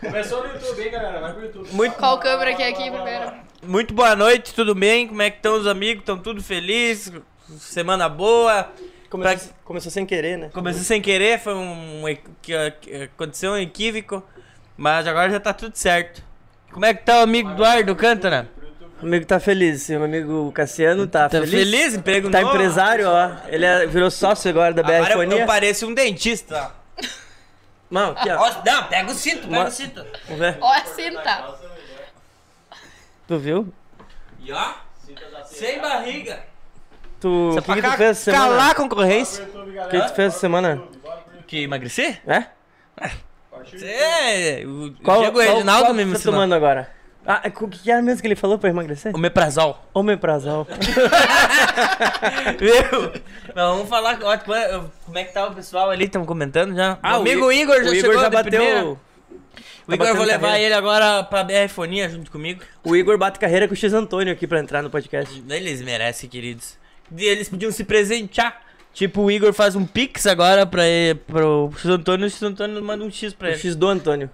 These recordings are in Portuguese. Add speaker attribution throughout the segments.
Speaker 1: Começou no YouTube, hein, galera? Vai pro YouTube.
Speaker 2: Muito,
Speaker 3: Qual câmera que é aqui primeiro?
Speaker 2: muito boa noite, tudo bem? Como é que estão os amigos? Estão tudo felizes? Semana boa?
Speaker 4: Começou, começou sem querer, né?
Speaker 2: Começou sem querer, foi um. equ- que- que- Aconteceu um equívoco, mas agora já tá tudo certo. Como é que tá o amigo Eduardo Cântara?
Speaker 4: Meu amigo tá feliz. Meu amigo Cassiano tá,
Speaker 2: Tá
Speaker 4: feliz.
Speaker 2: feliz? Emprego
Speaker 4: Tá
Speaker 2: novo?
Speaker 4: empresário, ó. Ele é- virou sócio agora da BR
Speaker 2: Agora eu,
Speaker 4: Fonia.
Speaker 2: eu pareço um dentista.
Speaker 4: Não, aqui, ó.
Speaker 2: Ó, Não, pega o cinto, pega o
Speaker 4: Uma-
Speaker 2: cinto.
Speaker 4: Vamos ver.
Speaker 3: Ó, é senta.
Speaker 4: Tu viu?
Speaker 2: E ó, sem barriga.
Speaker 4: Tu, o que, que tu fez essa semana?
Speaker 2: calar a concorrência.
Speaker 4: O que, que tu fez essa semana?
Speaker 2: Que emagrecer?
Speaker 4: É?
Speaker 2: É, o
Speaker 4: Qual,
Speaker 2: Diego
Speaker 4: qual,
Speaker 2: Reginaldo
Speaker 4: qual
Speaker 2: me
Speaker 4: que tu tá
Speaker 2: ensinou.
Speaker 4: tomando agora? Ah, é co- o que que era mesmo que ele falou pra emagrecer?
Speaker 2: Omeprazol.
Speaker 4: Omeprazol.
Speaker 2: Viu? Mas vamos falar ó, como- como é que tá o pessoal ali, estão comentando já.
Speaker 4: Ah,
Speaker 2: o amigo Igor já
Speaker 4: o Igor
Speaker 2: chegou
Speaker 4: já
Speaker 2: de primeira.
Speaker 4: bateu. tá
Speaker 2: O Igor, eu vou
Speaker 4: batendo
Speaker 2: levar
Speaker 4: carreira.
Speaker 2: ele agora pra BR Fonia junto comigo.
Speaker 4: O Igor bate carreira com o X Antônio aqui pra entrar no podcast.
Speaker 2: Eles merecem, queridos. E eles podiam se presentear. Tipo, o Igor faz um pix agora pra ele, pro X Antônio, o X Antônio manda um X pra
Speaker 4: O
Speaker 2: ele.
Speaker 4: X do Antônio.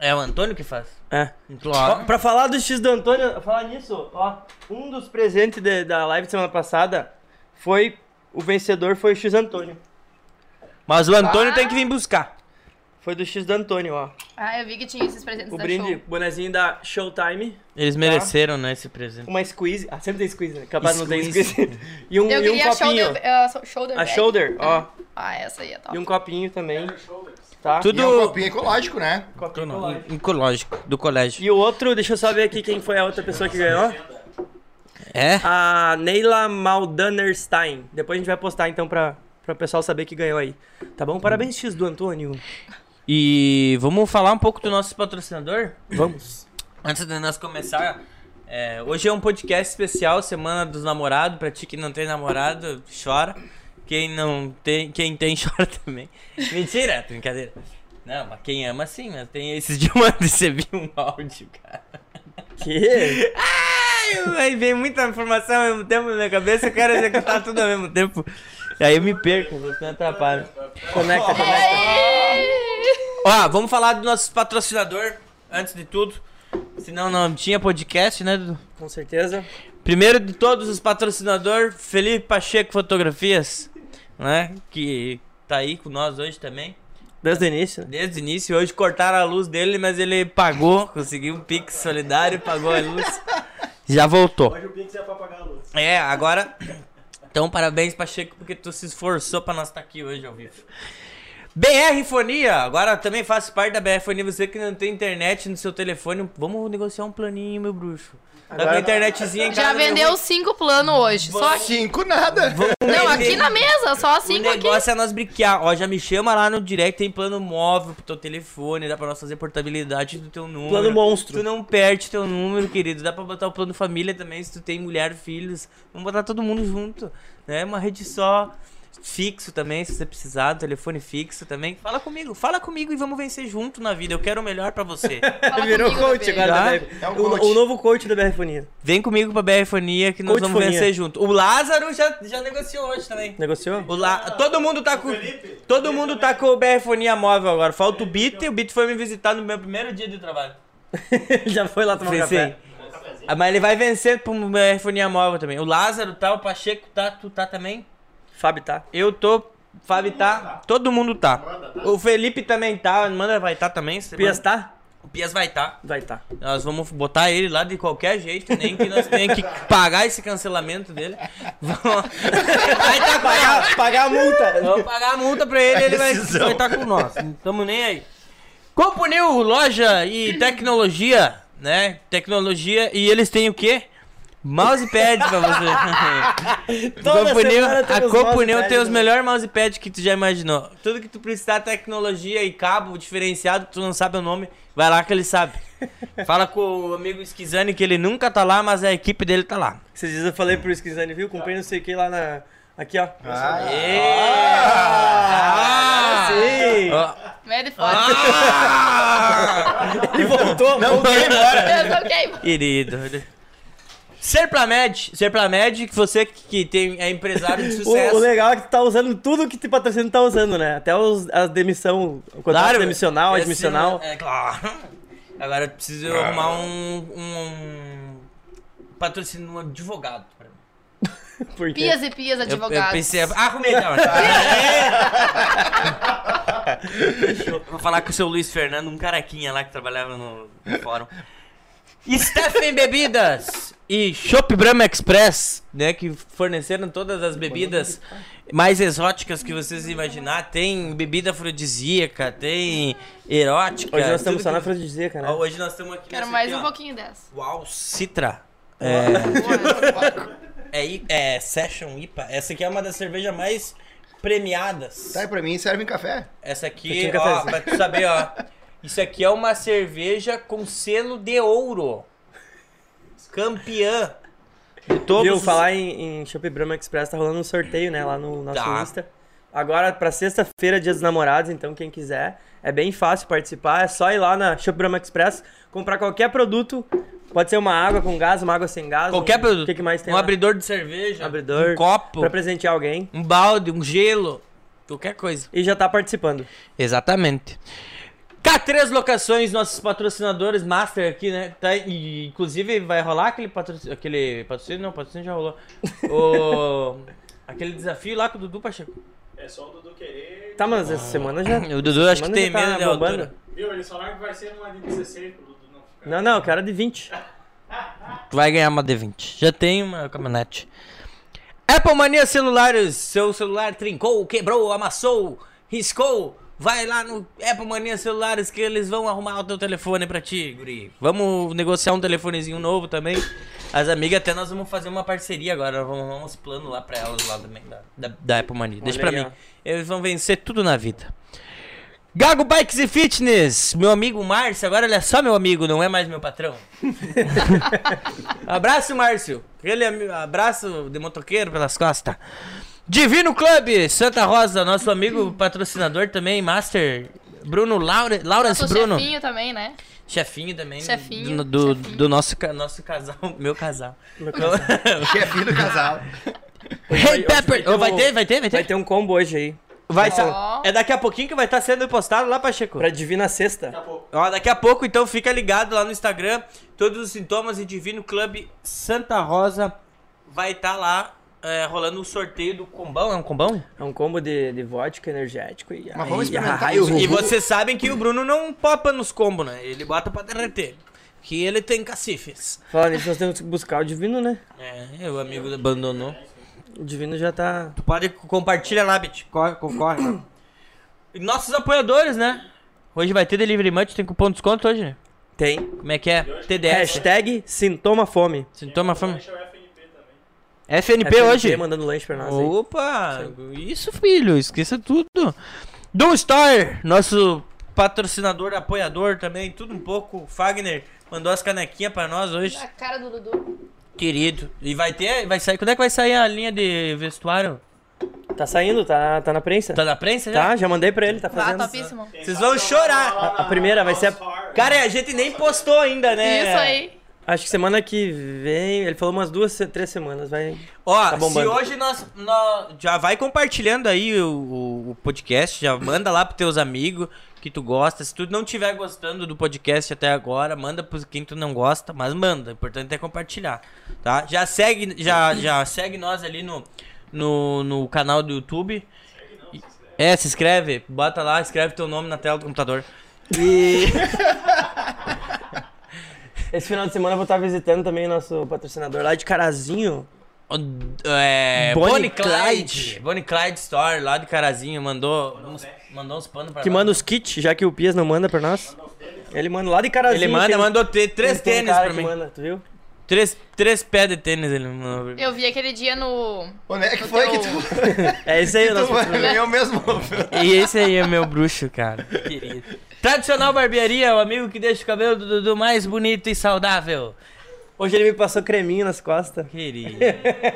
Speaker 2: É o Antônio que faz?
Speaker 4: É. Ó,
Speaker 2: Claro.
Speaker 4: pra falar do X do Antônio, falar nisso, ó, um dos presentes de- da live de semana passada foi. O vencedor foi o X Antônio.
Speaker 2: Mas o Antônio
Speaker 3: Ah.
Speaker 2: tem que vir buscar.
Speaker 4: Foi do X do Antônio, ó.
Speaker 3: Ah, eu vi que tinha esses presentes
Speaker 4: O
Speaker 3: da
Speaker 4: brinde,
Speaker 3: tá show.
Speaker 4: bonezinho da Showtime,
Speaker 2: Eles mereceram, né, esse presente.
Speaker 4: uma squeeze. Ah, sempre tem squeeze, né? Capaz não tem
Speaker 2: Squeeze.
Speaker 4: squeeze. E um,
Speaker 3: Eu
Speaker 4: e um
Speaker 3: queria a
Speaker 4: copinho.
Speaker 3: shoulder, a shoulder
Speaker 4: A
Speaker 3: bag.
Speaker 4: shoulder, ó.
Speaker 3: Ah, essa aí é top.
Speaker 4: E um copinho também. Tá?
Speaker 2: Tudo
Speaker 5: E é um copinho ecológico, né?
Speaker 2: oncológico, do colégio.
Speaker 4: E o outro, deixa eu só ver aqui quem foi a outra pessoa que ganhou.
Speaker 2: É?
Speaker 4: A Neila Maldanerstein. Depois a gente vai postar então pra, pra pessoal saber que ganhou aí. Tá bom? Parabéns, X do Antônio.
Speaker 2: E vamos falar um pouco do nosso patrocinador?
Speaker 4: Vamos.
Speaker 2: Antes de nós começar, é, hoje é um podcast especial, Semana dos Namorados. Pra ti que não tem namorado, chora. Quem não tem, quem tem, chora também. Mentira, brincadeira. Não, mas quem ama sim, mas tem esses dias eu recebi um áudio, cara.
Speaker 4: Que?
Speaker 2: Ai, Aí vem muita informação ao mesmo tempo na minha cabeça, eu quero executar tudo ao mesmo tempo. E aí eu me perco, você me atrapalha.
Speaker 4: Conecta, conecta.
Speaker 2: Ó, vamos falar do nosso patrocinador, antes de tudo. Senão não tinha podcast, né, Dudu?
Speaker 4: Com certeza.
Speaker 2: Primeiro de todos os patrocinadores, Felipe Pacheco Fotografias, né? Que tá aí com nós hoje também.
Speaker 4: Desde o início. né?
Speaker 2: Desde o início, hoje cortaram a luz dele, mas ele pagou, conseguiu um pix solidário, pagou a luz. Já voltou.
Speaker 1: Hoje o Pix é pra pagar a luz.
Speaker 2: É, agora. Então, parabéns, Pacheco, porque tu se esforçou pra nós estar aqui hoje ao vivo. BR Fonia, agora também faço parte da BR Fonia. Você que não tem internet no seu telefone, vamos negociar um planinho, meu bruxo. Tá com a internetzinha em casa.
Speaker 3: Já
Speaker 2: meu
Speaker 4: um.
Speaker 3: vendeu cinco planos hoje. Só aqui.
Speaker 5: Cinco nada.
Speaker 2: tá
Speaker 3: Não, aqui na mesa, só
Speaker 4: um
Speaker 2: O
Speaker 3: cinco aqui.
Speaker 2: negócio é nós brincar. Ó, já me chama lá no direct, tem plano móvel pro teu telefone, dá pra nós fazer portabilidade do teu número.
Speaker 4: Um Plano monstro.
Speaker 2: Tu não perde teu número, querido. Dá pra botar o plano família também, se tu tem mulher, filhos. Vamos botar todo mundo junto, né? Uma rede só. Fixo também, se você precisar, um telefone fixo também. Fala comigo, fala comigo e vamos vencer junto na vida. Eu quero o melhor pra você.
Speaker 3: Fala comigo, bebê.
Speaker 4: agora. né?
Speaker 5: Já?
Speaker 4: da BR.
Speaker 5: É um
Speaker 4: o,
Speaker 5: coach.
Speaker 4: o novo coach da BR Fonia.
Speaker 2: Vem comigo pra BR Fonia que nós
Speaker 4: Coach
Speaker 2: vamos
Speaker 4: Fonia.
Speaker 2: vencer junto. O Lázaro já, já negociou hoje também.
Speaker 4: Negociou?
Speaker 2: O La- Todo mundo tá com. Todo mundo tá com o BRFonia móvel agora. Falta o Bit e o Bit foi me visitar no meu primeiro dia de trabalho.
Speaker 4: Já foi lá tomar um
Speaker 2: Vencei.
Speaker 4: café.
Speaker 2: Ah, mas ele vai vencer pro BRFonia móvel também. O Lázaro tá, o Pacheco tá, tu tá também.
Speaker 4: Fábio tá.
Speaker 2: Eu tô. Fábio tá. Todo mundo tá. O Felipe também tá. Amanda vai tá também. você
Speaker 4: Pias
Speaker 2: manda-
Speaker 4: tá?
Speaker 2: O Pias vai tá.
Speaker 4: Vai tá.
Speaker 2: Nós vamos botar ele lá de qualquer jeito, nem que nós tenha que pagar esse cancelamento dele. Vamos. Vai tá com ela.
Speaker 4: Pagar, pagar a
Speaker 2: Vamos
Speaker 4: multa.
Speaker 2: pagar a multa pra
Speaker 4: É
Speaker 2: ele, ele vai,
Speaker 5: decisão.
Speaker 2: vai estar com nós. Não estamos nem aí. Compunil, loja e tecnologia, né? Tecnologia e eles têm o quê? Mousepad pra você.
Speaker 4: Toda
Speaker 2: Compunil,
Speaker 4: semana tem
Speaker 2: a
Speaker 4: os
Speaker 2: Compunil
Speaker 4: mousepads,
Speaker 2: tem os
Speaker 4: né?
Speaker 2: melhores mousepad que tu já imaginou. Tudo que tu precisar, tecnologia e cabo diferenciado, tu não sabe o nome, vai lá que ele sabe. Fala com o amigo Esquizani que ele nunca tá lá, mas a equipe dele tá lá.
Speaker 4: Esses dias eu falei pro Esquisane, viu? Comprei não sei o que lá na. Aqui, ó.
Speaker 5: Ah,
Speaker 2: Ah!
Speaker 4: Sim!
Speaker 2: Ó.
Speaker 3: Mede fora.
Speaker 2: Ah!
Speaker 4: E voltou.
Speaker 5: não, vai embora.
Speaker 3: Eu toquei.
Speaker 2: Querido. olha. Serplamed, Serplamed, que você que, que tem, é empresário de
Speaker 4: O,
Speaker 2: sucesso.
Speaker 4: o legal é que tu tá usando tudo que te patrocina tu tá usando, né? Até os, as demissão, o contrato demissional,
Speaker 2: é
Speaker 4: admissional.
Speaker 2: assim, né? É claro. Agora eu preciso arrumar um, um, patrocínio, um advogado pra mim.
Speaker 4: Por quê?
Speaker 3: Pias e pias
Speaker 2: Eu- Eu,
Speaker 3: advogados.
Speaker 2: pensei, ah, arrumei então. tá. Eu Vou falar com o seu Luiz Fernando, um caraquinha lá que trabalhava no, no fórum. Stephen Bebidas e Shop Brahma Express, né, que forneceram todas as bebidas mais exóticas que vocês imaginar. Tem bebida afrodisíaca, tem erótica.
Speaker 4: Hoje nós
Speaker 2: tudo
Speaker 4: estamos só
Speaker 2: que-
Speaker 4: na frente de dizer, cara.
Speaker 2: Ó, Hoje nós estamos aqui.
Speaker 3: Quero
Speaker 2: nessa
Speaker 3: mais
Speaker 2: aqui,
Speaker 3: um
Speaker 2: ó.
Speaker 3: pouquinho dessa.
Speaker 2: Uau, Citra. É... É, I- é Session IPA. Essa aqui é uma das cervejas mais premiadas.
Speaker 4: Tá.
Speaker 5: Sai pra mim e serve em café.
Speaker 2: Essa
Speaker 4: Aqui
Speaker 2: aqui,
Speaker 4: um
Speaker 2: ó,
Speaker 4: cafezinho.
Speaker 2: pra tu saber, ó. Isso aqui é uma cerveja com selo de ouro. Campeã. De todos
Speaker 4: Viu,
Speaker 2: os-
Speaker 4: falar em, em Shop Brahma Express, tá rolando um sorteio, né, lá no nosso
Speaker 2: Tá.
Speaker 4: Insta. Agora, pra sexta-feira, dia dos namorados, então quem quiser, é bem fácil participar, é só ir lá na Shop Brahma Express, comprar qualquer produto, pode ser uma água com gás, uma água sem gás.
Speaker 2: Qualquer
Speaker 4: um-
Speaker 2: produto.
Speaker 4: O que, que mais tem
Speaker 2: um
Speaker 4: lá?
Speaker 2: abridor de cerveja.
Speaker 4: Abridor,
Speaker 2: Um copo.
Speaker 4: Pra presentear alguém.
Speaker 2: Um balde, um gelo. Qualquer coisa.
Speaker 4: E já tá participando.
Speaker 2: Exatamente. K3 Locações, nossos patrocinadores master aqui, né? Tá, e, inclusive vai rolar aquele patrocínio. Aquele patrocínio? Não, patrocínio já rolou. O, aquele desafio lá com o Dudu Pacheco.
Speaker 1: É só o Dudu querer.
Speaker 4: Tá, mas essa semana já...
Speaker 2: O Dudu acho que
Speaker 4: semana
Speaker 2: tem
Speaker 4: já tá
Speaker 2: medo da
Speaker 4: bombando.
Speaker 2: altura.
Speaker 1: Viu? Eles falaram que vai ser uma de 16 pro Dudu não ficar.
Speaker 4: Não, não, eu quero de 20.
Speaker 2: Tu vai ganhar uma D20. Já tem uma caminhonete. Apple Mania Celulares. Seu celular trincou, quebrou, amassou, riscou. Vai lá no Apple Mania Celulares que eles vão arrumar o teu telefone pra ti, guri. Vamos negociar um telefonezinho novo também. As amigas até nós vamos fazer uma parceria agora. Nós vamos arrumar uns planos lá pra elas lá também da, da, da Apple Mania. Deixa
Speaker 4: Olha
Speaker 2: pra
Speaker 4: aí,
Speaker 2: mim.
Speaker 4: ó.
Speaker 2: Eles vão vencer tudo na vida. Gago Bikes e Fitness, meu amigo Márcio, agora ele é só meu amigo, não é mais meu patrão. abraço, Márcio. Aquele ami- abraço de motoqueiro pelas costas. Divino Club, Santa Rosa, nosso amigo patrocinador também, Master. Bruno Laure, Lawrence
Speaker 3: Nosso
Speaker 2: Bruno.
Speaker 3: chefinho também, né?
Speaker 2: Chefinho também.
Speaker 3: Chefinho,
Speaker 2: do, do,
Speaker 3: chefinho.
Speaker 2: do nosso, ca- nosso casal, meu casal.
Speaker 4: Meu casal.
Speaker 5: Chefinho do casal.
Speaker 2: hey Pepper!
Speaker 4: ter
Speaker 2: Ô, Vai
Speaker 4: um-
Speaker 2: ter, vai ter, vai ter?
Speaker 4: Vai ter um combo hoje aí,
Speaker 2: Vai
Speaker 3: Ó.
Speaker 2: ser- É daqui a pouquinho que vai estar sendo postado lá, Pacheco.
Speaker 4: pra Divina Sexta.
Speaker 1: Daqui a pouco.
Speaker 2: Ó, daqui a pouco, então, fica ligado lá no Instagram. Todos os sintomas e Divino Clube Santa Rosa vai estar lá é, rolando o sorteio do combão. É um combão?
Speaker 4: É um combo de, de vodka energético e...
Speaker 5: Mas vamos
Speaker 4: e-
Speaker 5: experimentar
Speaker 4: ah,
Speaker 5: isso.
Speaker 4: eu-
Speaker 2: E vocês sabem que o Bruno não popa nos combos, né? Ele bota pra derreter. Que ele tem cacifes.
Speaker 4: Falando nisso, nós temos que buscar o Divino, né?
Speaker 2: É, o amigo abandonou.
Speaker 4: O Divino já tá...
Speaker 2: Tu pode compartilhar lá, Bit. Corre, concorre. lá. E Nossos apoiadores, né? Hoje vai ter Delivery Munch, tem cupom de desconto hoje, né?
Speaker 4: Tem.
Speaker 2: Como é que é? TDS.
Speaker 4: Hashtag sintoma fome.
Speaker 2: Sintoma fome.
Speaker 1: Deixa o FNP também.
Speaker 2: FNP,
Speaker 4: FNP
Speaker 2: hoje?
Speaker 4: mandando lanche pra nós. aí.
Speaker 2: Opa! Isso, filho, esqueça tudo. Doom Star, nosso patrocinador, apoiador também, tudo um pouco. Fagner mandou as canequinhas pra nós hoje,
Speaker 3: A cara do Dudu.
Speaker 2: querido. E vai ter, vai sair, quando é que vai sair a linha de vestuário?
Speaker 4: Tá saindo, tá, tá na prensa.
Speaker 2: Tá na prensa já?
Speaker 4: Tá, já mandei pra ele, tá
Speaker 3: Tá
Speaker 4: fazendo.
Speaker 3: topíssimo.
Speaker 2: Vocês vão chorar.
Speaker 4: A primeira vai ser a-
Speaker 2: Cara, a gente nem postou ainda,
Speaker 4: É.
Speaker 2: né?
Speaker 3: Isso aí.
Speaker 4: Acho que semana que vem, ele falou umas duas, se- três semanas, vai.
Speaker 2: Ó,
Speaker 4: Tá
Speaker 2: se
Speaker 4: bombando.
Speaker 2: hoje nós, nó- Já vai compartilhando aí o, o- o podcast, já manda lá pros teus amigos que tu gosta. Se tu não tiver gostando do podcast até agora, manda pros quem tu não gosta, mas manda. O importante é compartilhar, tá? Já segue, já, já segue nós ali no, no, no canal do YouTube. É, se inscreve, bota lá, escreve teu nome na tela do computador. E...
Speaker 4: Esse final de semana eu vou estar visitando também o nosso patrocinador lá de Carazinho.
Speaker 2: É,
Speaker 4: Bonnie
Speaker 2: Bonnie Clyde. Bonnie Clyde Store, lá de Carazinho, mandou uns, mandou uns panos pra
Speaker 4: Que
Speaker 2: nós.
Speaker 4: manda os kits, já que o Pias não manda pra nós. Ele manda lá de Carazinho.
Speaker 2: Ele manda,
Speaker 4: tem- um-
Speaker 2: mandou ter três
Speaker 4: tem um
Speaker 2: tênis
Speaker 4: cara
Speaker 2: pra
Speaker 4: que
Speaker 2: mim.
Speaker 4: manda, tu viu?
Speaker 2: Três, três pés de tênis ele mandou. pra mim.
Speaker 3: Eu vi aquele dia no.
Speaker 5: Onde é que
Speaker 3: no
Speaker 5: foi
Speaker 3: teu-
Speaker 5: que tu,
Speaker 4: É isso aí, o nosso.
Speaker 5: tu ganhou mesmo?
Speaker 2: E esse aí é meu bruxo, cara. Querido. Tradicional barbearia, o amigo que deixa o cabelo do Dudu mais bonito e saudável.
Speaker 4: Hoje ele me passou creminho nas costas.
Speaker 2: Querido.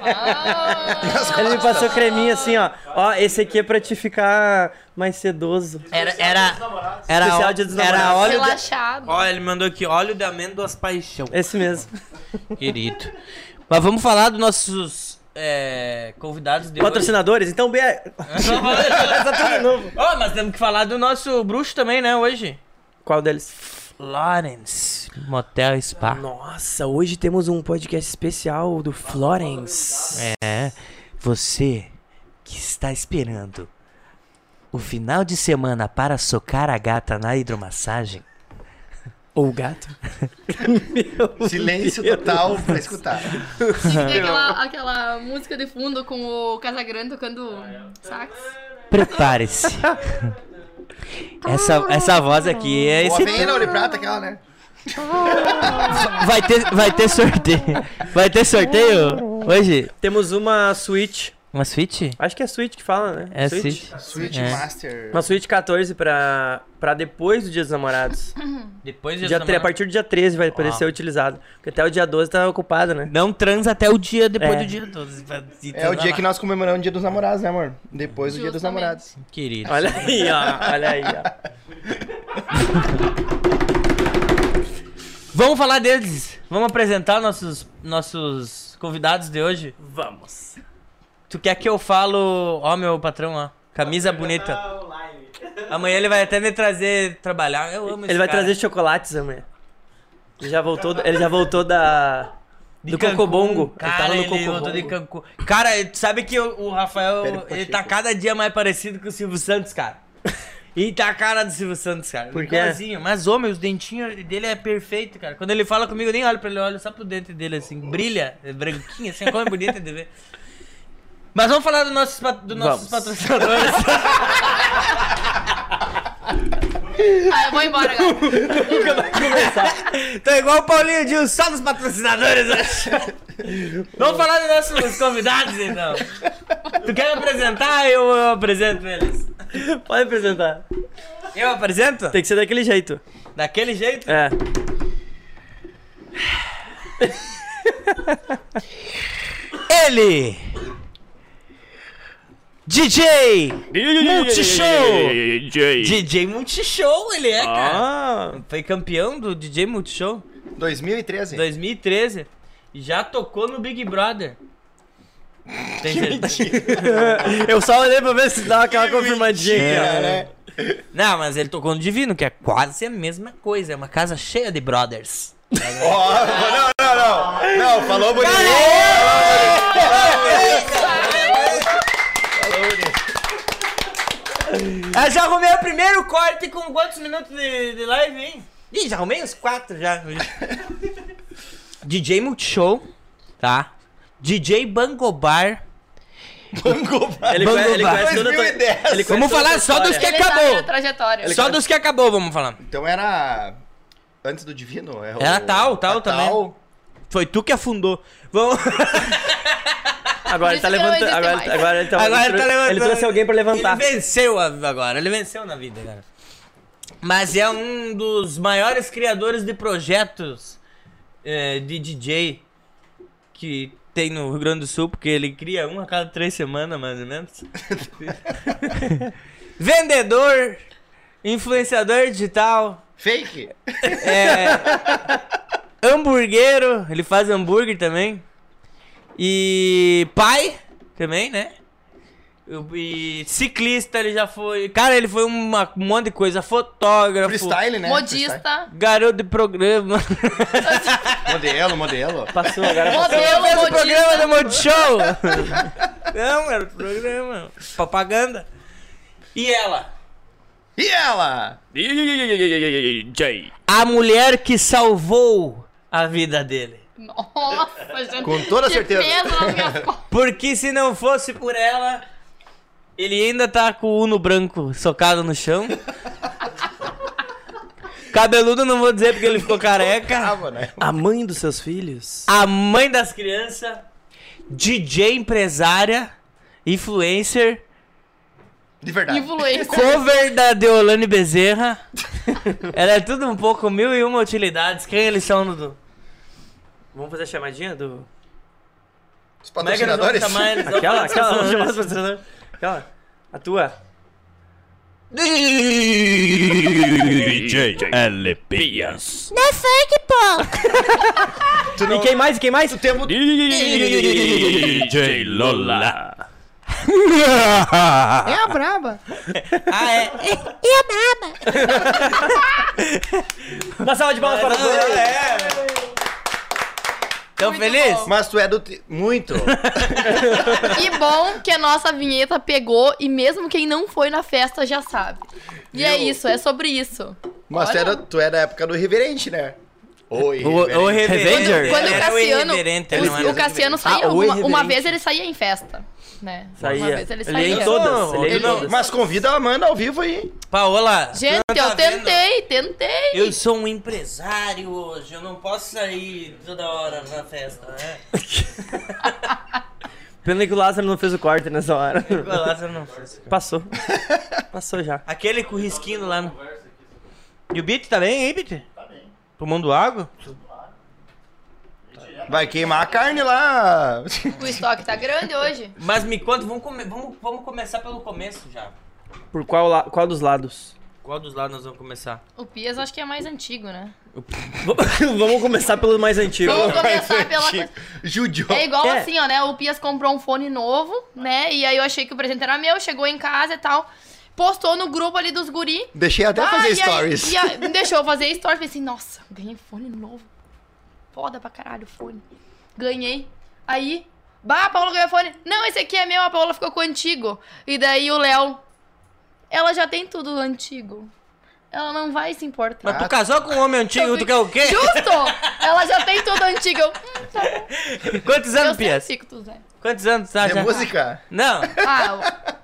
Speaker 3: Ah,
Speaker 4: Ele me passou creminho assim, ó. Ó, esse aqui é pra te ficar mais sedoso.
Speaker 2: Era. Era. Era,
Speaker 4: Especial Dia dos
Speaker 2: ó- era
Speaker 4: Namorados.
Speaker 2: óleo. da-
Speaker 3: relaxado.
Speaker 4: É
Speaker 2: Ó, ele mandou aqui óleo de amêndoas paixão.
Speaker 4: Esse mesmo.
Speaker 2: Querido. Mas vamos falar dos nossos é, convidados de hoje.
Speaker 4: Patrocinadores? Então, Bia. Tá tudo de novo.
Speaker 2: Ó, mas temos que falar do nosso bruxo também, né, hoje.
Speaker 4: Qual deles?
Speaker 2: Florence, Motel Spa.
Speaker 4: Nossa, hoje temos um podcast especial do Florence.
Speaker 2: É, você que está esperando o final de semana para socar a gata na hidromassagem,
Speaker 4: Ou gato.
Speaker 5: Silêncio total pra escutar.
Speaker 3: Tinha que ter aquela, aquela música de fundo com o Casagrande tocando sax.
Speaker 2: prepare-se. Essa, essa voz aqui é
Speaker 5: Ou
Speaker 2: esse
Speaker 5: aveia na ouro e prata, aquela, né?
Speaker 2: vai ter vai ter sorteio. Vai ter sorteio hoje?
Speaker 4: Temos uma Switch.
Speaker 2: Uma suíte?
Speaker 4: Acho que é Switch que fala, né?
Speaker 2: É suíte.
Speaker 5: Switch
Speaker 2: É.
Speaker 5: Master.
Speaker 4: Uma Switch 14 pra, pra depois do Dia dos Namorados.
Speaker 2: Depois
Speaker 4: Dia tre- a partir do dia 13 vai poder
Speaker 2: Ó.
Speaker 4: ser utilizado. Porque até o dia 12 tá ocupado, né?
Speaker 2: Não transa até o dia depois
Speaker 4: É.
Speaker 2: do dia 12.
Speaker 5: É o dia que nós comemoramos o dia dos namorados, né, amor? Depois do dia dos
Speaker 3: Justamente.
Speaker 5: namorados.
Speaker 2: Querido.
Speaker 4: Olha aí, ó. Olha aí, ó.
Speaker 2: Vamos falar deles. Vamos apresentar nossos, nossos convidados de hoje.
Speaker 4: Vamos.
Speaker 2: Tu quer que eu falo... Ó, meu patrão, ó. Camisa bonita.
Speaker 1: Tá online.
Speaker 2: Amanhã ele vai até me trazer trabalhar. Eu amo
Speaker 4: Ele vai trazer chocolates amanhã. Ele já voltou, ele já voltou da. do Cocobongo.
Speaker 2: Cara, ele,
Speaker 4: ele tava no
Speaker 2: voltou de
Speaker 4: Cocobongo.
Speaker 2: Cancún. Cara, tu sabe que o, o
Speaker 5: Pera,
Speaker 2: Rafael,
Speaker 5: Pacheco.
Speaker 2: ele tá cada dia mais parecido com o Silvio Santos, cara. E tá a cara do Silvio Santos, cara.
Speaker 4: Por quê?
Speaker 2: Igualzinho. Mas, homem, os dentinhos dele é perfeito, cara. Quando ele fala comigo, eu nem olho pra ele, eu olho só pro dente dele, assim. Brilha, é branquinho, assim, como é bonito de ver. Mas vamos falar dos nossos, pa- dos nossos
Speaker 4: Vamos.
Speaker 2: patrocinadores.
Speaker 3: Ah, eu vou embora, galera.
Speaker 2: Tô igual o Paulinho Dil, só dos patrocinadores hoje. Vamos falar dos nossos convidados, então. Tu quer apresentar? Eu, eu apresento eles.
Speaker 4: Pode apresentar.
Speaker 2: Eu apresento?
Speaker 4: Tem que ser daquele jeito.
Speaker 2: Daquele jeito?
Speaker 4: É.
Speaker 2: Ele! DJ! Multishow!
Speaker 6: DJ.
Speaker 2: DJ Multishow ele é, cara.
Speaker 4: Ah,
Speaker 2: Foi campeão do DJ Multishow
Speaker 5: 2013.
Speaker 2: 2013. E já tocou no Big Brother. Tem certeza?
Speaker 4: eu só olhei pra ver se dá aquela confirmadinha aqui, ó.
Speaker 5: É, né?
Speaker 2: Não, mas ele tocou no Divino, que é quase a mesma coisa. É uma casa cheia de brothers.
Speaker 5: Ó, não, não,
Speaker 2: É.
Speaker 5: não. Não, falou bonito.
Speaker 2: Eu Ah, já arrumei o primeiro corte com quantos minutos de, de live, hein? Ih, já arrumei uns quatro já. DJ Multishow, tá? DJ Bangobar.
Speaker 4: Ele,
Speaker 2: Bangu
Speaker 4: conhece, ele
Speaker 2: Bar.
Speaker 4: conhece toda a tua-
Speaker 5: 2010.
Speaker 4: ele conhece
Speaker 2: Vamos
Speaker 4: toda a
Speaker 2: falar
Speaker 4: tua
Speaker 2: só dos
Speaker 4: história.
Speaker 2: que
Speaker 3: Ele sabe a
Speaker 2: acabou.
Speaker 3: trajetória.
Speaker 2: Só dos que acabou, vamos falar.
Speaker 5: Então era. Antes do Divino? É o-
Speaker 2: Era tal, tal
Speaker 5: a
Speaker 2: também. Foi tu que afundou. Vamos...
Speaker 4: Agora ele tá
Speaker 3: Por isso que não
Speaker 4: levantando.
Speaker 3: existe
Speaker 4: Agora,
Speaker 3: mais.
Speaker 4: agora ele tá
Speaker 2: Agora
Speaker 4: ele,
Speaker 2: ele tá
Speaker 4: trou-
Speaker 2: levantando.
Speaker 4: Ele trouxe alguém pra levantar.
Speaker 2: Ele venceu a- agora, ele venceu na vida, cara. Mas é um dos maiores criadores de projetos eh, de DJ que tem no Rio Grande do Sul, porque ele cria um a cada três semanas, mais ou menos. Vendedor, influenciador digital,
Speaker 5: Fake?
Speaker 2: É, hamburguero, ele faz hambúrguer também. E pai também, né? E ciclista ele já foi. Cara, ele foi uma- um monte de coisa. Fotógrafo,
Speaker 5: Freestyle, né?
Speaker 3: Modista.
Speaker 2: garoto de programa.
Speaker 5: Freestyle. Modelo, modelo.
Speaker 4: Passou agora. Passou.
Speaker 2: Eu
Speaker 3: Modelo,
Speaker 2: mesmo programa
Speaker 3: modista.
Speaker 2: do Multishow. Não, era o programa. Propaganda. E ela?
Speaker 5: E ela?
Speaker 6: DJ.
Speaker 2: A mulher que salvou a vida dele.
Speaker 3: Nossa, gente.
Speaker 5: Com toda
Speaker 3: que
Speaker 5: certeza.
Speaker 3: Peso nas minhas costas.
Speaker 2: Porque se não fosse por ela, ele ainda tá com o Uno branco socado no chão. Cabeludo não vou dizer porque ele ficou careca.
Speaker 5: Tava, né?
Speaker 4: A mãe dos seus filhos?
Speaker 2: A mãe das crianças, DJ empresária, influencer,
Speaker 5: De verdade.
Speaker 3: Influencer.
Speaker 2: cover da Deolane Bezerra. Ela é tudo um pouco mil e uma utilidades. Quem eles são, Dudu?
Speaker 4: Vamos fazer a chamadinha do.
Speaker 5: Os
Speaker 2: Como é que eles vão
Speaker 3: tá
Speaker 5: patrocinadores.
Speaker 2: chamar eles?
Speaker 4: Aquela, aquela. Vamos chamar os patrocinadores. Aquela. A tua.
Speaker 2: DJ
Speaker 6: DJ
Speaker 7: LPs.
Speaker 8: The funk, pô!
Speaker 4: E quem mais? E quem mais?
Speaker 2: um-
Speaker 6: DJ Lola.
Speaker 5: É a braba.
Speaker 2: Ah, é.
Speaker 8: E a baba?
Speaker 4: Uma salva de palmas para
Speaker 2: Não,
Speaker 4: você.
Speaker 2: é. Tão
Speaker 3: Muito
Speaker 2: feliz?
Speaker 3: bom.
Speaker 5: Mas tu é do. te- Muito.
Speaker 3: E bom que a nossa vinheta pegou e mesmo quem não foi na festa já sabe. E é isso, é sobre isso.
Speaker 5: Mas tu
Speaker 3: Olha.
Speaker 5: era, tu é da época do Reverente, né? Oi.
Speaker 2: O, o reverendo.
Speaker 5: Irreverente.
Speaker 7: Revenger?
Speaker 3: Quando
Speaker 2: era
Speaker 3: o
Speaker 2: É, o
Speaker 3: Cassiano,
Speaker 2: irreverente,
Speaker 3: o-
Speaker 2: ele não era
Speaker 3: o Cassiano saía,
Speaker 4: Ah, o
Speaker 3: alguma- uma
Speaker 4: irreverente.
Speaker 3: vez ele saía em festa, né? Uma
Speaker 4: Saía.
Speaker 3: vez ele
Speaker 4: Tá Ele ia
Speaker 3: saía.
Speaker 4: em todas.
Speaker 2: Não,
Speaker 4: Ele ia em
Speaker 2: ele não-
Speaker 4: todas.
Speaker 5: Mas convida a Amanda ao vivo aí.
Speaker 2: Paola, tu
Speaker 3: Gente,
Speaker 2: não tá
Speaker 3: eu
Speaker 2: vendo?
Speaker 3: tentei, tentei.
Speaker 2: Eu sou um empresário hoje, eu não posso sair toda hora na festa, né?
Speaker 4: Pena que o Lázaro não fez o corte nessa hora.
Speaker 2: Igual lá, você não faz.
Speaker 4: Passou. Passou já.
Speaker 2: Aquele com risquinho lá no... E o Bit tá bem, hein, Bit? Tá bem. Tomando água?
Speaker 5: Vai queimar a carne lá.
Speaker 3: O estoque tá grande hoje.
Speaker 2: Mas me conta, vamos, come- vamos, vamos começar pelo começo já.
Speaker 4: Por qual, la- qual dos lados?
Speaker 2: Qual dos lados nós vamos começar?
Speaker 3: O Pias eu acho que é mais antigo, né?
Speaker 4: Vamos começar pelo mais antigo.
Speaker 3: Vamos começar pela coisa.
Speaker 5: Judio.
Speaker 3: É igual
Speaker 4: É.
Speaker 3: assim, ó, né? O Pias comprou um fone novo, né? E aí eu achei que o presente era meu, chegou em casa e tal. Postou no grupo ali dos guri.
Speaker 5: Deixei até
Speaker 3: Ah,
Speaker 5: fazer
Speaker 3: e aí-
Speaker 5: stories.
Speaker 3: e aí- deixou eu fazer stories. Pensei, nossa, ganhei fone novo. Foda pra caralho o fone. Ganhei. Aí, bah, a Paola ganhou fone. Não, esse aqui é meu, a Paola ficou com o antigo. E daí o Léo, ela já tem tudo antigo. Ela não vai se importar.
Speaker 2: Mas tu casou com um homem antigo, tu quer o quê?
Speaker 3: Justo! Ela já tem tudo antigo. Eu, hum, tá bom.
Speaker 2: Quantos
Speaker 3: Eu
Speaker 2: anos,
Speaker 3: sempre
Speaker 2: Pias?
Speaker 3: fico tudo, né?
Speaker 2: Quantos anos tá
Speaker 5: É
Speaker 2: já?
Speaker 5: música?
Speaker 2: Não,
Speaker 3: Ah,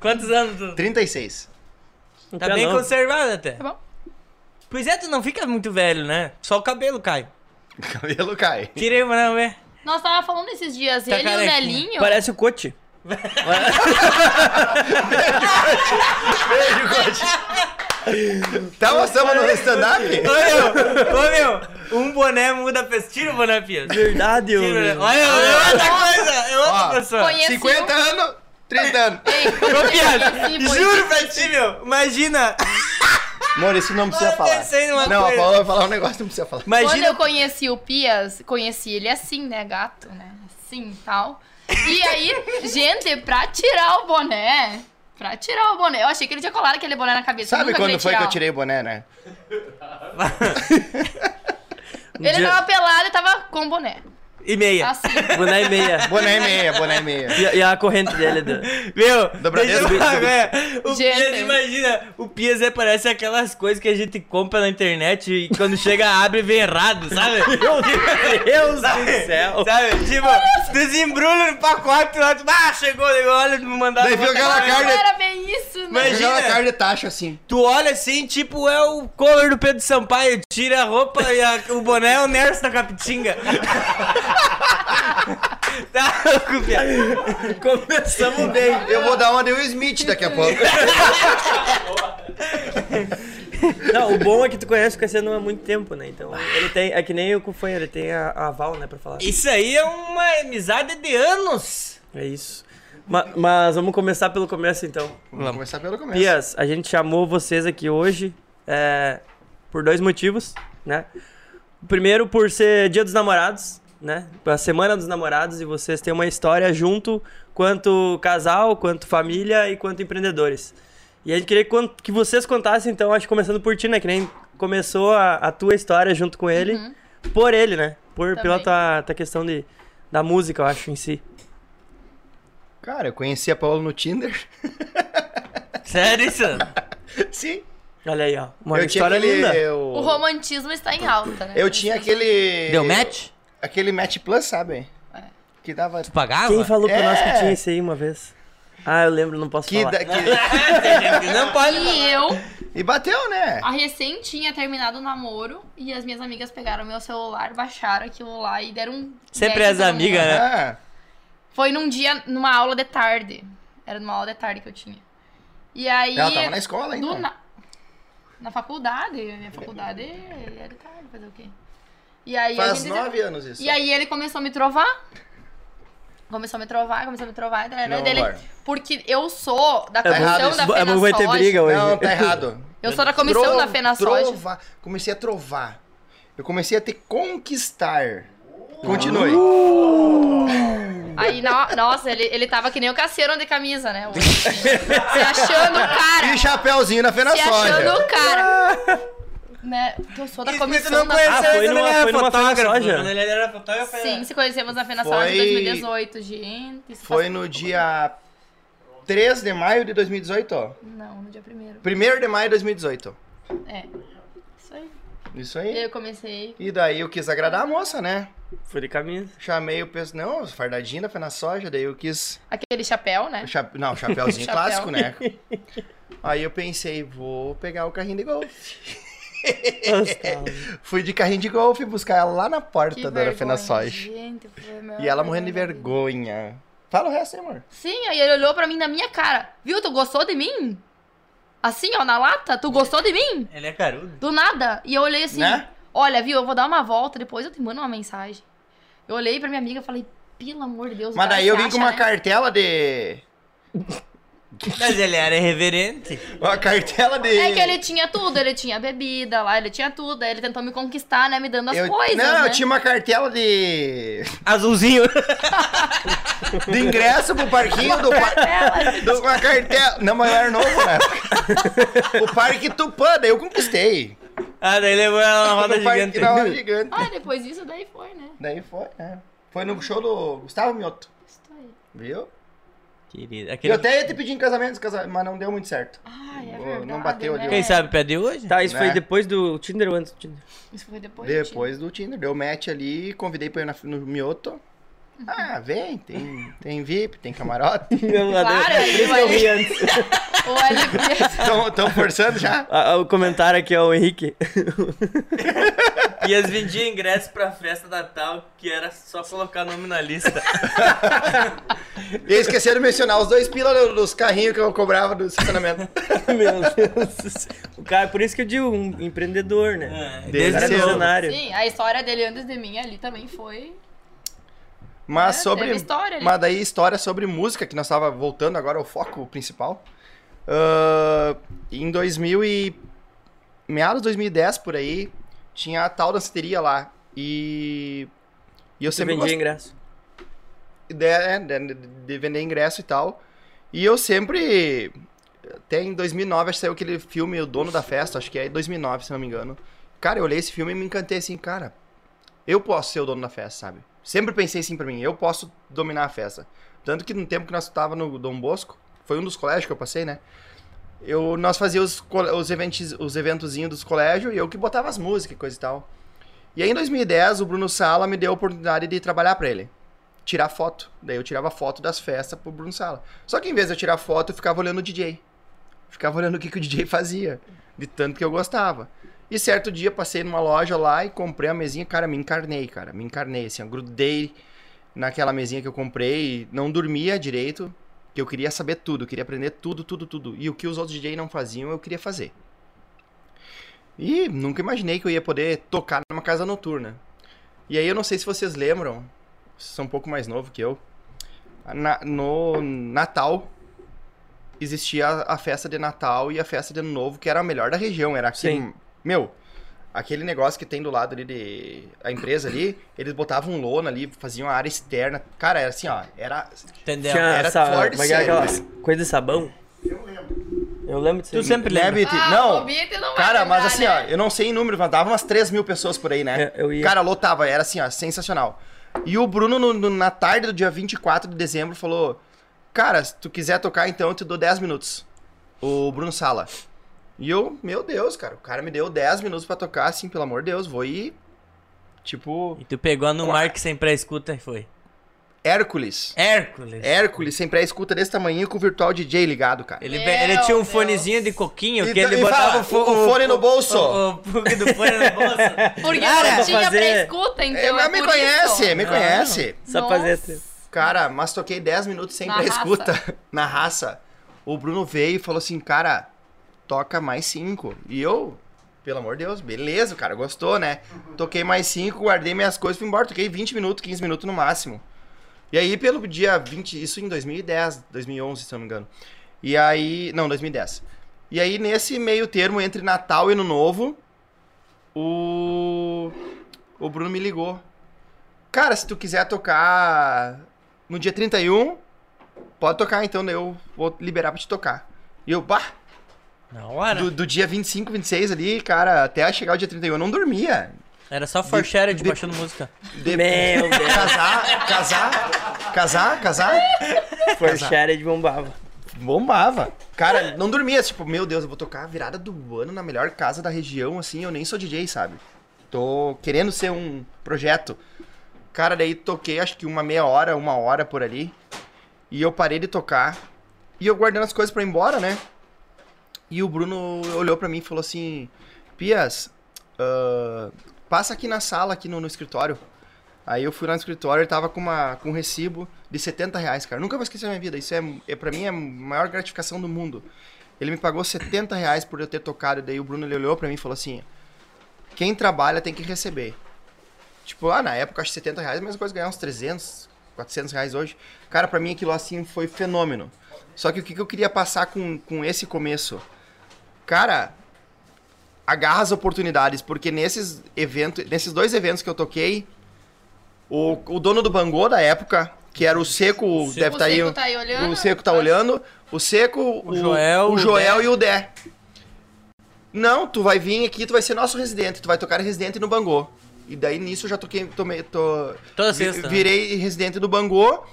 Speaker 2: quantos anos tu...
Speaker 5: 36.
Speaker 2: Tá bem
Speaker 4: não.
Speaker 2: conservado até.
Speaker 3: tá bom.
Speaker 2: Pois é, tu não fica muito velho, né? Só o cabelo cai.
Speaker 5: Cabelo cai.
Speaker 2: Tirei o não, é.
Speaker 3: Nós tava falando esses dias,
Speaker 2: Tá
Speaker 3: ele e o
Speaker 2: carequinha.
Speaker 3: Nelinho.
Speaker 4: Parece o Cote.
Speaker 5: Beijo, Cote. Tá mostrando no stand-up?
Speaker 2: Ô meu, ô meu, um boné muda a pessoa. Tira o boné, Pias. Tira
Speaker 4: Verdade,
Speaker 2: o boné.
Speaker 4: eu.
Speaker 2: Olha, é outra coisa, é outra
Speaker 5: Ó,
Speaker 2: pessoa.
Speaker 3: Conheci
Speaker 5: 50 anos, 30 anos.
Speaker 2: Ô, Pias,
Speaker 3: Sim, foi.
Speaker 2: juro pra ti, meu, imagina.
Speaker 5: Amor, isso não precisa
Speaker 2: Eu
Speaker 5: falar.
Speaker 2: pensei numa
Speaker 5: Não, a
Speaker 2: coisa.
Speaker 5: Paula vai falar um negócio que não precisa falar.
Speaker 3: Quando eu
Speaker 2: Imagina.
Speaker 3: conheci o Pias, conheci ele assim, né, gato, né? Assim e tal. E aí, gente, pra tirar o boné. Pra tirar o boné. Eu achei que ele tinha colado aquele boné na cabeça.
Speaker 5: Sabe
Speaker 3: nunca
Speaker 5: quando
Speaker 3: queria
Speaker 5: foi que
Speaker 3: tirar.
Speaker 5: eu tirei o boné, né?
Speaker 3: Ele
Speaker 4: dia-
Speaker 3: tava pelado e tava com boné.
Speaker 2: E meia.
Speaker 3: Assim.
Speaker 4: Boné e meia.
Speaker 5: Boné e meia, boné e meia.
Speaker 4: E a, e a corrente dele. do-
Speaker 2: Meu,
Speaker 5: Dobradeira
Speaker 2: deixa eu
Speaker 5: do-
Speaker 2: falar, velho. O
Speaker 3: Gente.
Speaker 2: Pias, imagina, o Pias é, parece aquelas coisas que a gente compra na internet e quando chega abre vem errado, sabe?
Speaker 4: Meu Deus do céu.
Speaker 2: Sabe? Tipo, desembrulha no pacote lá, tu, ah, chegou, eu olho, me mandaram.
Speaker 5: Daí viu
Speaker 2: botar
Speaker 5: aquela
Speaker 2: lá.
Speaker 3: Não
Speaker 5: carne.
Speaker 3: era bem isso, né?
Speaker 2: Mas- Imagina.
Speaker 5: Aquela carne de tacho assim.
Speaker 2: Tu olha assim, tipo, é o cover do Pedro Sampaio, tira a roupa e a- o boné é o Nerso da Capitinga. tá, cupia.
Speaker 4: Começamos bem.
Speaker 5: Eu vou dar uma de Will Smith daqui a pouco.
Speaker 4: Não, o bom é que tu conhece o Cassiano há muito tempo, né? Então, ele tem. É que nem o Cufanha, ele tem a, a Val, né, pra falar.
Speaker 2: Isso aí é uma amizade de anos.
Speaker 4: É isso. Ma- mas vamos começar pelo começo, então.
Speaker 5: Vamos começar pelo começo.
Speaker 4: Pias, a gente chamou vocês aqui hoje é, por dois motivos, né? O primeiro, por ser Dia dos Namorados, né? A Semana dos Namorados e vocês têm uma história junto, quanto casal, quanto família e quanto empreendedores. E a gente queria con- que vocês contassem, então, acho que começando por ti, né? Que nem começou a, a tua história junto com ele, por ele, né? Por, pela
Speaker 3: Também.
Speaker 4: tua, tua questão de, da música, eu acho, em si.
Speaker 5: Cara, eu conheci a Paula no Tinder.
Speaker 2: Sério isso?
Speaker 5: Sim.
Speaker 4: Olha aí, ó. Uma
Speaker 5: eu tinha
Speaker 4: história
Speaker 5: aquele.
Speaker 4: linda.
Speaker 5: Eu,
Speaker 3: O romantismo está em alta, né?
Speaker 5: eu tinha aquele.
Speaker 2: Deu match?
Speaker 5: Aquele match plus, sabe?
Speaker 3: É.
Speaker 5: Que dava.
Speaker 2: Tu pagava?
Speaker 4: Quem falou pra nós que
Speaker 5: É.
Speaker 4: tinha isso aí uma vez? Ah, eu lembro, não posso
Speaker 5: Que
Speaker 4: falar.
Speaker 5: da- que-
Speaker 2: Não pode.
Speaker 3: E eu,
Speaker 5: E bateu, né?
Speaker 3: a recém tinha terminado o namoro e as minhas amigas pegaram meu celular, baixaram aquilo lá e deram um.
Speaker 2: Sempre
Speaker 3: 10
Speaker 2: as
Speaker 3: pra todo mundo.
Speaker 2: amigas, né?
Speaker 5: Ah,
Speaker 3: Foi num dia, numa aula de tarde. Era numa aula de tarde que eu tinha. E aí.
Speaker 5: ela tava na escola então. ainda.
Speaker 3: do na... na faculdade. A minha faculdade é de tarde, fazer o quê? E aí a
Speaker 5: Faz
Speaker 3: gente-
Speaker 5: nove anos isso.
Speaker 3: E aí ele começou a me trovar. Começou a me trovar, começou a me trovar. E daí
Speaker 5: Não,
Speaker 3: dele,
Speaker 5: amor.
Speaker 3: porque eu sou da
Speaker 5: errado
Speaker 2: É
Speaker 3: comissão
Speaker 5: isso.
Speaker 3: da
Speaker 4: Vamos- Vamos ter
Speaker 3: Fenasoja.
Speaker 4: briga hoje.
Speaker 5: Não, tá errado.
Speaker 3: Eu sou da comissão da Fena Soja.
Speaker 5: Trova- Comecei a trovar. Eu comecei a ter conquistar. Continue.
Speaker 3: Aí, no- nossa, ele, ele tava que nem o Cassiano de camisa, né? O- se achando o cara.
Speaker 5: E chapéuzinho na Fena
Speaker 3: Se achando
Speaker 5: Soja.
Speaker 3: o cara. Né? Porque eu sou da comissão da
Speaker 4: Ah, foi numa, foi numa Fena
Speaker 2: Quando
Speaker 4: soja.
Speaker 2: ele era fotógrafo, era-
Speaker 3: Sim, se conhecemos na Fena Soja em
Speaker 5: Foi-
Speaker 3: 2018, gente. isso
Speaker 5: Foi
Speaker 3: faz-
Speaker 5: no dia 3 de maio de 2018, ó.
Speaker 3: Não, no dia primeiro.
Speaker 5: 1 de maio de 2018.
Speaker 3: É. Isso aí.
Speaker 5: Isso aí.
Speaker 3: Eu comecei.
Speaker 5: E daí eu quis agradar a moça, né?
Speaker 4: Foi de camisa.
Speaker 5: Chamei o pessoal. Não, fardadinha da Fena Soja, daí eu quis.
Speaker 3: Aquele chapéu, né?
Speaker 5: Chape... Não, chapéuzinho
Speaker 3: Chapéu.
Speaker 5: clássico, né? Aí eu pensei, vou pegar o carrinho de golfe. Fui de carrinho de golfe buscar ela lá na porta da Dona Fena Soja.
Speaker 3: gente, foi meu-
Speaker 5: E ela morrendo de vergonha. Fala o resto, hein, amor.
Speaker 3: Sim, aí ele olhou pra mim na minha cara. Viu, tu gostou de mim? Assim, ó, na lata, tu gostou de mim?
Speaker 2: Ele é carudo.
Speaker 3: Do nada. E eu olhei assim,
Speaker 5: Né?
Speaker 3: olha, viu, eu vou dar uma volta, depois eu te mando uma mensagem. Eu olhei pra minha amiga e falei, pelo amor de Deus, o
Speaker 5: Mas
Speaker 3: cara
Speaker 5: daí
Speaker 3: se
Speaker 5: eu vim
Speaker 3: acha,
Speaker 5: com uma
Speaker 3: né?
Speaker 5: cartela de.
Speaker 2: Mas ele era irreverente.
Speaker 5: Uma cartela de.
Speaker 3: É que ele tinha tudo, ele tinha bebida lá, ele tinha tudo. Aí ele tentou me conquistar, né? Me dando as
Speaker 5: Eu-
Speaker 3: coisas.
Speaker 5: Não,
Speaker 3: né?
Speaker 5: eu tinha uma cartela de.
Speaker 2: Azulzinho.
Speaker 5: de ingresso pro parquinho do parque. Uma cartela. Não, mas eu era novo, né? o parque Tupã, daí eu conquistei.
Speaker 2: Ah, daí levou ela na roda
Speaker 5: No parque-
Speaker 2: gigante.
Speaker 5: Na roda gigante.
Speaker 3: Ah, depois disso, daí foi, né?
Speaker 5: Daí foi, né? Foi no show do Gustavo Mioto,
Speaker 3: Isso aí.
Speaker 5: viu?
Speaker 2: Querido,
Speaker 4: é
Speaker 5: Eu
Speaker 2: aquele...
Speaker 5: até ia te pedir em casamento, casa- mas não deu muito certo.
Speaker 3: Ah, é
Speaker 5: Não
Speaker 3: verdade.
Speaker 5: bateu ali.
Speaker 3: né?
Speaker 2: Quem sabe pede hoje?
Speaker 4: Tá, isso
Speaker 5: Né?
Speaker 4: foi depois do Tinder ou antes do Tinder?
Speaker 3: É, Isso foi depois. do
Speaker 5: Depois do Tinder, deu match ali, convidei pra ir na- no Mioto. Ah, vem, tem, tem VIP, tem camarote.
Speaker 3: Claro, é ele
Speaker 4: eu ri
Speaker 3: vai-
Speaker 4: antes.
Speaker 3: Tinder. Ou é ele-
Speaker 5: Estão forçando já?
Speaker 4: Ah, ah, O comentário aqui é o Henrique.
Speaker 2: E eles vendiam ingresso pra festa da tal que era só colocar nome na lista.
Speaker 5: E esqueceram de mencionar os dois pila do- dos carrinhos que eu cobrava do estacionamento.
Speaker 4: Meu Deus. do céu. O cara, por isso que eu digo, um empreendedor, né?
Speaker 2: É,
Speaker 4: O
Speaker 2: desde
Speaker 4: cara é
Speaker 5: Desde
Speaker 2: novo.
Speaker 4: visionário.
Speaker 3: Sim, a história dele antes de mim ali também foi.
Speaker 5: Mas
Speaker 3: É,
Speaker 5: sobre.
Speaker 3: teve história ali.
Speaker 5: mas daí história sobre música, que nós tava voltando agora ao foco principal. Ah, em 2000 e. Meados de 2010 por aí, tinha a tal danceteria lá. E. E eu
Speaker 4: Você
Speaker 5: sempre
Speaker 4: vendia
Speaker 5: gostei
Speaker 4: ingresso.
Speaker 5: de, é, de- de vender ingresso e tal. E eu sempre. Até em 2009, acho que saiu aquele filme O Dono da Festa, acho que é 2009, se não me engano. Cara, eu olhei esse filme e me encantei assim, cara. Eu posso ser o dono da festa, sabe? Sempre pensei assim pra mim, eu posso dominar a festa. Tanto que no tempo que nós tava no Dom Bosco, foi um dos colégios que eu passei, né? Eu, nós fazíamos os, cole- os, eventos, os eventozinhos dos colégios e eu que botava as músicas e coisa e tal. E aí em 2010, o Bruno Sala me deu a oportunidade de trabalhar pra ele tirar foto. Daí eu tirava foto das festas pro Bruno Sala. Só que em vez de eu tirar foto, eu ficava olhando o DJ. Ficava olhando o que, que o DJ fazia. De tanto que eu gostava. E certo dia passei numa loja lá e comprei a mesinha. Cara, me encarnei, cara. Me encarnei, assim. Eu grudei naquela mesinha que eu comprei. e Não dormia direito. Que eu queria saber tudo. eu Queria aprender tudo, tudo, tudo. E o que os outros DJ não faziam, eu queria fazer. E nunca imaginei que eu ia poder tocar numa casa noturna. E aí eu não sei se vocês lembram, vocês são um pouco mais novo que eu. Na- no Natal existia a, a festa de Natal e a festa de Ano Novo, que era a melhor da região. Era aquele.
Speaker 4: Sim.
Speaker 5: Meu, aquele negócio que tem do lado ali de. A empresa ali, eles botavam lona ali, faziam a área externa. Cara, era assim, ó. Era.
Speaker 2: Entendeu?
Speaker 4: Tinha
Speaker 5: era
Speaker 4: essa,
Speaker 5: Ford
Speaker 4: como é que é aquela coisa de sabão. Eu lembro. Eu lembro disso.
Speaker 2: Tu
Speaker 4: aí.
Speaker 2: sempre lembra.
Speaker 5: Né, BT?
Speaker 3: Ah, o
Speaker 5: não!
Speaker 3: Beat não vai
Speaker 5: Cara, mas
Speaker 3: lembrar,
Speaker 5: assim, ó,
Speaker 3: né?
Speaker 5: eu não sei em número, mas dava umas 3 mil pessoas por aí, né?
Speaker 4: É, eu ia.
Speaker 5: Cara, lotava, era assim, ó, sensacional. E o Bruno, no- no- na tarde do dia 24 de dezembro, falou: Cara, se tu quiser tocar, então eu te dou 10 minutos. O Bruno Sala. E eu, meu Deus, cara, o cara me deu 10 minutos pra tocar, assim, pelo amor de Deus, vou ir. Tipo,
Speaker 2: E tu pegou no
Speaker 5: Qual-
Speaker 2: Mark sem pré-escuta e foi.
Speaker 5: Hércules.
Speaker 2: Hércules.
Speaker 5: Hércules, sempre a escuta desse tamanho com o virtual DJ ligado, cara.
Speaker 2: Ele,
Speaker 3: Meu
Speaker 2: ele tinha um
Speaker 3: Deus.
Speaker 2: fonezinho de coquinho que
Speaker 5: E-
Speaker 2: ele
Speaker 5: e
Speaker 2: botava
Speaker 5: fala, o fone no bolso.
Speaker 2: O, o plug do fone no bolso.
Speaker 3: Porque
Speaker 4: Cara,
Speaker 3: não tinha
Speaker 4: fazer-
Speaker 3: pré-escuta, então.
Speaker 5: É, mas
Speaker 3: é por
Speaker 5: me
Speaker 3: isso.
Speaker 5: conhece, me
Speaker 4: Não.
Speaker 5: conhece.
Speaker 4: Só
Speaker 3: Nossa.
Speaker 4: fazer. assim.
Speaker 5: Cara, mas toquei 10 minutos sem
Speaker 3: Na
Speaker 5: pré-escuta na raça. O Bruno veio e falou assim, cara, toca mais 5. E eu, pelo amor de Deus, beleza, o cara gostou, né? Toquei mais 5, guardei minhas coisas e fui embora. Toquei 20 minutos, 15 minutos no máximo. E aí, pelo dia 20, isso em 2010, 2011, se eu não me engano. E aí, não, 2010. E aí, nesse meio termo entre Natal e Ano Novo, o. O Bruno me ligou. Cara, se tu quiser tocar no dia 31, pode tocar, então daí eu vou liberar pra te tocar. E eu, bah,
Speaker 2: Na hora.
Speaker 5: do, do dia 25, 26 ali, cara, até chegar o dia 31, eu não dormia.
Speaker 2: Era só Forchera de,
Speaker 5: de-
Speaker 2: baixando música.
Speaker 5: De-
Speaker 4: Meu Deus,
Speaker 5: Casar, casar, casar, casar,
Speaker 4: Forchara de bombava.
Speaker 5: bombava. Cara, não dormia, tipo, meu Deus, eu vou tocar a virada do ano na melhor casa da região, assim, eu nem sou DJ, sabe? Tô querendo ser um projeto. Cara, daí toquei acho que uma meia hora, uma hora por ali. E eu parei de tocar. E eu guardando as coisas pra ir embora, né? E o Bruno olhou pra mim e falou assim: Pias, ah, passa aqui na sala, aqui no, no escritório. Aí eu fui lá no escritório e tava com, uma, com um recibo de 70 reais, cara. Nunca vou esquecer da minha vida. Isso é, é para mim é a maior gratificação do mundo. Ele me pagou 70 reais por eu ter tocado. Daí o Bruno ele olhou pra mim e falou assim: Quem trabalha tem que receber. Tipo, ah, na época acho que 70 reais, mas coisa ganhar uns 300, 400 reais hoje. Cara, pra mim aquilo assim foi fenômeno. Só que o que que eu queria passar com, com esse começo? Cara, agarra as oportunidades, porque nesses eventos, nesses dois eventos que eu toquei, o, o dono do Bangô da época, que era o Seco, deve estar
Speaker 3: o
Speaker 5: aí.
Speaker 3: Seco tá aí olhando.
Speaker 5: O Seco tá olhando. O Seco, o,
Speaker 2: Joel,
Speaker 5: o
Speaker 2: o
Speaker 5: Joel
Speaker 2: Dé.
Speaker 5: e o Dé. Não, tu vai vir aqui, tu vai ser nosso residente, tu vai tocar residente no Bangô. E daí nisso eu já toquei, tomei, tô,
Speaker 2: Toda
Speaker 5: vi-
Speaker 2: sexta, né?
Speaker 5: virei residente do Bangô.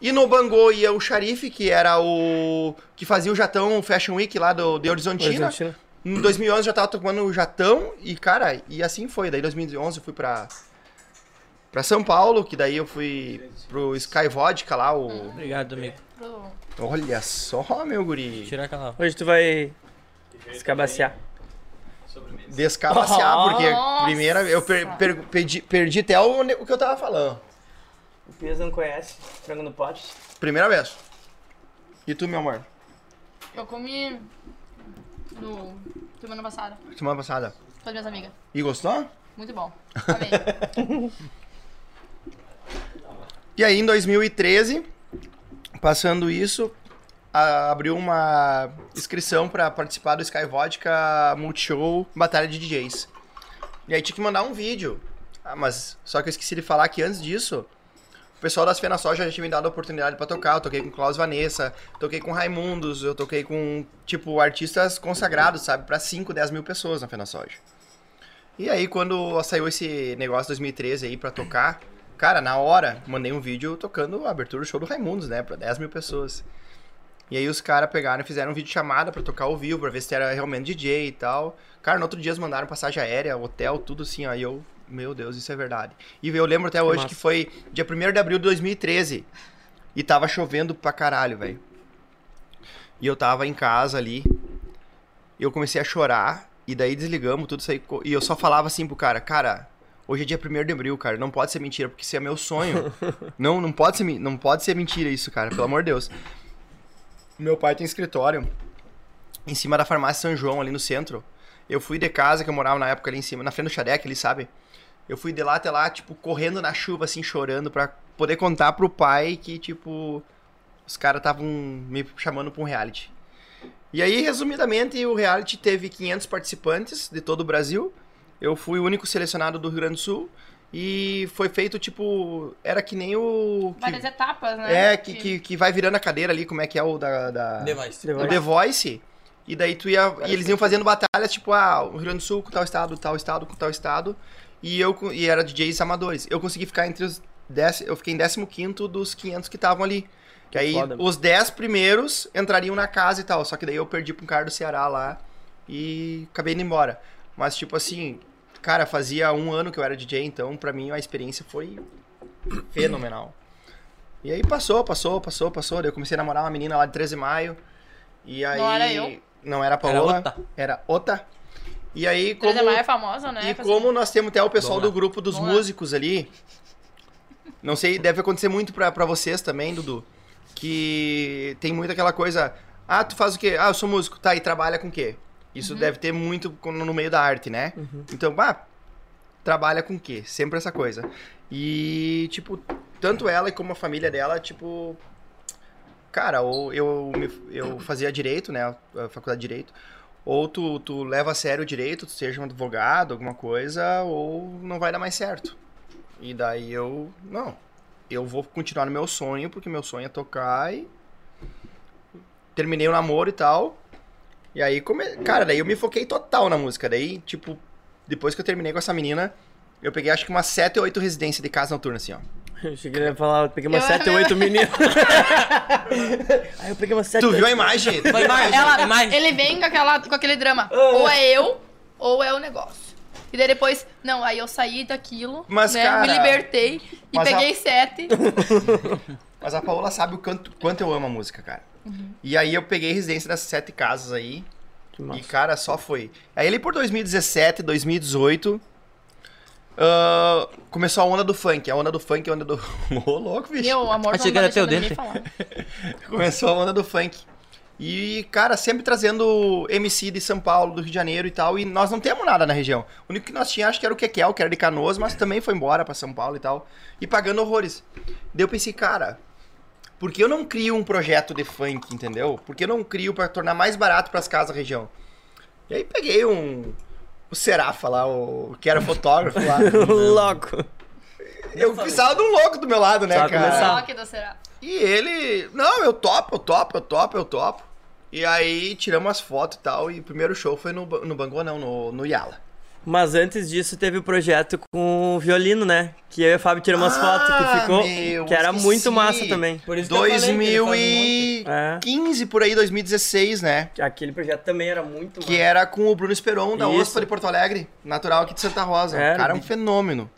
Speaker 5: E no Bangô ia o Xarife, que era o que fazia o Jatão Fashion Week lá do de Horizontina.
Speaker 4: Horizontina.
Speaker 5: Em 2011 eu já tava tocando o Jatão e cara, e assim foi. Daí em 2011 eu fui pra Pra São Paulo, que daí eu fui pro Sky Vodka lá, o...
Speaker 2: Obrigado, amigo.
Speaker 3: Pro-
Speaker 5: Olha só, meu guri.
Speaker 2: Tirar aquela.
Speaker 4: Hoje tu vai escabacear.
Speaker 1: Sobremesa.
Speaker 5: Descabacear,
Speaker 4: Nossa.
Speaker 5: porque é primeira eu per- per- perdi, perdi até o, ne- o que eu tava falando.
Speaker 4: O Pias não conhece. Frango no pote.
Speaker 5: Primeira vez. E tu, meu amor?
Speaker 3: Eu comi no semana passada
Speaker 5: Semana passada.
Speaker 3: com as minhas amigas.
Speaker 5: E gostou?
Speaker 3: Muito bom. Amei.
Speaker 5: E aí, em 2013, passando isso, a- abriu uma inscrição pra participar do Sky Vodka Multishow Batalha de DJs. E aí tinha que mandar um vídeo. Ah, mas só que eu esqueci de falar que antes disso, o pessoal das Fenas Só já tinha me dado a oportunidade pra tocar. Eu toquei com Klaus Vanessa, toquei com Raimundos, eu toquei com, tipo, artistas consagrados, sabe? Pra 5, 10 mil pessoas na Fena Soja. E aí, quando saiu esse negócio 2013 aí pra tocar, cara, na hora, mandei um vídeo tocando a abertura do show do Raimundos, né? Pra 10 mil pessoas. E aí os caras pegaram e fizeram um vídeo chamada pra tocar ao vivo, pra ver se era realmente DJ e tal. Cara, no outro dia eles mandaram passagem aérea, hotel, tudo assim, ó. E eu, meu Deus, isso é verdade. E eu lembro até hoje
Speaker 4: massa.
Speaker 5: que foi dia 1 de abril de 2013. E tava chovendo pra caralho, velho. E eu tava em casa ali. E eu comecei a chorar. E daí desligamos tudo isso aí. co- E eu só falava assim pro cara, cara, hoje é dia 1 de abril, cara. Não pode ser mentira, porque isso é meu sonho. não, não pode, ser, men- não pode ser mentira isso, cara. Pelo amor de Deus. Meu pai tem escritório em cima da farmácia São João, ali no centro. Eu fui de casa, que eu morava na época ali em cima, na frente do Xadeque, ali, sabe? Eu fui de lá até lá, tipo, correndo na chuva, assim, chorando, pra poder contar pro pai que, tipo, os caras estavam me chamando pra um reality. E aí, resumidamente, o reality teve 500 participantes de todo o Brasil. Eu fui o único selecionado do Rio Grande do Sul. E foi feito, tipo, era que nem o... que-
Speaker 3: Várias etapas, né?
Speaker 5: é, que, que, que vai virando a cadeira ali, como é que é o da. da-
Speaker 2: Demais.
Speaker 5: o The Voice. E daí tu ia. E eles iam fazendo batalhas, tipo, ah, o Rio Grande do Sul com tal estado, tal estado, com tal estado. E eu co- e era DJs amadores. Eu consegui ficar entre os 10. Eu fiquei em 15 dos 500 que estavam ali. Que aí
Speaker 4: foda, mano.
Speaker 5: os 10 primeiros entrariam na casa e tal. Só que daí eu perdi pra um cara do Ceará lá e acabei indo embora. Mas, tipo assim, cara, fazia um ano que eu era DJ, então pra mim a experiência foi fenomenal. E aí passou, passou, passou, passou. Daí eu comecei a namorar uma menina lá de 13 de maio. E aí.
Speaker 3: era eu.
Speaker 5: Não era a
Speaker 2: Era
Speaker 5: Paola.
Speaker 2: outra.
Speaker 5: Era Ota. E aí, como.
Speaker 3: Como... Maia é famosa, né?
Speaker 5: E
Speaker 3: Com
Speaker 5: como nós temos até o pessoal
Speaker 2: Vamos lá.
Speaker 5: do grupo dos
Speaker 3: Vamos lá.
Speaker 5: músicos ali, não sei, deve acontecer muito pra, pra vocês também, Dudu, que tem muito aquela coisa, ah, tu faz o quê? Ah, eu sou músico, tá, e trabalha com o quê? Isso deve ter muito com- no meio da arte, né? Então, ah, trabalha com o quê? Sempre essa coisa. E, tipo, tanto ela como a família dela, tipo, cara, ou eu, me- eu fazia direito, né? A faculdade de direito. Ou tu, tu leva a sério o direito, tu seja um advogado, alguma coisa, ou não vai dar mais certo. E daí eu. Não. Eu vou continuar no meu sonho, porque meu sonho é tocar e. Terminei o namoro e tal. E aí, come... cara, daí eu me foquei total na música. Daí, tipo, depois que eu terminei com essa menina, eu peguei acho que umas 7 ou 8 residências de casa noturna, assim, ó.
Speaker 4: Eu cheguei a falar, eu peguei umas
Speaker 3: Eu-
Speaker 4: 7 ou 8 meninas. Aí eu peguei umas 7
Speaker 5: Tu viu a imagem?
Speaker 2: Vai, imagem,
Speaker 3: Ela-
Speaker 2: imagem.
Speaker 3: ele vem com, aquela, com aquele drama.
Speaker 5: Ah, né?
Speaker 3: Ou é eu, ou é o negócio. E daí depois, não, aí eu saí daquilo,
Speaker 5: Mas,
Speaker 3: né?
Speaker 5: cara,
Speaker 3: me libertei e
Speaker 5: mas a-
Speaker 3: peguei sete.
Speaker 5: Mas a Paola sabe o quanto, quanto eu amo a música, cara. E aí eu peguei residência das sete casas aí. E, cara, só foi. Aí ele por 2017, 2018. ah, começou a onda do funk. A onda do funk, é a onda do. Ô, louco, bicho.
Speaker 3: Meu amor,
Speaker 2: Achei
Speaker 3: não
Speaker 2: que era
Speaker 3: tá
Speaker 2: teu
Speaker 3: deixando ninguém
Speaker 2: dente.
Speaker 3: falar.
Speaker 5: Começou a onda do funk. E, cara, sempre trazendo MC de São Paulo, do Rio de Janeiro e tal. E nós não temos nada na região. O único que nós tínhamos, acho que era o Kekel, que era de Canoas, mas também foi embora pra São Paulo e tal. E pagando horrores. Daí eu pensei, cara, por que eu não crio um projeto de funk, entendeu? Por que eu não crio pra tornar mais barato pras casas da região? E aí peguei um. O Serafa lá, o que era fotógrafo lá.
Speaker 4: Louco.
Speaker 5: Eu precisava de um louco do meu lado, né,
Speaker 4: Precisava
Speaker 5: cara?
Speaker 4: começar.
Speaker 3: Só que do será.
Speaker 5: E ele, não, eu topo, eu topo, eu topo, eu topo. E aí tiramos as fotos e tal, e o primeiro show foi no, Ba- no Bangô, não, no, no Yala.
Speaker 4: Mas antes disso teve o projeto com o violino, né? Que eu e o Fábio tiramos umas
Speaker 5: Ah,
Speaker 4: fotos que ficou.
Speaker 5: meu,
Speaker 4: que era
Speaker 5: esqueci.
Speaker 4: muito massa também.
Speaker 2: Por isso que eu falei que ele faz um monte.
Speaker 5: 2015, por aí, 2016, né?
Speaker 4: Aquele projeto também era muito massa.
Speaker 5: Que era com o Bruno Esperon, da
Speaker 4: Isso.
Speaker 5: OSPA de Porto Alegre, natural aqui de Santa Rosa.
Speaker 4: Era,
Speaker 5: o cara é um
Speaker 4: bicho.
Speaker 5: fenômeno.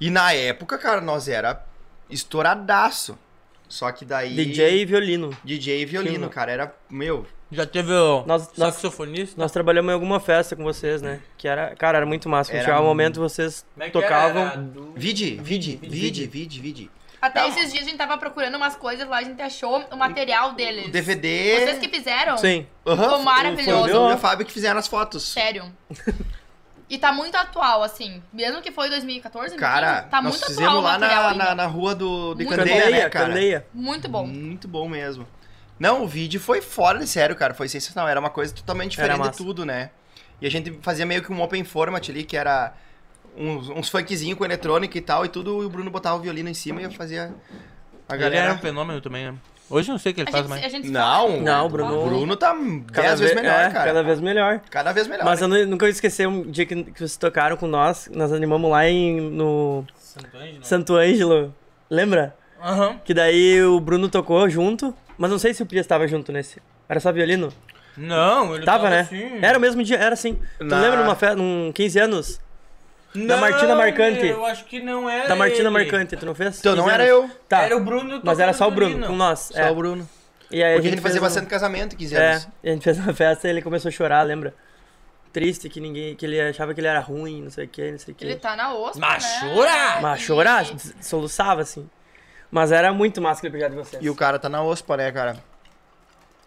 Speaker 5: E na época, cara, nós era estouradaço. Só que daí...
Speaker 4: DJ e violino.
Speaker 5: DJ e violino, cara, era, meu...
Speaker 2: Já teve o
Speaker 4: Nós- nós-
Speaker 2: saxofonista?
Speaker 4: Nós trabalhamos em alguma festa com vocês, né? Que era, cara, era muito massa. Quando
Speaker 5: Era
Speaker 4: chegava o momento, vocês
Speaker 2: Como é que
Speaker 4: tocavam.
Speaker 2: era? Du-
Speaker 5: Vide, vide, vide, vide, vide.
Speaker 3: Até esses dias a gente tava procurando umas coisas lá, a gente achou o material deles.
Speaker 5: O DVD...
Speaker 3: Vocês que fizeram?
Speaker 4: Sim.
Speaker 5: Aham,
Speaker 3: Ficou
Speaker 5: foi-
Speaker 3: maravilhoso.
Speaker 5: Foi o Bruno e a Fábio que fizeram as fotos.
Speaker 3: Sério. E tá muito atual, assim. Mesmo que foi 2014, 2015,
Speaker 5: Cara,
Speaker 3: tá
Speaker 5: nós
Speaker 3: muito atual
Speaker 5: fizemos
Speaker 3: o
Speaker 5: lá
Speaker 3: material
Speaker 5: na,
Speaker 3: ainda.
Speaker 5: na, na rua do, de
Speaker 3: Muito
Speaker 5: Candeia,
Speaker 4: Candeia,
Speaker 5: né, cara?
Speaker 4: candeia.
Speaker 3: Muito bom.
Speaker 5: Muito bom mesmo. Não, o vídeo foi fora de sério, cara. Foi sensacional. Era uma coisa totalmente
Speaker 4: Era
Speaker 5: diferente de
Speaker 4: massa.
Speaker 5: tudo, né? E a gente fazia meio que um open format ali, que era uns, uns funkzinho com eletrônica e tal, e tudo, e o Bruno botava o violino em cima e fazia a
Speaker 2: Ele era um
Speaker 5: galera.
Speaker 2: fenômeno também, né? Hoje eu não sei o que ele
Speaker 3: A
Speaker 2: faz
Speaker 3: gente,
Speaker 2: mais.
Speaker 3: a gente se fala.
Speaker 5: Não,
Speaker 4: Não, o
Speaker 5: O
Speaker 4: Bruno.
Speaker 5: Bruno tá dez vezes
Speaker 4: ve-
Speaker 5: melhor,
Speaker 4: é,
Speaker 5: cara.
Speaker 4: Cada
Speaker 5: Cada...
Speaker 4: vez melhor.
Speaker 5: vez melhor.
Speaker 4: Mas eu nu- nunca vou esquecer um dia que, que vocês tocaram com nós. Nós animamos lá em, no
Speaker 2: Santo Ângelo?
Speaker 4: Santo Ângelo. Lembra?
Speaker 2: Aham.
Speaker 4: Que daí o Bruno tocou junto. Mas não sei se o Pia estava junto nesse. Era só violino?
Speaker 2: Não, ele
Speaker 4: Tava, né?
Speaker 2: assim.
Speaker 4: Era o mesmo dia, era assim.
Speaker 5: Na-
Speaker 4: Tu lembra numa festa, num 15 anos?
Speaker 2: Não,
Speaker 4: Martina Marcante.
Speaker 2: Eu acho que não era.
Speaker 4: Da Martina
Speaker 2: ele.
Speaker 4: Marcante, tu não fez?
Speaker 5: Então não
Speaker 4: 15
Speaker 5: era
Speaker 4: anos?
Speaker 5: eu,
Speaker 4: Tá.
Speaker 2: Era o Bruno
Speaker 4: Mas era só o
Speaker 2: tocando
Speaker 4: Bruno,
Speaker 2: violino.
Speaker 4: com nós.
Speaker 5: só
Speaker 4: é.
Speaker 5: o Bruno.
Speaker 4: E aí
Speaker 5: Porque a gente fazia
Speaker 4: fez um-
Speaker 5: bastante casamento, 15
Speaker 4: É,
Speaker 5: anos.
Speaker 4: a gente fez uma festa e ele começou a chorar, lembra? Triste que ninguém. que ele achava que ele era ruim, não sei o que, não sei o que.
Speaker 3: Ele tá na ospa,
Speaker 2: Mas
Speaker 3: né?
Speaker 2: chorar!
Speaker 4: Mas
Speaker 3: E-
Speaker 4: chorar, s- soluçava, assim. Mas era muito massa aquele projeto de vocês.
Speaker 5: E o cara tá na OSPA, né, cara?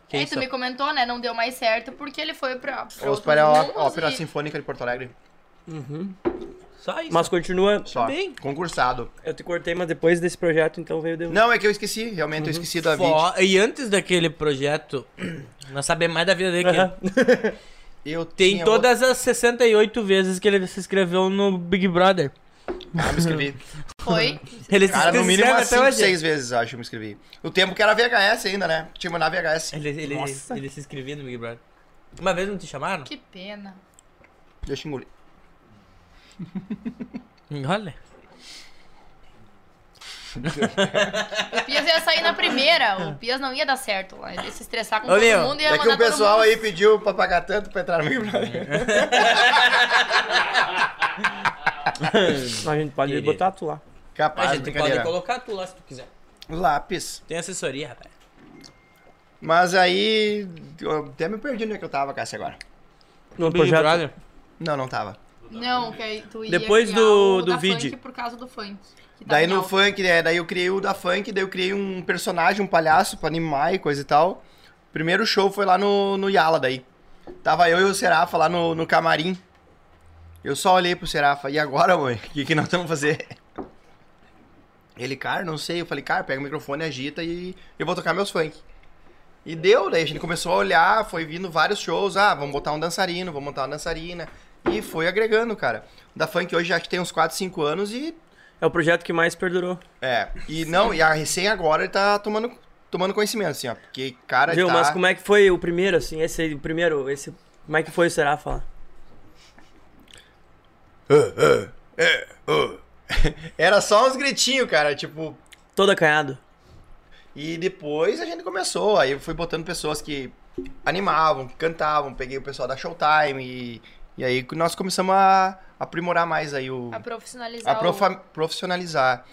Speaker 2: Que
Speaker 3: Aí tu
Speaker 2: isso?
Speaker 3: me comentou, né? Não deu mais certo porque ele foi pra. pra
Speaker 5: Os
Speaker 3: outros
Speaker 5: para
Speaker 3: mundos
Speaker 5: a Ópera assim.
Speaker 3: e-
Speaker 5: Sinfônica de Porto Alegre.
Speaker 2: Só isso.
Speaker 4: Mas continua.
Speaker 5: Só.
Speaker 2: Bem.
Speaker 5: Concursado.
Speaker 4: Eu te cortei, mas depois desse projeto, então veio de.
Speaker 5: Não, é que eu esqueci. Realmente eu esqueci da vida.
Speaker 2: Fo- E antes daquele projeto, nós sabemos mais da vida dele que ele.
Speaker 4: Aham.
Speaker 5: Eu
Speaker 2: Tem
Speaker 3: é
Speaker 5: tinha
Speaker 2: todas as 68 vezes que ele se inscreveu no Big Brother.
Speaker 5: outra- Ah, me inscrevi.
Speaker 3: Foi.
Speaker 2: Ele se
Speaker 5: Cara, no mínimo
Speaker 2: inscreve
Speaker 5: umas
Speaker 2: até
Speaker 5: 5,
Speaker 2: hoje.
Speaker 5: 6 vezes, acho, eu me inscrevi. O tempo que era VHS ainda, né? Tinha que mandar VHS.
Speaker 2: Ele, ele,
Speaker 4: Nossa.
Speaker 2: ele se inscrevia no Big Brother. Uma vez não te chamaram?
Speaker 3: Que pena.
Speaker 5: Deixa eu engolir.
Speaker 2: Olha.
Speaker 3: O Pias ia sair na primeira. O Pias não ia dar certo lá. Ele ia se estressar com
Speaker 2: Ô,
Speaker 3: todo
Speaker 2: meu,
Speaker 3: mundo e ia
Speaker 5: É que
Speaker 3: mandar
Speaker 5: o pessoal
Speaker 3: todo mundo.
Speaker 5: aí pediu pra pagar tanto pra entrar no Big Brother.
Speaker 4: A gente pode
Speaker 2: Querido.
Speaker 4: botar tu lá.
Speaker 5: Capaz,
Speaker 2: a gente pode
Speaker 5: brincadeira.
Speaker 2: colocar tu lá se tu quiser.
Speaker 5: Lápis.
Speaker 2: Tem assessoria, rapaz.
Speaker 5: Mas aí... Eu até me perdi onde é que eu tava, Cássio, agora.
Speaker 4: No projeto.
Speaker 5: Não, não tava.
Speaker 3: Não, que aí tu ia
Speaker 4: Depois
Speaker 3: criar
Speaker 4: do-
Speaker 3: o
Speaker 4: do
Speaker 3: da funk
Speaker 4: vídeo.
Speaker 3: Por causa do funk. que tá
Speaker 5: Daí
Speaker 3: em
Speaker 5: no
Speaker 3: alta.
Speaker 5: funk, né? Daí eu criei o da funk, daí eu criei um personagem, um palhaço pra animar e coisa e tal. Primeiro show foi lá no, no Yala, daí. Tava eu e o Serafa lá no, no camarim. Eu só olhei pro Serafa, e agora, mãe? O que, que nós vamos fazer? Ele, cara, não sei. Eu falei, cara, pega o microfone, agita e eu vou tocar meus funk. E deu, daí a gente começou a olhar, foi vindo vários shows, ah, vamos botar um dançarino, vamos botar uma dançarina. E foi agregando, cara. O da funk hoje já tem uns 4, 5 anos e.
Speaker 4: É o projeto que mais perdurou.
Speaker 5: É. E não, e a recém agora ele tá tomando, tomando conhecimento, assim, ó. Porque, cara,
Speaker 4: Viu?
Speaker 5: tá...
Speaker 4: Mas como é que foi o primeiro, assim? Esse aí, o primeiro, esse. Como é que foi o Serafa?
Speaker 5: Era só uns gritinhos, cara, tipo.
Speaker 4: Todo acanhado.
Speaker 5: E depois a gente começou, aí eu fui botando pessoas que animavam, que cantavam, peguei o pessoal da Showtime e, e aí nós começamos a aprimorar mais aí o...
Speaker 3: A profissionalizar
Speaker 5: A profa- profissionalizar.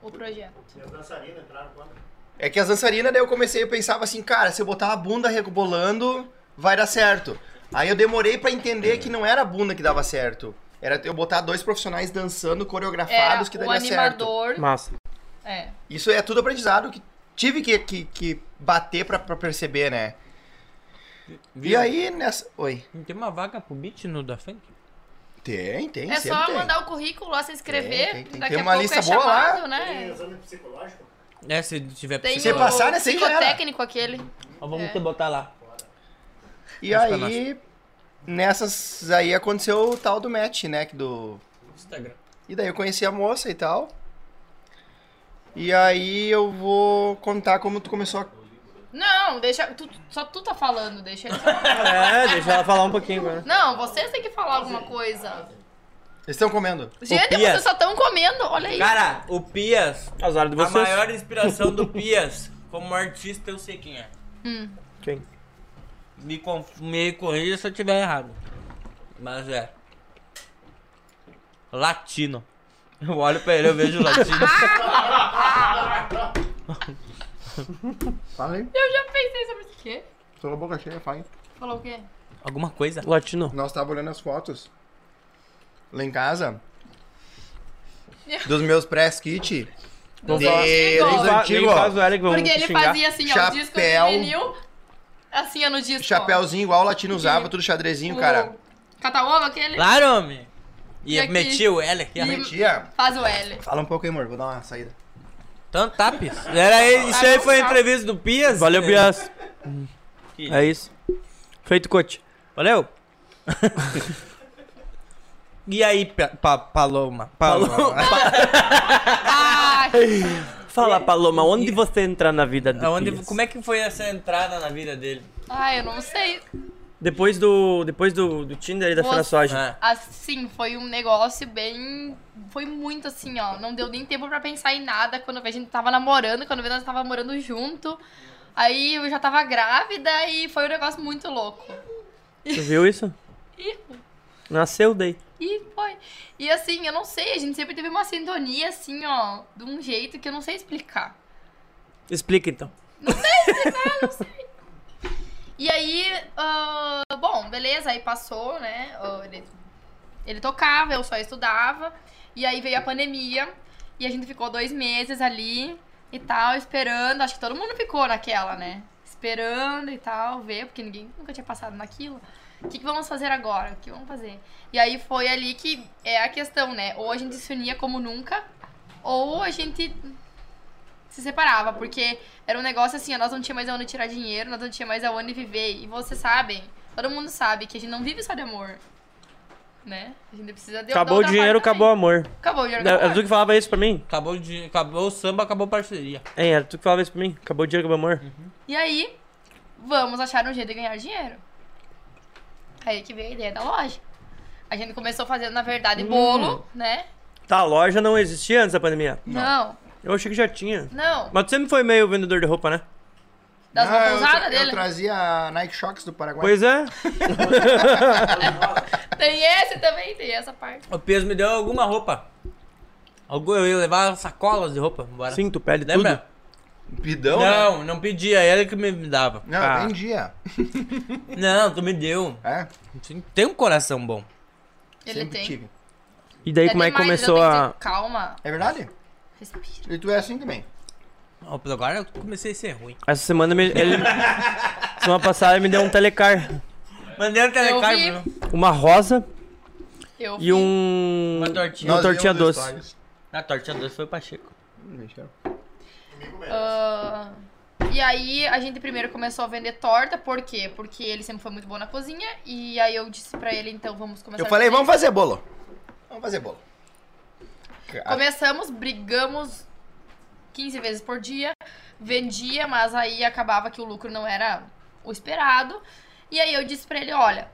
Speaker 3: o, o projeto.
Speaker 1: E as dançarinas entraram quando?
Speaker 5: É que as dançarinas, daí eu comecei, eu pensava assim, cara, se eu botar a bunda rebolando, vai dar certo. Aí eu demorei pra entender que não era a bunda que dava certo. Era eu botar dois profissionais dançando,
Speaker 3: É,
Speaker 5: coreografados, que
Speaker 3: o
Speaker 5: daria certo.
Speaker 3: animador.
Speaker 4: Massa.
Speaker 3: É.
Speaker 5: Isso é tudo aprendizado que tive que, que, que bater pra, pra perceber, né? E aí, nessa... Oi.
Speaker 2: Não tem uma vaga pro beat no da funk?
Speaker 5: Tem, tem,
Speaker 3: É
Speaker 5: sempre
Speaker 3: só
Speaker 5: tem.
Speaker 3: mandar o currículo lá se inscrever.
Speaker 5: Tem, tem, tem.
Speaker 3: Daqui
Speaker 5: Tem
Speaker 3: a
Speaker 5: uma
Speaker 3: pouco
Speaker 5: lista
Speaker 3: é
Speaker 5: boa lá.
Speaker 3: chamado,
Speaker 1: Tem
Speaker 3: né?
Speaker 1: exame psicológico?
Speaker 2: É, se tiver
Speaker 3: Tem
Speaker 5: Você
Speaker 3: o
Speaker 5: passar né, nessa aí já era.
Speaker 3: psicotécnico aquele.
Speaker 2: Ó, vamos
Speaker 3: É.
Speaker 2: te botar lá.
Speaker 5: E
Speaker 2: Mas pra
Speaker 5: aí, nessas aí aconteceu o tal do match, né? que Do...
Speaker 2: Instagram.
Speaker 5: E daí eu conheci a moça e tal. E aí eu vou contar como tu começou a...
Speaker 3: Não, deixa. tu- só tu tá falando, deixa ele falar.
Speaker 4: É, deixa ela falar um pouquinho agora.
Speaker 3: Não, vocês têm que falar alguma coisa.
Speaker 5: Eles estão comendo.
Speaker 3: Gente,
Speaker 2: Pia.
Speaker 3: vocês só estão comendo, olha aí.
Speaker 2: Cara, o Pias,
Speaker 4: As horas de
Speaker 2: a
Speaker 4: vocês.
Speaker 2: maior inspiração do Pias, como artista, eu sei quem é.
Speaker 4: Quem?
Speaker 2: Me, conf... me corrija se eu tiver errado. Mas é. Latino. Eu olho pra ele, eu vejo latino.
Speaker 5: Fala aí.
Speaker 3: Eu já pensei sobre isso. O quê?
Speaker 5: Tô com a boca cheia, fala aí.
Speaker 3: Falou o quê?
Speaker 2: Alguma coisa?
Speaker 4: Latino.
Speaker 5: Nós tava olhando as fotos. Lá em casa. Dos meus press kit.
Speaker 3: Dos
Speaker 5: Deus,
Speaker 3: antigos.
Speaker 5: Deus.
Speaker 4: Fa-
Speaker 5: antigo,
Speaker 4: nem
Speaker 5: ó.
Speaker 4: faz o Eric, vamos
Speaker 3: Porque ele
Speaker 4: xingar.
Speaker 3: fazia assim, ó, o disco de
Speaker 5: Chapéu.
Speaker 3: vinil. Assim, ó, no disco. ó.
Speaker 5: Chapéuzinho igual o latino usava, tudo xadrezinho,
Speaker 3: Tipo,
Speaker 5: cara.
Speaker 3: O Cataúba aquele.
Speaker 2: Claro, homem. E,
Speaker 3: E aqui?
Speaker 2: meti o L aqui. ó.
Speaker 3: E-
Speaker 5: Tia,
Speaker 3: Faz o L.
Speaker 5: fala um pouco aí, amor. Vou dar uma saída.
Speaker 2: Então tá, Pias. Era ele- isso
Speaker 3: Tá
Speaker 2: aí foi a entrevista do Pias.
Speaker 4: Valeu, Bias. É isso. Feito, coach.
Speaker 2: Valeu. e aí, pa pa Paloma? Paloma.
Speaker 3: Ah,
Speaker 4: Fala, Paloma, onde você entra na vida do
Speaker 2: Aonde-
Speaker 4: Pias?
Speaker 2: como é que foi essa entrada na vida dele?
Speaker 3: ai, eu não sei.
Speaker 4: Depois do, depois do, do Tinder e da
Speaker 3: Nossa.
Speaker 4: Fena Soja.
Speaker 2: Ah,
Speaker 3: Assim, foi um negócio bem. Foi muito assim, ó. Não deu nem tempo pra pensar em nada. Quando eu vi, a gente tava namorando, quando eu vi, nós tava morando junto. Aí eu já tava grávida e foi um negócio muito louco.
Speaker 2: É.
Speaker 4: Tu viu isso?
Speaker 3: Ih.
Speaker 4: Nasceu daí.
Speaker 3: E foi. E assim, eu não sei, a gente sempre teve uma sintonia assim, ó, de um jeito que eu não sei explicar.
Speaker 4: Explica então.
Speaker 3: E aí, ah, bom, beleza, aí passou, né? Ah, ele, ele tocava, eu só estudava. E aí veio a pandemia, e a gente ficou dois meses ali e tal, esperando. Acho que todo mundo ficou naquela, né? Esperando e tal, ver, porque ninguém nunca tinha passado naquilo. O que, que vamos fazer agora? O que vamos fazer? E aí foi ali que é a questão, né? Ou a gente se unia como nunca, ou a gente se separava, porque era um negócio assim, ó, nós não tínhamos mais aonde tirar dinheiro, nós não tínhamos mais aonde viver. E vocês sabem, todo mundo sabe que a gente não vive só de amor. Né? A gente precisa de
Speaker 4: acabou o
Speaker 3: outra
Speaker 4: dinheiro,
Speaker 3: parte
Speaker 4: acabou
Speaker 3: também.
Speaker 4: o amor.
Speaker 3: Acabou o dinheiro. acabou o
Speaker 4: Era
Speaker 3: amor.
Speaker 4: tu é que falava isso pra mim?
Speaker 2: acabou, o dinhe- acabou o samba, acabou a parceria.
Speaker 4: Hein, era tu que falava isso pra mim? Acabou o dinheiro, acabou o amor.
Speaker 3: E aí, vamos achar um jeito de ganhar dinheiro. Aí que veio a ideia da loja. A gente começou fazendo, na verdade,
Speaker 4: Hum.
Speaker 3: bolo, né?
Speaker 4: Tá, a loja não existia antes da pandemia.
Speaker 3: Não,
Speaker 4: Eu achei que já tinha.
Speaker 3: não.
Speaker 4: Mas tu sempre foi meio vendedor de roupa, né?
Speaker 3: Das
Speaker 5: Ah,
Speaker 3: roupas
Speaker 5: eu,
Speaker 3: usadas
Speaker 5: tra- eu
Speaker 3: dele.
Speaker 5: trazia a Nike Shox do Paraguai.
Speaker 4: Pois é.
Speaker 3: Tem esse também, tem essa parte.
Speaker 2: O Pias me deu alguma roupa. Algum, eu ia levar sacolas de roupa embora.
Speaker 4: Sim, tu pede tudo.
Speaker 2: Lembra?
Speaker 5: Bidão, né?
Speaker 2: Não, não pedia, ele que me me dava.
Speaker 5: Não,
Speaker 4: Ah.
Speaker 5: vendia.
Speaker 2: Não, tu me deu.
Speaker 5: É,
Speaker 2: Sim, Tem um coração bom.
Speaker 3: Ele
Speaker 5: sempre
Speaker 3: tem.
Speaker 5: tive.
Speaker 4: E daí
Speaker 3: Até
Speaker 4: como é que
Speaker 3: demais, eu
Speaker 4: começou
Speaker 3: tenho
Speaker 4: a...
Speaker 3: que- Calma,
Speaker 5: É verdade?
Speaker 3: respira.
Speaker 5: E tu é assim também.
Speaker 2: Ó, pelo Agora eu comecei a ser ruim.
Speaker 4: Essa semana me- ele... semana passada ele me deu um telecar.
Speaker 2: Mandei um
Speaker 3: vi.
Speaker 2: telecargo.
Speaker 4: Uma rosa
Speaker 3: Eu
Speaker 4: e um...
Speaker 2: Uma tortinha.
Speaker 4: Uma tortinha
Speaker 5: vimos os
Speaker 4: doce.
Speaker 5: stories.
Speaker 2: Na tortinha doce foi o Pacheco.
Speaker 5: Hum, deixa eu-
Speaker 3: Ah, E E aí a gente primeiro começou a vender torta, por quê? Porque ele sempre foi muito bom na cozinha. E aí eu disse pra ele, então vamos começar
Speaker 5: Eu
Speaker 3: a
Speaker 5: falei,
Speaker 3: vender.
Speaker 5: vamos fazer bolo. Vamos fazer bolo.
Speaker 3: Começamos, brigamos 15 vezes por dia, vendia, mas aí acabava que o lucro não era o esperado. E aí eu disse pra ele, olha,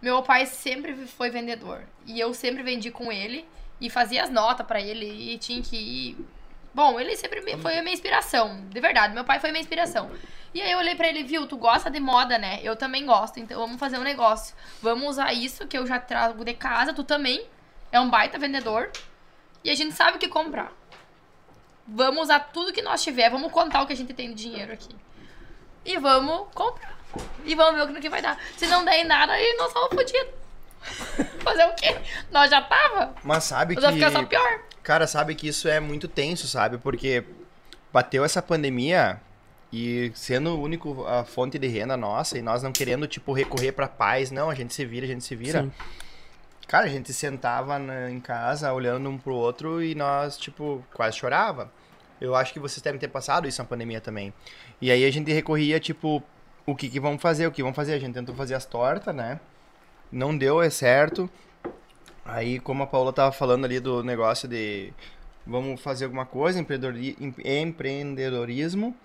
Speaker 3: meu pai sempre foi vendedor e eu sempre vendi com ele e fazia as notas pra ele e tinha que ir. Bom, ele sempre me- foi a minha inspiração, de verdade, meu pai foi minha inspiração. E aí eu olhei pra ele, viu, tu gosta de moda, né? Eu também gosto, então vamos fazer um negócio. Vamos usar isso que eu já trago de casa, tu também é um baita vendedor. E a gente sabe o que comprar. Vamos usar tudo que nós tiver, vamos contar o que a gente tem de dinheiro aqui. E vamos comprar. E vamos ver o que- no que vai dar. Se não der em nada, aí nós somos fodidos. Fazer o quê? Nós já tava.
Speaker 5: Mas sabe
Speaker 3: Nós vamos ficar só
Speaker 5: que.
Speaker 3: pior.
Speaker 5: Cara, sabe que isso é muito tenso, sabe? Porque bateu essa pandemia e sendo o único a fonte de renda nossa e nós não querendo, tipo, recorrer pra paz, não, a gente se vira, a gente se vira. Cara, a gente sentava na- em casa olhando um pro outro e nós, tipo, quase chorava. Eu acho que vocês devem ter passado isso na pandemia também. E aí a gente recorria, tipo, o que que vamos fazer, o que vamos fazer. A gente tentou fazer as tortas, né? Não deu, é certo. Aí, como a Paula tava falando ali do negócio de vamos fazer alguma coisa, empreendedori- em- empreendedorismo.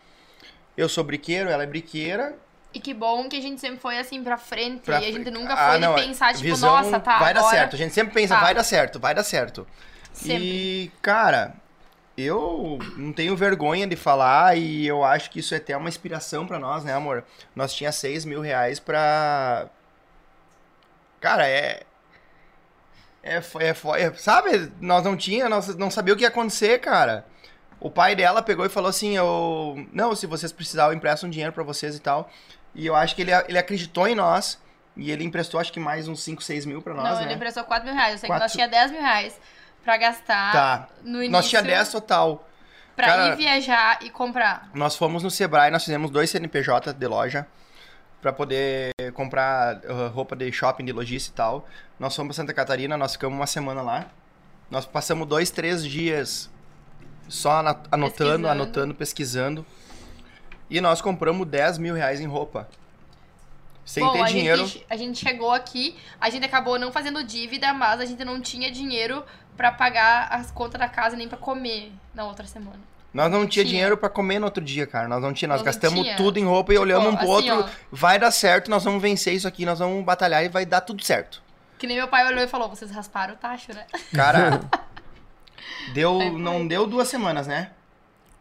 Speaker 5: Eu sou briqueiro, ela é briqueira.
Speaker 3: E que bom que a gente sempre foi assim pra frente.
Speaker 5: Pra
Speaker 3: e a gente
Speaker 5: fre-
Speaker 3: nunca
Speaker 5: Ah,
Speaker 3: foi de
Speaker 5: não, é-
Speaker 3: pensar, tipo,
Speaker 5: visão
Speaker 3: nossa, tá.
Speaker 5: Vai dar
Speaker 3: agora.
Speaker 5: certo. A gente sempre pensa,
Speaker 3: Tá.
Speaker 5: vai dar certo, vai dar certo.
Speaker 3: Sempre.
Speaker 5: E, cara, eu não tenho vergonha de falar e eu acho que isso é até uma inspiração pra nós, né, amor? Nós tinha 6 mil reais pra. Cara, é. É, fo- é, fo- é- sabe? Nós não tinha, nós não sabia o que ia acontecer, cara. O pai dela pegou e falou assim: eu, Não, se vocês precisarem, eu empresto um dinheiro pra vocês e tal. E eu acho que ele, ele acreditou em nós. E ele emprestou, acho que mais uns 5, 6 mil pra nós,
Speaker 3: não,
Speaker 5: né?
Speaker 3: ele emprestou 4 mil reais. Eu sei que nós
Speaker 5: Quatro-
Speaker 3: tinha 10 mil reais pra gastar
Speaker 5: Tá.
Speaker 3: no início.
Speaker 5: Nós tinha 10 total.
Speaker 3: Pra
Speaker 5: cara-
Speaker 3: ir viajar e comprar.
Speaker 5: Nós fomos no Sebrae, nós fizemos dois CNPJ de loja para poder comprar uh, roupa de shopping, de lojista e tal. Nós fomos pra Santa Catarina, nós ficamos uma semana lá. Nós passamos dois, três dias só ana- anotando,
Speaker 3: Pesquisando.
Speaker 5: anotando, pesquisando. E nós compramos 10 mil reais em roupa. Sem
Speaker 3: Bom,
Speaker 5: ter
Speaker 3: a
Speaker 5: dinheiro.
Speaker 3: Gente, a gente chegou aqui, a gente acabou não fazendo dívida, mas a gente não tinha dinheiro pra pagar as contas da casa nem pra comer na outra semana.
Speaker 5: Nós não
Speaker 3: tinha.
Speaker 5: tinha dinheiro para comer no outro dia, cara. Nós não tinha, nós,
Speaker 3: Nós não
Speaker 5: gastamos
Speaker 3: tinha.
Speaker 5: tudo em roupa e olhamos um pro
Speaker 3: assim,
Speaker 5: outro.
Speaker 3: ó.
Speaker 5: Vai dar certo, nós vamos vencer isso aqui, nós vamos batalhar e vai dar tudo certo.
Speaker 3: Que nem meu pai olhou e falou: vocês rasparam o tacho, né?
Speaker 5: Cara, deu,
Speaker 3: Aí foi.
Speaker 5: não deu duas semanas, né?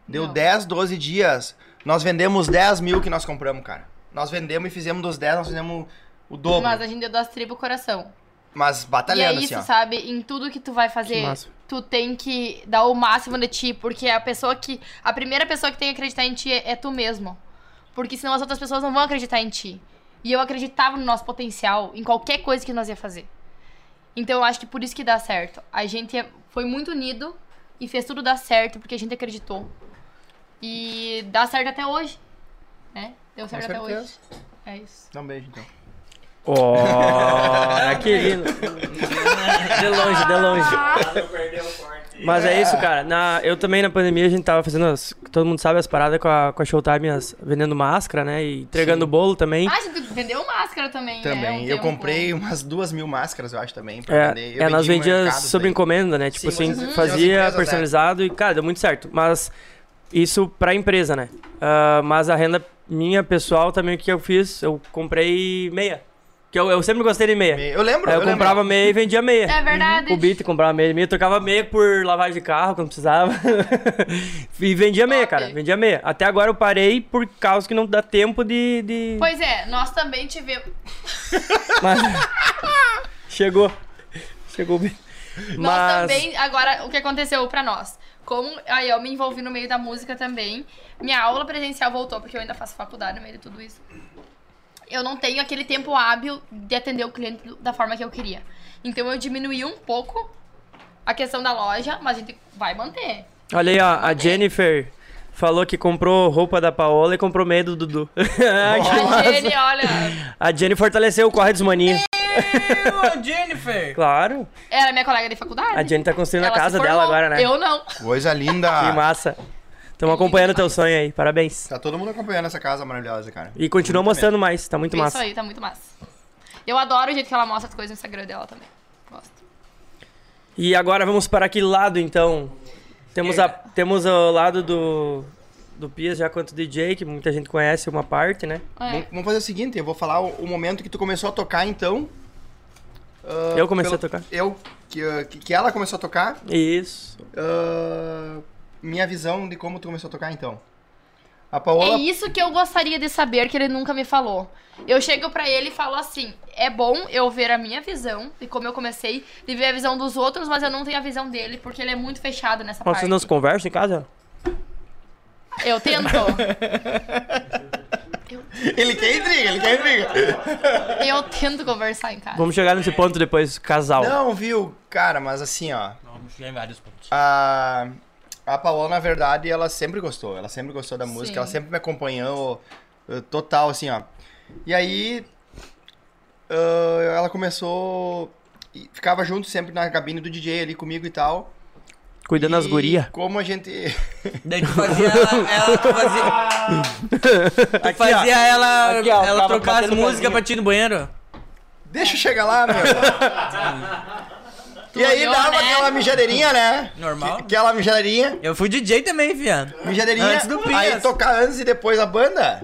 Speaker 5: Deu
Speaker 3: Não.
Speaker 5: 10, 12 dias. Nós vendemos 10 mil que nós compramos, cara. Nós vendemos e fizemos dos 10, nós fizemos o dobro.
Speaker 3: Mas a
Speaker 5: Mas,
Speaker 3: gente deu das tribos o coração. e
Speaker 5: batalhando,
Speaker 3: é isso,
Speaker 5: assim, ó.
Speaker 3: sabe? Em tudo que tu vai
Speaker 4: Que
Speaker 3: fazer,
Speaker 4: massa.
Speaker 3: tu tem que dar o máximo de ti, porque a pessoa que. A primeira pessoa que tem que acreditar em ti é, é tu mesmo. Porque senão as outras pessoas não vão acreditar em ti. E eu acreditava no nosso potencial, em qualquer coisa que nós ia fazer. Então eu acho que por isso que dá certo. A gente é- foi muito unido e fez tudo dar certo, porque a gente acreditou. E dá certo até hoje. Né? Deu certo até hoje.
Speaker 5: certeza.
Speaker 3: É isso.
Speaker 5: Dá um beijo, então.
Speaker 4: Olha que lindo. De longe, de longe. Mas é isso, cara. Na, eu também na pandemia a gente tava fazendo as. Todo mundo sabe as paradas com a, com a Showtime as- vendendo máscara, né? E entregando bolo também.
Speaker 3: Ah, a gente vendeu máscara também, né?
Speaker 5: Também.
Speaker 3: Um
Speaker 5: eu
Speaker 3: tempo.
Speaker 5: comprei umas duas mil máscaras, eu acho, também, pra vender.
Speaker 4: É,
Speaker 5: Eu
Speaker 4: é, nós
Speaker 5: vendi em
Speaker 4: vendia
Speaker 5: mercados
Speaker 4: sobre
Speaker 5: daí.
Speaker 4: encomenda, né? Tipo
Speaker 5: Sim,
Speaker 4: assim,
Speaker 5: vocês- as
Speaker 4: fazia
Speaker 5: empresas, né?
Speaker 4: personalizado e, cara, deu muito certo. Mas isso pra empresa, né? Ah, mas a renda minha pessoal também, o que eu fiz? Eu comprei meia. Que eu, eu sempre gostei de meia.
Speaker 5: Eu lembro,
Speaker 4: Aí É, eu
Speaker 5: lembro.
Speaker 4: comprava meia e vendia meia.
Speaker 3: É verdade.
Speaker 4: Uhum. O Bit comprava meia, meia, trocava meia por lavagem de carro quando precisava. e vendia meia,
Speaker 3: Ok.
Speaker 4: cara, vendia meia. Até agora eu parei por causa que não dá tempo de. de-
Speaker 3: Pois é, nós também tivemos.
Speaker 4: Mas- Chegou. Chegou bem.
Speaker 3: Nós
Speaker 4: Mas.
Speaker 3: também, agora, o que aconteceu pra nós? Como aí eu me envolvi no meio da música também, minha aula presencial voltou, porque eu ainda faço faculdade no meio de tudo isso. Eu não tenho aquele tempo hábil de atender o cliente do- da forma que eu queria. Então eu diminuí um pouco a questão da loja, mas a gente vai manter.
Speaker 4: Olha aí, ó, a Jennifer falou que comprou roupa da Paola e comprou meia do Dudu. Ah, que
Speaker 3: A
Speaker 4: massa.
Speaker 3: Jenny, olha,
Speaker 4: a Jenny fortaleceu o corre dos maninhos.
Speaker 2: Ô, Jennifer!
Speaker 4: Claro.
Speaker 3: ela é minha colega de faculdade.
Speaker 4: A Jenny tá construindo
Speaker 3: ela
Speaker 4: a
Speaker 3: se
Speaker 4: casa dela
Speaker 3: formou,
Speaker 4: agora, né?
Speaker 5: Ah.
Speaker 3: Eu não.
Speaker 5: Coisa linda.
Speaker 4: Que massa. Estamos acompanhando teu sonho aí, parabéns.
Speaker 5: Tá todo mundo acompanhando essa casa maravilhosa, cara.
Speaker 4: E continua mostrando mais, tá muito
Speaker 3: Isso
Speaker 4: massa.
Speaker 3: aí, tá muito massa. Eu adoro o jeito que ela mostra as coisas no Instagram dela também. Gosto.
Speaker 4: E agora vamos para que lado, então? Temos, a, temos o lado do, do Pias já quanto DJ, que muita gente conhece uma parte, né?
Speaker 5: Vamos-
Speaker 3: É.
Speaker 5: Vamos fazer o seguinte, eu vou falar o, o momento que tu começou a tocar, então. Ah,
Speaker 4: Eu comecei a tocar.
Speaker 5: Eu, que, ah, que, que ela começou a tocar.
Speaker 4: Isso.
Speaker 5: ah, minha visão de como tu começou a tocar, então. A
Speaker 3: É
Speaker 5: Paola...
Speaker 3: isso que eu gostaria de saber que ele nunca me falou. Eu chego pra ele e falo assim: é bom eu ver a minha visão e como eu comecei de ver a visão dos outros, mas eu não tenho a visão dele porque ele é muito fechado nessa
Speaker 4: Mas
Speaker 3: parte.
Speaker 4: Vocês não se conversam em casa?
Speaker 3: Eu tento.
Speaker 5: Ele quer intriga, ele quer intriga.
Speaker 3: eu tento conversar em casa.
Speaker 4: Vamos chegar nesse ponto depois, casal.
Speaker 5: Não, viu? Cara, mas assim, ó...
Speaker 2: Vamos chegar em vários pontos.
Speaker 5: A, a Paola, na verdade, ela sempre gostou. Ela sempre gostou da música,
Speaker 3: Sim.
Speaker 5: ela sempre me acompanhou eh, total, assim, ó. E aí, ah, ela começou... e Ficava junto sempre na cabine do DJ ali comigo e tal.
Speaker 4: Cuidando das
Speaker 5: E
Speaker 4: gurias.
Speaker 5: Como a gente...
Speaker 2: Daí tu fazia ela, ela tu fazia, tu
Speaker 4: Aqui, ó.
Speaker 2: fazia ela,
Speaker 4: Aqui, ó,
Speaker 2: ela
Speaker 4: tava
Speaker 2: trocar as
Speaker 4: batendo
Speaker 2: músicas
Speaker 4: palminha.
Speaker 2: pra ti no banheiro.
Speaker 5: Deixa eu chegar lá, meu. e aí
Speaker 3: olhou,
Speaker 5: dava
Speaker 3: né?
Speaker 5: aquela mijadeirinha, né?
Speaker 2: Normal.
Speaker 5: Que- Aquela mijadeirinha.
Speaker 2: Eu fui DJ também, viado.
Speaker 5: Mijadeirinha.
Speaker 2: Antes do
Speaker 5: aí
Speaker 2: Pias.
Speaker 5: tocar antes e depois a banda.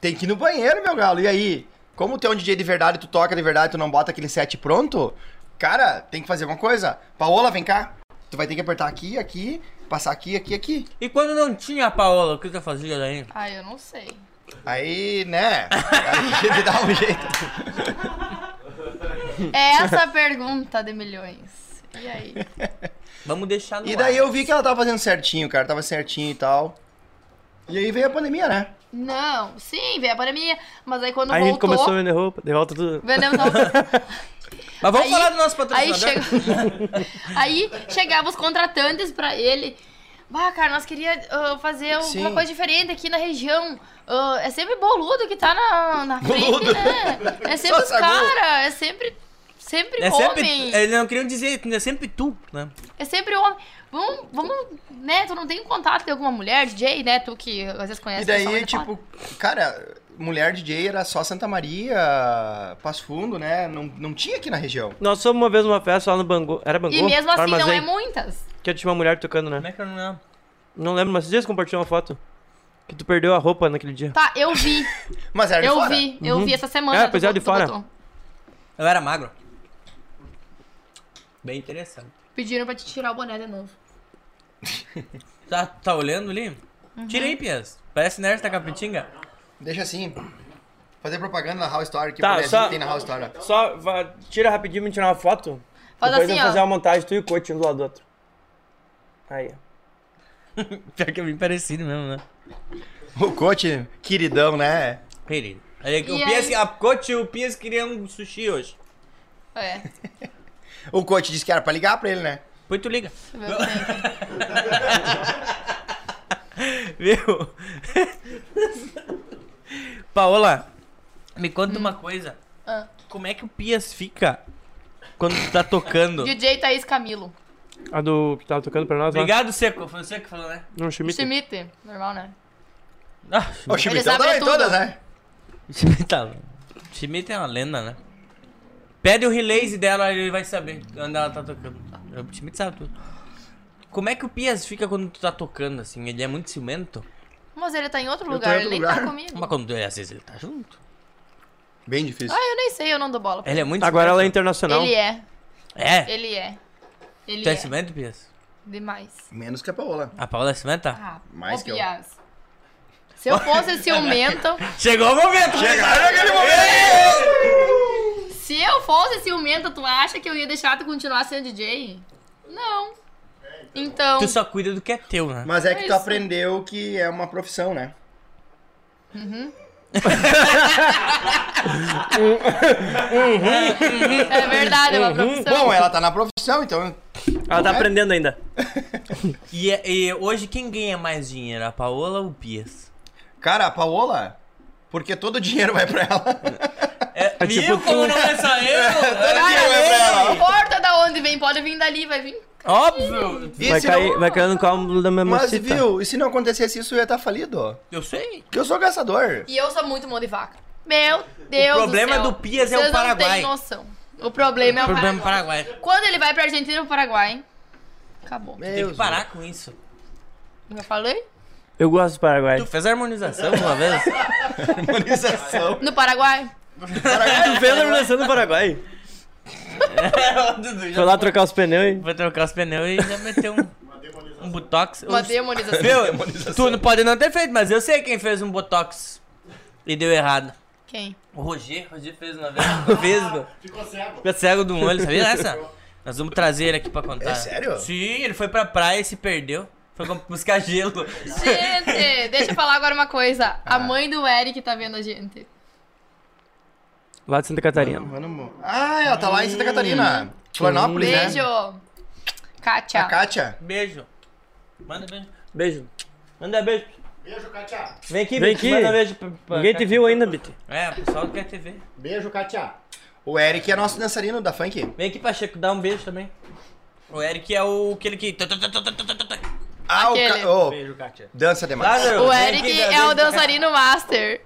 Speaker 5: Tem que ir no banheiro, meu galo. E aí, como tu é um DJ de verdade, tu toca de verdade, tu não bota aquele set pronto, cara, tem que fazer alguma coisa. Paola, vem cá. Tu vai ter que apertar aqui, aqui, passar aqui, aqui, aqui.
Speaker 2: E quando não tinha a Paola, o que tu fazia daí?
Speaker 3: Ai, eu não sei.
Speaker 5: Aí, né? Aí ele dá um jeito.
Speaker 4: Hum.
Speaker 3: É essa a pergunta de milhões. E aí?
Speaker 2: Vamos deixar no
Speaker 5: E
Speaker 2: ar.
Speaker 5: daí eu vi que ela tava fazendo certinho, cara. Tava certinho e tal. E aí veio a pandemia, né?
Speaker 3: Não, sim, veio a pandemia. Mas aí quando
Speaker 4: Aí a gente
Speaker 3: voltou.
Speaker 4: começou a vender roupa, de volta tudo.
Speaker 3: Vendemos novos-
Speaker 2: Mas vamos
Speaker 3: Aí-
Speaker 2: falar do nosso patrocinador.
Speaker 5: né?
Speaker 3: Aí, chega... aí chegavam os contratantes pra ele. Bah, cara, nós queríamos fazer alguma
Speaker 5: Sim.
Speaker 3: coisa diferente aqui na região. Ah, é sempre boludo que tá na, na frente,
Speaker 5: Boludo.
Speaker 3: né? É sempre os
Speaker 5: Só um. sagou.
Speaker 3: caras, é sempre, sempre
Speaker 2: É
Speaker 3: homem.
Speaker 2: sempre, eles não queriam dizer, é sempre tu, né?
Speaker 3: É sempre homem. Vamos, vamos, né? Tu não tem contato de alguma mulher, DJ, né? Tu que às vezes conhece
Speaker 5: E
Speaker 3: o pessoal
Speaker 5: daí,
Speaker 3: ainda fala.
Speaker 5: tipo, cara, mulher DJ era só Santa Maria, Passo Fundo, né? Não, não tinha aqui na região.
Speaker 4: Nós fomos uma vez numa festa lá no Bangu. Era Bangu?
Speaker 3: E mesmo assim, não é
Speaker 4: Armazém,
Speaker 3: muitas.
Speaker 4: Que eu tinha uma mulher tocando,
Speaker 2: Como
Speaker 4: né?
Speaker 2: é que eu não lembro?
Speaker 4: Não lembro, mas esses dias compartilhou uma foto. Que tu perdeu a roupa naquele dia.
Speaker 3: Tá, eu vi,
Speaker 5: Mas era Tá de
Speaker 3: eu
Speaker 5: fora.
Speaker 3: vi, eu vi essa semana.
Speaker 4: É,
Speaker 3: tu
Speaker 4: pois é, de
Speaker 3: botou-
Speaker 4: fora.
Speaker 3: tu botou.
Speaker 2: Eu era magro. Bem interessante.
Speaker 3: Pediram pra te tirar o boné de novo.
Speaker 2: Tá, tá olhando ali?
Speaker 3: Uhum.
Speaker 2: Tira aí, Pias. Parece nerd da Capitinga.
Speaker 5: Deixa assim. Fazer propaganda na House Store, que
Speaker 4: Tá,
Speaker 5: o Brasil
Speaker 4: só-
Speaker 5: tem na House Store.
Speaker 4: Só va- tira rapidinho pra me tirar uma foto.
Speaker 3: Faz
Speaker 4: Depois
Speaker 3: assim,
Speaker 4: eu vou fazer
Speaker 3: ó.
Speaker 4: uma montagem tu e o coach um do lado do outro. Aí, ó.
Speaker 2: Pior que é bem parecido mesmo, né?
Speaker 5: O coach, queridão, né?
Speaker 2: Querido. Aí, o
Speaker 3: E
Speaker 2: Pias,
Speaker 3: aí?
Speaker 2: a coach e o Pias queriam um sushi hoje.
Speaker 3: É.
Speaker 5: O coach disse que era pra ligar pra ele, né?
Speaker 2: Depois tu liga.
Speaker 3: Meu Deus.
Speaker 2: Viu? Paola, me conta uma coisa.
Speaker 3: Hum. Ah.
Speaker 2: Como é que o Pias fica quando tu tá tocando?
Speaker 3: DJ Thaís Camilo.
Speaker 4: A do que tava tocando pra nós, lá.
Speaker 2: Obrigado, Seco. Foi você que falou, né?
Speaker 4: Não, Schmidt.
Speaker 3: Schmidt, normal, né?
Speaker 2: Ah,
Speaker 5: O Chimitão
Speaker 3: sabe
Speaker 5: também,
Speaker 3: tudo.
Speaker 5: todas, né?
Speaker 2: Schmidt tá. Schmidt é uma lenda, né? Pede o release dela, ele vai saber onde ela tá tocando. O Schmidt sabe tudo. Como é que o Pias fica quando tu tá tocando, assim? Ele é muito ciumento?
Speaker 3: Mas ele tá em outro
Speaker 5: tô
Speaker 3: lugar,
Speaker 5: em outro
Speaker 3: ele nem
Speaker 5: lugar.
Speaker 3: tá comigo.
Speaker 2: Mas quando às vezes ele tá junto.
Speaker 5: Bem difícil.
Speaker 3: Ah, eu nem sei, eu não dou bola. pra
Speaker 2: Ele é muito
Speaker 4: Agora ela é
Speaker 2: ciumento.
Speaker 4: internacional.
Speaker 3: Ele é,
Speaker 2: É?
Speaker 3: ele é. Ele
Speaker 2: Tu é
Speaker 3: é.
Speaker 2: ciumento, Pias?
Speaker 3: Demais.
Speaker 5: Menos que a Paola.
Speaker 2: A Paola é ciumenta?
Speaker 3: Ah,
Speaker 5: Mais que eu.
Speaker 3: obvias. Se eu fosse ciumento,
Speaker 2: Chegou o momento!
Speaker 5: Chegaram naquele momento!
Speaker 3: se eu fosse ciumento, tu acha que eu ia deixar tu continuar sendo DJ? Não. Então,
Speaker 2: Tu só cuida do que é teu, né?
Speaker 5: Mas é que
Speaker 3: É
Speaker 5: tu
Speaker 3: isso.
Speaker 5: aprendeu que é uma profissão, né?
Speaker 3: é verdade, é uma profissão.
Speaker 5: um Bom, ela tá na profissão, então
Speaker 4: Ela tá aprendendo ainda.
Speaker 2: E, e hoje quem ganha mais dinheiro, a Paola ou o Pias?
Speaker 5: Cara, a Paola, porque todo o dinheiro vai pra ela.
Speaker 2: É,
Speaker 4: tipo
Speaker 2: viu como
Speaker 4: tu.
Speaker 2: não é só eu?
Speaker 5: Todo o dinheiro vai pra
Speaker 3: Cara, não
Speaker 5: ela.
Speaker 3: importa da onde vem, pode vir dali, vai vir
Speaker 2: Óbvio!
Speaker 5: E
Speaker 4: Vai
Speaker 5: se não- é
Speaker 4: cair, vai cair no cálculo da minha
Speaker 5: Mas
Speaker 4: mocita.
Speaker 5: viu, e se não acontecesse isso, eu ia estar falido, ó.
Speaker 2: Eu sei.
Speaker 5: Porque eu sou caçador.
Speaker 3: E eu sou muito mão de vaca. Meu Deus
Speaker 2: problema
Speaker 3: do
Speaker 2: do
Speaker 3: céu.
Speaker 2: Pias é o
Speaker 3: Vocês
Speaker 2: Paraguai.
Speaker 3: Não têm noção. O problema é o
Speaker 2: Problema
Speaker 3: Paraguai.
Speaker 2: Paraguai.
Speaker 3: Quando ele vai pra Argentina e pro Paraguai, acabou.
Speaker 2: Tem
Speaker 5: Meu
Speaker 2: que parar com isso.
Speaker 3: Eu falei?
Speaker 4: Eu gosto do Paraguai.
Speaker 2: Tu fez a harmonização uma vez?
Speaker 5: Deus.
Speaker 3: No Paraguai?
Speaker 4: Tu fez a harmonização do Paraguai? Foi lá trocar os pneus e...
Speaker 2: Vou trocar os pneus e já meter um, um botox.
Speaker 3: Uma
Speaker 2: Os-
Speaker 3: demonização.
Speaker 2: Meu, tu não pode não ter feito, mas eu sei quem fez um botox e deu errado.
Speaker 3: Quem?
Speaker 2: O Roger, o Roger fez uma vez. fez, meu.
Speaker 1: Ficou cego.
Speaker 2: Fica cego do olho, sabia essa? Nós vamos trazer ele aqui pra contar.
Speaker 5: É sério?
Speaker 2: Sim, ele foi pra praia e se perdeu. Foi com- buscar gelo.
Speaker 3: Gente, deixa eu falar agora uma coisa.
Speaker 2: Ah.
Speaker 3: A mãe do Eric tá vendo a gente.
Speaker 4: Lá de Santa Catarina.
Speaker 5: Mano, mo- Ah, ela tá lá em Santa Catarina. Florianópolis,
Speaker 2: é.
Speaker 3: Beijo.
Speaker 5: né?
Speaker 3: Kátia.
Speaker 5: A Kátia.
Speaker 2: Beijo. Manda beijo.
Speaker 4: Beijo.
Speaker 2: Manda beijo.
Speaker 1: Beijo, Katia.
Speaker 2: Vem aqui,
Speaker 4: Vem
Speaker 2: Bit,
Speaker 4: aqui.
Speaker 2: Manda beijo pra, pra
Speaker 4: Ninguém te
Speaker 2: cá.
Speaker 4: viu ainda, Bit.
Speaker 2: É, o pessoal quer te ver.
Speaker 1: Beijo, Katia.
Speaker 5: O Eric é nosso dançarino da funk.
Speaker 2: Vem aqui, Pacheco, dá um beijo também. O Eric é o aquele que. tu, tu, tu, tu, tu, tu, tu, tu.
Speaker 5: Ah, o
Speaker 3: Aquele.
Speaker 5: Ca- ô,
Speaker 2: Beijo, Kátia.
Speaker 5: dança demais.
Speaker 3: O Eric é o dançarino master.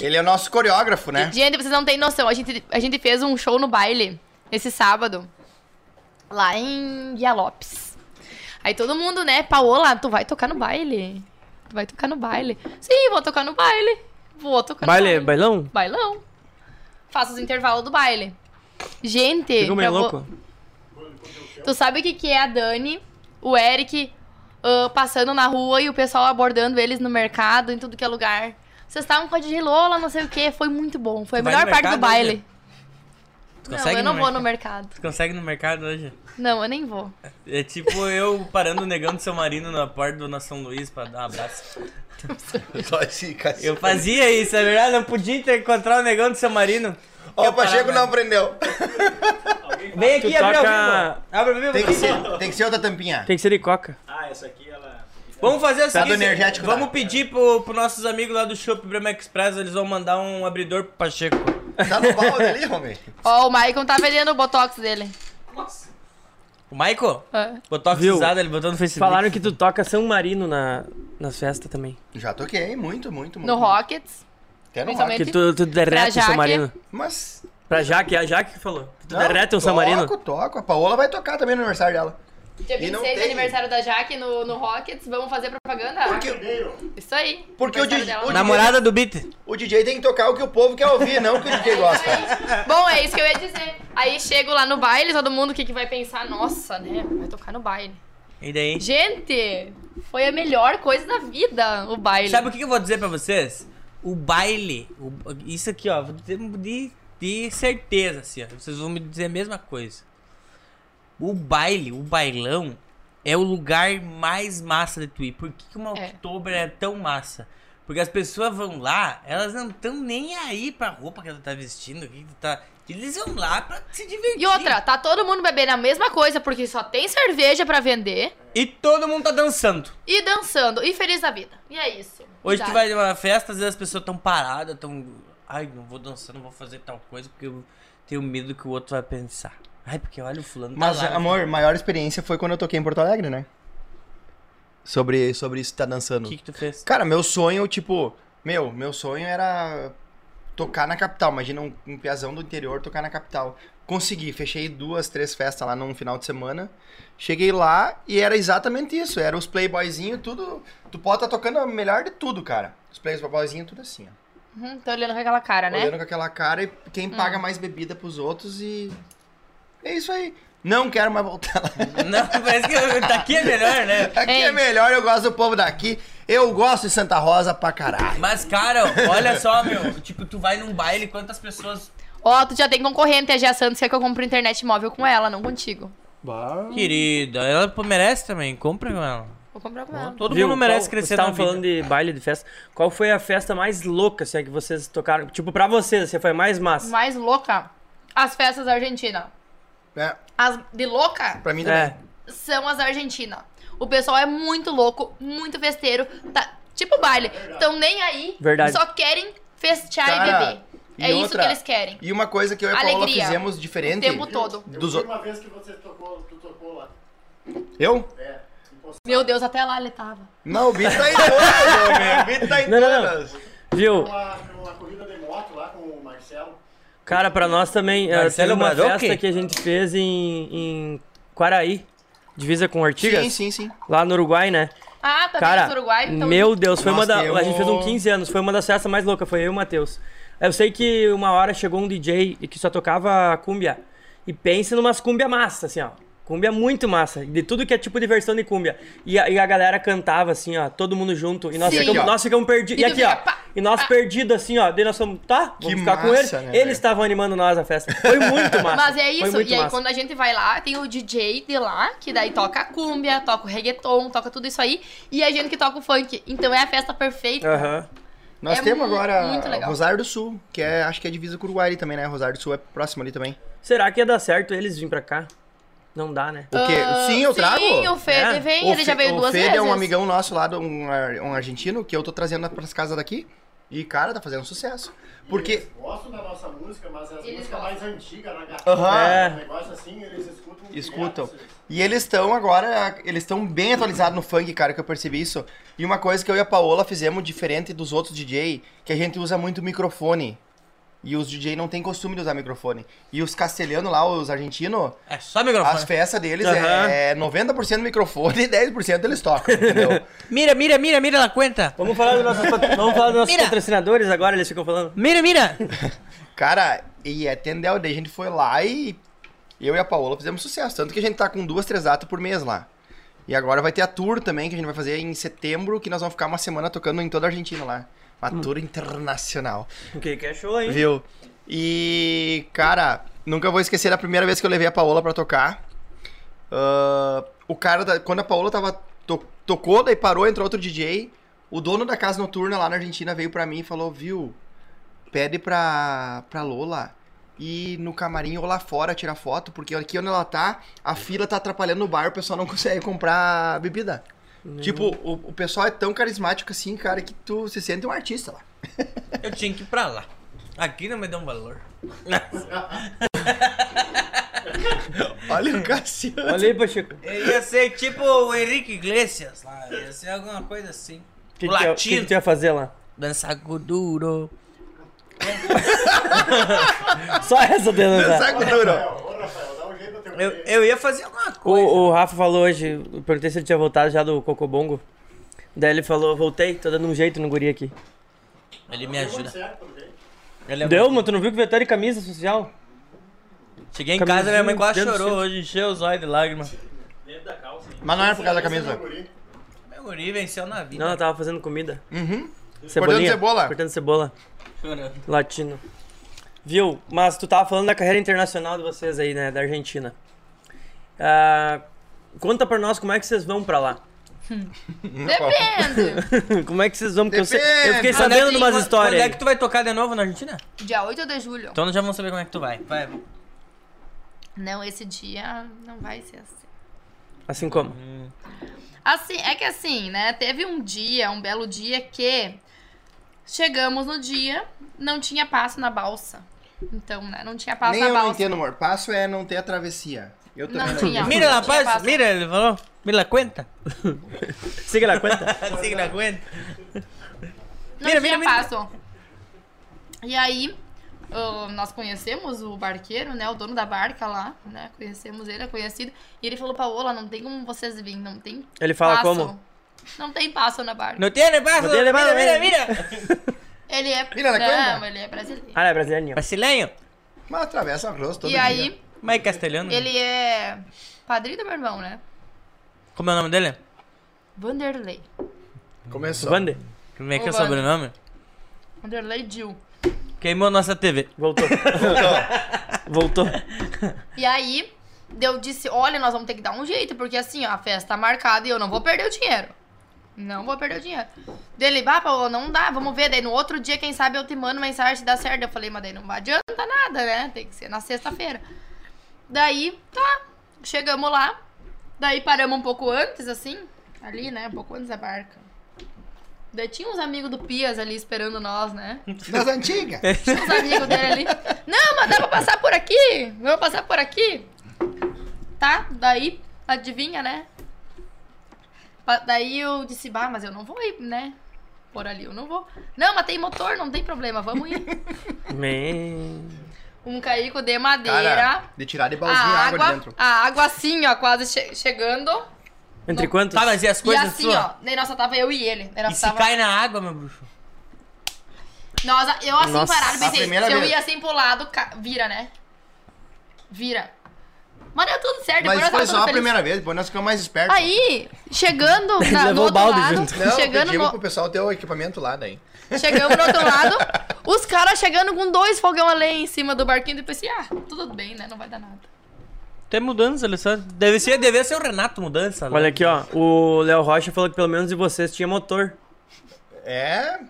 Speaker 5: Ele é o nosso coreógrafo, né?
Speaker 3: Gente, vocês não têm noção. A gente, a gente fez um show no baile esse sábado. Lá em Guia Lopes. Aí todo mundo, né? Paola, tu vai tocar no baile? Tu vai tocar no baile? Sim, vou tocar no baile. Vou tocar
Speaker 4: Baile,
Speaker 3: no baile.
Speaker 4: bailão?
Speaker 3: Bailão. Faço os intervalos do baile. Gente,
Speaker 4: Ficou meio
Speaker 3: pra vo-
Speaker 4: louco?
Speaker 3: Tu sabe o que, que é a Dani, o Eric ah, passando na rua e o pessoal abordando eles no mercado, em tudo que é lugar. Vocês estavam com a DJ Lola, não sei o que, foi muito bom. Foi a
Speaker 2: Tu vai
Speaker 3: melhor
Speaker 2: no
Speaker 3: parte do
Speaker 2: mercado
Speaker 3: baile.
Speaker 2: hoje? Tu
Speaker 3: Não,
Speaker 2: consegue
Speaker 3: eu não
Speaker 2: no
Speaker 3: vou
Speaker 2: mercado?
Speaker 3: no mercado.
Speaker 2: Tu consegue no mercado hoje?
Speaker 3: Não, eu nem vou.
Speaker 2: É tipo eu parando o negão do seu marido na porta do Nação Luiz pra dar um abraço.
Speaker 5: Só esse cacete.
Speaker 2: Eu fazia isso, é verdade? Não podia ter encontrar o negão do seu marido.
Speaker 5: Ó, o Pacheco não aprendeu.
Speaker 2: Vem aqui,
Speaker 4: Tu
Speaker 2: abre ao
Speaker 4: toca-
Speaker 2: vivo. Abre ao vivo.
Speaker 5: Tem que ser, tem que ser outra tampinha.
Speaker 4: Tem que ser de coca.
Speaker 1: Ah, essa aqui ela.
Speaker 2: Vamos fazer o
Speaker 5: Tá do
Speaker 2: seguinte,
Speaker 5: energético,
Speaker 2: vamos
Speaker 5: tá?
Speaker 2: pedir pro- pros nossos amigos lá do Shop Brahma Express, eles vão mandar um abridor pro Pacheco.
Speaker 5: Tá no balde ali, homem.
Speaker 3: Ó, o Maicon tá vendendo o botox dele.
Speaker 2: O Michael?
Speaker 3: Ah.
Speaker 2: Botox
Speaker 4: Viu?
Speaker 2: usado, ele botou no Facebook.
Speaker 4: Falaram que tu toca São Marino na, nas festas também.
Speaker 5: Já toquei, muito, muito, muito.
Speaker 3: No Rockets.
Speaker 5: Até no rock.
Speaker 3: principalmente.
Speaker 4: Que tu, tu derrete o
Speaker 3: Jaque.
Speaker 4: São Marino.
Speaker 5: Mas.
Speaker 4: Pra Jaque, é a Jaque que falou. Que Tu
Speaker 5: não,
Speaker 2: um
Speaker 4: derrete o São Marino.
Speaker 5: Toco, toco. A Paola vai tocar também no aniversário dela.
Speaker 3: Dia
Speaker 5: E não
Speaker 3: 26,
Speaker 5: tem.
Speaker 3: aniversário da Jaque no, no Rockets. Vamos fazer propaganda?
Speaker 5: Porque
Speaker 3: Isso aí.
Speaker 5: Porque o
Speaker 3: aniversário
Speaker 5: DJ
Speaker 3: dela.
Speaker 5: o
Speaker 2: Namorada do Beat.
Speaker 5: o DJ tem que tocar o que o povo quer ouvir, não o que o DJ gosta.
Speaker 3: Bom, é isso que eu ia dizer. Aí chego lá no baile, todo mundo o que, que vai pensar? Nossa, né? Vai tocar no baile.
Speaker 2: E daí?
Speaker 3: Gente, foi a melhor coisa da vida o baile.
Speaker 2: Sabe o que que eu vou dizer pra vocês? O baile, o- isso aqui, ó, vou dizer de, de certeza, assim, ó, vocês vão me dizer a mesma coisa. O baile, o bailão, é o lugar mais massa de tu ir. Por que, que uma
Speaker 3: É.
Speaker 2: Oktober é tão massa? Porque as pessoas vão lá, elas não estão nem aí pra roupa que ela tá vestindo, o que tu tá... Eles vão lá pra se divertir.
Speaker 3: E outra, tá todo mundo bebendo a mesma coisa porque só tem cerveja pra vender
Speaker 2: E todo mundo tá dançando.
Speaker 3: e dançando e feliz da vida. E é isso.
Speaker 2: Hoje tu
Speaker 3: Exato.
Speaker 2: vai numa festa, às vezes as pessoas estão paradas, estão. Ai, não vou dançar, não vou fazer tal coisa, porque eu tenho medo que o outro vai pensar. Ai, porque olha o fulano. tá
Speaker 5: Mas,
Speaker 2: lá,
Speaker 5: amor, maior experiência foi quando eu toquei em Porto Alegre, né? Sobre, sobre isso que tá dançando.
Speaker 2: O que, que tu fez?
Speaker 5: Cara, meu sonho, tipo, meu, meu sonho era tocar na capital. Imagina um, um piazão do interior tocar na capital. Consegui, fechei duas, três festas lá num final de semana. Cheguei lá e era exatamente isso. Era os playboyzinhos, tudo. Tu pode estar tocando a melhor de tudo, cara. Os playboyzinhos, tudo assim, ó.
Speaker 3: Uhum, tô olhando com aquela cara, né? Hum.
Speaker 5: Olhando com aquela cara e quem paga mais bebida pros outros e. É isso aí. Não quero mais voltar lá.
Speaker 2: não, parece que daqui é melhor, né?
Speaker 5: Aqui é
Speaker 3: Ei.
Speaker 5: melhor, eu gosto do povo daqui. Eu gosto de Santa Rosa pra caralho.
Speaker 2: Mas, cara, olha só, meu. Tipo, tu vai num baile, quantas pessoas.
Speaker 3: Ó, tu já tem concorrente, a Gia Santos quer que eu compre internet móvel com ela, não contigo.
Speaker 2: Querida, ela pô, merece também, compra com ela.
Speaker 3: Vou comprar com ela.
Speaker 2: Todo
Speaker 4: Viu?
Speaker 2: mundo merece
Speaker 4: Qual-
Speaker 2: crescer
Speaker 4: Vocês
Speaker 2: na
Speaker 4: estavam
Speaker 2: vida.
Speaker 4: falando de baile, de festa. Qual foi a festa mais louca, assim, a que vocês tocaram? Tipo, pra vocês, assim, foi a mais massa.
Speaker 3: Mais louca, as festas da Argentina.
Speaker 5: É,
Speaker 3: As de louca,
Speaker 5: pra mim também.
Speaker 4: É.
Speaker 3: são as da Argentina. O pessoal é muito louco, muito festeiro, tá tipo baile. Tão nem aí,
Speaker 4: Verdade.
Speaker 3: só querem festear
Speaker 5: Cara,
Speaker 3: e beber.
Speaker 5: E
Speaker 3: é isso
Speaker 5: outra-
Speaker 3: que eles querem.
Speaker 5: E uma coisa que eu e a Paola
Speaker 3: Alegria.
Speaker 5: fizemos diferente.
Speaker 3: O tempo todo.
Speaker 1: Eu
Speaker 5: Dos
Speaker 1: vi
Speaker 5: o-
Speaker 1: uma vez que você tocou, tu tocou lá.
Speaker 5: Eu?
Speaker 1: É. impostado.
Speaker 3: Meu Deus, até lá ele tava.
Speaker 5: Não, o Bito tá em todas, meu. O Bito tá em
Speaker 4: Não, não, não.
Speaker 5: todas.
Speaker 4: Viu?
Speaker 1: Uma, uma corrida de moto lá com o Marcelo.
Speaker 4: Cara, pra nós também, eh,
Speaker 2: Marcelo
Speaker 4: teve uma
Speaker 2: Braddock?
Speaker 4: festa que a gente fez em, em Quaraí, divisa com Ortigas,
Speaker 5: Sim, sim, sim.
Speaker 4: lá no Uruguai, né?
Speaker 3: Ah, tá
Speaker 4: Cara,
Speaker 3: vendo do Uruguai? Então,
Speaker 4: meu Deus, foi uma
Speaker 5: Nós
Speaker 4: da,
Speaker 5: temos-
Speaker 4: a gente fez um 15 anos, foi uma das festas mais loucas, foi eu e o Matheus. Eu sei que uma hora chegou um DJ que só tocava cumbia, e pensa numas cumbia massa, assim, ó. Cumbia muito massa, de tudo que é tipo de versão de cumbia. E a, e a galera cantava assim, ó, todo mundo junto. E nós
Speaker 3: Sim.
Speaker 4: ficamos,
Speaker 5: Aqui, ó.
Speaker 4: nós ficamos perdidos.
Speaker 3: E
Speaker 4: E
Speaker 3: tu
Speaker 4: aqui, ó.
Speaker 3: fica, pá,
Speaker 4: E nós perdidos assim, ó. Daí nós fomos, tá, vamos
Speaker 5: Que
Speaker 4: ficar com eles.
Speaker 5: massa, né, velho?
Speaker 4: eles estavam animando nós a festa. Foi muito massa.
Speaker 3: Mas é
Speaker 4: foi
Speaker 3: isso,
Speaker 4: muito
Speaker 3: e aí
Speaker 4: massa.
Speaker 3: quando a gente vai lá, tem o DJ de lá, que daí toca a cúmbia, toca o reggaeton, toca tudo isso aí, e a gente que toca o funk. Então é a festa perfeita.
Speaker 4: Aham.
Speaker 5: Nós
Speaker 3: É
Speaker 5: temos
Speaker 3: mu-
Speaker 5: agora
Speaker 3: muito legal.
Speaker 5: Rosário do Sul, que é, acho que é divisa com o Uruguai ali também, né? Rosário do Sul é próximo ali também.
Speaker 4: Será que ia dar certo eles virem pra cá? Não dá, né?
Speaker 5: É, O quê?
Speaker 3: Ah,
Speaker 5: sim, eu trago?
Speaker 3: Sim, o Fede
Speaker 4: É.
Speaker 3: vem,
Speaker 5: O
Speaker 3: ele já
Speaker 5: Fe-
Speaker 3: veio
Speaker 5: o
Speaker 3: duas
Speaker 5: Fede
Speaker 3: vezes.
Speaker 5: é um amigão nosso lá, do- um, ar- um argentino, que eu tô trazendo pras casas daqui. E, cara, tá fazendo sucesso. Porque.
Speaker 1: Eles gostam da nossa música, mas as
Speaker 3: Eles gostam.
Speaker 1: músicas mais antigas, na garrafa.
Speaker 5: Aham.
Speaker 4: É.
Speaker 1: Um negócio assim, eles escutam. direto,
Speaker 5: Escutam.
Speaker 1: assim.
Speaker 5: E eles estão agora, eles estão bem atualizados no funk, cara, que eu percebi isso. E uma coisa que eu e a Paola fizemos diferente dos outros DJ, que a gente usa muito microfone. E os DJ não tem costume de usar microfone. E os castelhanos lá, os argentinos,
Speaker 2: É só microfone.
Speaker 5: as festas deles
Speaker 4: Aham.
Speaker 5: é 90% microfone e 10% eles tocam, entendeu?
Speaker 2: Mira, mira, mira, mira ela cuenta.
Speaker 4: Vamos falar dos nossos, pat- Vamos falar dos nossos
Speaker 2: Mira.
Speaker 4: patrocinadores agora, eles ficam falando.
Speaker 2: Mira, mira.
Speaker 5: Cara, e é tendel, daí a gente foi lá e eu e a Paola fizemos sucesso. Tanto que a gente tá com duas, três atas por mês lá. E agora vai ter a tour também, que a gente vai fazer em setembro, que nós vamos ficar uma semana tocando em toda a Argentina lá. Uma tour internacional,
Speaker 4: O que que é show, hein?
Speaker 5: viu? E, cara, nunca vou esquecer da primeira vez que eu levei a Paola pra tocar. Ah, o cara, da- quando a Paola tava to- tocou, daí parou, entrou outro DJ. O dono da casa noturna lá na Argentina veio pra mim e falou: Viu, pede pra, pra Lola ir no camarim ou lá fora tirar foto, porque aqui onde ela tá, a fila tá atrapalhando o bar, o pessoal não consegue comprar bebida. Tipo, o, o pessoal é tão carismático assim, cara, que tu se sente um artista lá.
Speaker 2: Eu tinha que ir pra lá. Aqui não me dão valor.
Speaker 5: Olha o Cassiano.
Speaker 4: Olha aí, Pacheco.
Speaker 2: Eu ia ser tipo o Henrique Iglesias lá. Ia ser alguma coisa assim.
Speaker 4: O
Speaker 2: o
Speaker 4: que, que, é- o que,
Speaker 2: latino.
Speaker 4: que tu ia fazer lá?
Speaker 2: Dançar com o duro.
Speaker 4: Só essa né, denúncia.
Speaker 5: Saco duro.
Speaker 1: Ô, Rafael, dá um jeito no teu
Speaker 2: Eu,
Speaker 1: jeito.
Speaker 2: eu ia fazer alguma
Speaker 4: O,
Speaker 2: coisa.
Speaker 4: o Rafa falou hoje, eu perguntei se ele tinha voltado já do Cocobongo. Daí ele falou, voltei, tô dando um jeito no guri aqui.
Speaker 2: Ele me ajuda.
Speaker 1: Certo, tudo bem?
Speaker 2: Ele é
Speaker 4: Deu,
Speaker 2: muito-
Speaker 4: mano, tu não viu que veio até de camisa social?
Speaker 2: Cheguei em casa, minha mãe quase
Speaker 4: Camisinha,
Speaker 2: chorou
Speaker 4: dentro do
Speaker 2: hoje. Encheu os olhos de lágrimas.
Speaker 1: Dentro da calça. hein?
Speaker 5: Mas não era por causa da
Speaker 1: Esse é
Speaker 5: camisa.
Speaker 1: o guri.
Speaker 2: Meu guri venceu na vida.
Speaker 4: Não, ela tava fazendo comida.
Speaker 5: Uhum.
Speaker 4: Cebolinha.
Speaker 5: cebola.
Speaker 4: Cortando cebola.
Speaker 2: Chorando.
Speaker 4: Tá Latino. Viu? Mas tu tava falando da carreira internacional de vocês aí, né? Da Argentina. Ah, conta pra nós como é que vocês vão pra lá.
Speaker 3: Depende.
Speaker 4: como é que vocês vão? Porque eu, sei- eu fiquei
Speaker 5: Depende.
Speaker 2: Quando
Speaker 4: sabendo de
Speaker 2: é que-
Speaker 4: umas
Speaker 2: quando-
Speaker 4: histórias.
Speaker 2: Quando é
Speaker 4: aí.
Speaker 2: que tu vai tocar de novo na Argentina?
Speaker 3: Dia 8 de julho.
Speaker 2: Então nós já vamos saber como é que tu vai. Vai.
Speaker 3: Não, esse dia não vai ser assim.
Speaker 4: Assim como?
Speaker 3: Assim, é que assim, né? Teve um dia, um belo dia que chegamos no dia, não tinha passo na balsa. Então, né? Não tinha passo
Speaker 5: Nem
Speaker 3: na
Speaker 5: eu não
Speaker 3: balsa.
Speaker 5: entendo, amor. Passo é não ter a travessia. Eu
Speaker 3: Não
Speaker 5: também não
Speaker 3: tinha.
Speaker 5: entendo.
Speaker 2: Mira
Speaker 3: Não
Speaker 2: la
Speaker 3: tinha
Speaker 2: paz,
Speaker 3: passo.
Speaker 2: mira, ele falou. Mira la cuenta.
Speaker 4: Siga lá, conta.
Speaker 2: Siga la cuenta.
Speaker 3: Não
Speaker 2: Mira,
Speaker 3: tinha
Speaker 2: mira, mira.
Speaker 3: passo. E aí, ah, nós conhecemos o barqueiro, né? O dono da barca lá, né? Conhecemos ele, é conhecido. E ele falou, Paola, não tem como vocês virem, não tem
Speaker 4: Ele fala
Speaker 3: passo.
Speaker 4: como?
Speaker 3: Não tem passo na barca.
Speaker 2: Não tiene paso.
Speaker 4: No
Speaker 2: mira,
Speaker 4: tiene paso,
Speaker 2: mira,
Speaker 4: eh.
Speaker 2: mira.
Speaker 3: Ele é...
Speaker 5: Mira na
Speaker 3: não,
Speaker 5: câmera.
Speaker 3: ele é brasileiro.
Speaker 4: Ah, é brasileirinho.
Speaker 2: Brasileiro.
Speaker 5: Mas atravessa o rosto todo
Speaker 3: E
Speaker 5: dia.
Speaker 3: aí,
Speaker 2: Mas é castelhano.
Speaker 3: ele é padrinho do meu irmão, né?
Speaker 2: Como é o nome dele?
Speaker 3: Vanderlei.
Speaker 5: Começou.
Speaker 4: Vander,
Speaker 2: Como é que é o
Speaker 3: Giovanni.
Speaker 2: sobrenome?
Speaker 3: Vanderlei Dil.
Speaker 2: Queimou nossa TV.
Speaker 4: voltou. voltou.
Speaker 3: E aí, eu disse, olha, nós vamos ter que dar um jeito, porque assim, ó, a festa tá marcada e eu não vou perder o dinheiro. Não vou perder o dinheiro. Dele, bah, Paulo, não dá, vamos ver. Daí no outro dia, quem sabe eu te mando mensagem se dá certo. Eu falei, mas daí não adianta nada, né? Tem que ser na sexta-feira. Daí, tá, chegamos lá. Daí paramos um pouco antes, assim, ali, né? Um pouco antes da barca. Daí tinha uns amigos do Pias ali esperando nós, né?
Speaker 5: Das antigas.
Speaker 3: Tinha uns amigos dele ali. Não, mas dá pra passar por aqui? Dá pra passar por aqui? Tá? Daí, adivinha, né? Pa- Daí eu disse, bah, mas eu não vou ir, né? Por ali eu não vou. Não, mas tem motor, não tem problema, vamos ir.
Speaker 4: Man.
Speaker 3: Um caico de madeira.
Speaker 5: Cara, de tirar de
Speaker 3: a
Speaker 5: balzinho a água,
Speaker 3: água,
Speaker 5: de dentro.
Speaker 3: a água assim, ó, quase che- chegando.
Speaker 4: Entre quantos?
Speaker 2: Tá, mas e as coisas
Speaker 3: e assim,
Speaker 2: suas?
Speaker 3: ó, daí nós só tava eu e ele. Daí nós
Speaker 2: E se
Speaker 3: tava...
Speaker 2: cai na água, meu bruxo?
Speaker 3: Nossa, eu assim
Speaker 4: Nossa.
Speaker 3: parado,
Speaker 5: A
Speaker 3: pensei, se
Speaker 5: primeira
Speaker 3: eu
Speaker 5: vez.
Speaker 3: ia assim pro lado, ca- vira, né? Vira. Mas deu tudo certo, depois
Speaker 5: Mas
Speaker 3: nós
Speaker 5: foi
Speaker 3: tava
Speaker 5: só
Speaker 3: tudo
Speaker 5: a
Speaker 3: feliz.
Speaker 5: primeira vez, depois nós ficamos mais espertos.
Speaker 3: Aí, chegando na,
Speaker 4: Levou
Speaker 3: no
Speaker 4: o
Speaker 3: outro
Speaker 4: balde
Speaker 3: lado,
Speaker 4: junto.
Speaker 5: Não,
Speaker 3: chegando
Speaker 5: pedimos
Speaker 3: no,
Speaker 5: pro pessoal ter o equipamento lá daí.
Speaker 3: chegamos no outro lado, os caras chegando com dois fogão além em cima do barquinho, e eu pensei, ah, tudo bem, né, não vai dar nada.
Speaker 2: Tem mudança, Alessandro. Deve ser, deve ser o Renato mudança. né?
Speaker 4: Olha aqui, ó. O Léo Rocha falou que pelo menos de vocês tinha motor.
Speaker 5: É.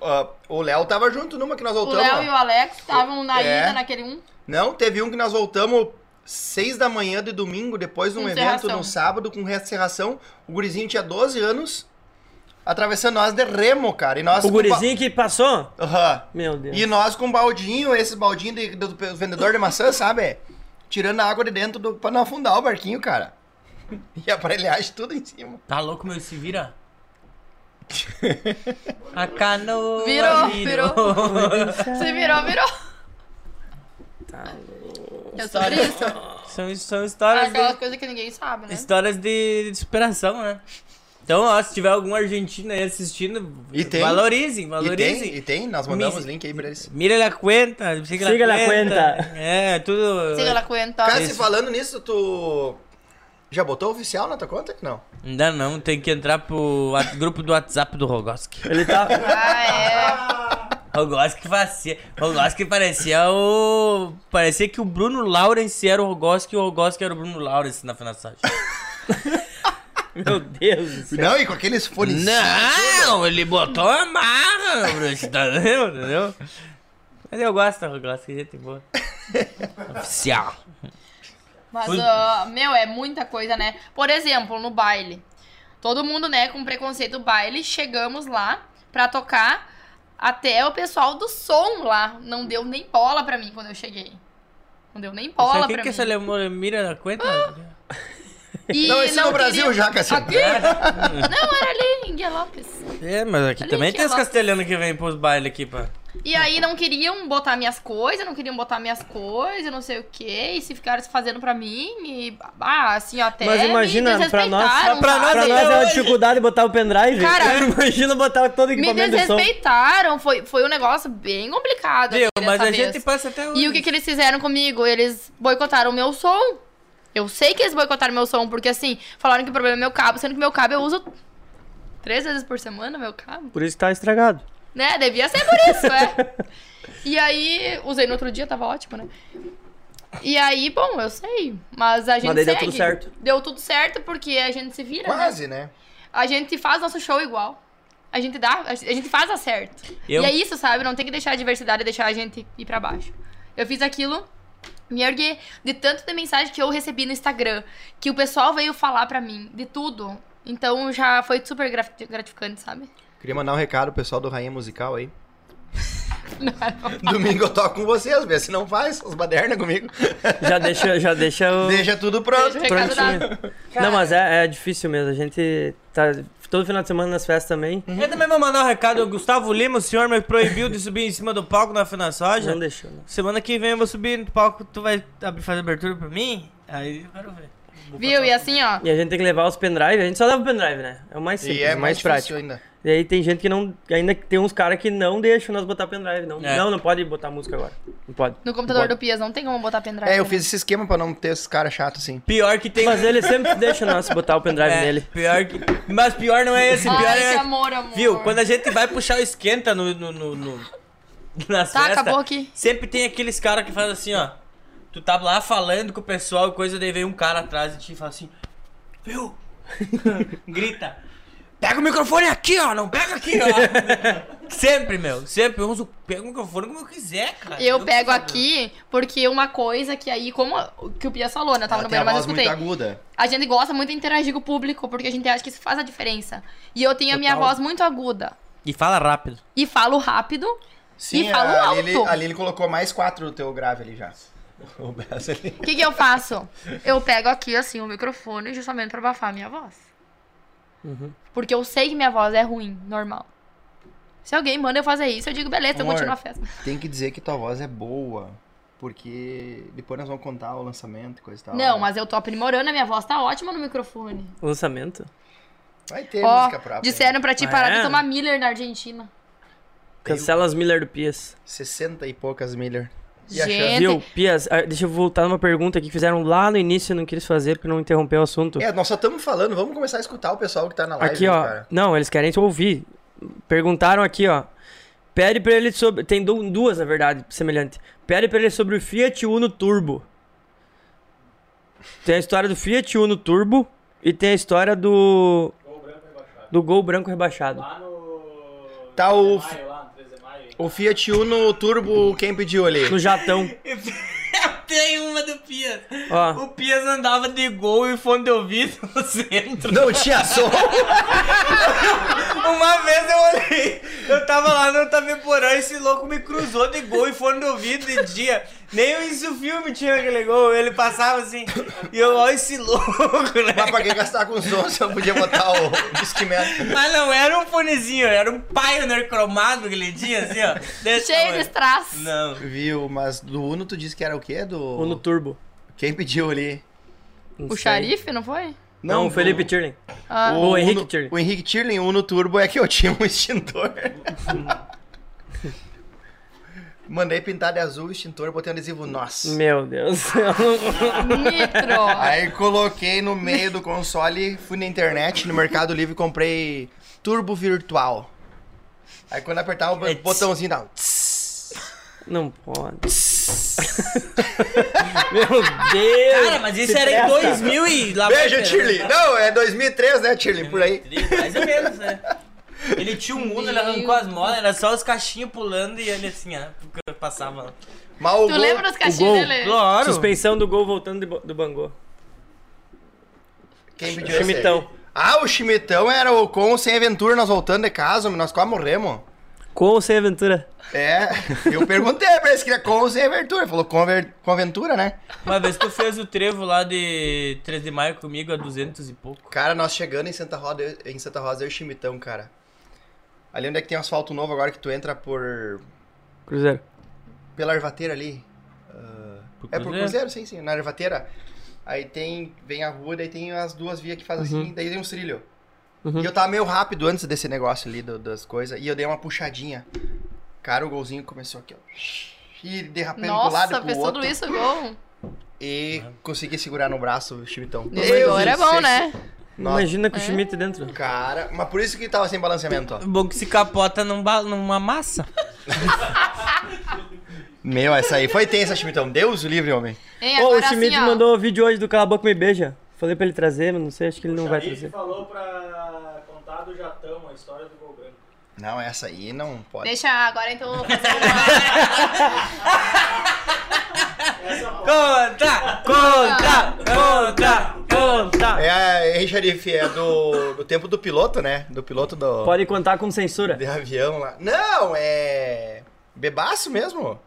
Speaker 5: Ó, o Léo tava junto numa que nós
Speaker 3: O
Speaker 5: voltamos.
Speaker 3: Léo e o
Speaker 5: ó.
Speaker 3: Alex estavam na
Speaker 5: É.
Speaker 3: ida, naquele um,
Speaker 5: Não, teve um que nós voltamos seis da manhã de domingo, depois de um
Speaker 3: Com
Speaker 5: evento
Speaker 3: serração.
Speaker 5: no sábado com serração. O gurizinho tinha 12 anos, atravessando nós de remo, cara. E nós
Speaker 4: O
Speaker 5: com ba-
Speaker 4: gurizinho que passou?
Speaker 5: Aham.
Speaker 4: Meu Deus.
Speaker 5: E nós com um baldinho, esses baldinhos de- do, do vendedor de maçã, sabe? Tirando a água de dentro do, pra não afundar o barquinho, cara. E a aparelhagem tudo em cima.
Speaker 2: Tá louco, meu? Se vira. A canoa
Speaker 3: Virou, se virou, virou.
Speaker 4: Tá
Speaker 3: Eu sou isso.
Speaker 2: São, são histórias,
Speaker 3: Aquelas
Speaker 2: de,
Speaker 3: coisas que ninguém sabe, né?
Speaker 2: histórias de, de superação, né? Então, ó, se tiver algum argentino aí assistindo,
Speaker 5: E tem.
Speaker 2: valorizem,
Speaker 5: E tem,
Speaker 2: valorizem.
Speaker 5: e tem, nós mandamos
Speaker 2: Mis-
Speaker 5: link aí pra eles.
Speaker 2: Mira la cuenta, siga,
Speaker 4: Siga
Speaker 2: la
Speaker 4: la
Speaker 2: cuenta.
Speaker 4: cuenta.
Speaker 2: É, tudo...
Speaker 3: Siga lá cuenta.
Speaker 5: Cara, se falando nisso, tu. Já botou oficial na tua conta? Não.
Speaker 2: Ainda não, tem que entrar pro wa- grupo do WhatsApp do Rogoski.
Speaker 4: Ele tá.
Speaker 3: Ah, é.
Speaker 2: Rogoski fazia. Rogoski parecia o. Parecia que o Bruno Lawrence era o Rogoski e o Rogoski era o Bruno Lawrence na finaçagem.
Speaker 4: Meu Deus. do céu.
Speaker 5: Não, e com aqueles fones.
Speaker 2: não, ele botou a marra, Bruno, tá vendo? Entendeu? Mas eu gosto do Rogoski, gente boa. Oficial.
Speaker 3: Mas, ah, meu, é muita coisa, né? Por exemplo, no baile. Todo mundo, né, com preconceito baile, chegamos lá pra tocar. Até o pessoal do som lá não deu nem bola pra mim quando eu cheguei. Não deu nem bola
Speaker 2: Sabe
Speaker 3: pra
Speaker 2: quem
Speaker 4: é
Speaker 2: que
Speaker 3: mim.
Speaker 2: essa lemora- mira na cuenta?
Speaker 3: E
Speaker 5: Não, esse no Brasil
Speaker 3: queria-
Speaker 5: já, é Cassiano.
Speaker 3: Aqui? não, era ali em Guia Lopes.
Speaker 2: É, mas aqui
Speaker 3: Olha
Speaker 2: também
Speaker 3: aqui,
Speaker 2: tem os
Speaker 3: ó.
Speaker 2: castelhanos que vêm pros bailes aqui, pá.
Speaker 3: E aí não queriam botar minhas coisas, não queriam botar minhas coisas, não sei o quê. E se ficaram se fazendo pra mim, e ah, assim, até
Speaker 4: Mas imagina,
Speaker 3: me
Speaker 4: pra nós,
Speaker 3: desrespeitaram,
Speaker 4: pra nós,
Speaker 3: sabe?
Speaker 4: pra nós é uma dificuldade botar o pendrive.
Speaker 3: Cara,
Speaker 4: imagina botar todo o
Speaker 3: Me
Speaker 4: equipamento de som.
Speaker 3: desrespeitaram, foi, foi um negócio bem complicado. assim,
Speaker 2: Viu?
Speaker 3: dessa
Speaker 2: Mas a
Speaker 3: vez.
Speaker 2: gente passa até hoje.
Speaker 3: E o que, que eles fizeram comigo? Eles boicotaram o meu som. Eu sei que eles boicotaram meu som, porque assim, falaram que o problema é meu cabo, sendo que meu cabo eu uso três vezes por semana, meu cabo.
Speaker 4: Por isso que tá estragado.
Speaker 3: Né? Devia ser por isso, é. E aí, usei no outro dia, tava ótimo, né? E aí, bom, eu sei. Mas a gente
Speaker 4: daí deu
Speaker 3: segue.
Speaker 4: tudo certo.
Speaker 3: Deu tudo certo porque a gente se vira, né?
Speaker 5: Quase, né?
Speaker 3: A gente faz nosso show igual. A gente dá, a gente faz acerto.
Speaker 2: Eu-
Speaker 3: E é isso, sabe? Não tem que deixar a diversidade deixar a gente ir pra baixo. Eu fiz aquilo, me ergui de tanto de mensagem que eu recebi no Instagram, que o pessoal veio falar pra mim de tudo. Então já foi super graf- gratificante, sabe?
Speaker 5: Queria mandar um recado pro pessoal do Rainha Musical aí. Domingo eu toco com vocês, vê se não faz os baderna comigo.
Speaker 4: Já deixa, já deixa o.
Speaker 5: Deixa tudo pronto.
Speaker 3: Deixa o recado
Speaker 4: Prontinho.
Speaker 3: dado.
Speaker 4: Não, mas é, é difícil mesmo. A gente tá todo final de semana nas festas também.
Speaker 5: Uhum.
Speaker 2: Eu também vou mandar um recado. O Gustavo Lima, o senhor me proibiu de subir em cima do palco na Fina Soja.
Speaker 4: Não deixou, né?
Speaker 2: Semana que vem eu vou subir no palco, tu vai abrir- fazer abertura pra mim? Aí eu quero ver.
Speaker 3: Viu? E assim, ó.
Speaker 4: E a gente tem que levar os pendrive. A gente só leva o pendrive, né? É o mais simples,
Speaker 5: E é
Speaker 4: o
Speaker 5: mais
Speaker 4: mais
Speaker 5: difícil
Speaker 4: prático.
Speaker 5: ainda.
Speaker 4: E aí tem gente que não. Ainda tem uns caras que não deixam nós botar pendrive. Não,
Speaker 2: É.
Speaker 4: não, não pode botar música agora. Não pode.
Speaker 3: No computador
Speaker 4: Bora.
Speaker 3: do Pias não tem como botar pendrive.
Speaker 5: É, eu
Speaker 3: né?
Speaker 5: fiz esse esquema pra não ter esses caras chatos assim.
Speaker 2: Pior que tem.
Speaker 4: Mas ele sempre deixa nós botar o pendrive
Speaker 2: é,
Speaker 4: nele.
Speaker 2: Pior que. Mas pior não é esse, pior
Speaker 3: Ai,
Speaker 2: é.
Speaker 3: que Ah, amor, amor.
Speaker 2: Viu? Quando a gente vai puxar o esquenta no. no, no, no nas
Speaker 3: Tá,
Speaker 2: festas,
Speaker 3: acabou aqui.
Speaker 2: Sempre tem aqueles caras que fazem assim, ó. Tu tá lá falando com o pessoal, e coisa, daí vem um cara atrás de ti e fala assim. Viu? Grita. Pega o microfone aqui, ó. Não pega aqui, ó. Sempre, meu. Sempre. Eu uso, pego o microfone como eu quiser, cara.
Speaker 3: Eu
Speaker 2: Não
Speaker 3: pego
Speaker 2: precisa-
Speaker 3: aqui porque uma coisa que aí, como o que o Pia falou, né? Eu tava no
Speaker 5: Ela É, tem a
Speaker 3: banheiro, mas eu
Speaker 5: voz muito
Speaker 3: escutei.
Speaker 5: aguda.
Speaker 3: A gente gosta muito de interagir com o público, porque a gente acha que isso faz a diferença. E eu tenho a minha
Speaker 4: Total.
Speaker 3: voz muito aguda.
Speaker 2: E fala rápido.
Speaker 3: E falo rápido.
Speaker 5: Sim,
Speaker 3: falo
Speaker 5: a Lili,
Speaker 3: alto.
Speaker 5: a Lili colocou mais quatro no teu grave ali já. O braço ali.
Speaker 3: O que, que eu faço? Eu pego aqui, assim, o microfone justamente pra abafar a minha voz.
Speaker 5: Uhum.
Speaker 3: Porque eu sei que minha voz é ruim, normal. Se alguém manda eu fazer isso, eu digo, beleza, eu
Speaker 5: Amor. Tá
Speaker 3: continuo a festa.
Speaker 5: Tem que dizer que tua voz é boa, porque depois nós vamos contar o lançamento e coisa e tal. né?
Speaker 3: Não, mas eu tô aprimorando, a minha voz tá ótima no microfone.
Speaker 4: Lançamento?
Speaker 5: um Vai ter
Speaker 3: Ó,
Speaker 5: música própria. né?
Speaker 3: disseram pra ti
Speaker 4: Ah,
Speaker 3: parar
Speaker 4: é?
Speaker 3: de tomar Miller na Argentina.
Speaker 4: Cancela as Miller do Pias.
Speaker 5: 60 né? e poucas milhas. E a chance?
Speaker 3: Gente,
Speaker 4: Viu, Pias, ah, deixa eu voltar numa pergunta que fizeram lá no início e não quis fazer porque não interrompeu o assunto.
Speaker 5: É, nós só estamos falando, vamos começar a escutar o pessoal que tá na live.
Speaker 4: Aqui,
Speaker 5: né,
Speaker 4: ó.
Speaker 5: cara?
Speaker 4: Não, eles querem te ouvir. Perguntaram aqui, ó. Pede pra ele sobre. Tem du- duas, na verdade, semelhante. Pede pra ele sobre o Fiat Uno Turbo. Tem a história do Fiat Uno Turbo e tem a história do. Do Gol Branco Rebaixado.
Speaker 1: Lá no.
Speaker 5: Tá o,
Speaker 1: Maio, lá no 13 de maio.
Speaker 5: o Fiat Uno Turbo, quem pediu ali?
Speaker 4: No Jatão.
Speaker 2: Eu tenho uma do Pias.
Speaker 4: Ó.
Speaker 2: O Pias andava de gol e fone de ouvido no centro.
Speaker 5: Não tinha som?
Speaker 2: Uma vez eu olhei, eu tava lá no Taveporã e esse louco me cruzou de gol e fone de ouvido de dia. Nem isso filme tinha aquele gol, ele passava assim. E eu, ó, esse louco, né?
Speaker 5: mas pra quem gastar com som, só podia botar o disquimento.
Speaker 2: Mas não era um fonezinho, era um Pioneer cromado aquele dia, assim, ó. Desse
Speaker 3: cheio de
Speaker 2: tamanho.
Speaker 3: strass.
Speaker 2: Não.
Speaker 5: Viu, mas do Uno tu disse que era o quê? Do...
Speaker 4: Uno Turbo.
Speaker 5: Quem pediu ali?
Speaker 4: Não
Speaker 3: O
Speaker 4: sei.
Speaker 3: xarife, não foi?
Speaker 4: Não, o
Speaker 5: do-
Speaker 4: Felipe Tirling.
Speaker 3: Ah,
Speaker 4: O Henrique
Speaker 5: Uno-
Speaker 4: Tirling.
Speaker 5: O Henrique Tirling, o Uno Turbo, é que eu tinha um extintor. Mandei pintar de azul o extintor, botei um adesivo nossa.
Speaker 4: Meu Deus. Eu não-
Speaker 3: nitro.
Speaker 5: Aí coloquei no meio do console, fui na internet, no Mercado Livre, comprei turbo virtual. Aí quando apertar o
Speaker 2: É tss.
Speaker 5: botãozinho, dá um tss.
Speaker 4: Não pode. Meu Deus.
Speaker 2: Cara, mas isso era em 2000 e lá vai né?
Speaker 5: Beijo,
Speaker 2: esperando.
Speaker 5: Tirly! Não, é 2003, né, Tirly? Por aí.
Speaker 2: Mais ou menos, né? Ele tinha um mundo, ele arrancou as molas, era só os caixinhos pulando e ele assim, ó, porque eu passava.
Speaker 5: Mal
Speaker 3: Tu lembra dos
Speaker 4: gol.
Speaker 3: caixinhos dele?
Speaker 2: Claro!
Speaker 4: Suspensão do gol voltando de bo- do Bangor.
Speaker 5: Quem pediu esse aí?
Speaker 4: Chimitão.
Speaker 5: Ah, o Chimitão era o com sem aventura, nós voltando de casa, nós quase morremos.
Speaker 4: Com ou sem aventura?
Speaker 5: É, eu perguntei pra ele se queria com ou sem aventura. Ele falou com, aver- com aventura, né?
Speaker 2: Uma vez tu fez o trevo lá de 3 de maio comigo a 200 e pouco.
Speaker 5: Cara, nós chegando em Santa Rosa, eu- em Santa Rosa, eu e o Chimitão, cara. Ali onde é que tem um asfalto novo agora que tu entra por
Speaker 4: Cruzeiro.
Speaker 5: pela ervateira ali. ah,
Speaker 2: Por
Speaker 5: é por
Speaker 2: Cruzeiro?
Speaker 5: cruzeiro, sim, sim. Na ervateira. Aí tem. Vem a rua, daí tem as duas vias que faz assim, daí tem um trilho. E eu tava meio rápido antes desse negócio ali do- das coisas. E eu dei uma puxadinha. Cara, o golzinho começou aqui, ó. E derrapando pro
Speaker 3: Nossa,
Speaker 5: lado e
Speaker 3: fez
Speaker 5: pro outro.
Speaker 3: tudo isso gol.
Speaker 5: E consegui segurar no braço o chimitão.
Speaker 3: Agora é bom, né?
Speaker 5: Nossa,
Speaker 4: Imagina com
Speaker 3: É.
Speaker 4: o Schmidt dentro.
Speaker 5: cara. Mas por isso que tava sem balanceamento, ó.
Speaker 2: Bom que se capota num ba- numa massa.
Speaker 5: Meu, essa aí foi tensa, chimitão. Deus o livre, homem.
Speaker 3: Hein,
Speaker 4: Ô, o
Speaker 3: agora
Speaker 4: Schmidt
Speaker 3: assim, ó.
Speaker 4: mandou um vídeo hoje do Cala a Boca Me Beija. Falei pra ele trazer, mas não sei, acho que ele não vai
Speaker 1: Ele
Speaker 4: trazer.
Speaker 1: falou pra contar do Jatão a história do Gol Branco.
Speaker 5: Não, essa aí não pode.
Speaker 3: Deixa agora então. eu vou fazer
Speaker 2: Conta! Conta! Conta! Conta!
Speaker 5: É, a- hein, Xarife, é do, do tempo do piloto, né? Do piloto do
Speaker 4: Pode contar com censura.
Speaker 5: de avião lá. Não, é bebaço mesmo.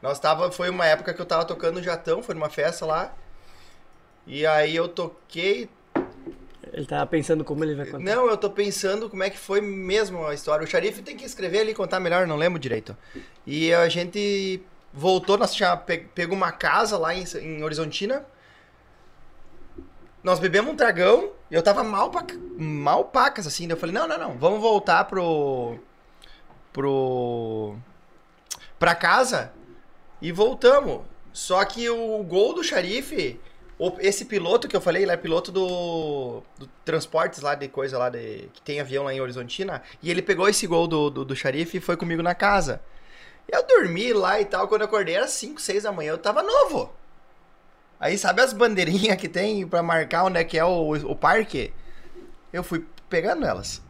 Speaker 5: Nós tava, foi uma época que eu tava tocando no Jatão, foi numa festa lá. E aí eu toquei,
Speaker 4: Ele tava pensando como ele vai contar.
Speaker 5: não, eu tô pensando como é que foi mesmo a história. O Xarife tem que escrever ali e contar melhor, não lembro direito. E a gente voltou, nós já pe- pegou uma casa lá em, em Horizontina. Nós bebemos um tragão e eu tava mal, pra, c- mal pacas, assim. Daí eu falei, não, não, não, vamos voltar pro... pro... pra casa e voltamos. Só que o gol do Xarife, o- esse piloto que eu falei, ele é piloto do, do transportes lá de coisa lá de, que tem avião lá em Horizontina, e ele pegou esse gol do, do, do Xarife e foi comigo na casa. Eu dormi lá e tal, quando eu acordei era 5, 6 da manhã, eu tava novo. Aí sabe as bandeirinhas que tem pra marcar onde é que é o, o parque? Eu fui pegando elas.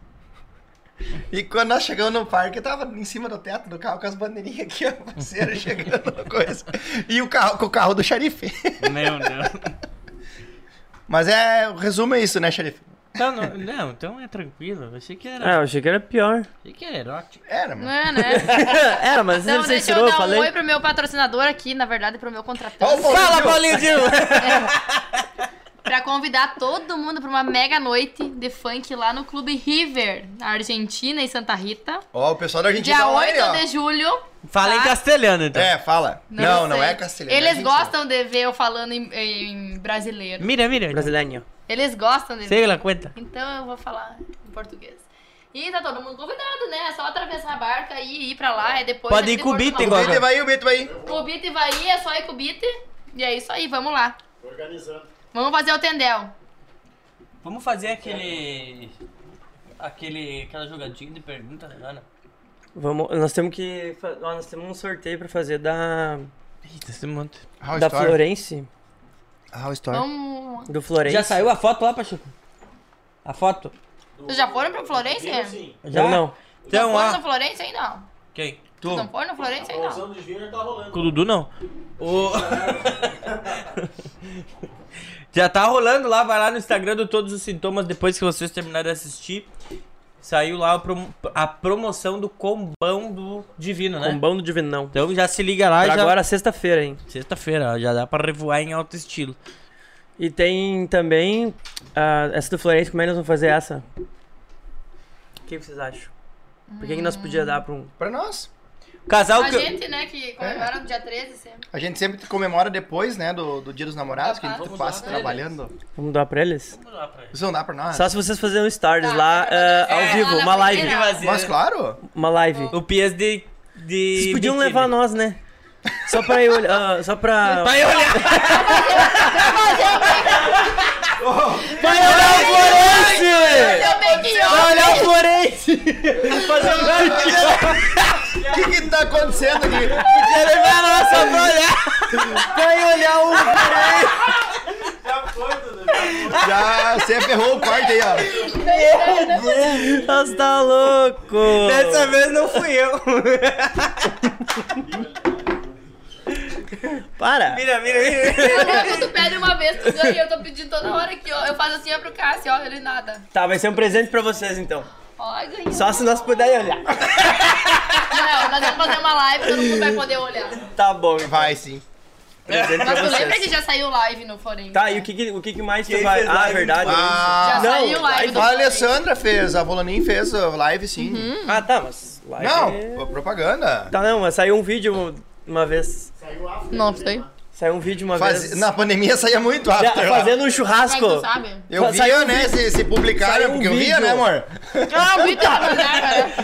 Speaker 5: E quando nós chegamos no parque, eu tava em cima do teto do carro com as bandeirinhas aqui, ó, parceiro, chegando na coisa. E o carro, com o carro do xerife.
Speaker 2: Meu Deus.
Speaker 5: Mas é, o resumo é isso, né, xerife?
Speaker 2: Então, não, não, então é tranquilo. Eu achei que era,
Speaker 4: Ah, eu achei que era pior.
Speaker 2: achei que era erótico.
Speaker 5: Era, mano.
Speaker 3: É, né?
Speaker 4: era, mas
Speaker 3: Então,
Speaker 4: você
Speaker 3: deixa
Speaker 4: tirou,
Speaker 3: eu
Speaker 4: eu
Speaker 3: dar um oi
Speaker 4: falei.
Speaker 3: pro meu patrocinador aqui, na verdade, pro meu
Speaker 5: Ó o
Speaker 3: contratante.
Speaker 5: Paulinho,
Speaker 2: Fala, Paulinho Dil!
Speaker 3: Pra convidar todo mundo pra uma mega noite de funk lá no Clube River, na Argentina, em Santa Rita.
Speaker 5: Ó, o pessoal da Argentina
Speaker 3: Dia né,
Speaker 5: lá, aí,
Speaker 3: 8
Speaker 5: um ó.
Speaker 3: de julho.
Speaker 2: Fala em
Speaker 3: Tá.
Speaker 2: castelhano, então.
Speaker 5: É, fala. Não, não,
Speaker 3: sei.
Speaker 5: é castelhano. é
Speaker 3: Eles
Speaker 5: argentino. Hum.
Speaker 3: gostam de ver eu falando em, em brasileiro.
Speaker 2: Mira, mira.
Speaker 4: Brasileiro.
Speaker 3: Eles gostam de ver.
Speaker 2: Segue lá, cuenta.
Speaker 3: Então eu vou falar em português. E tá todo mundo convidado, né? É só atravessar a barca e ir pra lá. E depois
Speaker 2: Pode
Speaker 3: aqui
Speaker 2: ir
Speaker 3: de
Speaker 2: com o
Speaker 3: Porto
Speaker 2: Bita,
Speaker 3: Maluco.
Speaker 2: igual-
Speaker 5: Bita vai, o Bita vai.
Speaker 3: O Bita e vai, é só ir com o Bita. E é isso aí, vamos lá.
Speaker 1: Organizando.
Speaker 3: Vamos fazer o tendel.
Speaker 2: Vamos fazer aquele. aquele. aquela jogadinha de pergunta, né, Ana?
Speaker 4: Vamos, nós temos que. fa- Ó, nós temos um sorteio pra fazer da.
Speaker 2: Eita, esse monte.
Speaker 5: How
Speaker 4: da
Speaker 5: Store.
Speaker 4: Florence.
Speaker 5: How Store.
Speaker 3: Vamos.
Speaker 4: Do Florence.
Speaker 2: Já saiu a foto lá, Pachuco? A foto?
Speaker 3: Vocês já foram pra Florência?
Speaker 1: Vino, sim.
Speaker 4: Já? Não.
Speaker 3: Já
Speaker 2: Então,
Speaker 3: foram na
Speaker 2: ó.
Speaker 3: Florência ainda? não?
Speaker 2: Quem?
Speaker 3: Vocês não foram na Florência
Speaker 1: A
Speaker 3: ainda? não?
Speaker 1: produção dos vinhos já tá rolando.
Speaker 2: Com o Dudu, não. O... Já tá rolando lá, vai lá no Instagram do Todos os Sintomas, depois que vocês terminarem de assistir. Saiu lá a, promo- a promoção do combão do Divino, né?
Speaker 4: Com Um bando de vinão.
Speaker 2: Então já se liga lá,
Speaker 4: Pra
Speaker 2: já...
Speaker 4: agora sexta-feira, hein?
Speaker 2: Sexta-feira, ó, já dá pra revoar em alto estilo.
Speaker 4: E tem também. ah, essa do Florence, como é que nós vamos fazer essa? O que vocês acham? Por que, que nós podíamos dar pra um.
Speaker 5: Pra nós.
Speaker 2: Casal
Speaker 3: A
Speaker 2: que...
Speaker 3: gente, né, que comemora no dia 13 sempre.
Speaker 5: A gente sempre comemora depois, né, do, do Dia dos Namorados, que a gente
Speaker 3: Vamos
Speaker 5: passa
Speaker 2: lá, né,
Speaker 5: trabalhando.
Speaker 4: Vamos dar pra eles?
Speaker 5: Vocês vão dar pra nós?
Speaker 4: Só se vocês fazerem um stories
Speaker 3: Tá,
Speaker 4: lá
Speaker 3: eu vou dar-
Speaker 4: ah, ao
Speaker 3: é,
Speaker 4: vivo,
Speaker 3: lá na
Speaker 4: uma live.
Speaker 3: primeira.
Speaker 5: Mas claro.
Speaker 4: Uma live.
Speaker 2: O Pias de... de
Speaker 4: Vocês podiam
Speaker 2: biquíni.
Speaker 4: levar nós, né? Só pra eu olhar. ah, só pra.
Speaker 2: Vai olhar!
Speaker 4: Vai olhar o Florence, velho!
Speaker 3: Eu bem que
Speaker 4: Vai
Speaker 3: eu.
Speaker 4: olhar o Florence! Fazer um vídeo!
Speaker 5: O que que tá acontecendo aqui?
Speaker 4: Vai levar nós só pra olhar! Vai olhar o.
Speaker 1: Já foi, Dudu.
Speaker 5: Já, você ferrou o corte aí, ó.
Speaker 4: Nossa, tá louco!
Speaker 2: Dessa vez não fui eu.
Speaker 4: Para!
Speaker 2: mira, mira, mira.
Speaker 3: Tu pede uma vez, tu ganha. Eu tô pedindo toda hora aqui, ó. Eu faço assim ó, pro Cássio, ó. Ele nada.
Speaker 4: Tá, vai ser um presente pra vocês então.
Speaker 3: Ó, ganhou.
Speaker 4: Só se nós puderem olhar.
Speaker 3: Ah, Não, nós vamos fazer uma live, todo mundo vai poder olhar.
Speaker 4: Tá bom,
Speaker 5: Vai sim.
Speaker 4: presente pra
Speaker 3: Mas tu lembra que
Speaker 4: vocês.
Speaker 3: já saiu live no Forem?
Speaker 4: Tá, e o que, que- o que, que mais tu
Speaker 2: Quem
Speaker 4: vai.
Speaker 2: fez
Speaker 4: Ah,
Speaker 2: live?
Speaker 4: verdade.
Speaker 3: Já
Speaker 5: Ah,
Speaker 3: saiu live do
Speaker 5: a
Speaker 3: Forem.
Speaker 5: Alessandra fez, a Volanin fez a live sim.
Speaker 3: Uhum.
Speaker 4: Ah, tá, mas. Live é-
Speaker 5: Não, a propaganda.
Speaker 4: Tá, não, mas saiu um vídeo uma vez.
Speaker 1: Saiu after.
Speaker 3: Não, sei.
Speaker 4: Saiu um vídeo uma
Speaker 5: Faz-
Speaker 4: vez.
Speaker 5: Na então pandemia saía muito
Speaker 4: Já-
Speaker 5: after. lá.
Speaker 4: Fazendo um
Speaker 3: Mas
Speaker 4: churrasco.
Speaker 3: tu sabe?
Speaker 5: Eu
Speaker 4: Saiu
Speaker 5: via,
Speaker 4: um
Speaker 5: né, se, se publicaram,
Speaker 4: saiu um
Speaker 5: porque eu via,
Speaker 4: vídeo.
Speaker 5: né, amor?
Speaker 3: Ah, muito né?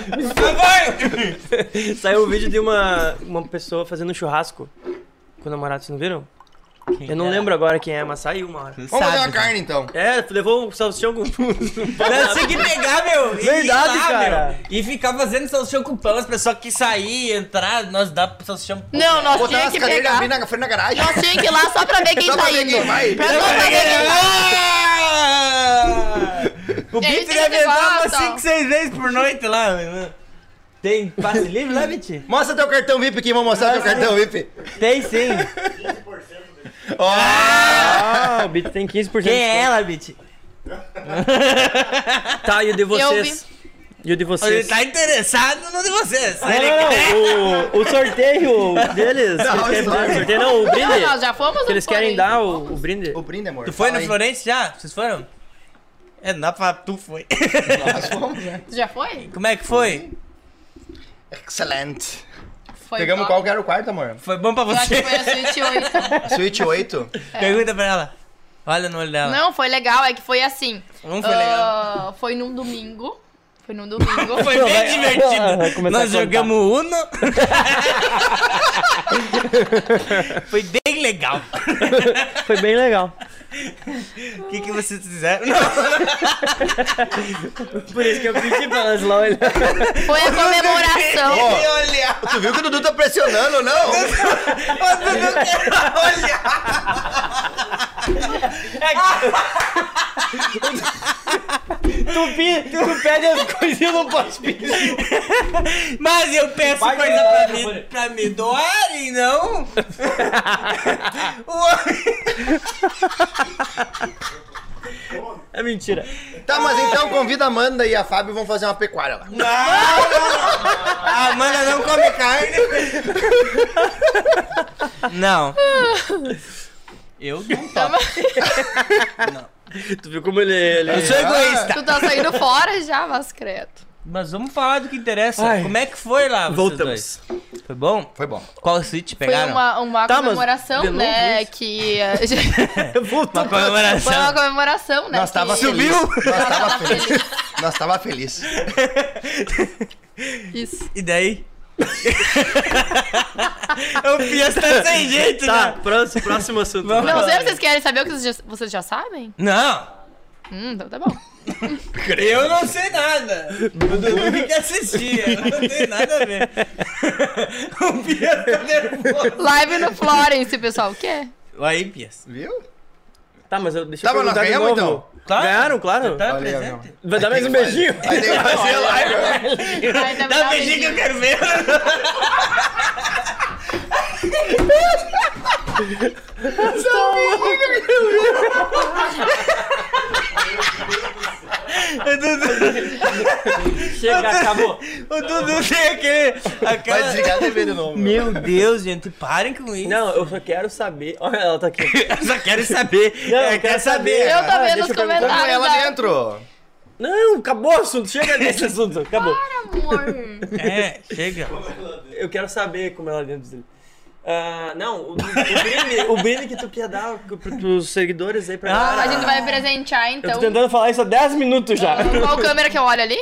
Speaker 4: Saiu um vídeo de uma, uma pessoa fazendo um churrasco com o namorado, vocês não viram? Eu não lembro agora quem é, mas saiu uma hora.
Speaker 5: Vamos fazer uma carne, então.
Speaker 4: É, levou um salsichão com
Speaker 2: Eu tinha que pegar, meu. e ir
Speaker 4: Verdade, cara.
Speaker 2: meu, e ficar fazendo salsichão com pão, as pessoas que sair, entrar, nós dá salsichão.
Speaker 3: Não, nós
Speaker 5: Botar
Speaker 3: tinha
Speaker 5: as
Speaker 3: que
Speaker 5: cadeiras
Speaker 3: pegar.
Speaker 5: ali na frente da garagem.
Speaker 3: Nós tinha que ir lá só pra ver quem
Speaker 5: Só pra
Speaker 3: tá
Speaker 5: ver
Speaker 3: indo.
Speaker 5: quem vai.
Speaker 3: Pra só pra ver quem vai.
Speaker 2: Ah! O Bit
Speaker 3: Eles
Speaker 2: deve entrar umas
Speaker 3: gostam.
Speaker 2: 5, 6 vezes por noite lá. meu. Tem passe livre lá, Bit?
Speaker 5: Mostra teu cartão VIP aqui, vamos mostrar teu cartão VIP.
Speaker 4: Tem sim.
Speaker 5: Ó,
Speaker 4: Ah, o Bito tem 15%
Speaker 2: Quem
Speaker 4: de
Speaker 2: é
Speaker 4: desconto.
Speaker 2: ela, Bit?
Speaker 4: Tá, e o de vocês?
Speaker 3: Eu
Speaker 4: E o de
Speaker 2: Ele
Speaker 4: vocês?
Speaker 2: tá interessado no de vocês.
Speaker 4: Não,
Speaker 2: Ele
Speaker 4: não,
Speaker 2: quer.
Speaker 4: não, O, o sorteio deles. que eles querem dar, o sorteio não, o
Speaker 3: Não, nós
Speaker 4: brinde.
Speaker 3: já fomos
Speaker 4: Que eles
Speaker 3: no
Speaker 4: querem
Speaker 3: Forem.
Speaker 4: dar o, o brinde.
Speaker 5: o brinde, amor.
Speaker 2: Tu foi
Speaker 5: Fala
Speaker 2: no
Speaker 5: aí.
Speaker 2: Florence já? Vocês foram? É, não dá pra tu foi.
Speaker 5: Nós fomos, né?
Speaker 3: Tu já foi?
Speaker 2: Como é que foi?
Speaker 5: Excelente.
Speaker 3: Foi
Speaker 5: Pegamos
Speaker 3: top.
Speaker 5: qual que era o quarto, amor?
Speaker 2: Foi bom pra
Speaker 3: Eu acho que
Speaker 2: você?
Speaker 3: foi assim. a suíte 8.
Speaker 5: Suíte 8.
Speaker 2: Pergunta pra ela. Olha no olho dela.
Speaker 3: Não, foi legal, é que foi assim.
Speaker 2: Não foi legal.
Speaker 3: Ah, foi num domingo. Foi num domingo.
Speaker 2: Foi bem
Speaker 4: Ah, vai
Speaker 2: divertido.
Speaker 4: começar
Speaker 2: Nós
Speaker 4: a contar.
Speaker 2: jogamos Uno. foi bem legal.
Speaker 4: Foi bem legal.
Speaker 2: O que, que vocês fizeram? Não.
Speaker 4: Por isso que eu pedi pra elas lá olhar.
Speaker 3: Foi a comemoração.
Speaker 5: Ó, tu viu que o Dudu tá pressionando, não?
Speaker 4: Tu
Speaker 2: tu, pi- tu pede as coisas e eu não posso pedir. Mas eu peço
Speaker 1: Vai
Speaker 2: coisa
Speaker 1: que-
Speaker 2: pra me, pra me doarem, não? o homem...
Speaker 4: É mentira.
Speaker 5: Tá, mas então convida a Amanda e a Fábio vão fazer uma pecuária lá.
Speaker 2: A Amanda Ah, não come carne. Não. Eu não topo.
Speaker 4: Tu viu como ele. ele...
Speaker 2: Eu sou egoísta.
Speaker 3: Tu tá saindo fora já, mas credo.
Speaker 2: Mas vamos falar do que interessa.
Speaker 4: Ai.
Speaker 2: Como é que foi lá, vocês
Speaker 4: Voltamos.
Speaker 2: dois? Foi bom?
Speaker 5: Foi bom.
Speaker 2: Qual suíte
Speaker 3: Foi
Speaker 2: pegaram?
Speaker 3: uma, uma
Speaker 4: Tá, mas
Speaker 3: comemoração,
Speaker 4: de novo
Speaker 3: né?
Speaker 4: isso?
Speaker 3: Que. a gente-
Speaker 4: É, Voltou.
Speaker 2: Uma comemoração.
Speaker 3: Foi uma comemoração, né?
Speaker 5: Nós tava
Speaker 3: que-
Speaker 5: feliz. Nós tava
Speaker 3: Tava
Speaker 5: feliz. Nós tava feliz.
Speaker 3: Isso.
Speaker 2: E daí?
Speaker 4: É
Speaker 2: o Pias tá sem jeito,
Speaker 4: Tá,
Speaker 2: né?
Speaker 4: próximo, próximo assunto.
Speaker 2: Vamos.
Speaker 3: Não sei se vocês querem saber o que vocês já, vocês já sabem?
Speaker 2: Não,
Speaker 3: Hum, então tá bom.
Speaker 2: eu não sei nada. O Dudu que assistia, eu não tem nada a ver. o Pias tá nervoso.
Speaker 3: Live no Florence, pessoal. O quê?
Speaker 2: Aí, Pias.
Speaker 5: Viu?
Speaker 4: Tá, mas eu, deixa
Speaker 5: Tá,
Speaker 4: eu
Speaker 5: mas nós
Speaker 4: perguntar de
Speaker 5: ganhamos,
Speaker 4: novo.
Speaker 2: Claro.
Speaker 4: Ganharam, claro.
Speaker 2: Tá
Speaker 5: Olha aí,
Speaker 2: presente?
Speaker 4: Vai dar mais um beijinho.
Speaker 5: Aí tem que fazer né? lá.
Speaker 3: Ai,
Speaker 2: Dá
Speaker 3: tá
Speaker 2: um
Speaker 3: bravo,
Speaker 2: beijinho que eu
Speaker 3: gente.
Speaker 2: quero ver.
Speaker 4: Chega, acabou.
Speaker 2: O Dudu tem aquele.
Speaker 5: Vai
Speaker 2: Aquela...
Speaker 5: desligar a TV de novo.
Speaker 2: Meu Deus, gente, parem com isso.
Speaker 4: Não, eu só quero saber. Olha, ela tá aqui.
Speaker 2: Eu só quero saber.
Speaker 4: Não,
Speaker 2: eu
Speaker 4: eu
Speaker 2: quero
Speaker 4: quero
Speaker 2: É, saber.
Speaker 3: Eu
Speaker 4: Ah,
Speaker 3: tô vendo
Speaker 4: deixa
Speaker 3: os
Speaker 4: eu perguntar.
Speaker 5: Põe
Speaker 3: comentários.
Speaker 5: ela
Speaker 3: da-
Speaker 5: dentro.
Speaker 4: Não, acabou o assunto. Chega desse assunto. Acabou.
Speaker 3: Amor.
Speaker 2: É, chega.
Speaker 4: Eu quero saber como ela dentro dele. Ah, não, o, o brinde, o brinde que tu quer dar pro- pros seguidores aí pra
Speaker 3: Ah, A
Speaker 4: galera.
Speaker 3: gente vai
Speaker 4: Eu
Speaker 3: presentear,
Speaker 4: tô
Speaker 3: então. Ah.
Speaker 4: tentando falar isso há 10 minutos já.
Speaker 3: Qual câmera que eu olho ali?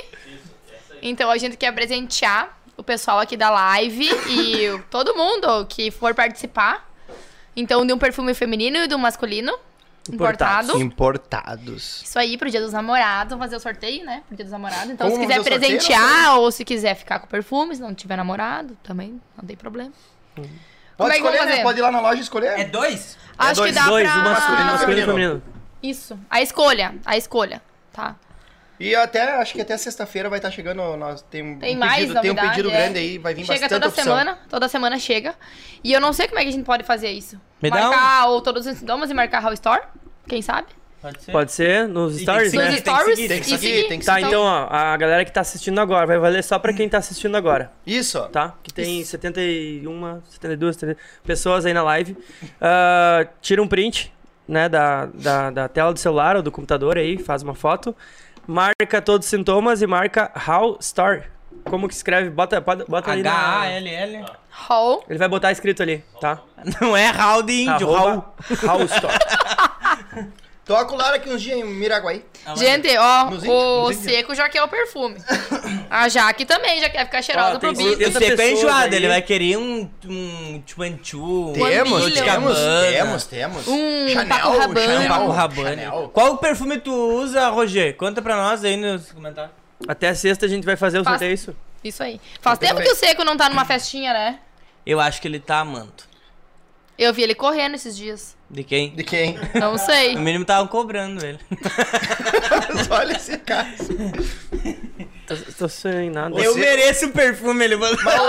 Speaker 3: Então a gente quer presentear o pessoal aqui da live e o- todo mundo que for participar. Então, de um perfume feminino e de um masculino. Importado.
Speaker 5: Importados.
Speaker 3: Isso aí, pro dia dos namorados, vamos fazer o sorteio, né? Pro dia dos namorados. Então,
Speaker 5: Como
Speaker 3: se quiser
Speaker 5: fazer o sorteio,
Speaker 3: presentear ou se quiser ficar com perfume, se não tiver namorado, também não tem problema. Como
Speaker 5: Pode
Speaker 3: é que vamos
Speaker 5: escolher, né?
Speaker 3: fazer?
Speaker 5: Pode ir lá na loja e
Speaker 2: É
Speaker 5: escolher.
Speaker 2: dois?
Speaker 3: Acho
Speaker 5: dois-
Speaker 3: que dá
Speaker 4: Dois,
Speaker 3: pra...
Speaker 4: o masculino, o masculino e o
Speaker 5: Feminino.
Speaker 4: feminino.
Speaker 3: Isso. A escolha. A escolha. Tá.
Speaker 5: E até, acho que até sexta-feira vai estar chegando. Nós tem, um
Speaker 3: Tem mais
Speaker 5: pedido, Tem um
Speaker 3: novidade,
Speaker 5: pedido
Speaker 3: é.
Speaker 5: grande aí, vai vir
Speaker 3: Chega
Speaker 5: bastante
Speaker 3: toda
Speaker 5: opção.
Speaker 3: semana, toda semana chega. E eu não sei como é que a gente pode fazer isso.
Speaker 2: Me dá
Speaker 3: marcar
Speaker 5: um-
Speaker 3: ou todos os sintomas e marcar Hall Store, quem sabe?
Speaker 2: Pode ser.
Speaker 4: É. Pode ser nos stories,
Speaker 2: tem que
Speaker 4: né?
Speaker 3: Nos
Speaker 2: seguir, tem que
Speaker 3: stories
Speaker 2: seguir,
Speaker 5: Tem que
Speaker 3: e
Speaker 5: seguir, tem que
Speaker 4: Tá,
Speaker 5: seguir.
Speaker 4: então, ó, a galera que tá assistindo agora, vai valer só pra quem tá assistindo agora,
Speaker 5: Isso.
Speaker 4: tá? Que tem 71, 72 73 pessoas aí na live. Ah, tira um print, né, da, da, da tela do celular ou do computador aí, faz uma foto. Marca todos os sintomas e marca How Star. Como que escreve? Bota, bota, bota ali na...
Speaker 2: H-A-L-L.
Speaker 3: Hall.
Speaker 4: Ele vai botar escrito ali, tá?
Speaker 2: Não é Raul de Índio, Raul.
Speaker 4: Arroba How Star.
Speaker 5: Toca o Lara aqui uns dias em Miraguaí.
Speaker 3: Gente, ó,
Speaker 5: Ah, Nos
Speaker 3: o
Speaker 5: índios, nos
Speaker 3: seco já quer o perfume. A Jaque também já quer ficar cheirosa
Speaker 4: Ó,
Speaker 3: pro
Speaker 4: tem
Speaker 2: O
Speaker 3: bico.
Speaker 4: certeza-
Speaker 2: Seco é enjoado,
Speaker 4: pessoas aí.
Speaker 2: ele vai querer um, um Chuanchu, um
Speaker 5: Temos,
Speaker 3: milho.
Speaker 5: temos,
Speaker 2: Copacabana.
Speaker 5: temos, temos.
Speaker 3: Um Paco Rabanne.
Speaker 5: Chanel,
Speaker 2: Paco Rabanne.
Speaker 5: Chanel.
Speaker 2: Qual perfume tu usa, Roger? Conta pra nós aí nos comentários.
Speaker 4: Até sexta a gente vai fazer o
Speaker 3: Faz-
Speaker 4: sorteio, isso?
Speaker 3: Isso aí. Faz tempo que o seco não tá numa festinha, né?
Speaker 2: Eu acho que ele tá amando.
Speaker 3: Eu vi ele correndo esses dias.
Speaker 2: De quem?
Speaker 5: De quem?
Speaker 3: Não sei.
Speaker 2: No mínimo estavam cobrando ele.
Speaker 5: Olha esse caso.
Speaker 4: Tô, tô sem nada.
Speaker 5: Você-
Speaker 2: Eu mereço o perfume, ele mandou.
Speaker 5: Mas,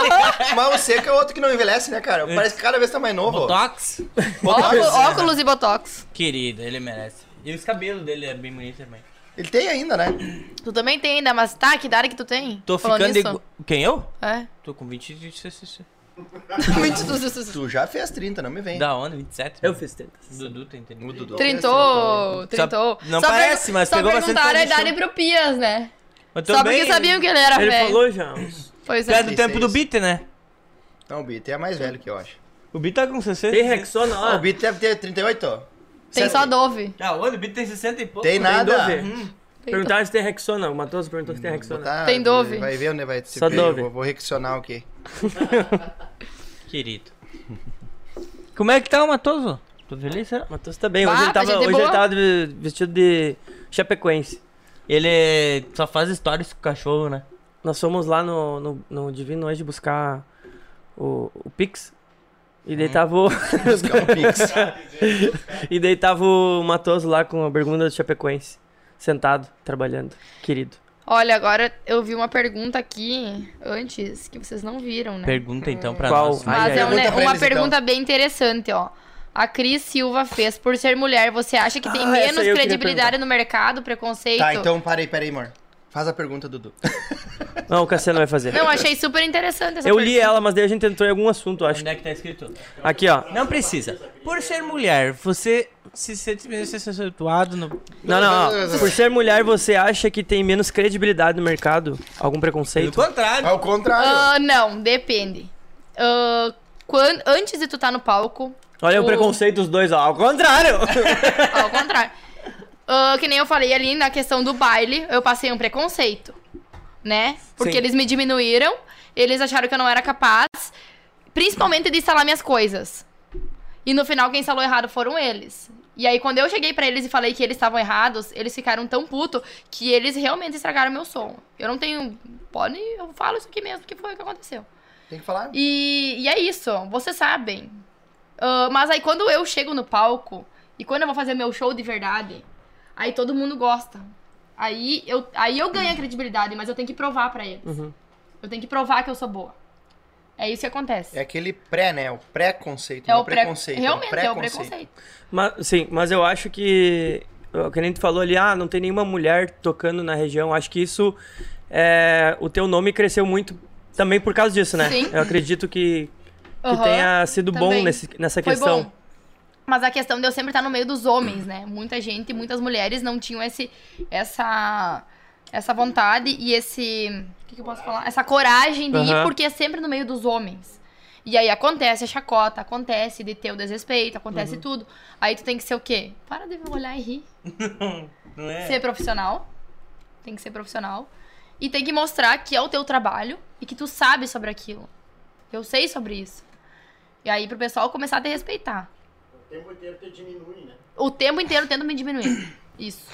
Speaker 5: o- mas o seco é outro que não envelhece, né, cara? Parece que cada vez tá mais novo.
Speaker 2: Botox?
Speaker 5: Botox.
Speaker 3: Óculos, óculos e botox.
Speaker 2: Querido, ele merece. E os cabelos dele é bem bonito também.
Speaker 5: Ele tem ainda, né?
Speaker 3: Tu também tem ainda, mas tá, que idade que tu tem?
Speaker 2: Tô
Speaker 3: Falando
Speaker 2: ficando
Speaker 3: isso?
Speaker 2: igual. Quem eu?
Speaker 3: É.
Speaker 2: Tô com 20 de CCC.
Speaker 5: Tu já fez 30, não me vem.
Speaker 2: Da onda, 27.
Speaker 4: Eu fiz tenta.
Speaker 2: O Dudu tem entendido.
Speaker 5: O Dudu.
Speaker 3: Trintou,
Speaker 2: Só-
Speaker 3: trintou.
Speaker 2: não
Speaker 3: pergu-
Speaker 2: parece, mas
Speaker 3: só
Speaker 2: pegou bastante
Speaker 3: perguntaram a
Speaker 2: coisa no
Speaker 3: idade pro Pias, né?
Speaker 2: Mas
Speaker 3: Só porque sabiam que ele era
Speaker 4: Ele
Speaker 3: velho.
Speaker 4: falou já um uns...
Speaker 3: Pois
Speaker 2: Tu é
Speaker 3: é.
Speaker 2: do tempo do Beat, né?
Speaker 5: Não, o Bito é mais velho que eu acho.
Speaker 2: O Beat tá com 60.
Speaker 4: Tem Rexona
Speaker 5: Ah,
Speaker 4: lá?
Speaker 5: o Bito deve ter 38, ó.
Speaker 3: Tem
Speaker 5: Certo.
Speaker 3: só Dove.
Speaker 2: Ah, onde? O Beat tem 60 e pouco.
Speaker 5: Tem nada.
Speaker 4: Dove. Perguntaram se tem Rexona. O Matoso perguntou se tem Rexona.
Speaker 5: Botar-
Speaker 3: Tem Dove.
Speaker 5: Vai ver onde vai se
Speaker 4: Só
Speaker 5: ver.
Speaker 4: Dove.
Speaker 5: Vou, vou reaccionar o quê?
Speaker 2: Querido. Como é que tá o Matoso? Tô feliz, será?
Speaker 4: O Matoso tá bem.
Speaker 3: Bah,
Speaker 4: Hoje, ele
Speaker 3: tá
Speaker 4: tava,
Speaker 3: gente
Speaker 4: hoje
Speaker 3: boa.
Speaker 4: ele tava de- vestido de chapecoense.
Speaker 2: Ele só faz stories com o cachorro, né?
Speaker 4: Nós fomos lá no, no, no Divino hoje buscar o, o Pix. E daí tava o...
Speaker 5: Buscar um pix.
Speaker 4: e daí tava o Matoso lá com a bermuda do chapecoense. sentado, trabalhando, querido.
Speaker 3: Olha, agora eu vi uma pergunta aqui antes que vocês não viram, né?
Speaker 2: Pergunta então pra
Speaker 4: Qual?
Speaker 2: nós.
Speaker 3: Mas
Speaker 4: Ai, ai,
Speaker 3: é um
Speaker 5: pergunta
Speaker 3: ne-
Speaker 5: pra
Speaker 3: uma
Speaker 5: eles, então.
Speaker 3: pergunta bem interessante, ó. A Cris Silva fez, por ser mulher, você acha que tem
Speaker 4: Ah, essa
Speaker 3: menos
Speaker 4: eu queria
Speaker 3: credibilidade no mercado, preconceito?
Speaker 5: Tá, então parei, peraí, amor. Faz a pergunta, Dudu.
Speaker 4: Não, o Cassiano vai fazer.
Speaker 3: Não, achei super interessante essa
Speaker 4: Eu li
Speaker 3: pergunta.
Speaker 4: ela, mas daí a gente entrou em algum assunto, acho.
Speaker 2: Onde é que tá escrito?
Speaker 4: Aqui, ó.
Speaker 2: Não precisa. Por ser mulher, você se sente meio sexuado no.
Speaker 4: Não, não, ó. Por ser mulher, você acha que tem menos credibilidade no mercado? Algum
Speaker 2: Pelo
Speaker 4: preconceito?
Speaker 2: contrário.
Speaker 5: Ao contrário.
Speaker 3: Ah, não, depende. Ah, quan- antes de tu estar no palco,
Speaker 4: Olha o
Speaker 3: O-
Speaker 4: preconceito dos dois, ó. Ao contrário!
Speaker 3: ao contrário. Ah, que nem eu falei ali na questão do baile, eu passei um preconceito, né? Porque
Speaker 2: Sim.
Speaker 3: eles me diminuíram, eles acharam que eu não era capaz, principalmente de instalar minhas coisas. E no final, quem instalou errado foram eles. E aí, quando eu cheguei pra eles e falei que eles estavam errados, eles ficaram tão puto que eles realmente estragaram meu som. Eu não tenho. Pode. Eu falo isso aqui mesmo, que foi o que aconteceu.
Speaker 5: Tem que falar.
Speaker 3: E, e é isso, vocês sabem. Ah, mas aí quando eu chego no palco e quando eu vou fazer meu show de verdade, aí todo mundo gosta. Aí eu, aí eu ganho a credibilidade, mas eu tenho que provar pra eles. Eu tenho que provar que eu sou boa. É isso que acontece.
Speaker 5: É aquele pré, né? O preconceito.
Speaker 3: É
Speaker 5: não
Speaker 3: o pre-
Speaker 5: preconceito.
Speaker 3: Realmente, é o preconceito.
Speaker 4: Mas, sim, mas eu acho que. O que a gente falou ali, ah, não tem nenhuma mulher tocando na região. Acho que isso. é, o teu nome cresceu muito também por causa disso, né?
Speaker 3: Sim.
Speaker 4: Eu acredito que, que
Speaker 3: Aham.
Speaker 4: tenha sido bom
Speaker 3: também.
Speaker 4: nesse, nessa
Speaker 3: Foi
Speaker 4: questão.
Speaker 3: bom. Mas a questão de eu sempre estar no meio dos homens, né? Muita gente, muitas mulheres não tinham esse, essa, essa vontade e esse. O que, que eu posso falar? Essa coragem de ir
Speaker 4: Aham.
Speaker 3: porque é sempre no meio dos homens. E aí acontece a chacota, acontece de ter o desrespeito, acontece
Speaker 2: Uhum.
Speaker 3: tudo. Aí tu tem que ser o quê? Para de olhar e rir.
Speaker 2: Não é?
Speaker 3: Ser profissional. Tem que ser profissional. E tem que mostrar que é o teu trabalho e que tu sabe sobre aquilo. Eu sei sobre isso. E aí pro pessoal começar a te respeitar
Speaker 1: O tempo inteiro te diminui, né?
Speaker 3: o tempo inteiro tentando me diminuir. Isso.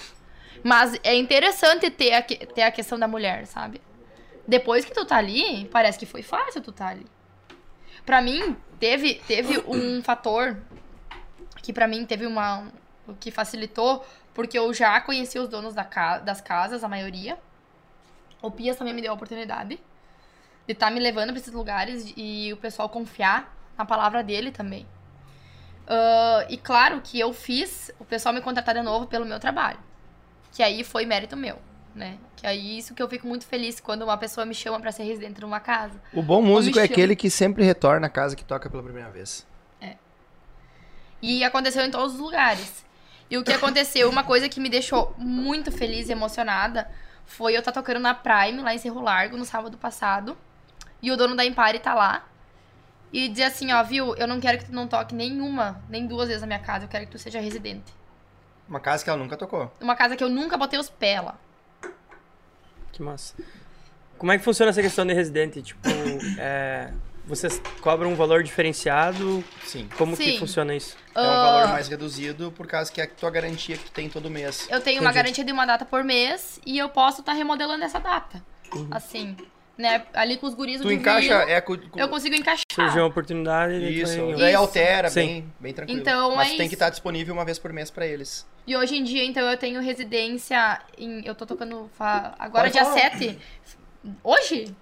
Speaker 3: Mas é interessante ter a, que- ter a questão da mulher, sabe? Depois que tu tá ali, parece que foi fácil tu tá ali. Pra mim, teve, teve um fator que pra mim teve uma. O que facilitou, porque eu já conheci os donos da ca- das casas, a maioria. O Pias também me deu a oportunidade de estar me levando pra esses lugares e o pessoal confiar na palavra dele também. Ah, e claro que eu fiz o pessoal me contratar de novo pelo meu trabalho. Que aí foi mérito meu, né? Que aí isso que eu fico muito feliz quando uma pessoa me chama pra ser residente numa casa.
Speaker 5: O bom músico é
Speaker 3: Michel.
Speaker 5: aquele que sempre retorna à casa que toca pela primeira vez.
Speaker 3: E aconteceu em todos os lugares. E o que aconteceu, uma coisa que me deixou muito feliz e emocionada, foi eu estar tocando na Prime, lá em Cerro Largo, no sábado passado. E o dono da Empire tá lá. E diz assim, ó, viu, eu não quero que tu não toque nenhuma, nem duas vezes na minha casa, eu quero que tu seja residente.
Speaker 5: Uma casa que ela nunca tocou.
Speaker 3: Uma casa que eu nunca botei os pés lá.
Speaker 4: Que massa. Como é que funciona essa questão de residente? Tipo, é, vocês cobram um valor diferenciado?
Speaker 5: Sim.
Speaker 4: Como que
Speaker 3: Sim.
Speaker 4: funciona isso?
Speaker 5: É um
Speaker 3: Ah.
Speaker 5: valor mais reduzido por causa que é a tua garantia que tu tem todo mês.
Speaker 3: Eu tenho uma
Speaker 4: Entendi.
Speaker 3: garantia de uma data por mês e eu posso estar remodelando essa data. Assim, né? Ali com os guris
Speaker 5: Tu
Speaker 3: do
Speaker 5: encaixa.
Speaker 3: vinho,
Speaker 5: É, cu- cu-
Speaker 3: eu consigo encaixar.
Speaker 4: Surgiu um- uma oportunidade?
Speaker 5: Isso,
Speaker 4: então,
Speaker 5: daí
Speaker 3: Isso.
Speaker 5: altera
Speaker 4: Sim.
Speaker 5: bem, bem tranquilo.
Speaker 3: Então,
Speaker 5: Mas
Speaker 3: é
Speaker 5: tu tem
Speaker 3: isso.
Speaker 5: que estar disponível uma vez por mês pra eles.
Speaker 3: E hoje em dia, então, eu tenho residência em. Eu tô tocando. fa- Agora,
Speaker 5: Pode
Speaker 3: dia
Speaker 5: falar.
Speaker 3: 7. Hoje?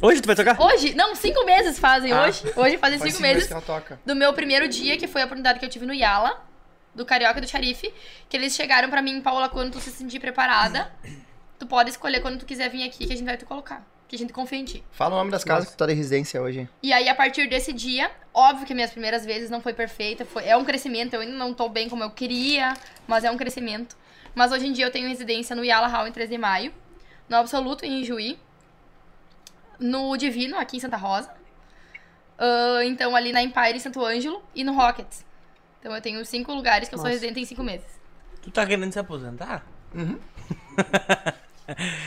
Speaker 4: Hoje tu vai tocar?
Speaker 3: Hoje? Não, cinco meses fazem
Speaker 4: Ah.
Speaker 3: hoje. Hoje fazem
Speaker 5: Faz
Speaker 3: cinco
Speaker 5: meses
Speaker 3: meses.
Speaker 5: que ela toca.
Speaker 3: do meu primeiro dia, que foi a oportunidade que eu tive no Yala, do Carioca e do Xarife, que eles chegaram pra mim, Paula, quando tu se sentir preparada, tu pode escolher quando tu quiser vir aqui, que a gente vai te colocar. Que a gente confia em ti.
Speaker 5: Fala o nome das casas que tu tá de residência hoje.
Speaker 3: E aí, a partir desse dia, óbvio que minhas primeiras vezes não foi perfeita, foi, é um crescimento, eu ainda não tô bem como eu queria, mas é um crescimento. Mas hoje em dia eu tenho residência no Yala Hall em 13 de maio, no Absoluto em Juí, no Divino, aqui em Santa Rosa, ah, então ali na Empire em Santo Ângelo e no Rockets. Então eu tenho cinco lugares que eu sou
Speaker 4: Nossa.
Speaker 3: residente em cinco meses.
Speaker 2: Tu tá querendo se aposentar?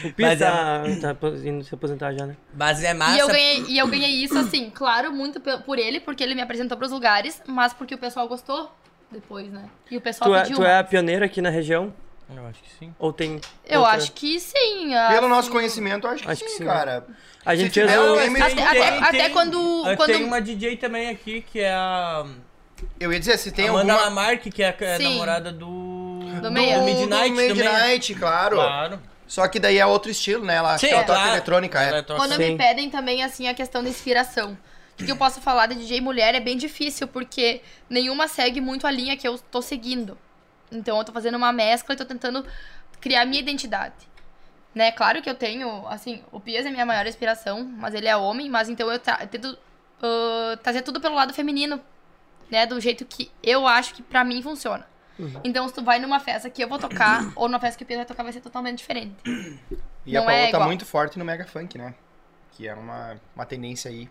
Speaker 4: O Pia
Speaker 2: Mas é-
Speaker 4: tá, tá indo se aposentar já, né?
Speaker 2: Mas é
Speaker 3: E eu,
Speaker 2: massa.
Speaker 3: ganhei, e eu ganhei isso, assim, claro, muito pe- por ele, porque ele me apresentou pros lugares, mas porque o pessoal gostou depois, né? E o pessoal
Speaker 4: Tu é,
Speaker 3: pediu
Speaker 4: tu é a
Speaker 3: mais.
Speaker 4: pioneira aqui na região?
Speaker 2: Eu acho que sim.
Speaker 4: Ou tem.
Speaker 3: Eu
Speaker 4: outra?
Speaker 3: acho que Ah, sim. a-
Speaker 5: Pelo nosso conhecimento, eu acho que,
Speaker 4: Acho que
Speaker 5: sim,
Speaker 4: sim, né?
Speaker 5: cara.
Speaker 4: A
Speaker 5: Se
Speaker 4: gente
Speaker 5: tiver
Speaker 4: fez
Speaker 5: um-
Speaker 4: um-
Speaker 5: alguém me-
Speaker 3: até,
Speaker 5: Tem-
Speaker 3: até,
Speaker 2: tem-
Speaker 3: até quando.
Speaker 2: Ah,
Speaker 3: quando
Speaker 2: Tem uma DJ também aqui que é a
Speaker 5: Eu ia dizer, se tem
Speaker 2: Amanda
Speaker 5: alguma.
Speaker 2: Lamarck, que é a é a
Speaker 3: Sim.
Speaker 2: namorada do.
Speaker 3: Do meia.
Speaker 2: Midnight
Speaker 5: do
Speaker 2: também.
Speaker 5: Midnight, claro.
Speaker 2: Claro.
Speaker 5: Só que daí é outro estilo, né? Ela,
Speaker 2: Sim,
Speaker 5: ela
Speaker 2: claro.
Speaker 5: toca eletrônica, é.
Speaker 2: Eletrônica.
Speaker 3: Quando
Speaker 4: Sim.
Speaker 3: me pedem também, assim, a questão da inspiração. O que que eu posso falar de DJ mulher é bem difícil, porque nenhuma segue muito a linha que eu tô seguindo. Então eu tô fazendo uma mescla e tô tentando criar minha identidade. Né? Claro que eu tenho, assim, o Pias é minha maior inspiração, mas ele é homem, mas então eu, tra- eu tento ah, trazer tudo pelo lado feminino, né? Do jeito que eu acho que pra mim funciona.
Speaker 4: Uhum.
Speaker 3: Então, se tu vai numa festa que eu vou tocar, ou numa festa que o Pias vai tocar, vai ser totalmente diferente.
Speaker 5: E a
Speaker 3: Não é
Speaker 5: Paola tá
Speaker 3: igual.
Speaker 5: muito forte no Mega Funk, né? Que é uma, uma tendência aí.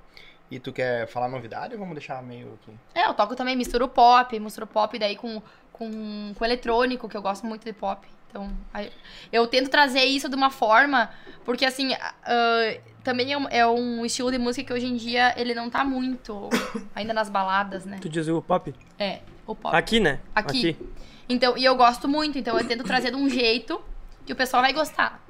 Speaker 5: E tu quer falar novidade ou vamos deixar meio que.
Speaker 3: É, eu toco também, misturo pop, misturo pop daí com, com, com eletrônico, que eu gosto muito de pop. Então, aí- eu tento trazer isso de uma forma, porque assim, a- ah, também é um, é um estilo de música que hoje em dia ele não tá muito ainda nas baladas, né?
Speaker 4: Tu diz o pop?
Speaker 3: É, o pop.
Speaker 4: Aqui, né?
Speaker 3: Aqui. Então, e eu gosto muito, então eu tento trazer de um jeito que o pessoal vai gostar.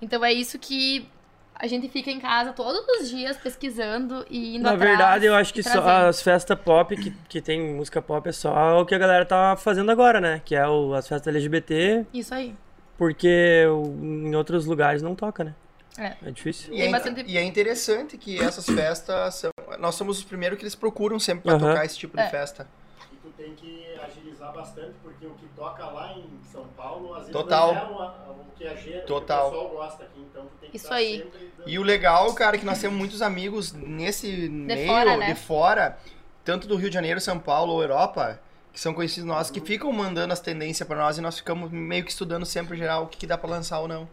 Speaker 3: Então é isso que a gente fica em casa todos os dias pesquisando e indo
Speaker 4: Na
Speaker 3: atrás
Speaker 4: verdade, eu acho
Speaker 3: e
Speaker 4: que só
Speaker 3: trazendo.
Speaker 4: as festas pop, que, que tem música pop, é só o que a galera tá fazendo agora, né? Que é o- as festas LGBT,
Speaker 3: Isso aí.
Speaker 4: porque o- em outros lugares não toca, né?
Speaker 3: É.
Speaker 4: É difícil.
Speaker 5: E é,
Speaker 3: bastante-
Speaker 5: e é interessante que essas festas são. Nós somos os primeiros que eles procuram sempre pra
Speaker 4: Aham.
Speaker 5: tocar esse tipo de
Speaker 3: É.
Speaker 5: festa.
Speaker 1: Tu tem que agilizar bastante, porque o que toca lá em São Paulo, às vezes
Speaker 5: Total.
Speaker 1: não é uma- o que a gente,
Speaker 5: Total.
Speaker 1: o pessoal gosta aqui, então tu tem que
Speaker 3: Isso
Speaker 1: tá
Speaker 3: aí.
Speaker 1: sempre dando-
Speaker 5: E o legal, cara, é que nós temos muitos amigos nesse meio,
Speaker 3: fora, né?
Speaker 5: de fora, tanto do Rio de Janeiro, São Paulo ou Europa, que são conhecidos nossos, que ficam mandando as tendências pra nós e nós ficamos meio que estudando sempre geral o que, que dá pra lançar ou não.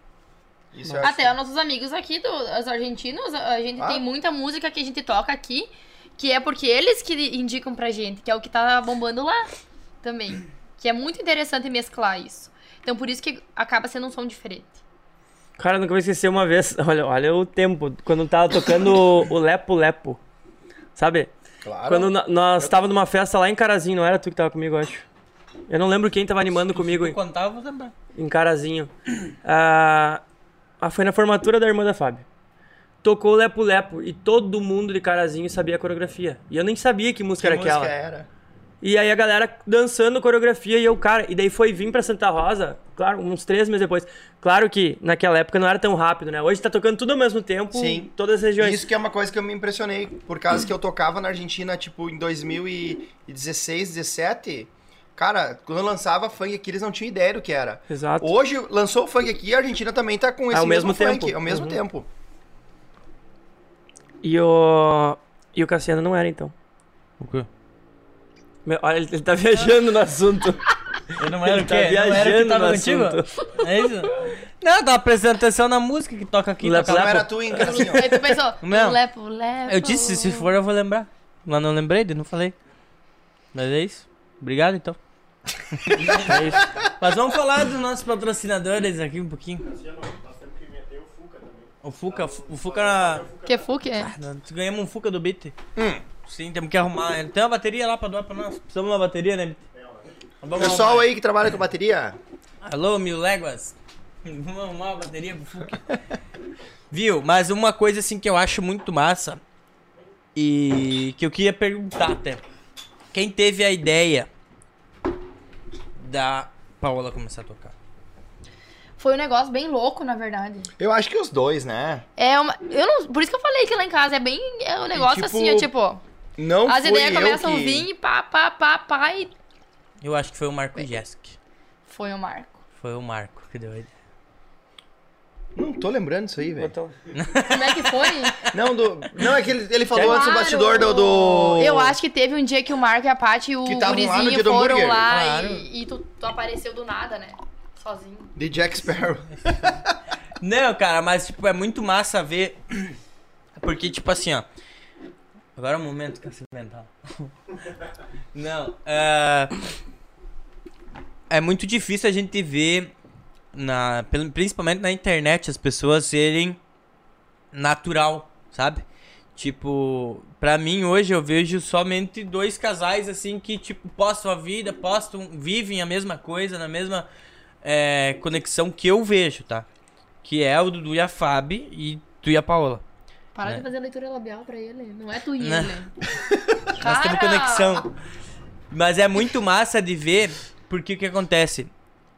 Speaker 5: Isso eu
Speaker 3: Até
Speaker 5: acho- é
Speaker 3: os nossos amigos aqui, do, os argentinos, a gente
Speaker 5: Ah.
Speaker 3: tem muita música que a gente toca aqui, que é porque eles que indicam pra gente, que é o que tá bombando lá também. Que é muito interessante mesclar isso. Então por isso que acaba sendo um som diferente.
Speaker 4: Cara, eu nunca vou esquecer uma vez. Olha, olha o tempo. Quando eu tava tocando o o Lepo Lepo. Sabe?
Speaker 5: Claro.
Speaker 4: Quando no- nós tava numa festa lá em Carazinho, não era tu que tava comigo, eu acho. Eu não lembro quem tava animando comigo em,
Speaker 2: Quando tava, eu vou lembrar.
Speaker 4: em Carazinho. Ah, ah, foi na formatura da irmã da Fábio. Tocou o Lepo Lepo e todo mundo de Carazinho sabia a coreografia. E eu nem sabia que música
Speaker 5: Que
Speaker 4: era aquela.
Speaker 5: música é era?
Speaker 4: E aí a galera dançando coreografia e eu, cara, e daí foi vir pra Santa Rosa, claro, uns três meses depois. Claro que naquela época não era tão rápido, né? Hoje tá tocando tudo ao mesmo tempo, em
Speaker 5: Sim.
Speaker 4: todas as regiões.
Speaker 5: Isso que é uma coisa que eu me impressionei, por causa que eu tocava na Argentina, tipo, em 2016, 17. Cara, quando eu lançava funk aqui, eles não tinham ideia do que era.
Speaker 4: Exato.
Speaker 5: Hoje lançou o funk aqui e a Argentina também tá com esse
Speaker 4: ao mesmo
Speaker 5: funk,
Speaker 4: tempo.
Speaker 5: ao mesmo
Speaker 4: Uhum.
Speaker 5: tempo.
Speaker 4: E o. E o Cassiano não era, então.
Speaker 2: O quê?
Speaker 4: Meu, olha, ele, ele tá viajando no assunto.
Speaker 2: Eu não era
Speaker 4: Ele
Speaker 2: o
Speaker 4: tá
Speaker 2: quê? não era o que
Speaker 4: viajando
Speaker 2: tava
Speaker 4: no
Speaker 2: contigo? É isso? Não, tá prestando atenção na música que toca aqui.
Speaker 4: Lepo,
Speaker 2: toca
Speaker 5: Não
Speaker 2: lá.
Speaker 4: lepo.
Speaker 5: era tu, hein, cara, assim, ó.
Speaker 3: Aí tu pensou,
Speaker 2: Não.
Speaker 3: lepo, lepo.
Speaker 2: Eu disse, se for eu vou lembrar. Mas não lembrei, daí não falei. Mas é isso. Obrigado então.
Speaker 4: É isso.
Speaker 2: Mas vamos falar dos nossos patrocinadores aqui um pouquinho. O Fuca, o Fuca.
Speaker 3: Que fuque é?
Speaker 2: Ganhamos um Fuca do Beat. Sim, temos que arrumar. Tem uma bateria lá pra doar pra nós. Precisamos de uma bateria, né, Beat? Vamos
Speaker 5: Pessoal
Speaker 2: arrumar.
Speaker 5: aí que trabalha com bateria,
Speaker 2: Alô, mil léguas. Vamos arrumar uma bateria pro Fuca. Viu? Mas uma coisa assim que eu acho muito massa e que eu queria perguntar até. Quem teve a ideia da Paola começar a tocar?
Speaker 3: Foi um negócio bem louco, na verdade.
Speaker 5: eu acho que os dois, né?
Speaker 3: É uma. Eu não. Por isso que eu falei que lá em casa é bem. É um negócio
Speaker 5: tipo,
Speaker 3: assim, é tipo.
Speaker 5: Não
Speaker 3: As
Speaker 5: fui
Speaker 3: ideias
Speaker 5: eu
Speaker 3: começam a
Speaker 5: que-
Speaker 3: vir e pá, pá, pá, pá. E
Speaker 2: Eu acho que foi o Marco Jesk.
Speaker 3: foi o Marco.
Speaker 2: Foi o Marco que deu a ideia.
Speaker 5: Não tô lembrando disso aí, velho.
Speaker 4: Então,
Speaker 3: Como é que foi?
Speaker 5: Não, do... não, é que ele, ele falou antes do
Speaker 3: Claro.
Speaker 5: bastidor do, do-
Speaker 3: Eu acho que teve um dia que o Marco e a Paty e o
Speaker 5: Que estavam lá no
Speaker 3: gurizinho
Speaker 5: dia do
Speaker 3: foram
Speaker 5: hambúrguer.
Speaker 3: lá
Speaker 2: Claro.
Speaker 3: e, e tu, tu apareceu do nada, né? Sozinho.
Speaker 5: De Jack Sparrow.
Speaker 2: Não, cara, mas tipo, é muito massa ver. Porque, tipo assim, ó. Agora é o momento que eu se mental. Não, é. É muito difícil a gente ver, na, pelo- principalmente na internet, as pessoas serem natural, sabe? Tipo, pra mim hoje eu vejo somente dois casais assim que, tipo, postam a vida, postam, vivem a mesma coisa, na mesma é, conexão que eu vejo, tá? Que é o Dudu e a Fabi e tu e a Paola.
Speaker 3: Para
Speaker 2: É.
Speaker 3: de fazer leitura labial pra ele. Não é tu e
Speaker 2: Né?
Speaker 3: ele. né?
Speaker 2: Nós temos
Speaker 3: Cara!
Speaker 2: conexão. Mas é muito massa de ver, porque o que acontece?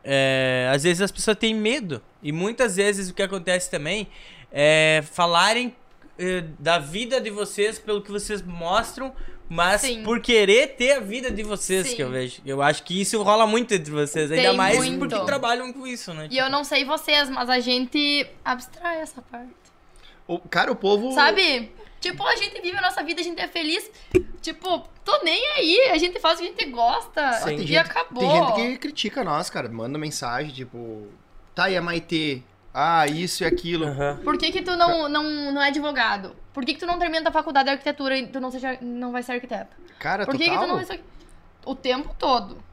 Speaker 2: é, às vezes as pessoas têm medo. E muitas vezes o que acontece também é falarem é, da vida de vocês pelo que vocês mostram, mas
Speaker 3: Sim.
Speaker 2: por querer ter a vida de vocês,
Speaker 3: Sim.
Speaker 2: que eu vejo. Eu acho que isso rola muito entre vocês, ainda
Speaker 3: Tem
Speaker 2: mais
Speaker 3: muito.
Speaker 2: porque trabalham com isso, né?
Speaker 3: E eu não sei vocês, mas a gente abstrai essa parte.
Speaker 5: O, cara, o povo.
Speaker 3: Sabe? Tipo, a gente vive a nossa vida, a gente é feliz. Tipo, tô nem aí. A gente faz o que a gente gosta.
Speaker 5: Ah, tem
Speaker 3: e
Speaker 5: gente-
Speaker 3: acabou.
Speaker 5: Tem gente que critica nós, cara. Manda mensagem, tipo. Tá, e a Maitê? Ah, isso e aquilo.
Speaker 4: Aham.
Speaker 3: Por que, que tu não, não, não é advogado? Por que, que tu não termina a faculdade de arquitetura e tu não, seja, não vai ser arquiteto?
Speaker 5: Cara,
Speaker 3: Por que, que
Speaker 5: É, total.
Speaker 3: tu não vai ser... O tempo todo. O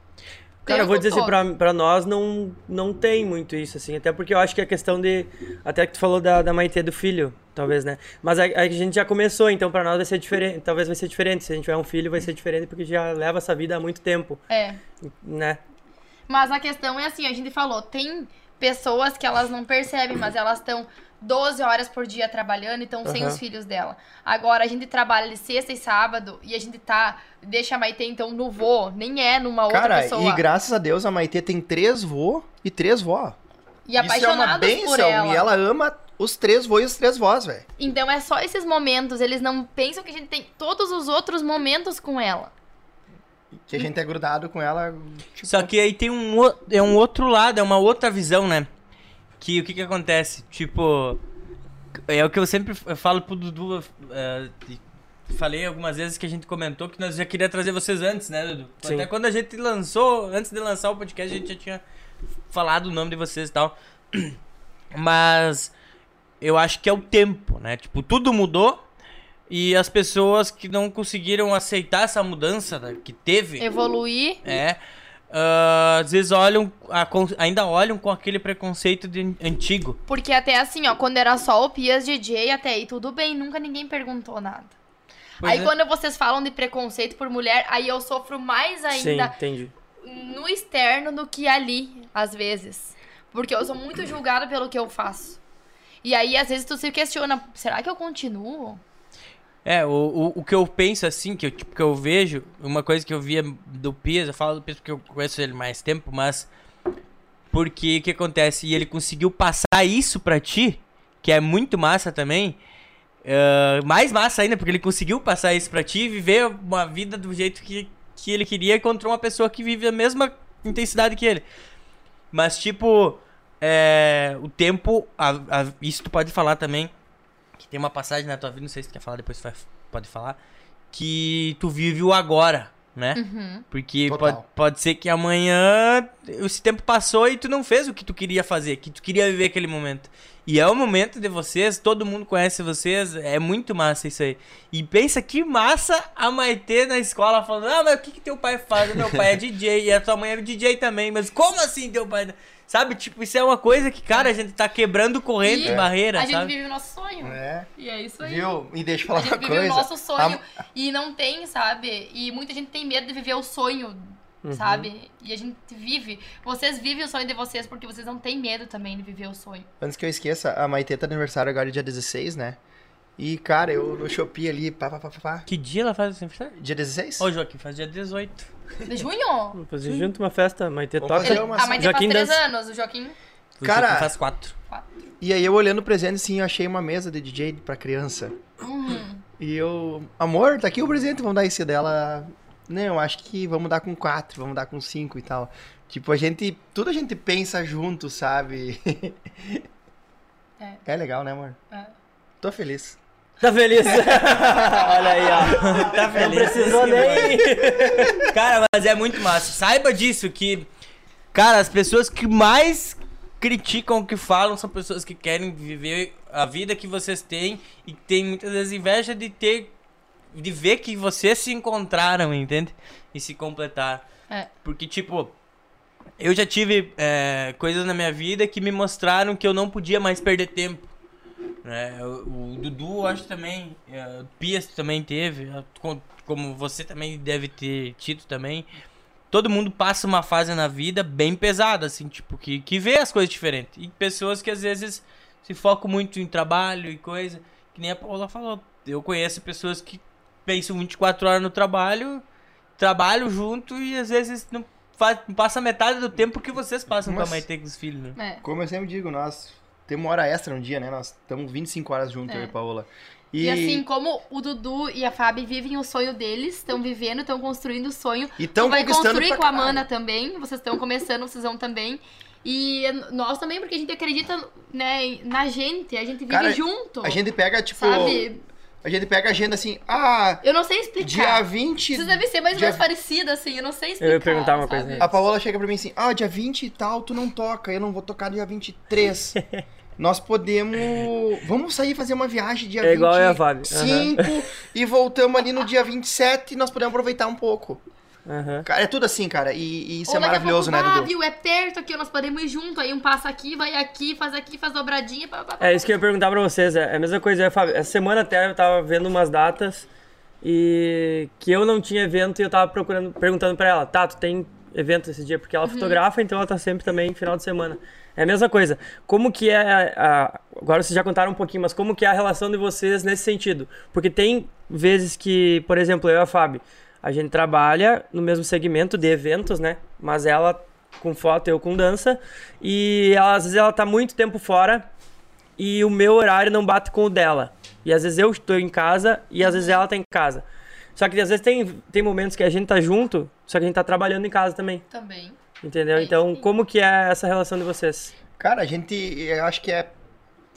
Speaker 4: Cara, eu vou
Speaker 3: tempo
Speaker 4: dizer assim,
Speaker 3: todo.
Speaker 4: pra, pra nós não, não tem muito isso, assim. Até porque eu acho que a questão de. Até que tu falou da, da Maitê do filho, talvez, né? Mas a, a gente já começou, então pra nós vai ser diferente. Talvez vai ser diferente. Se a gente tiver um filho, vai ser diferente, porque já leva essa vida há muito tempo,
Speaker 3: É.
Speaker 4: né?
Speaker 3: Mas a questão é assim, a gente falou, tem pessoas que elas não percebem, mas elas estão 12 horas por dia trabalhando e estão sem
Speaker 4: Aham.
Speaker 3: os filhos dela. Agora, a gente trabalha de sexta e sábado e a gente tá, deixa a Maitê, então, no vô, nem é numa outra
Speaker 5: Cara,
Speaker 3: pessoa.
Speaker 5: e graças a Deus a Maitê tem três vô e três vó.
Speaker 3: E apaixonados
Speaker 5: Isso é uma
Speaker 3: por ela.
Speaker 5: benção. E ela ama os três vô e os três vós, velho.
Speaker 3: Então é só esses momentos, eles não pensam que a gente tem todos os outros momentos com ela.
Speaker 5: Que a gente é grudado com ela.
Speaker 2: Só que aí tem um, o- é um outro lado, é uma outra visão, né? Que o que que acontece? Tipo, é o que eu sempre f- eu falo pro Dudu, eh, e falei algumas vezes que a gente comentou que nós já queria trazer vocês antes, né, Dudu?
Speaker 4: Sim.
Speaker 2: Até quando a gente lançou, antes de lançar o podcast, a gente já tinha falado o nome de vocês e tal. Mas eu acho que é o tempo, né? Tipo, tudo mudou e as pessoas que não conseguiram aceitar essa mudança né, que teve...
Speaker 3: Evoluir,
Speaker 2: É. Ah, às vezes olham, a con- ainda olham com aquele preconceito de an- antigo.
Speaker 3: porque até assim, ó, quando era só o Pias DJ, até aí tudo bem, nunca ninguém perguntou nada.
Speaker 2: Pois
Speaker 3: aí
Speaker 2: é.
Speaker 3: quando vocês falam de preconceito por mulher, aí eu sofro mais
Speaker 4: Sim,
Speaker 3: ainda
Speaker 4: entendi.
Speaker 3: no externo do que ali, às vezes. Porque eu sou muito julgada pelo que eu faço. E aí, às vezes, tu se questiona, será que eu continuo?
Speaker 2: É, o, o, o que eu penso assim, que eu, tipo, que eu vejo, uma coisa que eu via do Pias, eu falo do Pias porque eu conheço ele mais tempo, mas porque o que acontece? E ele conseguiu passar isso pra ti, que é muito massa também. ah, mais massa ainda, porque ele conseguiu passar isso pra ti e viver uma vida do jeito que, que ele queria contra uma pessoa que vive a mesma intensidade que ele. Mas, tipo, é, o tempo. a- a- isso tu pode falar também. Que tem uma passagem na tua vida, não sei se tu quer falar, depois tu vai- pode falar. Que tu vive o agora, né? Porque
Speaker 5: Total.
Speaker 2: pode, pode ser que amanhã esse tempo passou e tu não fez o que tu queria fazer, que tu queria viver aquele momento. E é o momento de vocês, todo mundo conhece vocês, é muito massa isso aí. E pensa que massa a Maitê na escola falando: Ah, mas o que, que teu pai faz? O Meu pai é DJ e a tua mãe é DJ também. Mas como assim teu pai? Sabe, tipo, isso é uma coisa que, cara, a gente tá quebrando corrente,
Speaker 3: E
Speaker 2: barreira,
Speaker 3: a gente
Speaker 2: sabe?
Speaker 3: vive o nosso sonho.
Speaker 5: É.
Speaker 3: E é isso aí.
Speaker 5: Viu? E deixa eu
Speaker 3: A
Speaker 5: falar
Speaker 3: gente
Speaker 5: uma
Speaker 3: vive
Speaker 5: coisa.
Speaker 3: o nosso sonho e não tem, sabe? E muita gente tem medo de viver o sonho, sabe? E a gente vive. Vocês vivem o sonho de vocês porque vocês não têm medo também de viver o sonho.
Speaker 5: Antes que eu esqueça, a Maitê tá de aniversário agora dia 16, né? E, cara, eu no Shopee ali, pá, pá, pá, pá, pá.
Speaker 2: Que dia ela faz aniversário?
Speaker 5: Dia 16?
Speaker 2: Ô, Joaquim, faz dia 18.
Speaker 3: De junho?
Speaker 4: Vamos fazer junto uma festa, Maitê
Speaker 5: Vamos
Speaker 4: toca.
Speaker 5: fazer
Speaker 3: Ele,
Speaker 5: é uma-
Speaker 3: a mãe tem faz
Speaker 4: Joaquim
Speaker 3: três
Speaker 4: dança.
Speaker 3: anos, o Joaquim.
Speaker 2: O
Speaker 5: Cara-
Speaker 2: Joaquim faz quatro.
Speaker 5: E aí eu olhando o presente, assim, eu achei uma mesa de DJ pra criança.
Speaker 3: Hum,
Speaker 5: E eu, amor, tá aqui o presente, vamos dar esse dela. Não, acho que vamos dar com quatro, vamos dar com cinco e tal. Tipo, a gente, tudo a gente pensa junto, sabe?
Speaker 3: É.
Speaker 5: É, legal, né, amor?
Speaker 3: é.
Speaker 5: Tô feliz.
Speaker 4: Tá feliz? Olha aí, ó.
Speaker 2: Tá
Speaker 4: Não precisou nem.
Speaker 2: Cara, mas é muito massa. Saiba disso que, cara, as pessoas que mais criticam o que falam são pessoas que querem viver a vida que vocês têm e que tem muitas vezes inveja de ter de ver que vocês se encontraram, entende? E se completar.
Speaker 3: É.
Speaker 2: Porque tipo, eu já tive é, coisas na minha vida que me mostraram que eu não podia mais perder tempo. né? o, o Dudu, eu acho também, é, o Pias também teve, é, co- como você também deve ter tido também. Todo mundo passa uma fase na vida bem pesada, assim, tipo, que, que vê as coisas diferentes. E pessoas que às vezes se focam muito em trabalho e coisa, que nem a Paula falou. Eu conheço pessoas que pensam 24 horas no trabalho, trabalham junto e às vezes não fa- passa metade do tempo que vocês passam com a
Speaker 5: Mas-
Speaker 2: Maitê com os filhos, né?
Speaker 3: É.
Speaker 5: Como eu sempre digo, nós temos uma hora extra no dia, né? Nós estamos 25 horas juntos,
Speaker 3: É.
Speaker 5: eu e Paola.
Speaker 3: E...
Speaker 5: E,
Speaker 3: assim, como o Dudu e a Fabi vivem o sonho deles, estão vivendo, estão construindo o sonho.
Speaker 5: e
Speaker 3: Tu
Speaker 5: tão
Speaker 3: vai
Speaker 5: conquistando
Speaker 3: construir
Speaker 5: pra
Speaker 3: com a
Speaker 5: caralho.
Speaker 3: Amanda também, vocês estão começando, vocês vão também. E nós também, porque a gente acredita né, em- na gente, a gente vive
Speaker 5: Cara,
Speaker 3: junto.
Speaker 5: A gente pega, tipo.
Speaker 3: Sabe?
Speaker 5: A gente pega a agenda assim, ah,
Speaker 3: Eu não sei explicar.
Speaker 5: dia 20.
Speaker 3: Vocês devem ser mais ou
Speaker 5: dia-
Speaker 3: menos parecidas, assim, eu não sei explicar.
Speaker 4: Eu ia perguntar uma
Speaker 3: sabe?
Speaker 4: coisa, né?
Speaker 5: A Paola chega pra mim assim, ah, dia 20 e tal, tu não toca, eu não vou tocar dia 23. Nós podemos. Vamos sair fazer uma viagem dia
Speaker 4: É igual eu e a
Speaker 5: 25
Speaker 4: Fábio. Aham,
Speaker 5: e voltamos ali no dia 27 e nós podemos aproveitar um pouco.
Speaker 4: aham.
Speaker 5: Cara, é tudo assim, cara. E, e isso
Speaker 3: Ou
Speaker 5: é
Speaker 3: daqui a
Speaker 5: maravilhoso, né,
Speaker 3: pouco, "Ah,
Speaker 5: Dudu?
Speaker 3: viu, é perto aqui, nós podemos ir junto. Aí um passa aqui, vai aqui, faz aqui, faz dobradinha. Pá, pá, pá.
Speaker 4: É isso que eu ia perguntar pra vocês. É a mesma coisa, eu, e a Fábio. Essa semana até eu tava vendo umas datas e que eu não tinha evento e eu tava procurando, perguntando pra ela, tá, tu tem evento esse dia? Porque ela fotografa, então ela tá sempre também final de semana. É a mesma coisa. Como que é. a- a- agora vocês já contaram um pouquinho, mas como que é a relação de vocês nesse sentido? Porque tem vezes que, por exemplo, eu e a Fábio, a gente trabalha no mesmo segmento de eventos, né? Mas ela com foto, eu com dança. E ela, às vezes ela tá muito tempo fora e o meu horário não bate com o dela. E às vezes eu estou em casa e às vezes ela tá em casa. Só que às vezes tem, tem momentos que a gente tá junto, só que a gente tá trabalhando em casa também,
Speaker 3: Também.
Speaker 4: entendeu?
Speaker 3: É,
Speaker 4: então,
Speaker 3: sim.
Speaker 4: como que é essa relação de vocês?
Speaker 5: Cara, a gente, eu acho que é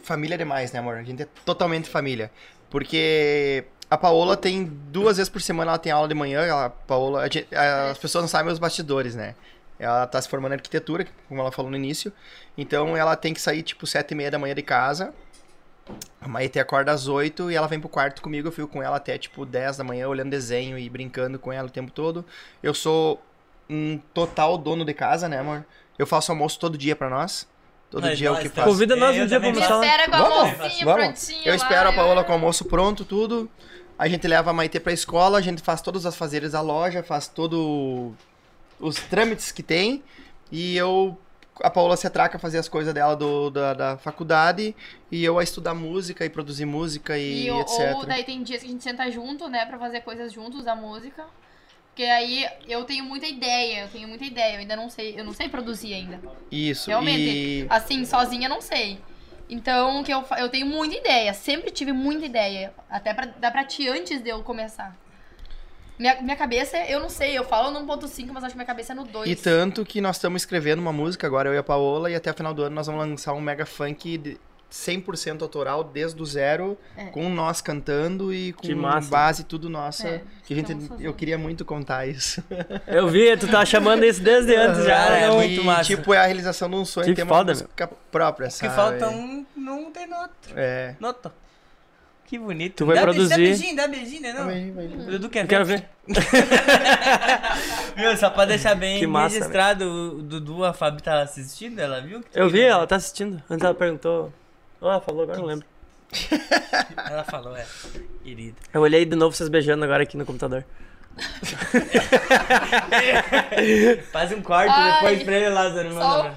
Speaker 5: família demais, né, amor? A gente é totalmente família. Porque a Paola tem duas vezes por semana, ela tem aula de manhã, ela, a Paola, a gente- a- as pessoas não sabem os bastidores, né? Ela tá se formando em arquitetura, como ela falou no início. Então ela tem que sair, tipo, sete e meia da manhã de casa. A Maite acorda às oito e ela vem pro quarto comigo. Eu fico com ela até, tipo, 10 da manhã, olhando desenho e brincando com ela o tempo todo. Eu sou um total dono de casa, né, amor? Eu faço almoço todo dia pra nós. Todo
Speaker 2: Mas
Speaker 5: dia é o
Speaker 2: nós
Speaker 5: que
Speaker 2: também-
Speaker 5: faço.
Speaker 4: Convida nós
Speaker 2: eu
Speaker 4: um dia pra
Speaker 2: também
Speaker 3: Me
Speaker 4: almoçar.
Speaker 2: faço.
Speaker 3: espera com a
Speaker 5: Vamos,
Speaker 3: mocinha
Speaker 5: vamos.
Speaker 3: prontinha
Speaker 5: Eu
Speaker 3: lá,
Speaker 5: espero a
Speaker 3: eu-
Speaker 5: Paola com o almoço pronto, tudo. A gente leva a Maitê pra escola, a gente faz todos os afazeres da loja, faz todo os trâmites que tem. E eu. A Paola se atraca a fazer as coisas dela do, da, da faculdade. E eu a estudar música e produzir música e,
Speaker 3: E, ou,
Speaker 5: etc.
Speaker 3: ou daí tem dias que a gente senta junto, né, pra fazer coisas juntos da música. Porque aí eu tenho muita ideia, eu tenho muita ideia, eu ainda não sei, eu não sei produzir ainda.
Speaker 5: Isso.
Speaker 3: Realmente.
Speaker 5: E...
Speaker 3: Assim, sozinha não sei. Então, o que eu, fa- eu tenho muita ideia, sempre tive muita ideia. Até pra dar pra ti antes de eu começar. Minha, minha cabeça, eu não sei, eu falo no 1.5, mas acho que minha cabeça é no 2.
Speaker 5: E tanto que nós estamos escrevendo uma música agora, eu e a Paola, e até o final do ano nós vamos lançar um mega funk de 100% autoral, desde o zero,
Speaker 3: É.
Speaker 5: com nós cantando e com
Speaker 4: Que massa.
Speaker 5: base tudo nossa.
Speaker 3: É,
Speaker 5: que a gente,
Speaker 3: estamos fazendo.
Speaker 5: eu queria muito contar isso.
Speaker 4: Eu vi, tu tá chamando isso desde antes já. né?
Speaker 2: Cara, é
Speaker 5: Não,
Speaker 2: muito
Speaker 5: e,
Speaker 2: massa.
Speaker 5: Tipo, é a realização de um sonho,
Speaker 4: Que
Speaker 5: ter
Speaker 4: foda,
Speaker 5: uma música própria,
Speaker 2: Que
Speaker 5: sabe?
Speaker 2: falta um, não tem no outro.
Speaker 5: É.
Speaker 2: Nota. Que bonito.
Speaker 4: Tu vai
Speaker 2: dá beijo-
Speaker 4: produzir.
Speaker 2: dá beijinho, dá beijinho, né? Não. O Dudu quer
Speaker 4: Eu quero ver.
Speaker 2: Meu, só pra deixar bem
Speaker 4: Que massa,
Speaker 2: registrado, o Dudu, a Fabi tá assistindo, ela viu? que tu
Speaker 4: Eu vi,
Speaker 2: queria?
Speaker 4: ela tá assistindo. Antes ela perguntou. Ah, falou, agora eu não lembro.
Speaker 2: Ela falou, é, querida.
Speaker 4: Eu olhei de novo vocês beijando agora aqui no computador.
Speaker 2: Faz um corte
Speaker 3: Ai.
Speaker 2: depois pra ele, Lázaro.
Speaker 3: Só-
Speaker 2: manda pra-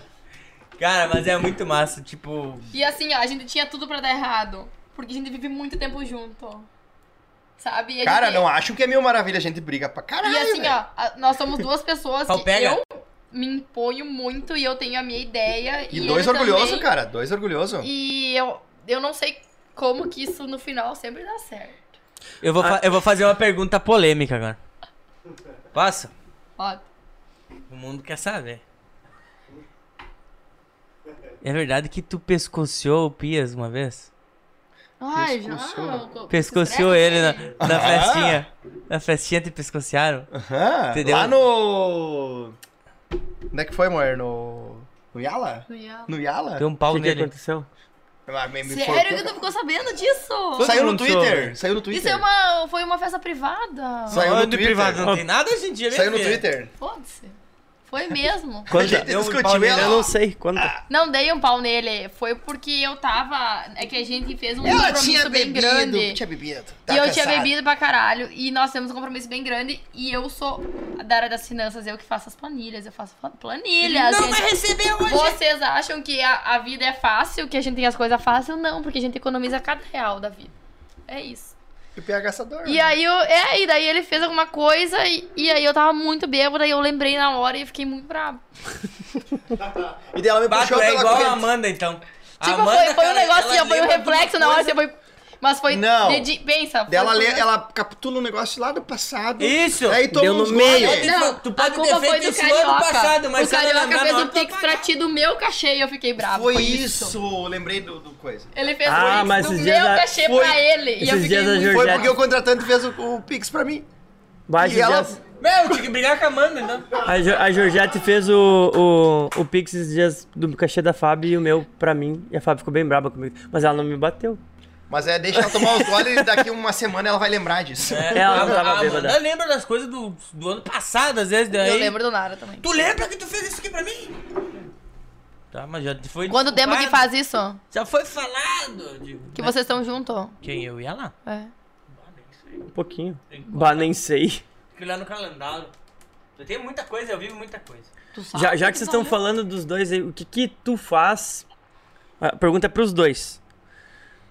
Speaker 2: Cara, mas é muito massa, tipo...
Speaker 3: E assim, ó, a gente tinha tudo pra dar errado. Porque a gente vive muito tempo junto. Sabe? E a
Speaker 5: Cara,
Speaker 3: gente-
Speaker 5: não acho que é mil maravilha, a gente briga pra caralho.
Speaker 3: E assim,
Speaker 5: velho.
Speaker 3: ó, a- nós somos duas pessoas
Speaker 2: Pau
Speaker 3: que
Speaker 2: pega.
Speaker 3: eu me imponho muito e eu tenho a minha ideia.
Speaker 5: E,
Speaker 3: ele
Speaker 5: dois orgulhosos,
Speaker 3: também.
Speaker 5: cara, dois orgulhosos.
Speaker 3: E eu, eu não sei como que isso no final sempre dá certo.
Speaker 2: Eu vou, fa- eu vou fazer uma pergunta polêmica agora. Posso?
Speaker 3: Ó,
Speaker 2: O mundo quer saber. É verdade que tu pescociou o Pias uma vez?
Speaker 3: ai, já.
Speaker 2: Pescociou
Speaker 3: Estresse.
Speaker 2: ele né? na, na
Speaker 5: Ah.
Speaker 2: festinha. Na festinha te pescociaram?
Speaker 5: Aham.
Speaker 2: Entendeu?
Speaker 5: Lá no. Onde é que foi, amor? No. No Yala?
Speaker 3: Não ia.
Speaker 5: No Yala?
Speaker 2: Deu um
Speaker 4: O
Speaker 2: pau
Speaker 4: que, que
Speaker 2: nele.
Speaker 4: aconteceu?
Speaker 5: Ah, me- me
Speaker 3: Sério
Speaker 5: forçou,
Speaker 3: que tu
Speaker 5: cara.
Speaker 3: ficou sabendo disso?
Speaker 5: Saiu no
Speaker 4: mundo
Speaker 5: Twitter.
Speaker 4: soube.
Speaker 5: Saiu no Twitter.
Speaker 3: Isso é uma, foi uma festa privada.
Speaker 5: Saiu
Speaker 2: Não,
Speaker 5: no
Speaker 2: do
Speaker 5: Twitter.
Speaker 2: privado não tem nada hoje em dia, né,
Speaker 5: Saiu no
Speaker 2: filha?
Speaker 5: Twitter.
Speaker 3: Foda-se. Foi mesmo.
Speaker 5: A gente
Speaker 2: Deu um
Speaker 5: discutiu
Speaker 2: pau nele,
Speaker 5: ela.
Speaker 4: Eu não sei, conta.
Speaker 3: Não dei um pau nele. Foi porque eu tava. É que a gente fez um
Speaker 5: Ela
Speaker 3: compromisso
Speaker 5: tinha
Speaker 3: bem
Speaker 5: bebido.
Speaker 3: grande.
Speaker 5: Tinha bebido.
Speaker 3: e
Speaker 5: Tá
Speaker 3: eu tinha
Speaker 5: cansada.
Speaker 3: bebido pra caralho. E nós temos um compromisso bem grande. E eu sou da área das finanças, eu que faço as planilhas. Eu faço fa- planilhas. gente.
Speaker 8: receber hoje.
Speaker 3: Vocês acham que a, a vida é fácil, que a gente tem as coisas fácil? Não, porque a gente economiza cada real da vida. É isso.
Speaker 5: E o PH caçador.
Speaker 3: E aí eu, é, e daí ele fez alguma coisa e, e aí eu tava muito bêbada e eu lembrei na hora e fiquei muito bravo.
Speaker 5: E daí ela me
Speaker 2: Bah, tu
Speaker 5: puxou
Speaker 2: é
Speaker 5: pela
Speaker 2: igual a
Speaker 5: corrente.
Speaker 2: Amanda, então. A
Speaker 3: Tipo,
Speaker 2: Amanda,
Speaker 3: foi, foi
Speaker 2: cara,
Speaker 3: um negócio
Speaker 2: ela
Speaker 3: assim, ó, foi um
Speaker 2: lembra de uma
Speaker 3: reflexo na hora,
Speaker 2: coisa-
Speaker 3: assim, foi. Mas foi.
Speaker 5: Não.
Speaker 3: de- de- pensa. foi-
Speaker 5: Dela lê, ela captula um negócio lá do passado.
Speaker 2: Isso!
Speaker 5: Aí toma
Speaker 4: Deu no
Speaker 5: uns
Speaker 4: meio.
Speaker 5: goles.
Speaker 3: assim, tipo, Não,
Speaker 2: Tu pode
Speaker 3: a culpa
Speaker 2: ter
Speaker 3: foi
Speaker 2: feito
Speaker 3: do
Speaker 2: isso no ano
Speaker 3: Carioca.
Speaker 2: passado, mas
Speaker 3: o
Speaker 2: se ela
Speaker 3: Carioca
Speaker 2: lembrar
Speaker 3: fez
Speaker 2: na
Speaker 3: o
Speaker 2: hora,
Speaker 3: pix pra ti do meu cachê e eu fiquei bravo.
Speaker 5: Foi isso, lembrei do, do coisa.
Speaker 3: Ele fez
Speaker 4: Ah,
Speaker 3: o
Speaker 4: mas
Speaker 3: pix do
Speaker 4: esses
Speaker 3: meu
Speaker 4: dias a-
Speaker 3: cachê
Speaker 5: foi-
Speaker 3: pra ele. E eu
Speaker 4: esses
Speaker 3: fiquei
Speaker 4: dias a
Speaker 3: muito...
Speaker 4: Georgia-
Speaker 5: Foi
Speaker 4: Verdade.
Speaker 5: porque o contratante fez o, o Pix pra mim.
Speaker 4: Vai,
Speaker 5: E ela-
Speaker 4: Georgette.
Speaker 2: Meu, tinha que brigar com a Amanda, então.
Speaker 4: A, Jo- a Georgette fez o, o, o Pix esses dias do cachê da Fábio e o meu pra mim. E a Fábio ficou bem braba comigo. Mas ela não me bateu.
Speaker 5: Mas é, deixa ela tomar os goles e daqui uma semana ela vai lembrar disso.
Speaker 3: É.
Speaker 4: É, Ela não
Speaker 2: a,
Speaker 4: tava
Speaker 2: a Amanda
Speaker 4: bêbada.
Speaker 2: lembra das coisas do, do ano passado, às vezes, daí.
Speaker 3: Eu lembro do nada também.
Speaker 2: Tu lembra que tu fez isso aqui pra mim? Tá, mas já foi.
Speaker 3: Quanto tempo que
Speaker 2: falado,
Speaker 3: faz isso?
Speaker 2: Já foi falado. eu digo,
Speaker 3: Que
Speaker 4: É.
Speaker 2: né?
Speaker 3: vocês estão juntos?
Speaker 2: Quem eu ia lá?
Speaker 3: É.
Speaker 4: Um pouquinho. Bah, nem sei.
Speaker 2: Tem que olhar no calendário. Eu tenho muita coisa, eu vivo muita coisa.
Speaker 4: Já, já que vocês estão falando dos dois aí, o que que tu faz? A pergunta é pros dois.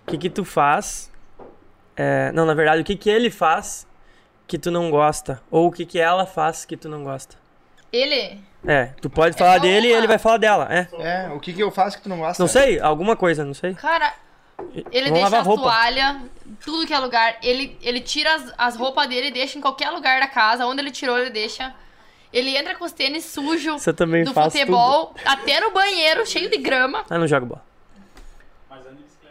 Speaker 4: O que que tu faz? é, não, na verdade, o que que ele faz que tu não gosta? Ou o que que ela faz que tu não gosta?
Speaker 3: Ele?
Speaker 4: É, tu pode falar
Speaker 3: só
Speaker 4: dele e
Speaker 3: uma.
Speaker 4: ele vai falar dela, é.
Speaker 5: É, o que que eu faço que tu não gosta?
Speaker 4: Não sei, alguma coisa, não sei.
Speaker 3: Cara, ele
Speaker 4: Vamos
Speaker 3: deixa
Speaker 4: lavar
Speaker 3: as
Speaker 4: roupa.
Speaker 3: toalhas, tudo que é lugar. Ele, ele tira as, as roupas dele e deixa em qualquer lugar da casa. Onde ele tirou, ele deixa. Ele entra com os tênis sujos
Speaker 4: Você também
Speaker 3: do
Speaker 4: faz
Speaker 3: futebol, até no banheiro, cheio de grama.
Speaker 4: Ah, não jogo bola.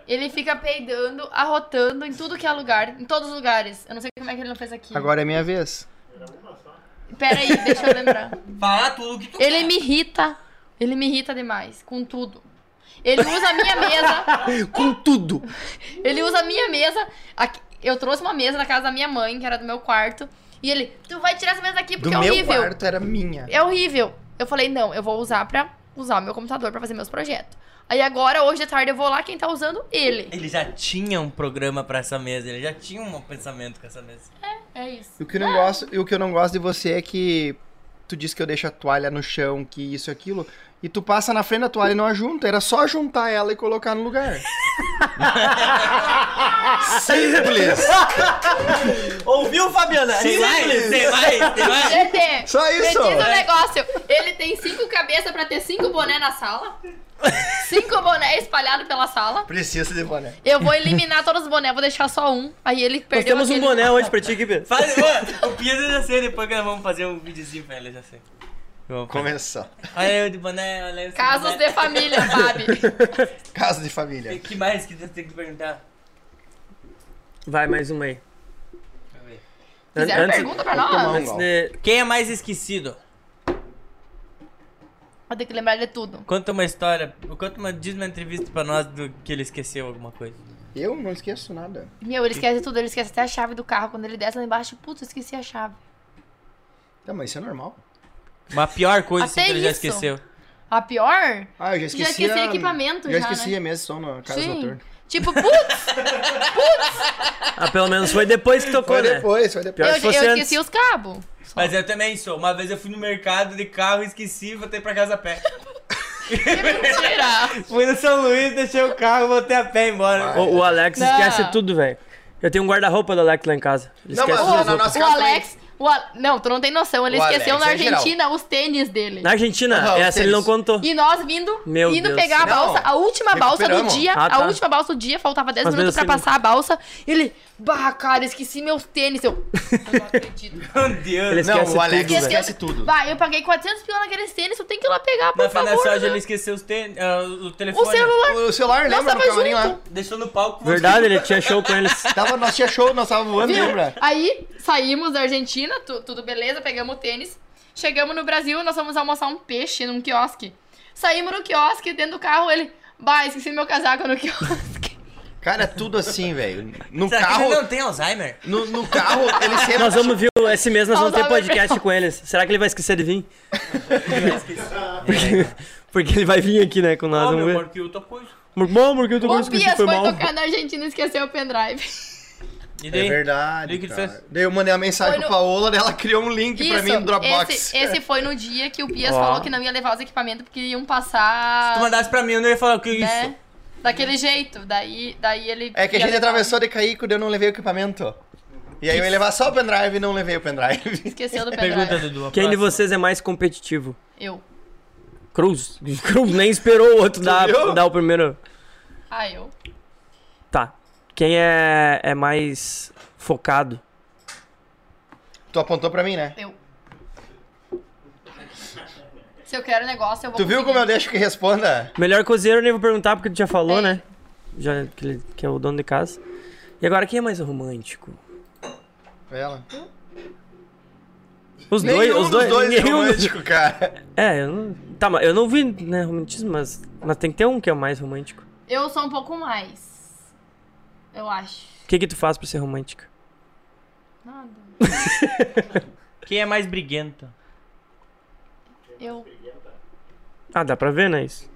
Speaker 3: Ele fica peidando, arrotando em tudo que é lugar, em todos os lugares. Eu não sei como é que ele não fez aqui.
Speaker 5: Agora é minha vez.
Speaker 3: Pera aí, deixa eu lembrar.
Speaker 2: Falar tudo que tu
Speaker 3: Ele me irrita. Ele me irrita demais, com tudo. Ele usa a minha mesa.
Speaker 5: Com tudo.
Speaker 3: Ele usa a minha mesa. Aqui- eu trouxe uma mesa da casa da minha mãe, que era do meu quarto. E ele, tu vai tirar essa mesa daqui
Speaker 5: Do
Speaker 3: porque é
Speaker 5: meu
Speaker 3: horrível.
Speaker 5: quarto era minha.
Speaker 3: É horrível. Eu falei, não, eu vou usar pra usar o meu computador pra fazer meus projetos. Aí agora, hoje de tarde, eu vou lá, quem tá usando? Ele.
Speaker 2: Ele já tinha um programa pra essa mesa, ele já tinha um pensamento com essa mesa.
Speaker 3: É isso.
Speaker 5: E o que eu não gosto, e o que eu não gosto de você é que tu diz que eu deixo a toalha no chão, que isso e aquilo, e tu passa na frente da toalha e não ajunta, era só juntar ela e colocar no lugar. Simples.
Speaker 4: Ouviu, Fabiana?
Speaker 2: Tem mais, tem mais, tem mais.
Speaker 3: GT,
Speaker 5: Só isso.
Speaker 3: me
Speaker 4: É.
Speaker 3: diz um negócio. Ele tem cinco cabeças pra ter cinco boné na sala. Cinco boné espalhados pela sala.
Speaker 5: Precisa de boné.
Speaker 3: Eu vou eliminar todos os bonés, vou deixar só um. Aí ele
Speaker 4: Nós
Speaker 3: perdeu
Speaker 4: temos um
Speaker 3: aquele-
Speaker 4: boné hoje pra ti, Kibe.
Speaker 2: Faz, ó, o Pedro eu já sei, depois que nós vamos fazer um videozinho pra ele, eu já sei. Vamos fazer.
Speaker 5: Começar.
Speaker 2: Olha eu de boné, olha eu sem
Speaker 3: Casos
Speaker 2: boné.
Speaker 3: de família, Fábio.
Speaker 5: Casa de família.
Speaker 2: O que mais que eu tenho que perguntar?
Speaker 4: Vai, mais uma aí.
Speaker 2: Deixa eu ver.
Speaker 3: Fizeram
Speaker 4: Antes-
Speaker 3: pergunta pra
Speaker 5: tomar um
Speaker 3: nós?
Speaker 4: Antes de...
Speaker 2: Quem é mais esquecido?
Speaker 3: Eu tenho que lembrar de tudo.
Speaker 2: Conta uma história, conta uma, diz uma entrevista pra nós do que ele esqueceu alguma coisa.
Speaker 5: Eu não esqueço nada.
Speaker 3: Meu, ele esquece tudo, ele esquece até a chave do carro. Quando ele desce lá embaixo, putz, eu esqueci a chave.
Speaker 5: Não, mas isso é normal.
Speaker 2: Uma pior coisa assim,
Speaker 3: Até
Speaker 2: que ele já
Speaker 3: isso.
Speaker 2: esqueceu.
Speaker 3: A pior?
Speaker 5: Ah, eu já
Speaker 3: Já
Speaker 5: esqueci.
Speaker 3: esqueci
Speaker 5: a-
Speaker 3: equipamento já,
Speaker 5: Já esqueci
Speaker 3: né?
Speaker 5: a mesa de som na casa
Speaker 3: Sim.
Speaker 5: noturna.
Speaker 3: Tipo, putz,
Speaker 4: Ah, pelo menos foi depois que tocou,
Speaker 5: Foi
Speaker 4: né?
Speaker 5: depois, foi depois.
Speaker 4: Pior se
Speaker 3: eu,
Speaker 4: fosse
Speaker 3: eu
Speaker 4: antes.
Speaker 3: esqueci os cabos.
Speaker 2: Mas eu também sou. Uma vez eu fui no mercado de carro, esqueci, voltei pra casa a pé.
Speaker 3: Mentira.
Speaker 2: fui no São Luís, deixei o carro, voltei a pé embora.
Speaker 4: O, o Alex
Speaker 3: Não.
Speaker 4: esquece tudo, velho. Eu tenho um guarda-roupa do Alex lá em casa. Ele
Speaker 5: Não,
Speaker 4: esquece
Speaker 5: mas
Speaker 4: tudo.
Speaker 5: na nossa
Speaker 3: o
Speaker 5: casa também.
Speaker 3: Alex... O Al- Não, tu não tem noção. Ele
Speaker 5: O
Speaker 3: esqueceu
Speaker 5: Alex
Speaker 3: na
Speaker 5: é geral.
Speaker 3: Argentina os tênis dele.
Speaker 4: Na Argentina,
Speaker 5: Ah,
Speaker 4: essa ele
Speaker 5: tênis.
Speaker 4: não contou.
Speaker 3: E nós vindo,
Speaker 4: Meu
Speaker 3: indo
Speaker 4: Deus.
Speaker 3: pegar a
Speaker 5: Não,
Speaker 3: balsa, a última balsa do
Speaker 5: recuperamos.
Speaker 3: dia,
Speaker 4: Ah, tá.
Speaker 3: a última balsa do dia, faltava 10
Speaker 4: Mas
Speaker 3: minutos pra
Speaker 4: mesmo assim,
Speaker 3: passar a balsa. Ele, bah, cara, esqueci meus tênis. Eu, eu não acredito.
Speaker 2: Meu Deus.
Speaker 4: Ele
Speaker 5: Não,
Speaker 4: esquece
Speaker 5: o Alex
Speaker 4: tudo, velho.
Speaker 5: esquece tudo.
Speaker 3: Bah, eu paguei 400 pila naqueles tênis, eu tenho que ir lá pegar, por
Speaker 2: Na final
Speaker 3: favor.
Speaker 2: ele
Speaker 3: né?
Speaker 2: esqueceu os tênis, ah, o telefone.
Speaker 3: O celular.
Speaker 5: O celular,
Speaker 3: Nós
Speaker 5: lembra?
Speaker 3: tava
Speaker 5: No camarim lá.
Speaker 3: junto.
Speaker 2: Deixou no palco.
Speaker 4: Verdade, ele tinha show com eles.
Speaker 5: Tava, nós tinha show, nós tava voando,
Speaker 3: Viu?
Speaker 5: lembra?
Speaker 3: Aí saímos da Argentina, tu- tudo beleza, pegamos o tênis. Chegamos no Brasil, nós fomos almoçar um peixe num quiosque. Saímos no quiosque, dentro do carro, ele. Bah, esqueci meu casaco no quiosque.
Speaker 5: Cara, é tudo assim, velho. No
Speaker 2: Será que
Speaker 5: carro,
Speaker 2: ele não tem Alzheimer?
Speaker 5: no, no carro, ele sempre.
Speaker 4: Nós vamos ver o- esse mês, nós vamos ter
Speaker 3: Alzheimer
Speaker 4: podcast
Speaker 3: Bell.
Speaker 4: com eles. Será que ele vai esquecer de vir? Porque ele vai vir aqui, né, com nós.
Speaker 2: Ó,
Speaker 4: vamos
Speaker 2: meu
Speaker 4: ver.
Speaker 2: amor, que outra coisa.
Speaker 4: Mur- Bom, amor, que eu tô com
Speaker 3: O Pias
Speaker 4: isso foi
Speaker 3: foi
Speaker 4: mal.
Speaker 3: tocar na Argentina e esqueceu o pendrive.
Speaker 2: E
Speaker 5: É
Speaker 2: daí?
Speaker 5: verdade.
Speaker 2: Daí que ele
Speaker 5: cara.
Speaker 2: fez?
Speaker 5: Daí eu mandei uma mensagem
Speaker 3: Foi
Speaker 5: pra
Speaker 3: no-
Speaker 5: Paola, daí ela criou um link pra mim no Dropbox.
Speaker 3: Esse, esse foi no dia que o Pias
Speaker 4: Ó.
Speaker 3: falou que não ia levar os equipamentos porque iam
Speaker 2: Se tu
Speaker 3: passar.
Speaker 2: mandasse pra mim, eu não ia falar o que é isso.
Speaker 3: Né? Daquele jeito. Daí, daí ele.
Speaker 5: É que a
Speaker 3: ia
Speaker 5: gente
Speaker 3: levar.
Speaker 5: atravessou de caíco, daí eu não levei o equipamento. E aí eu ia levar só o pendrive e não levei o pendrive.
Speaker 3: Esqueceu do
Speaker 2: Pergunta,
Speaker 3: pendrive.
Speaker 2: Dudu. a
Speaker 4: Quem de
Speaker 2: próxima.
Speaker 4: vocês é mais competitivo?
Speaker 3: Eu.
Speaker 4: Cruz. Cruz nem esperou o outro dar,
Speaker 5: viu?
Speaker 4: dar o primeiro.
Speaker 3: Ah, eu.
Speaker 4: Tá. Quem é, é mais focado?
Speaker 5: Tu apontou pra mim, né?
Speaker 3: Eu. Se eu quero negócio, eu vou.
Speaker 5: Tu viu como eu deixo que responda?
Speaker 4: Melhor cozinheiro eu nem vou perguntar porque tu já falou,
Speaker 3: É.
Speaker 4: né? Já que, ele, que é o dono de casa. E agora quem é mais romântico?
Speaker 5: Ela.
Speaker 4: Os
Speaker 5: Nenhum
Speaker 4: dois,
Speaker 5: dos
Speaker 4: os dois,
Speaker 5: dois é
Speaker 4: nenhum dos-
Speaker 5: romântico, cara.
Speaker 4: É, eu não, tá, mas eu não vi, né, romantismo, mas, mas tem que ter um que é o mais romântico.
Speaker 3: Eu sou um pouco mais. Eu acho.
Speaker 4: O que que tu faz pra ser romântica?
Speaker 3: Nada.
Speaker 2: Quem é mais briguento?
Speaker 3: Eu.
Speaker 4: Ah, dá pra ver, né, isso?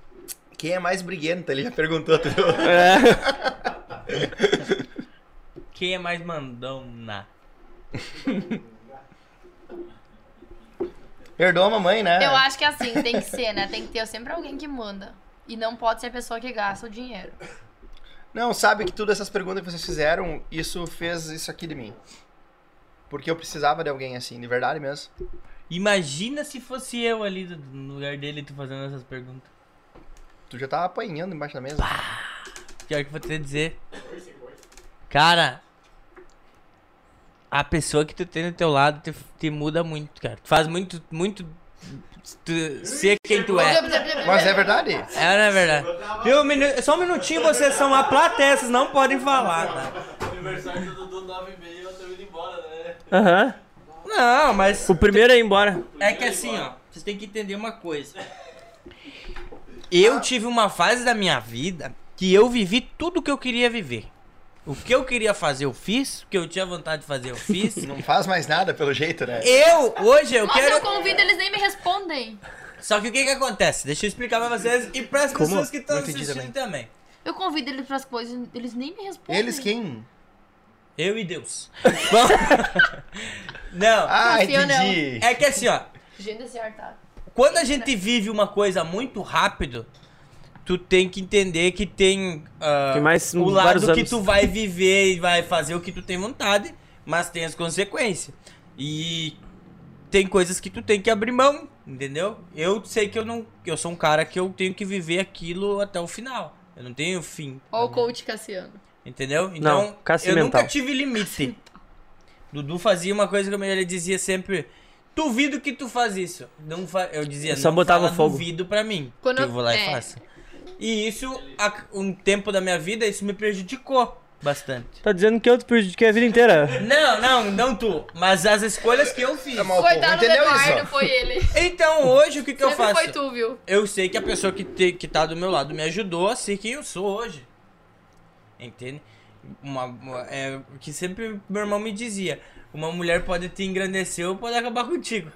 Speaker 5: Quem é mais briguento? Ele já perguntou, tu viu?
Speaker 2: Quem é mais mandona?
Speaker 5: Perdoa a mamãe, né?
Speaker 3: Eu acho que é assim, tem que ser, né? Tem que ter sempre alguém que manda. E não pode ser a pessoa que gasta o dinheiro.
Speaker 5: Não, sabe que todas essas perguntas que vocês fizeram, isso fez isso aqui de mim. Porque eu precisava de alguém assim, de verdade mesmo.
Speaker 2: Imagina se fosse eu ali Dudu, no lugar dele tu fazendo essas perguntas.
Speaker 5: Tu já tava apanhando embaixo da mesa.
Speaker 2: Pior que eu vou te dizer. Cara, a pessoa que tu tem do teu lado te, te muda muito, cara. Tu faz muito, muito. Tu ser quem tu é.
Speaker 5: Mas é verdade.
Speaker 2: É, não é verdade? Viu, meni- só um minutinho, vocês são a plateia, vocês não podem falar, tá?
Speaker 9: Aniversário do Dudu 9 e meia, eu tô indo embora, né?
Speaker 4: Aham.
Speaker 2: Não, mas.
Speaker 4: O primeiro é ir embora.
Speaker 2: É que assim, ó, vocês têm que entender uma coisa. Eu tive uma fase da minha vida que eu vivi tudo que eu queria viver. O que eu queria fazer, eu fiz. O que eu tinha vontade de fazer, eu fiz.
Speaker 5: Não faz mais nada pelo jeito, né?
Speaker 2: Eu, hoje, eu
Speaker 3: Nossa,
Speaker 2: quero.
Speaker 3: eu convido, eles nem me respondem.
Speaker 2: Só que o que que acontece? Deixa eu explicar pra vocês e pras
Speaker 4: Como?
Speaker 2: pessoas que estão
Speaker 5: Não entendi
Speaker 2: assistindo também.
Speaker 3: Eu convido eles pras coisas, eles nem me respondem.
Speaker 5: Eles quem?
Speaker 2: Eu e Deus. Bom- Não,
Speaker 5: Ah,
Speaker 3: Confio, não.
Speaker 5: entendi.
Speaker 2: é que assim, ó.
Speaker 3: Gente, esse ar tá.
Speaker 2: Quando a gente vive uma coisa muito rápido, tu tem que entender que tem ah,
Speaker 4: Tem mais
Speaker 2: o
Speaker 4: uns
Speaker 2: lado
Speaker 4: vários
Speaker 2: que
Speaker 4: anos.
Speaker 2: tu vai viver e vai fazer o que tu tem vontade, mas tem as consequências. E tem coisas que tu tem que abrir mão, entendeu? Eu sei que eu não, que eu sou um cara que eu tenho que viver aquilo até o final. Eu não tenho fim.
Speaker 3: Ó o coach Cassiano.
Speaker 2: Entendeu? Então,
Speaker 4: caça
Speaker 2: eu
Speaker 4: mental.
Speaker 2: nunca tive limite. Dudu fazia uma coisa que eu- ele dizia sempre: Duvido que tu faz isso. Não fa... Eu dizia:
Speaker 4: Eu só
Speaker 2: não
Speaker 4: botava
Speaker 2: fala
Speaker 4: fogo.
Speaker 2: Duvido pra mim.
Speaker 3: Quando
Speaker 2: que eu
Speaker 3: eu-
Speaker 2: vou lá
Speaker 3: é.
Speaker 2: e faço. E isso, a- um tempo da minha vida, isso me prejudicou bastante.
Speaker 4: Tá dizendo que eu te prejudiquei a vida inteira.
Speaker 2: Não, não, não tu. Mas as escolhas que eu fiz.
Speaker 5: É mal- povo
Speaker 3: Coitado do
Speaker 5: entendeu isso,
Speaker 3: Eduardo,
Speaker 5: ó.
Speaker 3: foi ele.
Speaker 2: Então hoje o que, que eu
Speaker 3: Sempre
Speaker 2: faço?
Speaker 3: foi tu, viu?
Speaker 2: Eu sei que a pessoa que, te, que tá do meu lado me ajudou a ser quem eu sou hoje. Entende? Uma, uma- é, o que sempre meu irmão me dizia: uma mulher pode te engrandecer ou pode acabar contigo.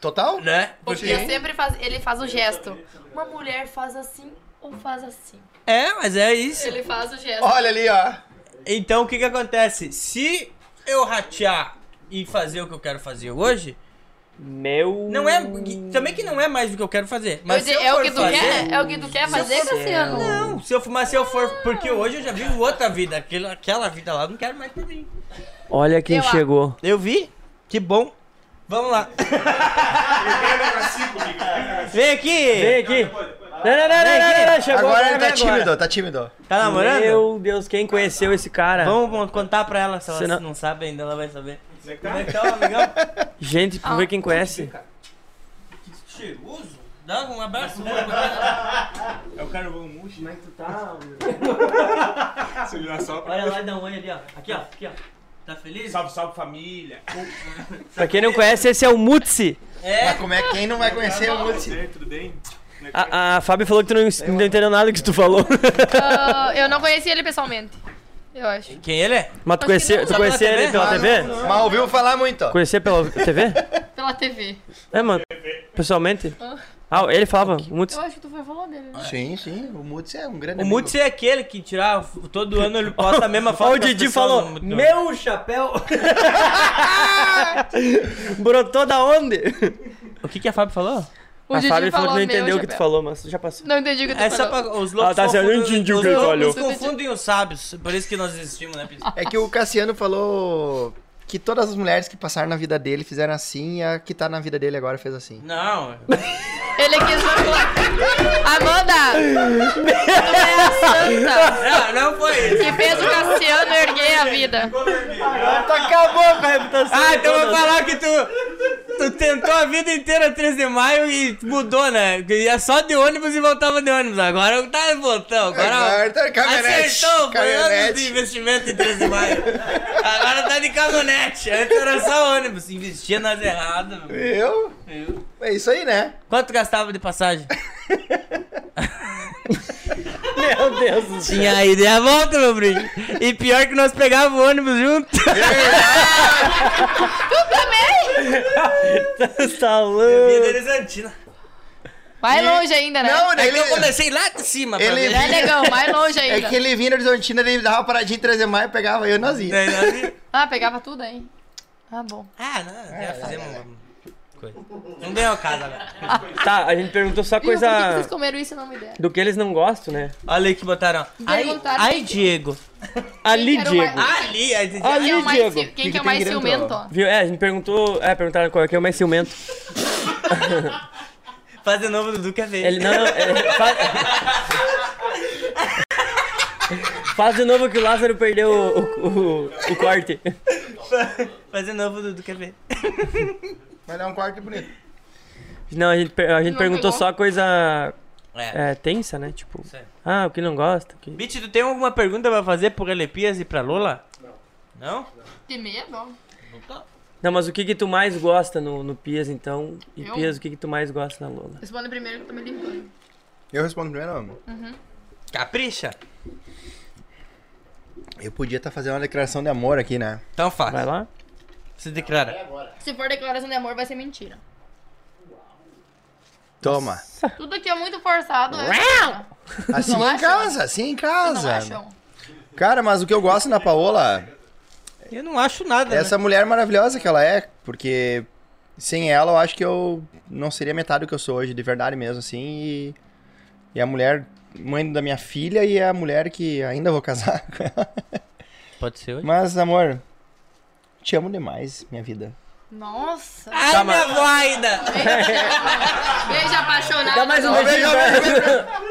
Speaker 5: Total?
Speaker 2: Né?
Speaker 3: Porque sempre faz, ele faz o gesto. Uma mulher faz assim ou faz assim.
Speaker 2: É, mas é isso.
Speaker 3: Ele faz o gesto.
Speaker 5: Olha ali, ó.
Speaker 2: Então o que que acontece? Se eu ratear e fazer o que eu quero fazer hoje,
Speaker 4: Meu.
Speaker 2: não é. Também que não é mais o que eu quero fazer. Mas
Speaker 3: Eu
Speaker 2: se
Speaker 3: di-
Speaker 2: eu
Speaker 3: é o
Speaker 2: for
Speaker 3: que tu
Speaker 2: fazer,
Speaker 3: quer? É o que tu quer fazer, Cassiano?
Speaker 2: Não, se eu fumar, se eu for. Porque hoje eu já vivo outra vida. Aquela, aquela vida lá eu não quero mais pra mim.
Speaker 4: Olha quem
Speaker 3: Eu a-
Speaker 4: chegou.
Speaker 2: Eu vi. Que bom. Vamos lá. Vem aqui.
Speaker 4: Vem aqui. Não, não, não, não, não, não, não, chegou.
Speaker 5: Agora ele
Speaker 4: vem
Speaker 5: tá tímido, tá tímido.
Speaker 2: Tá namorando?
Speaker 4: Meu Deus, quem conheceu esse cara?
Speaker 2: Vamos contar pra ela. Se ela
Speaker 4: Se não-
Speaker 2: não... sabe ainda, ela vai saber. Como é que tá, o amigão?
Speaker 4: Gente, pra
Speaker 3: Ah.
Speaker 4: ver quem conhece.
Speaker 2: Cheiroso? Dá um abraço.
Speaker 9: Eu quero ver o Mush. Como é que tu tá? Se olhar só pra.
Speaker 2: Olha lá e dá um oi ali, ó. Aqui, ó. Aqui, ó. Tá feliz?
Speaker 9: Salve, salve família.
Speaker 4: Pra quem não conhece, esse é o Mutsi.
Speaker 2: É.
Speaker 5: Mas como é que quem não vai conhecer o
Speaker 9: Tudo
Speaker 5: Mutsi?
Speaker 9: bem, Tudo bem?
Speaker 4: A, a Fábio falou que tu não, não entendeu nada que tu falou.
Speaker 3: Ah, eu não conheci ele pessoalmente. Eu acho.
Speaker 2: Quem ele é?
Speaker 4: Mas tu conhecia, tu
Speaker 3: Só
Speaker 2: pela
Speaker 4: conhecia
Speaker 2: TV?
Speaker 4: ele pela
Speaker 2: Ah,
Speaker 4: TV?
Speaker 5: Mas ouviu falar muito.
Speaker 4: Conhecia pela TV?
Speaker 3: Pela TV.
Speaker 4: É, mano. Pessoalmente? Ah, ele falava, Mutsi.
Speaker 3: Eu acho que tu foi falar dele, né?
Speaker 5: Sim, sim. O Mutsi é um grande
Speaker 2: O
Speaker 5: amigo.
Speaker 2: Mutsi é aquele que tirar todo ano ele posta a mesma foto.
Speaker 4: Ó, o Didi falou, meu chapéu. Brotou da onde?
Speaker 2: O que, que a Fábio falou?
Speaker 3: O
Speaker 4: a
Speaker 3: Didi
Speaker 4: Fábio falou que não
Speaker 3: "Meu
Speaker 4: entendeu o que tu
Speaker 3: chapéu".
Speaker 4: falou, mas já passou.
Speaker 3: Não entendi o que tu
Speaker 2: É só
Speaker 3: falou.
Speaker 2: pra. Os
Speaker 4: Ah,
Speaker 2: loucos
Speaker 4: tá, você não
Speaker 2: confundem-
Speaker 4: entendi o
Speaker 2: os
Speaker 4: que ele
Speaker 2: loucos
Speaker 4: falou.
Speaker 2: confundem os sábios. Por isso que nós existimos, né, Pedro?
Speaker 5: É que o Cassiano falou que todas as mulheres que passaram na vida dele fizeram assim e a que tá na vida dele agora fez assim.
Speaker 2: Não.
Speaker 3: Ele quis manipular. Amanda! Ela é a santa
Speaker 2: Não, não foi isso.
Speaker 3: que fez o Cassiano erguer a vida.
Speaker 4: Tu acabou com a reputação.
Speaker 2: Ah,
Speaker 4: de
Speaker 2: então eu vou
Speaker 4: todas.
Speaker 2: falar que tu. Tu tentou a vida inteira 13 de maio e mudou, né? Que Ia só de ônibus e voltava de ônibus. Agora tá voltando. Agora.
Speaker 5: Agora tá de caminhonete,
Speaker 2: Acertou, foi anos
Speaker 5: caminhonete.
Speaker 2: de investimento em 13 de maio. Agora tá de caminhonete. Antes era só ônibus. Investia nas erradas. meu.
Speaker 5: Eu? É isso aí, né?
Speaker 2: Quanto gastava de passagem?
Speaker 4: Meu Deus do céu.
Speaker 2: Tinha a ida e a volta, meu brinco. E pior que nós pegávamos o ônibus junto.
Speaker 4: Tá louco.
Speaker 2: Interessantina.
Speaker 3: Vai longe ainda, né?
Speaker 5: Não, daí
Speaker 2: É que eu
Speaker 5: ele...
Speaker 2: comecei lá de cima pra
Speaker 5: Ele-
Speaker 2: ver.
Speaker 3: Né, negão? Vai longe
Speaker 5: É
Speaker 3: ainda.
Speaker 5: que ele vinha no Horizontina, ele dava uma paradinha em 13 de maio e pegava eu nozinho.
Speaker 2: Daí nós-
Speaker 3: Ah, pegava tudo aí. Ah, bom.
Speaker 2: Ah, não, já fizemos uma coisa. Não deu caso agora.
Speaker 4: Tá, a gente perguntou só
Speaker 3: Viu, Por que que
Speaker 4: coisa
Speaker 3: vocês comeram isso e não me deram?
Speaker 4: do que eles não gostam, né?
Speaker 2: Olha aí que botaram. Ai,
Speaker 3: Perguntaram
Speaker 2: ai,
Speaker 3: quem-
Speaker 2: Diego.
Speaker 4: Ali,
Speaker 3: quero
Speaker 4: Diego.
Speaker 3: mais-
Speaker 2: Ali, aí Diego.
Speaker 3: Quem
Speaker 4: Ali,
Speaker 3: é o mais,
Speaker 4: Diego.
Speaker 3: ciu- quem
Speaker 5: que
Speaker 3: que é o
Speaker 5: tem
Speaker 3: mais
Speaker 5: que dentro?
Speaker 3: ciumento, ó?
Speaker 4: Viu? É, a gente perguntou. É, perguntaram qual é que é o mais ciumento.
Speaker 2: Faz de novo, Dudu quer ver.
Speaker 4: Ele não. é, faz... Faz de novo que o Lázaro perdeu o, o, o- o corte.
Speaker 2: Faz de novo, Dudu quer ver.
Speaker 5: Mas é um quarto bonito.
Speaker 4: Não, a gente, per- a gente
Speaker 3: Não
Speaker 4: perguntou
Speaker 3: pegou?
Speaker 4: só coisa
Speaker 2: É.
Speaker 4: é, tensa, né? Tipo,
Speaker 2: Sério.
Speaker 4: ah, o que não gosta. o que-
Speaker 2: Bitch, tu tem alguma pergunta pra fazer pro Elepias e pra Lola? Não. Não?
Speaker 3: Que medo.
Speaker 4: Não, mas o que que tu mais gosta no, no Pias, então? E
Speaker 3: Eu?
Speaker 4: Pias, o que que tu mais gosta na Lola?
Speaker 3: Responde primeiro que eu tô me limpando.
Speaker 5: Eu respondo primeiro, homem.
Speaker 2: Capricha?
Speaker 5: Eu podia estar fazendo uma declaração de amor aqui, né?
Speaker 2: Então faz.
Speaker 4: Vai lá?
Speaker 2: Se declara.
Speaker 3: Se for declaração de amor, vai ser mentira.
Speaker 5: Toma.
Speaker 3: Tudo aqui é muito forçado. é mentira.
Speaker 5: Assim
Speaker 3: não
Speaker 5: em
Speaker 3: acha?
Speaker 5: casa, assim em
Speaker 3: Não
Speaker 5: casa.
Speaker 3: acham?
Speaker 5: Cara, mas o que eu gosto na Paola
Speaker 2: Eu não acho nada. né?
Speaker 5: é
Speaker 3: né?
Speaker 5: essa mulher maravilhosa que ela é, porque sem ela eu acho que eu não seria metade do que eu sou hoje, de verdade mesmo, assim. E, e a mulher, mãe da minha filha, e a mulher que ainda vou casar com ela.
Speaker 2: né? Pode ser hoje.
Speaker 5: Mas, amor, te amo demais, minha vida.
Speaker 3: Nossa.
Speaker 2: Ai, minha avó ainda!
Speaker 3: Beijo apaixonado.
Speaker 4: Dá mais um
Speaker 3: Nossa.
Speaker 4: beijinho pra...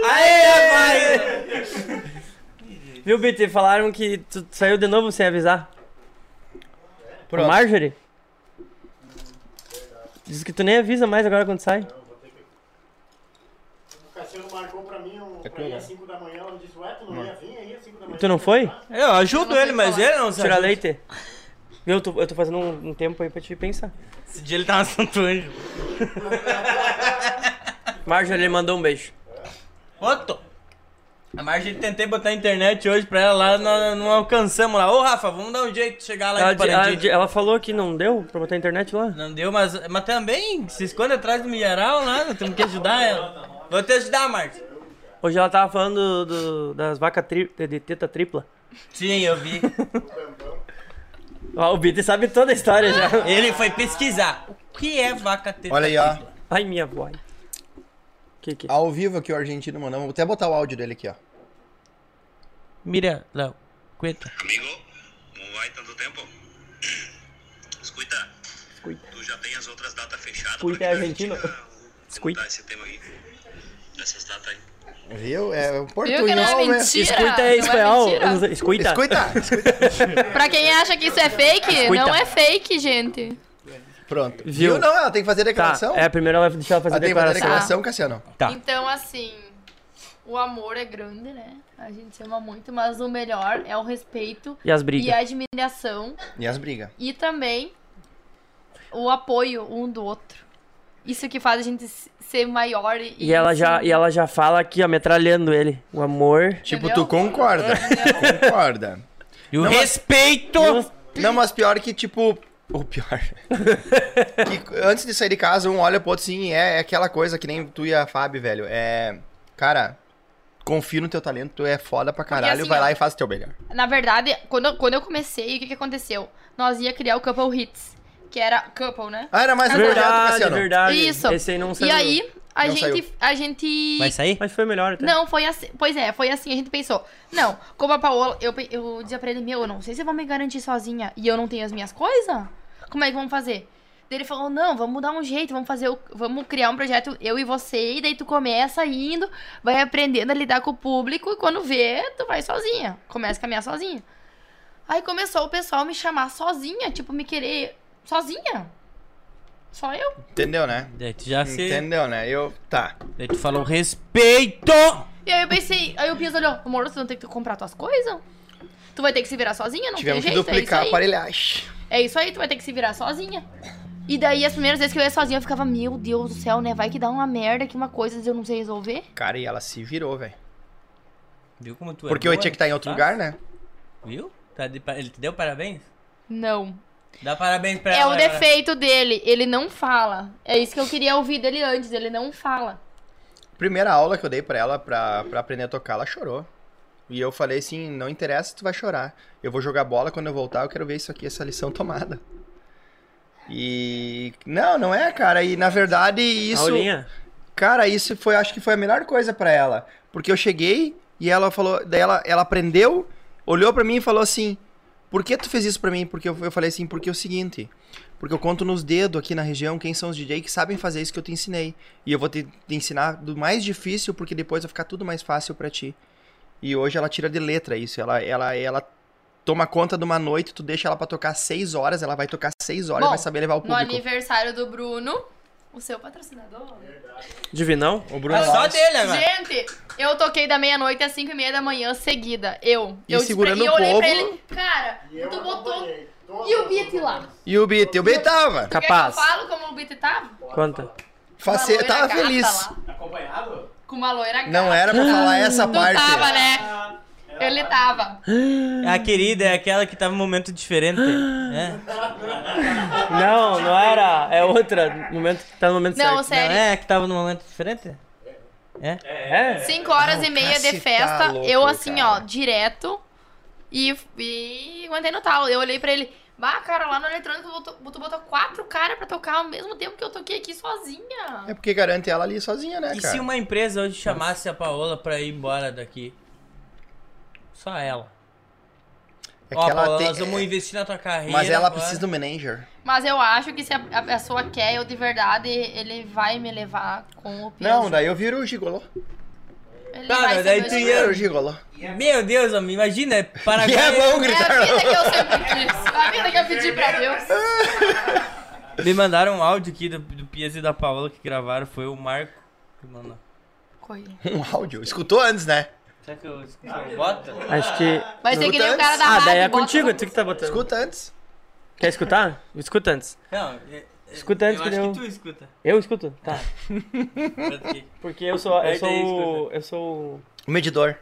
Speaker 2: Ai, minha avó ainda!
Speaker 4: Viu, BT? Falaram que tu saiu de novo sem avisar. Pro
Speaker 5: Pronto.
Speaker 4: Marjorie? Diz que tu nem avisa mais agora quando sai.
Speaker 1: O Cassiano marcou pra mim um, pra ir às 5 da manhã, ela me disse, ué, tu não ia vir aí às 5 da manhã?
Speaker 4: Tu não foi?
Speaker 2: Eu ajudo
Speaker 3: Eu não sei
Speaker 2: ele, mas
Speaker 3: falar.
Speaker 2: ele não sabe.
Speaker 4: Tirar leite? Viu, eu tô, eu tô fazendo um, um tempo aí pra te pensar.
Speaker 2: Esse dia ele tá no Santo Anjo.
Speaker 4: Marjorie, ele mandou um beijo.
Speaker 2: Otto! A Marjorie tentei botar a internet hoje pra ela lá, nós não alcançamos lá. Ô Rafa, vamos dar um jeito de chegar lá
Speaker 4: Ela,
Speaker 2: em
Speaker 4: di- ela
Speaker 2: Parintins.
Speaker 4: di- ela falou que não deu pra botar a internet lá.
Speaker 2: Não deu, mas, mas também se esconde atrás do milharal lá, temos que ajudar ela. Vou te ajudar, Marcos.
Speaker 4: Hoje ela tava falando do- das vacas tri- de, de teta tripla.
Speaker 2: Sim, eu vi.
Speaker 4: Ó, o BT sabe toda a história já.
Speaker 2: Ele foi pesquisar. O que é vaca teta?
Speaker 5: Olha aí, ó.
Speaker 4: Ai, minha voz. Que que?
Speaker 5: Ao vivo aqui o argentino mandou. Vou até botar o áudio dele aqui, ó.
Speaker 2: Mira, Léo, aguenta.
Speaker 10: Amigo, como vai tanto tempo? Escuta, tu já tem as outras datas fechadas?
Speaker 4: Escuta,
Speaker 10: pra
Speaker 4: é
Speaker 10: aqui da
Speaker 4: argentino?
Speaker 10: Argentina? Vamos
Speaker 4: Escuta.
Speaker 10: mudar esse tema aí. Essas datas aí.
Speaker 5: Viu? É um
Speaker 3: Viu que não é
Speaker 5: portunhol, né?
Speaker 3: mentira?
Speaker 4: Escuta
Speaker 3: Não
Speaker 4: é espanhol.
Speaker 3: mentira?
Speaker 4: eu não sei- Escuta.
Speaker 5: Escuta! Escuta!
Speaker 3: Pra quem acha que isso é fake,
Speaker 4: Escuta.
Speaker 3: não é fake, gente.
Speaker 5: Pronto.
Speaker 4: Viu?
Speaker 5: Viu? Não, ela tem que fazer a
Speaker 4: Tá,
Speaker 5: declaração.
Speaker 4: é, primeiro ela vai deixar ela fazer
Speaker 5: Ela
Speaker 4: a
Speaker 5: tem que fazer a
Speaker 4: declaração.
Speaker 5: declaração, Cassiano.
Speaker 2: Tá.
Speaker 3: Então, assim, o amor é grande, né? A gente se ama muito, mas o melhor é o respeito
Speaker 4: E as
Speaker 3: e
Speaker 4: brigas.
Speaker 3: a admiração
Speaker 5: E as brigas.
Speaker 3: e também o apoio um do outro. Isso que faz a gente se- ser maior e.
Speaker 4: E ela, já, e ela já fala aqui, ó, metralhando ele. O amor.
Speaker 5: Tipo,
Speaker 3: Entendeu? É,
Speaker 5: tu concorda. concorda. um-
Speaker 2: E o respeito!
Speaker 5: Não, mas pior que, tipo. O pior. que antes de sair de casa, um olha pro outro assim, é, é aquela coisa que nem tu e a Fábio, velho. É. Cara, confio no teu talento, tu é foda pra caralho,
Speaker 3: assim,
Speaker 5: vai
Speaker 3: ó,
Speaker 5: lá e faz o teu melhor.
Speaker 3: Na verdade, quando, quando eu comecei, o que, que aconteceu? Nós ia criar o Couple Hits, que era Couple, né?
Speaker 5: Ah, era mais um projeto,
Speaker 4: Verdade,
Speaker 5: Cassiano.
Speaker 4: verdade.
Speaker 3: Isso.
Speaker 4: Esse aí não saiu.
Speaker 3: E aí, a
Speaker 5: Não
Speaker 3: gente.
Speaker 5: saiu.
Speaker 3: A gente.
Speaker 2: Vai sair?
Speaker 4: Mas foi melhor tá? até.
Speaker 3: Não, foi assim. Pois é, foi assim. A gente pensou. Não, como a Paola, eu, pe- eu dizia pra ele, meu, eu não sei se eu vou me garantir sozinha e eu não tenho as minhas coisas. Como é que vamos fazer? Daí ele falou, não, vamos dar um jeito, vamos fazer, o- vamos criar um projeto, eu e você, e daí tu começa indo, vai aprendendo a lidar com o público, e quando vê, tu vai sozinha. Começa a caminhar sozinha. Aí começou o pessoal me chamar sozinha, tipo, me querer sozinha. Só eu.
Speaker 5: Entendeu, né?
Speaker 2: Daí tu já
Speaker 4: Assim.
Speaker 2: se.
Speaker 5: Entendeu, né? Eu. Tá.
Speaker 2: Daí tu falou respeito!
Speaker 3: E aí eu pensei, aí o Pias olhou, amor, você não tem que comprar tuas coisas? Tu vai ter que se virar sozinha? Não
Speaker 5: Tivemos
Speaker 3: tem
Speaker 5: que
Speaker 3: jeito, é
Speaker 5: duplicar a
Speaker 3: isso aí.
Speaker 5: aparelhagem.
Speaker 3: É isso aí, tu vai ter que se virar sozinha. E daí, as primeiras vezes que eu ia sozinha, eu ficava, meu Deus do céu, né? Vai que dá uma merda que uma coisa eu não sei resolver.
Speaker 5: Cara, e ela se virou, velho.
Speaker 2: Viu como tu é
Speaker 5: Porque eu
Speaker 2: boa,
Speaker 5: tinha que estar em outro
Speaker 2: tá?
Speaker 5: lugar, né?
Speaker 2: Viu? Tá de pa- Ele te deu parabéns?
Speaker 3: Não.
Speaker 2: Dá parabéns pra
Speaker 3: É
Speaker 2: ela.
Speaker 3: o
Speaker 2: agora.
Speaker 3: defeito dele, ele não fala. É isso que eu queria ouvir dele antes, ele não fala.
Speaker 5: Primeira aula que eu dei pra ela pra, pra aprender a tocar, ela chorou. E eu falei assim, não interessa, tu vai chorar. Eu vou jogar bola quando eu voltar, eu quero ver isso aqui, essa lição tomada. E não, não é, cara. E na verdade isso,
Speaker 4: Aulinha.
Speaker 5: cara, isso foi, acho que foi a melhor coisa pra ela, porque eu cheguei e ela falou, daí ela, ela aprendeu, olhou pra mim e falou assim: "Por que tu fez isso pra mim?" Porque eu, eu falei assim: "Porque é o seguinte, porque eu conto nos dedos aqui na região quem são os DJ que sabem fazer isso que eu te ensinei. E eu vou te, te ensinar do mais difícil, porque depois vai ficar tudo mais fácil pra ti. E hoje ela tira de letra isso. Ela, ela, ela toma conta de uma noite, tu deixa ela pra tocar seis horas, ela vai tocar seis horas
Speaker 3: Bom,
Speaker 5: e vai saber levar o
Speaker 3: No
Speaker 5: público.
Speaker 3: aniversário do Bruno, o seu patrocinador.
Speaker 4: Divinão?
Speaker 5: O
Speaker 2: É só dele agora.
Speaker 3: Gente, eu toquei da meia-noite às 5 e meia da manhã seguida. Eu.
Speaker 5: E
Speaker 3: eu disse pra-
Speaker 5: segurando
Speaker 3: e eu
Speaker 5: o
Speaker 3: olhei pra
Speaker 5: povo.
Speaker 3: ele, cara,
Speaker 1: E eu
Speaker 3: tu botou.
Speaker 1: acompanhei todas
Speaker 3: E o
Speaker 1: as
Speaker 3: Beat lá?
Speaker 5: E o Bit, o Bit tava.
Speaker 3: Quer que eu
Speaker 4: Capaz.
Speaker 3: falo como o Beat tava? Com
Speaker 4: Conta.
Speaker 5: face-
Speaker 3: uma loira
Speaker 5: Ah,
Speaker 3: né,
Speaker 5: Tava
Speaker 3: gata
Speaker 5: feliz.
Speaker 3: lá,
Speaker 9: Acompanhado?
Speaker 3: com uma loira gata.
Speaker 5: Não era pra falar essa
Speaker 3: Tu
Speaker 5: parte.
Speaker 3: tava, né?
Speaker 9: Ah, ela-
Speaker 3: Ele tava.
Speaker 2: É a querida, é aquela que tava num momento diferente. É,
Speaker 4: Não, não era. É outra. Momento, tá no momento
Speaker 3: Não,
Speaker 4: certo.
Speaker 2: Não,
Speaker 3: sério.
Speaker 2: é a que tava num momento diferente? É?
Speaker 4: É?
Speaker 3: 5 horas e meia de
Speaker 5: cacete,
Speaker 3: festa,
Speaker 5: tá louco,
Speaker 3: eu assim, ó,
Speaker 5: cara.
Speaker 3: direto. E, e aguentei no talo. Eu olhei pra ele, bah, cara, lá no eletrônico botou, botou, botou quatro caras pra tocar ao mesmo tempo que eu toquei aqui sozinha.
Speaker 5: É porque garante ela ali sozinha, né,
Speaker 2: né? E
Speaker 5: cara?
Speaker 2: se um uma empresa hoje chamasse a Paola pra ir embora daqui? Só ela.
Speaker 5: É
Speaker 2: Ó,
Speaker 5: que ela
Speaker 2: Paola,
Speaker 5: tem-
Speaker 2: nós vamos investir na tua carreira.
Speaker 5: Mas ela
Speaker 2: agora.
Speaker 5: precisa do manager.
Speaker 3: Mas eu acho que se a, a pessoa quer eu de verdade, ele vai me levar com o peso.
Speaker 5: Não, daí eu viro o gigolô.
Speaker 3: Ele
Speaker 2: Tá,
Speaker 3: vai
Speaker 2: mas
Speaker 3: ser
Speaker 2: daí
Speaker 3: meu
Speaker 2: tu
Speaker 5: Eu
Speaker 2: ia-
Speaker 3: gigolo.
Speaker 5: viro o gigolô.
Speaker 2: Meu Deus, amigo, imagina, é
Speaker 5: E
Speaker 2: Paraguai.
Speaker 5: é bom
Speaker 3: É a
Speaker 5: gritar.
Speaker 3: vida que eu sempre quis. A vida que eu pedi pra Deus.
Speaker 2: Me mandaram um áudio aqui do, do Pias e da Paola que gravaram, foi o Marco que mandou.
Speaker 3: Coisa.
Speaker 5: Um áudio. Escutou antes, né?
Speaker 2: Será que eu bota?
Speaker 4: Acho que.
Speaker 3: Vai ser que nem o cara da
Speaker 4: Ah, daí é
Speaker 3: rádio, bota-
Speaker 4: contigo, tu que tá botando.
Speaker 5: Escuta antes.
Speaker 4: Quer escutar? Escuta antes.
Speaker 2: Não, é-
Speaker 4: Escuta antes
Speaker 2: eu
Speaker 4: que
Speaker 2: acho
Speaker 4: deu.
Speaker 2: que tu escuta.
Speaker 4: Eu escuto? Tá.
Speaker 2: Escuta aqui.
Speaker 4: Porque eu sou. Eu
Speaker 2: Aí daí
Speaker 4: sou.
Speaker 2: escuta.
Speaker 4: Eu sou.
Speaker 5: O medidor.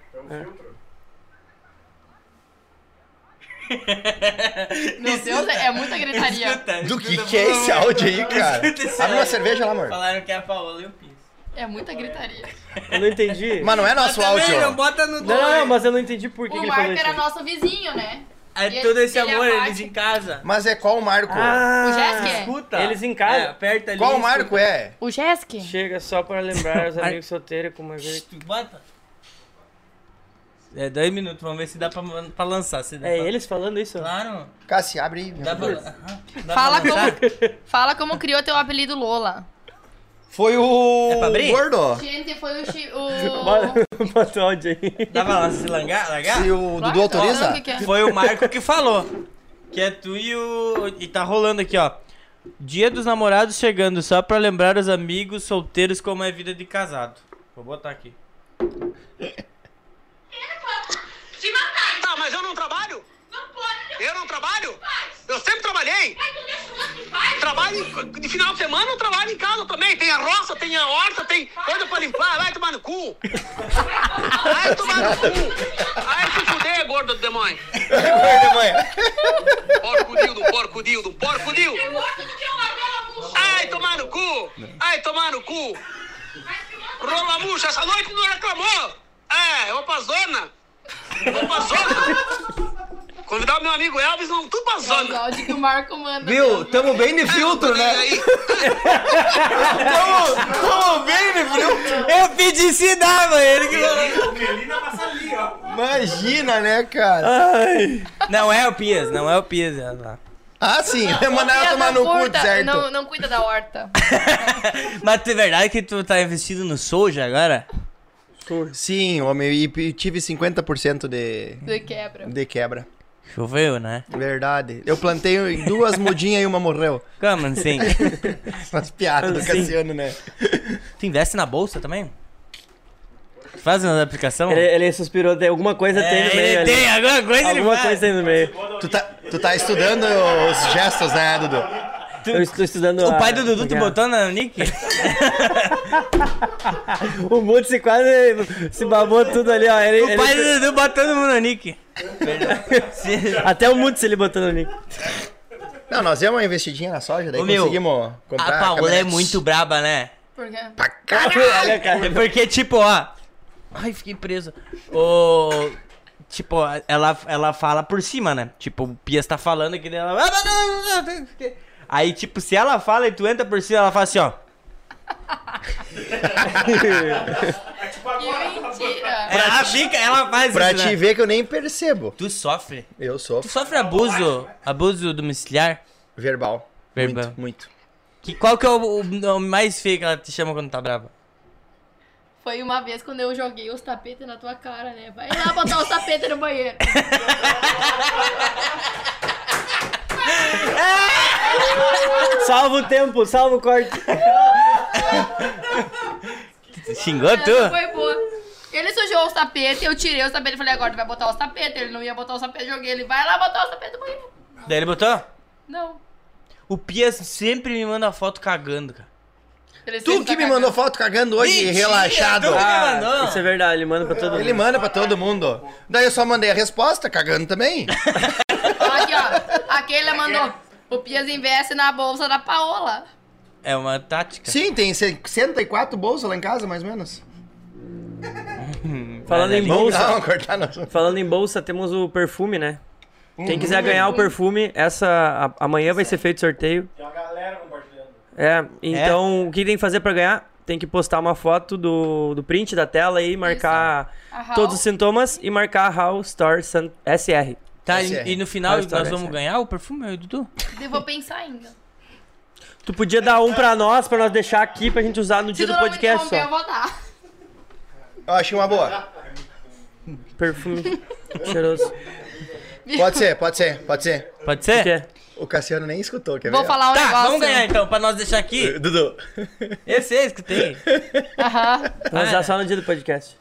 Speaker 3: Meu Deus, é é muita gritaria.
Speaker 2: Escuta,
Speaker 5: Do que
Speaker 2: escuta,
Speaker 5: que é
Speaker 2: por
Speaker 5: esse
Speaker 2: favor.
Speaker 5: áudio aí, cara?
Speaker 2: Escuta esse
Speaker 5: Abre uma
Speaker 2: áudio.
Speaker 5: cerveja lá, amor.
Speaker 2: Falaram que é a Paola e o Pias.
Speaker 3: É muita gritaria.
Speaker 4: Eu não entendi.
Speaker 5: Mas não é
Speaker 2: Mas
Speaker 5: nosso
Speaker 2: também Não é
Speaker 5: áudio.
Speaker 2: bota no
Speaker 4: Não, não,
Speaker 2: dois.
Speaker 4: não, mas eu não entendi por que, que
Speaker 3: O
Speaker 4: ele falou
Speaker 3: Marco
Speaker 4: isso.
Speaker 3: era nosso vizinho, né?
Speaker 2: É
Speaker 3: E
Speaker 2: todo esse
Speaker 3: ele
Speaker 2: amor,
Speaker 3: abate.
Speaker 2: eles em casa.
Speaker 5: Mas é qual o marco?
Speaker 4: Ah,
Speaker 3: O Jéssica é?
Speaker 2: Escuta.
Speaker 4: Eles em casa.
Speaker 2: É, aperta ali.
Speaker 5: Qual o
Speaker 2: escuta.
Speaker 5: marco é?
Speaker 3: O Jesk?
Speaker 4: Chega só pra lembrar os
Speaker 2: Ai.
Speaker 4: amigos solteiros como é que...
Speaker 2: Tu bota. É, dois minutos, vamos ver se dá pra, man- pra lançar. Se dá
Speaker 4: É
Speaker 2: pra...
Speaker 4: eles falando isso?
Speaker 2: Claro.
Speaker 5: Cassi, abre aí.
Speaker 2: Dá pra... Aham. Dá
Speaker 3: Fala
Speaker 2: pra lançar.
Speaker 3: como, fala como criou teu apelido Lola.
Speaker 5: Foi o.
Speaker 2: É pra abrir?
Speaker 5: Gordo.
Speaker 3: Gente, foi o. chi-
Speaker 4: Bota-
Speaker 3: o...
Speaker 4: Bota o áudio aí.
Speaker 2: Dá pra lançar, se langar, largar?
Speaker 5: Se o Dudu autoriza?
Speaker 2: então,
Speaker 3: Não, o que que é?
Speaker 2: Foi o Marco que falou. Que é tu e o. E tá rolando aqui, ó. Dia dos namorados chegando, só pra lembrar os amigos solteiros como é vida de casado. Vou botar aqui.
Speaker 10: Tá, mas eu não trabalho? Não pode. Eu não trabalho? Eu sempre trabalhei. Trabalho em- de final de semana, eu trabalho em casa também. Tem a roça, tem a horta, tem coisa pra limpar. Vai tomar no cu. Vai tomar no cu. Vai se fuder, gordo do demônio.
Speaker 5: Gordo, mãe.
Speaker 10: Porco dildo, porco dildo, porco dildo. Ai, tomar no cu. Ai, tomar no cu. Rola murcha, essa noite não reclamou. É, eu vou pra zona. Eu Vou pra zona. Convidar o meu amigo Elvis, não tudo pra
Speaker 3: É os
Speaker 10: zona.
Speaker 3: áudios que o Marco manda.
Speaker 5: Viu? Tamo bem de filtro, né?
Speaker 10: Aí,
Speaker 5: Tamo, tamo bem de filtro.
Speaker 4: Eu pedi se dá, mano. Ele que falou.
Speaker 1: Melina passa ali, ó.
Speaker 5: Imagina, né, cara?
Speaker 4: Ai.
Speaker 2: Não é o Pias, não é o Pias. é lá.
Speaker 5: Ah, sim. Mandar ela
Speaker 3: Filha
Speaker 5: tomar
Speaker 3: da
Speaker 5: no cu,
Speaker 3: puta,
Speaker 5: certo?
Speaker 3: Não, não cuida da horta.
Speaker 2: Mas é verdade que tu tá investido no soja agora?
Speaker 5: Sim, homem. E p- tive 50% de,
Speaker 3: De quebra.
Speaker 5: de quebra.
Speaker 2: Choveu, né?
Speaker 5: Verdade. Eu plantei duas mudinhas e uma morreu.
Speaker 2: Como assim?
Speaker 5: Faz piada do Cassiano, né?
Speaker 2: tu investe na bolsa também? Tu faz uma aplicação?
Speaker 4: Ele, ele suspirou, tem alguma coisa tem no
Speaker 2: É,
Speaker 4: meio
Speaker 2: ele
Speaker 4: ali.
Speaker 2: tem, alguma coisa ele
Speaker 4: Alguma
Speaker 2: faz.
Speaker 4: coisa tem no meio.
Speaker 5: Tu tá, tu tá estudando os gestos, né, Dudu?
Speaker 4: Eu estou estudando
Speaker 2: O
Speaker 4: a-
Speaker 2: pai do Dudu tu
Speaker 4: a-
Speaker 2: botou na Nick?
Speaker 4: O mundo se quase se babou tudo ali, ó. Ele,
Speaker 2: O
Speaker 4: ele-
Speaker 2: pai do Dudu botando no Nick. Sim.
Speaker 4: Até o mundo se ele botou no link.
Speaker 5: Não, nós demos uma investidinha na soja, daí
Speaker 2: Ô, meu,
Speaker 5: conseguimos comprar.
Speaker 2: A Paola é
Speaker 5: caminhonetes.
Speaker 2: muito braba, né?
Speaker 3: Por quê?
Speaker 5: Pra caralho!
Speaker 4: Olha, cara.
Speaker 2: É porque, tipo, ó. Ai, fiquei preso. O. Tipo, ela, ela fala por cima, né? Tipo, o Pias tá falando que daí ela. Aí, tipo, se ela fala e tu entra por cima, ela fala assim, ó.
Speaker 3: Que mentira.
Speaker 2: Ela fica, ela faz
Speaker 5: Pra
Speaker 2: isso.
Speaker 5: te
Speaker 2: Né?
Speaker 5: ver que eu nem percebo.
Speaker 2: Tu sofre.
Speaker 5: Eu
Speaker 2: Tu
Speaker 5: sofro
Speaker 2: sofre abuso. Abuso domiciliar.
Speaker 5: verbal.
Speaker 2: Verbal.
Speaker 5: Muito, muito.
Speaker 2: Que, qual que é o, o- o mais feio que ela te chama quando tá brava?
Speaker 3: Foi uma vez quando eu joguei os tapetes na tua cara, né? Vai lá botar os tapetes no banheiro.
Speaker 4: Salva o tempo, salva o corte.
Speaker 5: É
Speaker 2: Xingou
Speaker 3: Essa
Speaker 2: tu?
Speaker 3: foi boa. Ele sujou os tapetes, eu tirei os tapetes. Falei, agora tu vai botar os tapetes. Ele não ia botar os tapetes, joguei ele. Vai lá botar os tapetes no banheiro.
Speaker 2: Daí ele botou?
Speaker 3: Não.
Speaker 2: O Pias sempre me manda foto cagando, cara.
Speaker 3: Ele
Speaker 5: Tu
Speaker 3: sempre
Speaker 5: que
Speaker 3: tá
Speaker 5: me mandou
Speaker 3: cagando.
Speaker 5: foto cagando hoje,
Speaker 2: Mentira,
Speaker 5: relaxado.
Speaker 2: tu que me
Speaker 5: Ah,
Speaker 2: mandou.
Speaker 4: Isso é verdade, ele manda pra todo
Speaker 5: Ele
Speaker 4: mundo.
Speaker 5: manda pra todo mundo. Daí eu só mandei a resposta, cagando também.
Speaker 3: Ó, Aqui, ó. Aquele mandou. O Pias investe na bolsa da Paola.
Speaker 2: É uma tática.
Speaker 5: Sim, tem 64 bolsas lá em casa, mais ou menos.
Speaker 4: Falando
Speaker 2: Olha
Speaker 4: em
Speaker 2: ali.
Speaker 4: bolsa,
Speaker 5: Não, cortar não.
Speaker 4: falando em bolsa, temos o perfume, né?
Speaker 3: Uhum.
Speaker 4: Quem quiser ganhar o perfume, essa a- amanhã vai ser feito sorteio.
Speaker 1: Tem uma galera compartilhando.
Speaker 4: É, então o que tem que fazer pra ganhar? Tem que postar uma foto do, do print da tela e marcar
Speaker 3: A Hal.
Speaker 4: todos os sintomas e marcar How Store Sun- SR.
Speaker 2: Tá,
Speaker 5: Essa
Speaker 2: e,
Speaker 5: é.
Speaker 2: e no final
Speaker 4: Olha a história,
Speaker 2: nós vamos
Speaker 4: essa é.
Speaker 2: ganhar o perfume, eu e o Dudu?
Speaker 3: Eu vou pensar ainda.
Speaker 4: Tu podia dar um pra nós, pra nós deixar aqui pra gente usar no dia do
Speaker 3: Se tu não me
Speaker 4: podcast
Speaker 3: interromper, eu
Speaker 4: só.
Speaker 3: vou dar.
Speaker 5: Eu achei uma boa.
Speaker 4: Perfume cheiroso.
Speaker 5: Pode ser, pode ser, pode ser.
Speaker 2: Pode ser?
Speaker 4: Que é?
Speaker 5: O Cassiano nem escutou, quer
Speaker 3: Vou
Speaker 5: ver?
Speaker 3: falar um
Speaker 2: Tá,
Speaker 3: negócio.
Speaker 2: vamos ganhar então, pra nós deixar aqui. é
Speaker 5: Dudu.
Speaker 2: Eu sei, escutei.
Speaker 3: Aham.
Speaker 4: Vamos usar só no dia do podcast.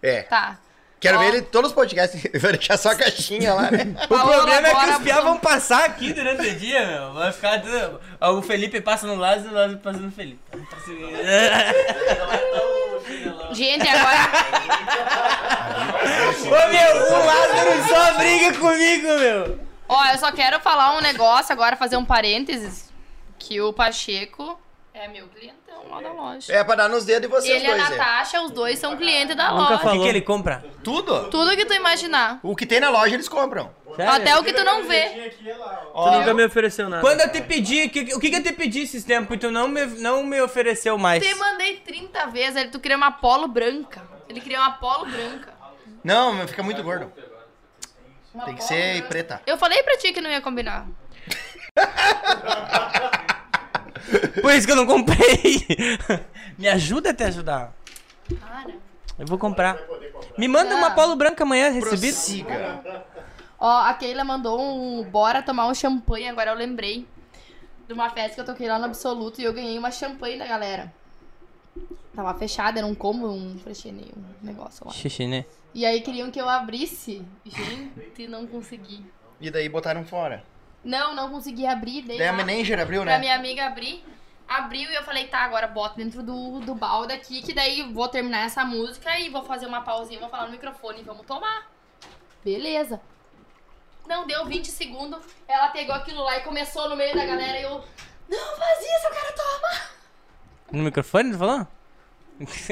Speaker 5: É.
Speaker 3: Tá.
Speaker 5: Quero
Speaker 3: Ó.
Speaker 5: ver ele em todos os podcasts. Vou deixar só a caixinha lá, né?
Speaker 2: O
Speaker 3: Paola,
Speaker 2: problema é que
Speaker 3: bora,
Speaker 2: os piá
Speaker 3: vamos.
Speaker 2: vão passar aqui durante o dia, meu. Vai ficar. tudo- O Felipe passa no Lázaro e o Lázaro passa no Felipe.
Speaker 3: Gente, agora.
Speaker 2: Ô meu, o Lázaro só briga comigo, meu.
Speaker 3: Ó, eu só quero falar um negócio agora, fazer um parênteses. Que o Pacheco é meu clientão lá da loja.
Speaker 5: É pra dar nos dedos e vocês
Speaker 3: Ele e a
Speaker 5: dois, é.
Speaker 3: Natasha, os dois são clientes da
Speaker 4: Nunca
Speaker 3: loja.
Speaker 2: O que,
Speaker 4: falou.
Speaker 2: que ele compra?
Speaker 5: Tudo.
Speaker 3: Tudo que tu imaginar.
Speaker 5: O que tem na loja eles compram.
Speaker 3: Até o que tu não vê.
Speaker 1: Aqui é lá, ó.
Speaker 4: Tu nunca me ofereceu nada.
Speaker 2: Quando eu te pedi, que- o que, que eu te pedi esses tempos e tu não me, não me ofereceu mais?
Speaker 3: Te mandei 30 vezes, ele tu queria uma polo branca. Ele queria uma polo branca.
Speaker 5: Não, mas fica muito gordo.
Speaker 3: Uma
Speaker 5: Tem que
Speaker 3: polo
Speaker 5: ser
Speaker 3: branca.
Speaker 5: preta.
Speaker 3: Eu falei pra ti que não ia combinar.
Speaker 2: Por isso que eu não comprei. me ajuda a te ajudar.
Speaker 3: Cara.
Speaker 2: Eu vou comprar. Me manda uma Paulo Branca amanhã, recebido.
Speaker 5: Prossiga.
Speaker 3: Ó, a Keila mandou um bora tomar um champanhe, agora eu lembrei. De uma festa que eu toquei lá no Absoluto e eu ganhei uma champanhe da galera. Tava fechada, era um combo, um frechinei, um negócio lá.
Speaker 2: Xixi, né?
Speaker 3: E aí queriam que eu abrisse. Gente, não consegui.
Speaker 5: E daí botaram fora.
Speaker 3: Não, não consegui abrir. Dei
Speaker 5: Daí a
Speaker 3: lá
Speaker 5: manager abriu,
Speaker 3: pra
Speaker 5: né?
Speaker 3: minha amiga abrir. Abriu e eu falei, tá, agora bota dentro do, do balde aqui, que daí vou terminar essa música e vou fazer uma pausinha, vou falar no microfone, vamos tomar. Beleza. Não deu 20 segundos, ela pegou aquilo lá e começou no meio da galera e eu. Não faz isso, eu quero tomar!
Speaker 2: No microfone, tu falou?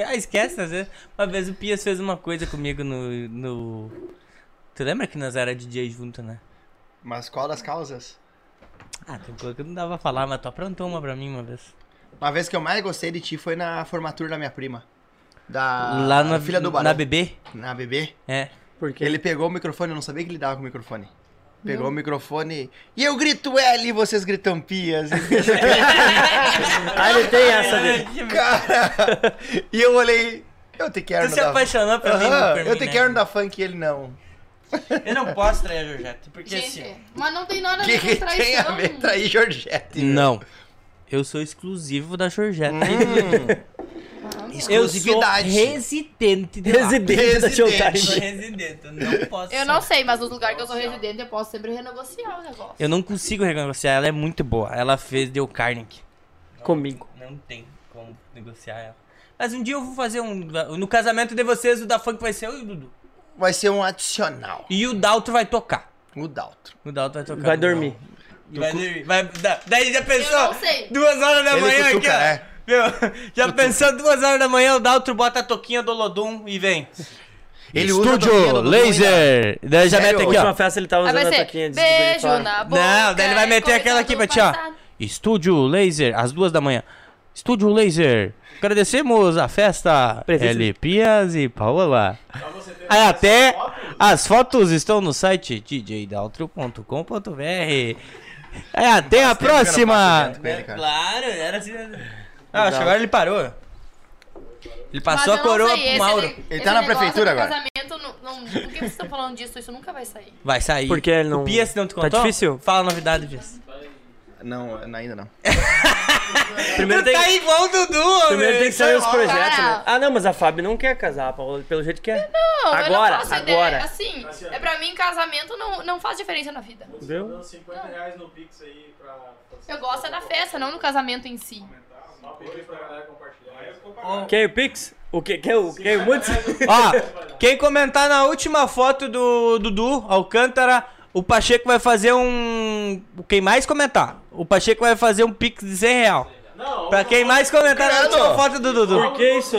Speaker 2: ah, esquece, às vezes. Uma vez o Pias fez uma coisa comigo no. no... Tu lembra que nós era DJ junto, né?
Speaker 5: Mas qual das causas?
Speaker 2: Ah, tem coisa que não dava pra falar, mas tu aprontou uma pra mim uma vez.
Speaker 5: Uma vez que eu mais gostei de ti foi na formatura da minha prima. Da
Speaker 2: Lá na,
Speaker 5: Ah, filha do Barão.
Speaker 2: na BB?
Speaker 5: Na bebê.
Speaker 2: É.
Speaker 4: Porque
Speaker 5: Ele pegou o microfone, eu não sabia que ele dava com o microfone. Pegou o microfone e eu grito L e vocês gritam pias.
Speaker 4: Ah, ele tem essa dele.
Speaker 5: Cara, e eu olhei, eu te quero
Speaker 2: Tu
Speaker 5: no
Speaker 2: se
Speaker 5: da-
Speaker 2: apaixonou por mim,
Speaker 5: Aham,
Speaker 2: por
Speaker 5: eu
Speaker 2: mim,
Speaker 5: te
Speaker 2: né?
Speaker 5: quero no da funk e ele não.
Speaker 2: Eu não posso trair a Georgette, porque assim... ó,
Speaker 3: Gente, mas não tem nada a
Speaker 5: Que
Speaker 3: ver
Speaker 5: que
Speaker 3: com
Speaker 5: tem a
Speaker 3: traição.
Speaker 5: ver trair Georgette?
Speaker 2: Não. Eu sou exclusivo da Georgette. eu sou
Speaker 5: Hum, exclusividade.
Speaker 2: residente de lá.
Speaker 4: Residente da
Speaker 2: Eu sou
Speaker 4: Showtime.
Speaker 2: residente, eu não posso.
Speaker 3: Eu não sei, mas nos lugares que eu sou residente, eu posso sempre renegociar o negócio.
Speaker 2: Eu não consigo renegociar, ela é muito boa. Ela fez Deu Carnegie.
Speaker 4: Comigo.
Speaker 2: Não tem como negociar ela. Mas um dia eu vou fazer um. No casamento de vocês, o da funk vai ser eu e o Dudu.
Speaker 5: Vai ser um adicional.
Speaker 2: E o Daltro vai tocar.
Speaker 5: O Daltro.
Speaker 2: O Daltro vai tocar.
Speaker 4: Vai
Speaker 2: no
Speaker 4: dormir.
Speaker 2: final. Vai dormir. Vai, da- daí já pensou?
Speaker 3: Eu não sei.
Speaker 2: Duas horas da
Speaker 5: Ele
Speaker 2: manhã
Speaker 5: cutuca,
Speaker 2: aqui, ó.
Speaker 5: né?
Speaker 2: Meu, já pensou duas horas da manhã, o Daltro bota a toquinha do Lodum e vem.
Speaker 5: Ele usa a toquinha
Speaker 2: Estúdio
Speaker 5: do Dudu
Speaker 2: Laser! Daí já
Speaker 5: Sério?
Speaker 2: mete aqui,
Speaker 4: Última
Speaker 2: ó.
Speaker 4: festa ele tava
Speaker 3: Aí
Speaker 4: usando
Speaker 3: Ah, vai
Speaker 4: a
Speaker 3: ser
Speaker 4: taquinha de
Speaker 3: beijo
Speaker 4: silicone.
Speaker 3: na boca.
Speaker 2: Não, daí ele vai
Speaker 3: e
Speaker 2: meter aquela aqui pra ti, ó.
Speaker 3: coitado do passado.
Speaker 2: Estúdio Laser, às duas da manhã. Estúdio Laser. Agradecemos a festa.
Speaker 4: Presença.
Speaker 2: L. Pias e Paola. Aí até as fotos estão no site djdaltro.com.br. Aí até a
Speaker 5: tempo que eu não faço
Speaker 2: próxima.
Speaker 5: evento com ele, cara.
Speaker 2: Claro, era assim. Ah, acho que agora ele parou. Ele
Speaker 3: Mas
Speaker 2: passou
Speaker 3: eu
Speaker 2: a
Speaker 3: não
Speaker 2: coroa
Speaker 3: sei,
Speaker 2: pro
Speaker 3: esse
Speaker 2: Mauro.
Speaker 3: ne-
Speaker 5: Ele
Speaker 3: esse
Speaker 5: tá na
Speaker 3: negócio
Speaker 5: prefeitura
Speaker 3: do
Speaker 5: agora.
Speaker 3: Casamento, não, não, por que vocês estão falando disso? Isso nunca vai sair.
Speaker 2: Vai sair.
Speaker 4: Porque ele não-
Speaker 2: O Pias não te
Speaker 4: Tá
Speaker 2: contou?
Speaker 4: difícil?
Speaker 2: Fala a novidade, Pias.
Speaker 5: Não, ainda não.
Speaker 4: Primeiro tem,
Speaker 2: Tá igual o Dudu,
Speaker 4: primeiro tem que sair os projetos,
Speaker 3: Para.
Speaker 4: né? Ah, não, mas a Fábio não quer casar, Paulo, pelo jeito que é.
Speaker 3: Não, eu não
Speaker 4: Agora,
Speaker 3: faço
Speaker 4: agora.
Speaker 3: ideia. Assim, é pra mim, casamento não, não faz diferença na vida.
Speaker 4: Entendeu?
Speaker 9: Dando 50 reais no Pix aí pra.
Speaker 3: Eu gosto é da festa, não no casamento em si.
Speaker 9: Só pedir pra galera compartilhar.
Speaker 4: Quer o Pix? O que? Quer o, Ah, quer o Muts?
Speaker 2: Ó, quem comentar na última foto do Dudu Alcântara, o Pacheco vai fazer um. Quem mais comentar? O Pacheco vai fazer um pix de 100 real.
Speaker 9: Não,
Speaker 2: Pra quem mais comentar na última foto do
Speaker 4: Por
Speaker 2: Dudu.
Speaker 4: que isso?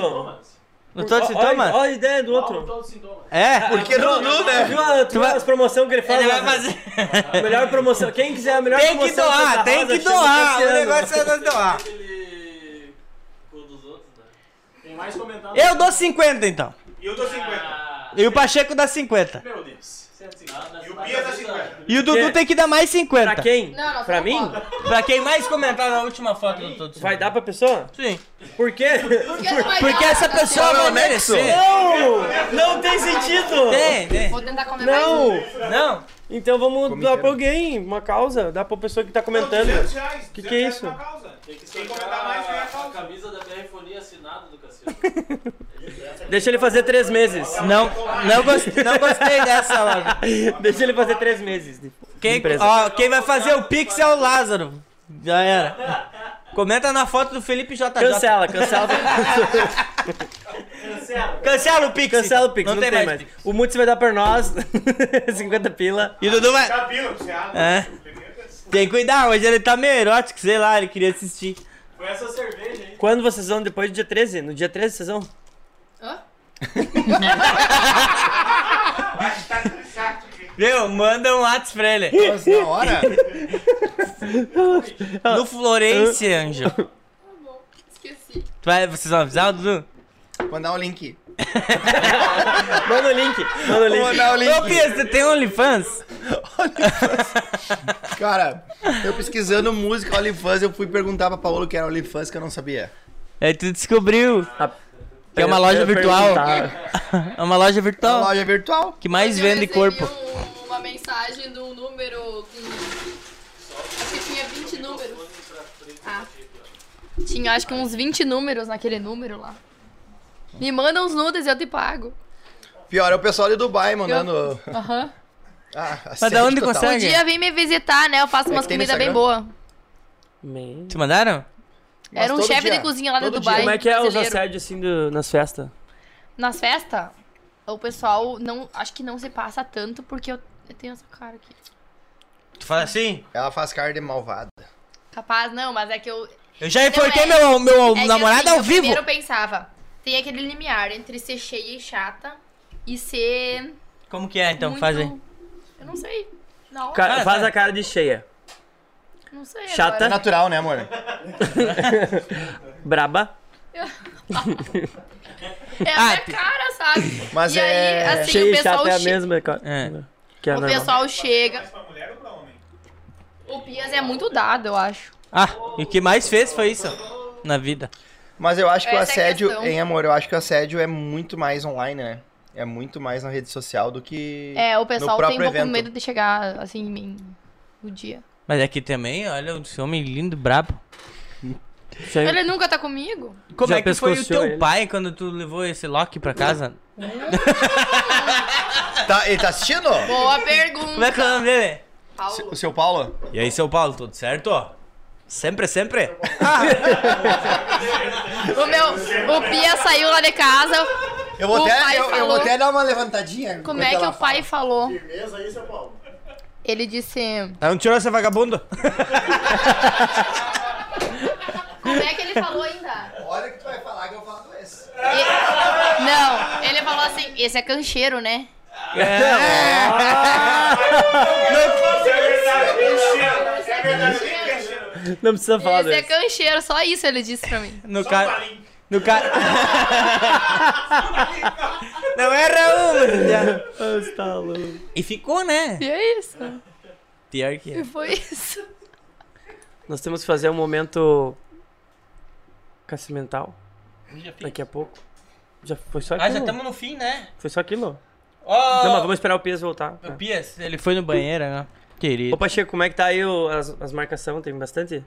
Speaker 2: Não tô te
Speaker 4: Olha,
Speaker 2: sintomas?
Speaker 4: olha a ideia do outro.
Speaker 9: todos os sintomas.
Speaker 2: É?
Speaker 5: Porque não, não, né?
Speaker 4: Viu, a- tu viu as promoções que ele faz?
Speaker 2: Ele vai
Speaker 4: lá?
Speaker 2: fazer.
Speaker 4: A melhor promoção. Quem quiser a melhor
Speaker 2: Tem que
Speaker 4: promoção.
Speaker 2: doar,
Speaker 4: Santa
Speaker 2: tem
Speaker 4: Rosa,
Speaker 2: que
Speaker 4: chama
Speaker 2: doar. O
Speaker 4: Cassiano.
Speaker 2: negócio é doar.
Speaker 9: Aquele. cu dos outros, né? Tem mais comentado.
Speaker 2: Eu dou 50 então.
Speaker 11: E eu dou 50.
Speaker 9: Ah,
Speaker 2: E o Pacheco dá 50.
Speaker 11: Meu Deus.
Speaker 9: 150.
Speaker 11: E o Bia dá 50.
Speaker 2: E o Dudu
Speaker 4: Que-
Speaker 2: tem que dar mais 50.
Speaker 4: Pra quem?
Speaker 3: Não, não,
Speaker 4: pra
Speaker 3: só
Speaker 4: mim?
Speaker 3: concordo.
Speaker 2: Pra quem mais comentar na última foto do Dudu.
Speaker 4: Vai dar pra pessoa?
Speaker 2: Sim. é
Speaker 4: Por quê?
Speaker 3: Porque, tu vai
Speaker 2: Porque
Speaker 3: dar,
Speaker 2: essa
Speaker 3: tá
Speaker 2: pessoa
Speaker 3: certo.
Speaker 2: vai
Speaker 5: anexo.
Speaker 2: merecer.
Speaker 4: Não! Não tem sentido!
Speaker 2: Tem, tem.
Speaker 3: Vou tentar comer mais.
Speaker 4: Não!
Speaker 2: Não.
Speaker 4: Então vamos dar
Speaker 5: inteiro.
Speaker 4: pra alguém, uma causa, dá pra pessoa que tá comentando.
Speaker 11: reais. 200
Speaker 4: Que que é
Speaker 11: reais
Speaker 4: isso?
Speaker 11: pra causa.
Speaker 9: Tem que
Speaker 11: Quem
Speaker 9: sortear
Speaker 11: comentar mais ganha a
Speaker 9: a
Speaker 11: causa.
Speaker 9: camisa da BR Fonia assinada do Cassiano.
Speaker 4: Deixa ele fazer três meses.
Speaker 2: Não, não, gos- não gostei dessa, Lázaro.
Speaker 4: Deixa ele fazer três meses. de- de
Speaker 2: Quem,
Speaker 4: empresa.
Speaker 2: ó, quem vai fazer o Pix é o Lázaro. Já era. Comenta na foto do Felipe JJ.
Speaker 4: Cancela, cancela.
Speaker 2: Cancela o Pix.
Speaker 4: cancela o Pix,
Speaker 2: Não, tem, mais. Pix.
Speaker 4: O Mutz vai dar pra nós 50 pila.
Speaker 2: E Dudu vai...
Speaker 11: Tá pila, você abre.
Speaker 2: É. Tem que cuidar, hoje ele tá meio erótico, sei lá, ele queria assistir.
Speaker 9: Foi essa cerveja aí.
Speaker 4: Quando vocês vão? Depois do dia 13? No dia 13 vocês vão?
Speaker 3: Hã?
Speaker 2: Meu, manda um WhatsApp pra ele.
Speaker 5: Mas na hora,
Speaker 2: No Florence, Anjo.
Speaker 3: um. Esqueci.
Speaker 2: Tu vai, vocês vão avisar, Dudu?
Speaker 5: mandar o link.
Speaker 4: Manda o link. Manda o
Speaker 5: Vou
Speaker 4: link.
Speaker 5: mandar o
Speaker 2: Ô,
Speaker 5: link.
Speaker 2: Pia, você tem OnlyFans?
Speaker 5: Cara, eu pesquisando música OnlyFans, eu fui perguntar pra Paolo que era OnlyFans, que eu não sabia.
Speaker 2: Aí É, tu descobriu. Que é uma
Speaker 4: Ah, Eu
Speaker 2: loja
Speaker 4: ia
Speaker 2: virtual.
Speaker 4: perguntar.
Speaker 2: É uma loja
Speaker 5: Uma
Speaker 2: virtual.
Speaker 5: loja virtual.
Speaker 2: Que mais
Speaker 3: Eu
Speaker 2: vende
Speaker 3: recebi
Speaker 2: corpo.
Speaker 3: um- uma mensagem de um número com... Acho que tinha 20 números. Ah. Tinha acho que uns 20 números naquele número lá. Me manda uns nudes e eu te pago.
Speaker 5: Pior é o pessoal de Dubai mandando.
Speaker 3: Aham.
Speaker 5: Ah,
Speaker 2: Mas da onde
Speaker 5: total.
Speaker 2: consegue?
Speaker 3: Podia vir Um me visitar, né? Eu faço umas
Speaker 5: É tem no
Speaker 3: comidas bem
Speaker 5: Instagram?
Speaker 3: boas.
Speaker 4: Man.
Speaker 2: Te mandaram?
Speaker 5: Mas
Speaker 3: Era um
Speaker 5: todo
Speaker 3: chefe
Speaker 5: dia,
Speaker 3: de cozinha lá de
Speaker 5: todo
Speaker 3: Dubai.
Speaker 5: dia.
Speaker 4: Como é que é os
Speaker 3: brasileiro.
Speaker 4: assédios assim do- nas festas?
Speaker 3: Nas festas, o pessoal não. Acho que não se passa tanto porque eu, eu tenho essa cara aqui.
Speaker 2: Tu fala assim?
Speaker 5: Ela faz cara de malvada.
Speaker 2: Tá.
Speaker 3: Capaz, não, mas é que eu.
Speaker 2: Eu já enforquei
Speaker 3: é-
Speaker 2: meu, meu
Speaker 3: é que,
Speaker 2: namorado
Speaker 3: assim,
Speaker 2: ao
Speaker 3: eu
Speaker 2: vivo.
Speaker 3: Primeiro eu pensava, tem aquele limiar entre ser cheia e chata e ser.
Speaker 2: Como que é então?
Speaker 3: muito...
Speaker 2: Faz aí.
Speaker 3: Eu não sei. Não.
Speaker 4: Ca-
Speaker 3: é.
Speaker 4: faz a cara de cheia.
Speaker 3: Não sei.
Speaker 4: Chata.
Speaker 5: É
Speaker 3: agora.
Speaker 4: né, amor? Braba.
Speaker 3: É a
Speaker 2: Ah,
Speaker 3: minha cara, sabe?
Speaker 4: Mas
Speaker 3: e
Speaker 4: é.
Speaker 3: aí, assim,
Speaker 4: cheia
Speaker 3: o
Speaker 4: e
Speaker 3: pessoal
Speaker 4: chata é a
Speaker 3: che-
Speaker 4: mesma. co- Que é
Speaker 3: O
Speaker 4: normal.
Speaker 3: pessoal chega. O Pias é muito dado, eu acho.
Speaker 2: Ah, e o que mais fez foi isso na vida.
Speaker 5: Mas eu acho que
Speaker 3: Essa é
Speaker 5: o
Speaker 3: a
Speaker 5: assédio,
Speaker 3: questão.
Speaker 5: hein, amor? Eu acho que o assédio é muito mais online, né? É muito mais na rede social do que.
Speaker 3: É, o
Speaker 5: no
Speaker 3: pessoal tem
Speaker 5: próprio
Speaker 3: um pouco
Speaker 5: evento.
Speaker 3: medo de chegar assim em mim o dia.
Speaker 2: Mas aqui também, olha, esse homem lindo, brabo.
Speaker 3: Ele nunca tá comigo?
Speaker 2: Como
Speaker 4: Já
Speaker 2: é que foi o
Speaker 4: pescociou
Speaker 2: teu
Speaker 4: ele?
Speaker 2: pai quando tu levou esse Loki pra casa?
Speaker 5: Tá, ele tá assistindo?
Speaker 3: Boa pergunta.
Speaker 2: Como é que é o nome dele?
Speaker 3: Paulo.
Speaker 5: O seu Paulo?
Speaker 2: E aí, seu Paulo, tudo certo? Sempre, sempre?
Speaker 3: O meu, o Pia saiu lá de casa.
Speaker 5: Eu vou,
Speaker 3: o
Speaker 5: até,
Speaker 3: pai
Speaker 5: eu, eu
Speaker 3: falou-
Speaker 5: vou até dar uma levantadinha.
Speaker 3: Como
Speaker 5: enquanto
Speaker 3: é que
Speaker 5: ela
Speaker 3: o pai falou?
Speaker 1: Firmeza aí, seu Paulo.
Speaker 3: Ele disse.
Speaker 2: Não tirou essa vagabundo?
Speaker 3: Como é que ele falou ainda?
Speaker 5: Olha o que tu é- vai falar que eu falo esse.
Speaker 3: Não, ele falou assim: esse é cancheiro, né? É.
Speaker 1: É
Speaker 4: Não precisa falar né?
Speaker 3: Esse é
Speaker 4: desse.
Speaker 3: cancheiro, só isso ele disse pra mim.
Speaker 2: No cara. No cara. Não é, era uma, entendeu?
Speaker 4: Você tá louco.
Speaker 2: E ficou, né?
Speaker 3: E é isso.
Speaker 2: Pior que é.
Speaker 3: E foi isso.
Speaker 4: Nós temos que fazer um momento. Cacimental. Daqui a pouco. Já foi só aquilo.
Speaker 2: Ah, já Ah. estamos no fim, né?
Speaker 4: Foi só aquilo.
Speaker 2: Ó,
Speaker 4: Não, mas vamos esperar o Pias voltar.
Speaker 2: o Pias, ele foi no banheiro, né? Querido.
Speaker 4: Ô, Pacheco, como é que tá aí o- as, as marcações? Tem bastante?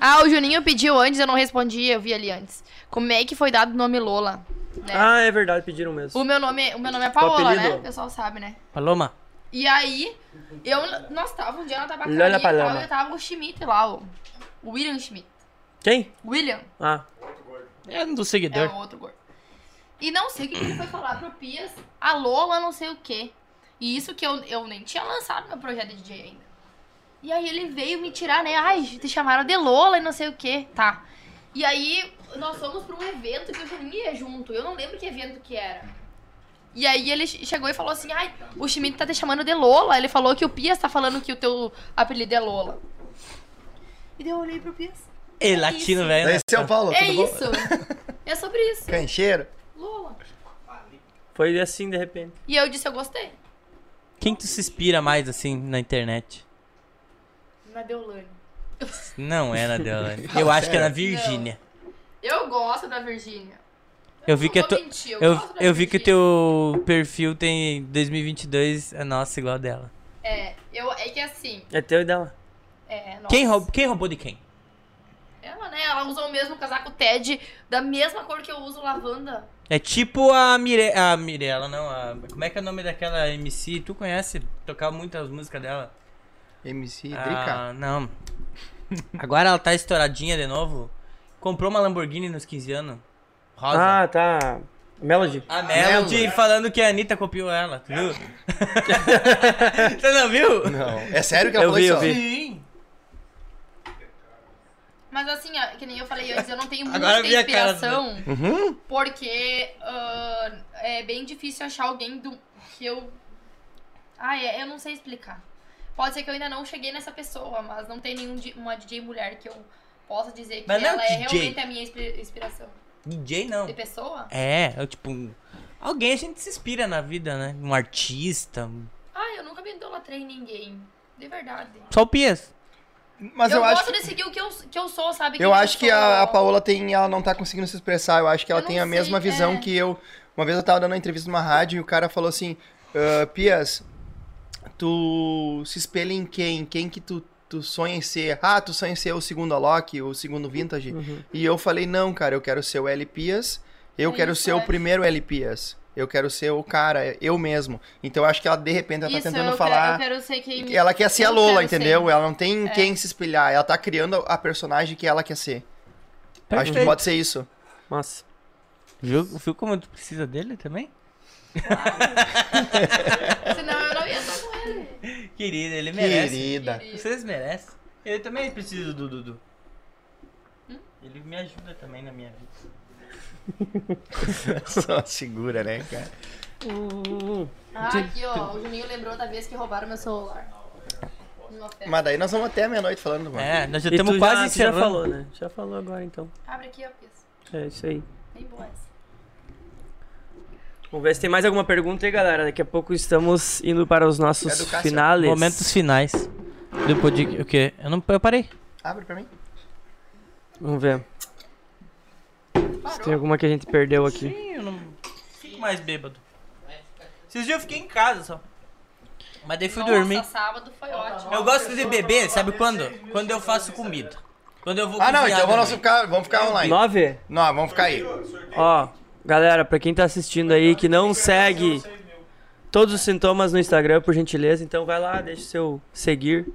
Speaker 3: Ah, o Juninho pediu antes, eu não respondi, eu vi ali antes. Como é que foi dado o nome Lola? né?
Speaker 4: Ah, é verdade, pediram mesmo.
Speaker 3: O meu nome, o meu nome é Paola,
Speaker 4: apelido?
Speaker 3: né? O pessoal sabe, né?
Speaker 2: Paloma.
Speaker 3: E aí, eu, nós tava um dia na tabacaria
Speaker 4: Lola
Speaker 3: e tal,
Speaker 4: Paloma.
Speaker 3: e eu tava com o Schmidt lá, o o William Schmidt.
Speaker 4: Quem?
Speaker 3: William
Speaker 4: Ah,
Speaker 2: É do
Speaker 3: é
Speaker 2: seguidor.
Speaker 3: o outro gordo. E não sei o que que ele foi falar pro Pias, a Lola não sei o quê. E isso que eu, eu nem tinha lançado meu projeto de DJ ainda. E aí ele veio me tirar, né? Ai, te chamaram de Lola e não sei o quê. Tá. E aí nós fomos pra um evento que o Juninho ia junto. Eu não lembro que evento que era. E aí ele che- chegou e falou assim, ai, o Schmidt tá te chamando de Lola. Ele falou que o Pias tá falando que o teu apelido é Lola. E daí eu olhei pro Pias.
Speaker 2: E latino, velho. né?
Speaker 5: Esse é o Paulo,
Speaker 3: É
Speaker 5: tudo bom?
Speaker 3: isso. É sobre isso.
Speaker 5: Cancheiro?
Speaker 3: Lola.
Speaker 4: foi assim de repente.
Speaker 3: E eu disse, eu gostei.
Speaker 2: Quem tu se inspira mais, assim, na internet?
Speaker 3: Na Deolane.
Speaker 2: Não é na Deolane. Eu acho que é na Virgínia.
Speaker 3: Eu gosto da Virgínia.
Speaker 2: Eu vi
Speaker 3: não
Speaker 2: que a
Speaker 3: vou
Speaker 2: tu...
Speaker 3: mentir, eu
Speaker 2: eu,
Speaker 3: gosto da
Speaker 2: eu vi que é o
Speaker 3: Virgínia.
Speaker 2: teu perfil tem 2022 é nossa igual a dela.
Speaker 3: É, eu, é que assim.
Speaker 4: É teu e dela.
Speaker 3: É, nossa.
Speaker 2: Quem roubou, quem roubou de quem?
Speaker 3: Ela, né? Ela usou o mesmo casaco TED, da mesma cor que eu uso lavanda.
Speaker 2: É tipo a Mire... a Mirella, não, a... como é que é o nome daquela MC? Tu conhece? Tocava muito as músicas dela.
Speaker 5: MC Drica?
Speaker 2: Ah, não. Agora ela tá estouradinha de novo. Comprou uma Lamborghini nos 15 anos. Rosa.
Speaker 4: Ah, tá. Melody.
Speaker 2: A Melody falando que a Anitta copiou ela. Tu viu? Você não viu?
Speaker 5: Não. É sério que ela
Speaker 4: Eu
Speaker 5: falou
Speaker 4: vi,
Speaker 5: isso?
Speaker 4: eu vi.
Speaker 2: Sim.
Speaker 3: Mas assim, ó, que nem eu falei antes, eu não tenho
Speaker 2: Agora eu vi
Speaker 3: muita
Speaker 2: a cara Uhum.
Speaker 3: inspiração. Porque ah, é bem difícil achar alguém do que eu. Ah, é, eu não sei explicar. Pode ser que eu ainda não cheguei nessa pessoa, mas não tem nenhuma DJ mulher que eu possa dizer que
Speaker 2: Mas não é
Speaker 3: ela é
Speaker 2: DJ.
Speaker 3: realmente a minha inspira- inspiração.
Speaker 2: DJ não.
Speaker 3: De pessoa?
Speaker 2: É, eu, tipo. um- Alguém a gente se inspira na vida, né? Um artista. um-
Speaker 3: Ah, eu nunca me idolatrei em ninguém. De verdade.
Speaker 2: Só o Pias.
Speaker 5: Mas eu,
Speaker 3: eu
Speaker 5: acho.
Speaker 3: gosto de seguir o que eu, que eu sou, sabe?
Speaker 5: Eu
Speaker 3: Quem
Speaker 5: acho que
Speaker 3: sou.
Speaker 5: a, a Paola tem, ela não tá conseguindo se expressar. Eu acho que ela
Speaker 3: Eu
Speaker 5: tem
Speaker 3: não
Speaker 5: a mesma
Speaker 3: sei,
Speaker 5: visão
Speaker 3: é.
Speaker 5: que eu. Uma vez eu tava dando uma entrevista numa rádio e o cara falou assim: "Ah, Pias, tu se espelha em quem? Quem que tu, tu sonha em ser? Ah, tu sonha em ser o segundo Alok, o segundo Vintage?
Speaker 4: Uhum.
Speaker 5: E eu falei: Não, cara, eu quero ser o L. Pias, eu
Speaker 3: É
Speaker 5: quero
Speaker 3: isso,
Speaker 5: ser
Speaker 3: é.
Speaker 5: o primeiro L. Pias. Eu quero ser o cara, eu mesmo. Então eu acho que ela, de repente, ela
Speaker 3: Isso,
Speaker 5: tá tentando
Speaker 3: eu
Speaker 5: falar.
Speaker 3: Quero, eu quero ser quem.
Speaker 5: Ela quer ser a
Speaker 3: eu
Speaker 5: Lola,
Speaker 3: quero
Speaker 5: entendeu?
Speaker 3: ser. É.
Speaker 5: Ela não tem quem se espelhar. Ela tá criando a personagem que ela quer ser. Acho que
Speaker 2: Perfeito.
Speaker 5: pode ser isso.
Speaker 4: Nossa.
Speaker 2: Viu, viu como tu precisa dele também?
Speaker 3: Senão eu não ia estar com ele.
Speaker 2: Querido, ele merece.
Speaker 5: Querida.
Speaker 2: Vocês merecem. Eu também preciso do Dudu. Ele me ajuda também na minha vida.
Speaker 5: Só segura, né, cara?
Speaker 4: Hum.
Speaker 3: Ah, aqui, ó. O Juninho lembrou da vez que roubaram meu celular. Numa festa.
Speaker 5: Mas daí nós vamos até meia-noite falando, mano.
Speaker 2: É, nós já
Speaker 4: E
Speaker 2: estamos
Speaker 4: tu
Speaker 2: quase
Speaker 4: tu já
Speaker 2: encerrando.
Speaker 4: falou, né? Já falou agora, então.
Speaker 3: Abre aqui, ó, Pis.
Speaker 4: É isso aí.
Speaker 3: Bem boa essa.
Speaker 4: Vamos ver se tem mais alguma pergunta aí, galera. Daqui a pouco estamos indo para os
Speaker 5: É do
Speaker 4: nossos
Speaker 5: Cássio.
Speaker 4: finales.
Speaker 2: Momentos finais do podcast. O quê? Eu não eu parei.
Speaker 5: Abre pra mim.
Speaker 4: Vamos ver. Se tem alguma que a gente perdeu aqui.
Speaker 2: Sim, eu não fico mais bêbado. Esses dias eu fiquei em casa só. Mas daí fui
Speaker 3: Nossa,
Speaker 2: dormir.
Speaker 3: sábado foi ótimo.
Speaker 2: Eu gosto de beber, sabe quando? Quando eu faço comida. Quando eu vou
Speaker 5: Ah, não,
Speaker 2: cozinhar
Speaker 5: então vamos
Speaker 2: também.
Speaker 5: ficar, vamos ficar online.
Speaker 4: Nove?
Speaker 5: Não, vamos ficar aí.
Speaker 4: Ó, galera, pra quem tá assistindo aí que não segue todos os sintomas no Instagram, por gentileza, então vai lá, deixa o seu seguir.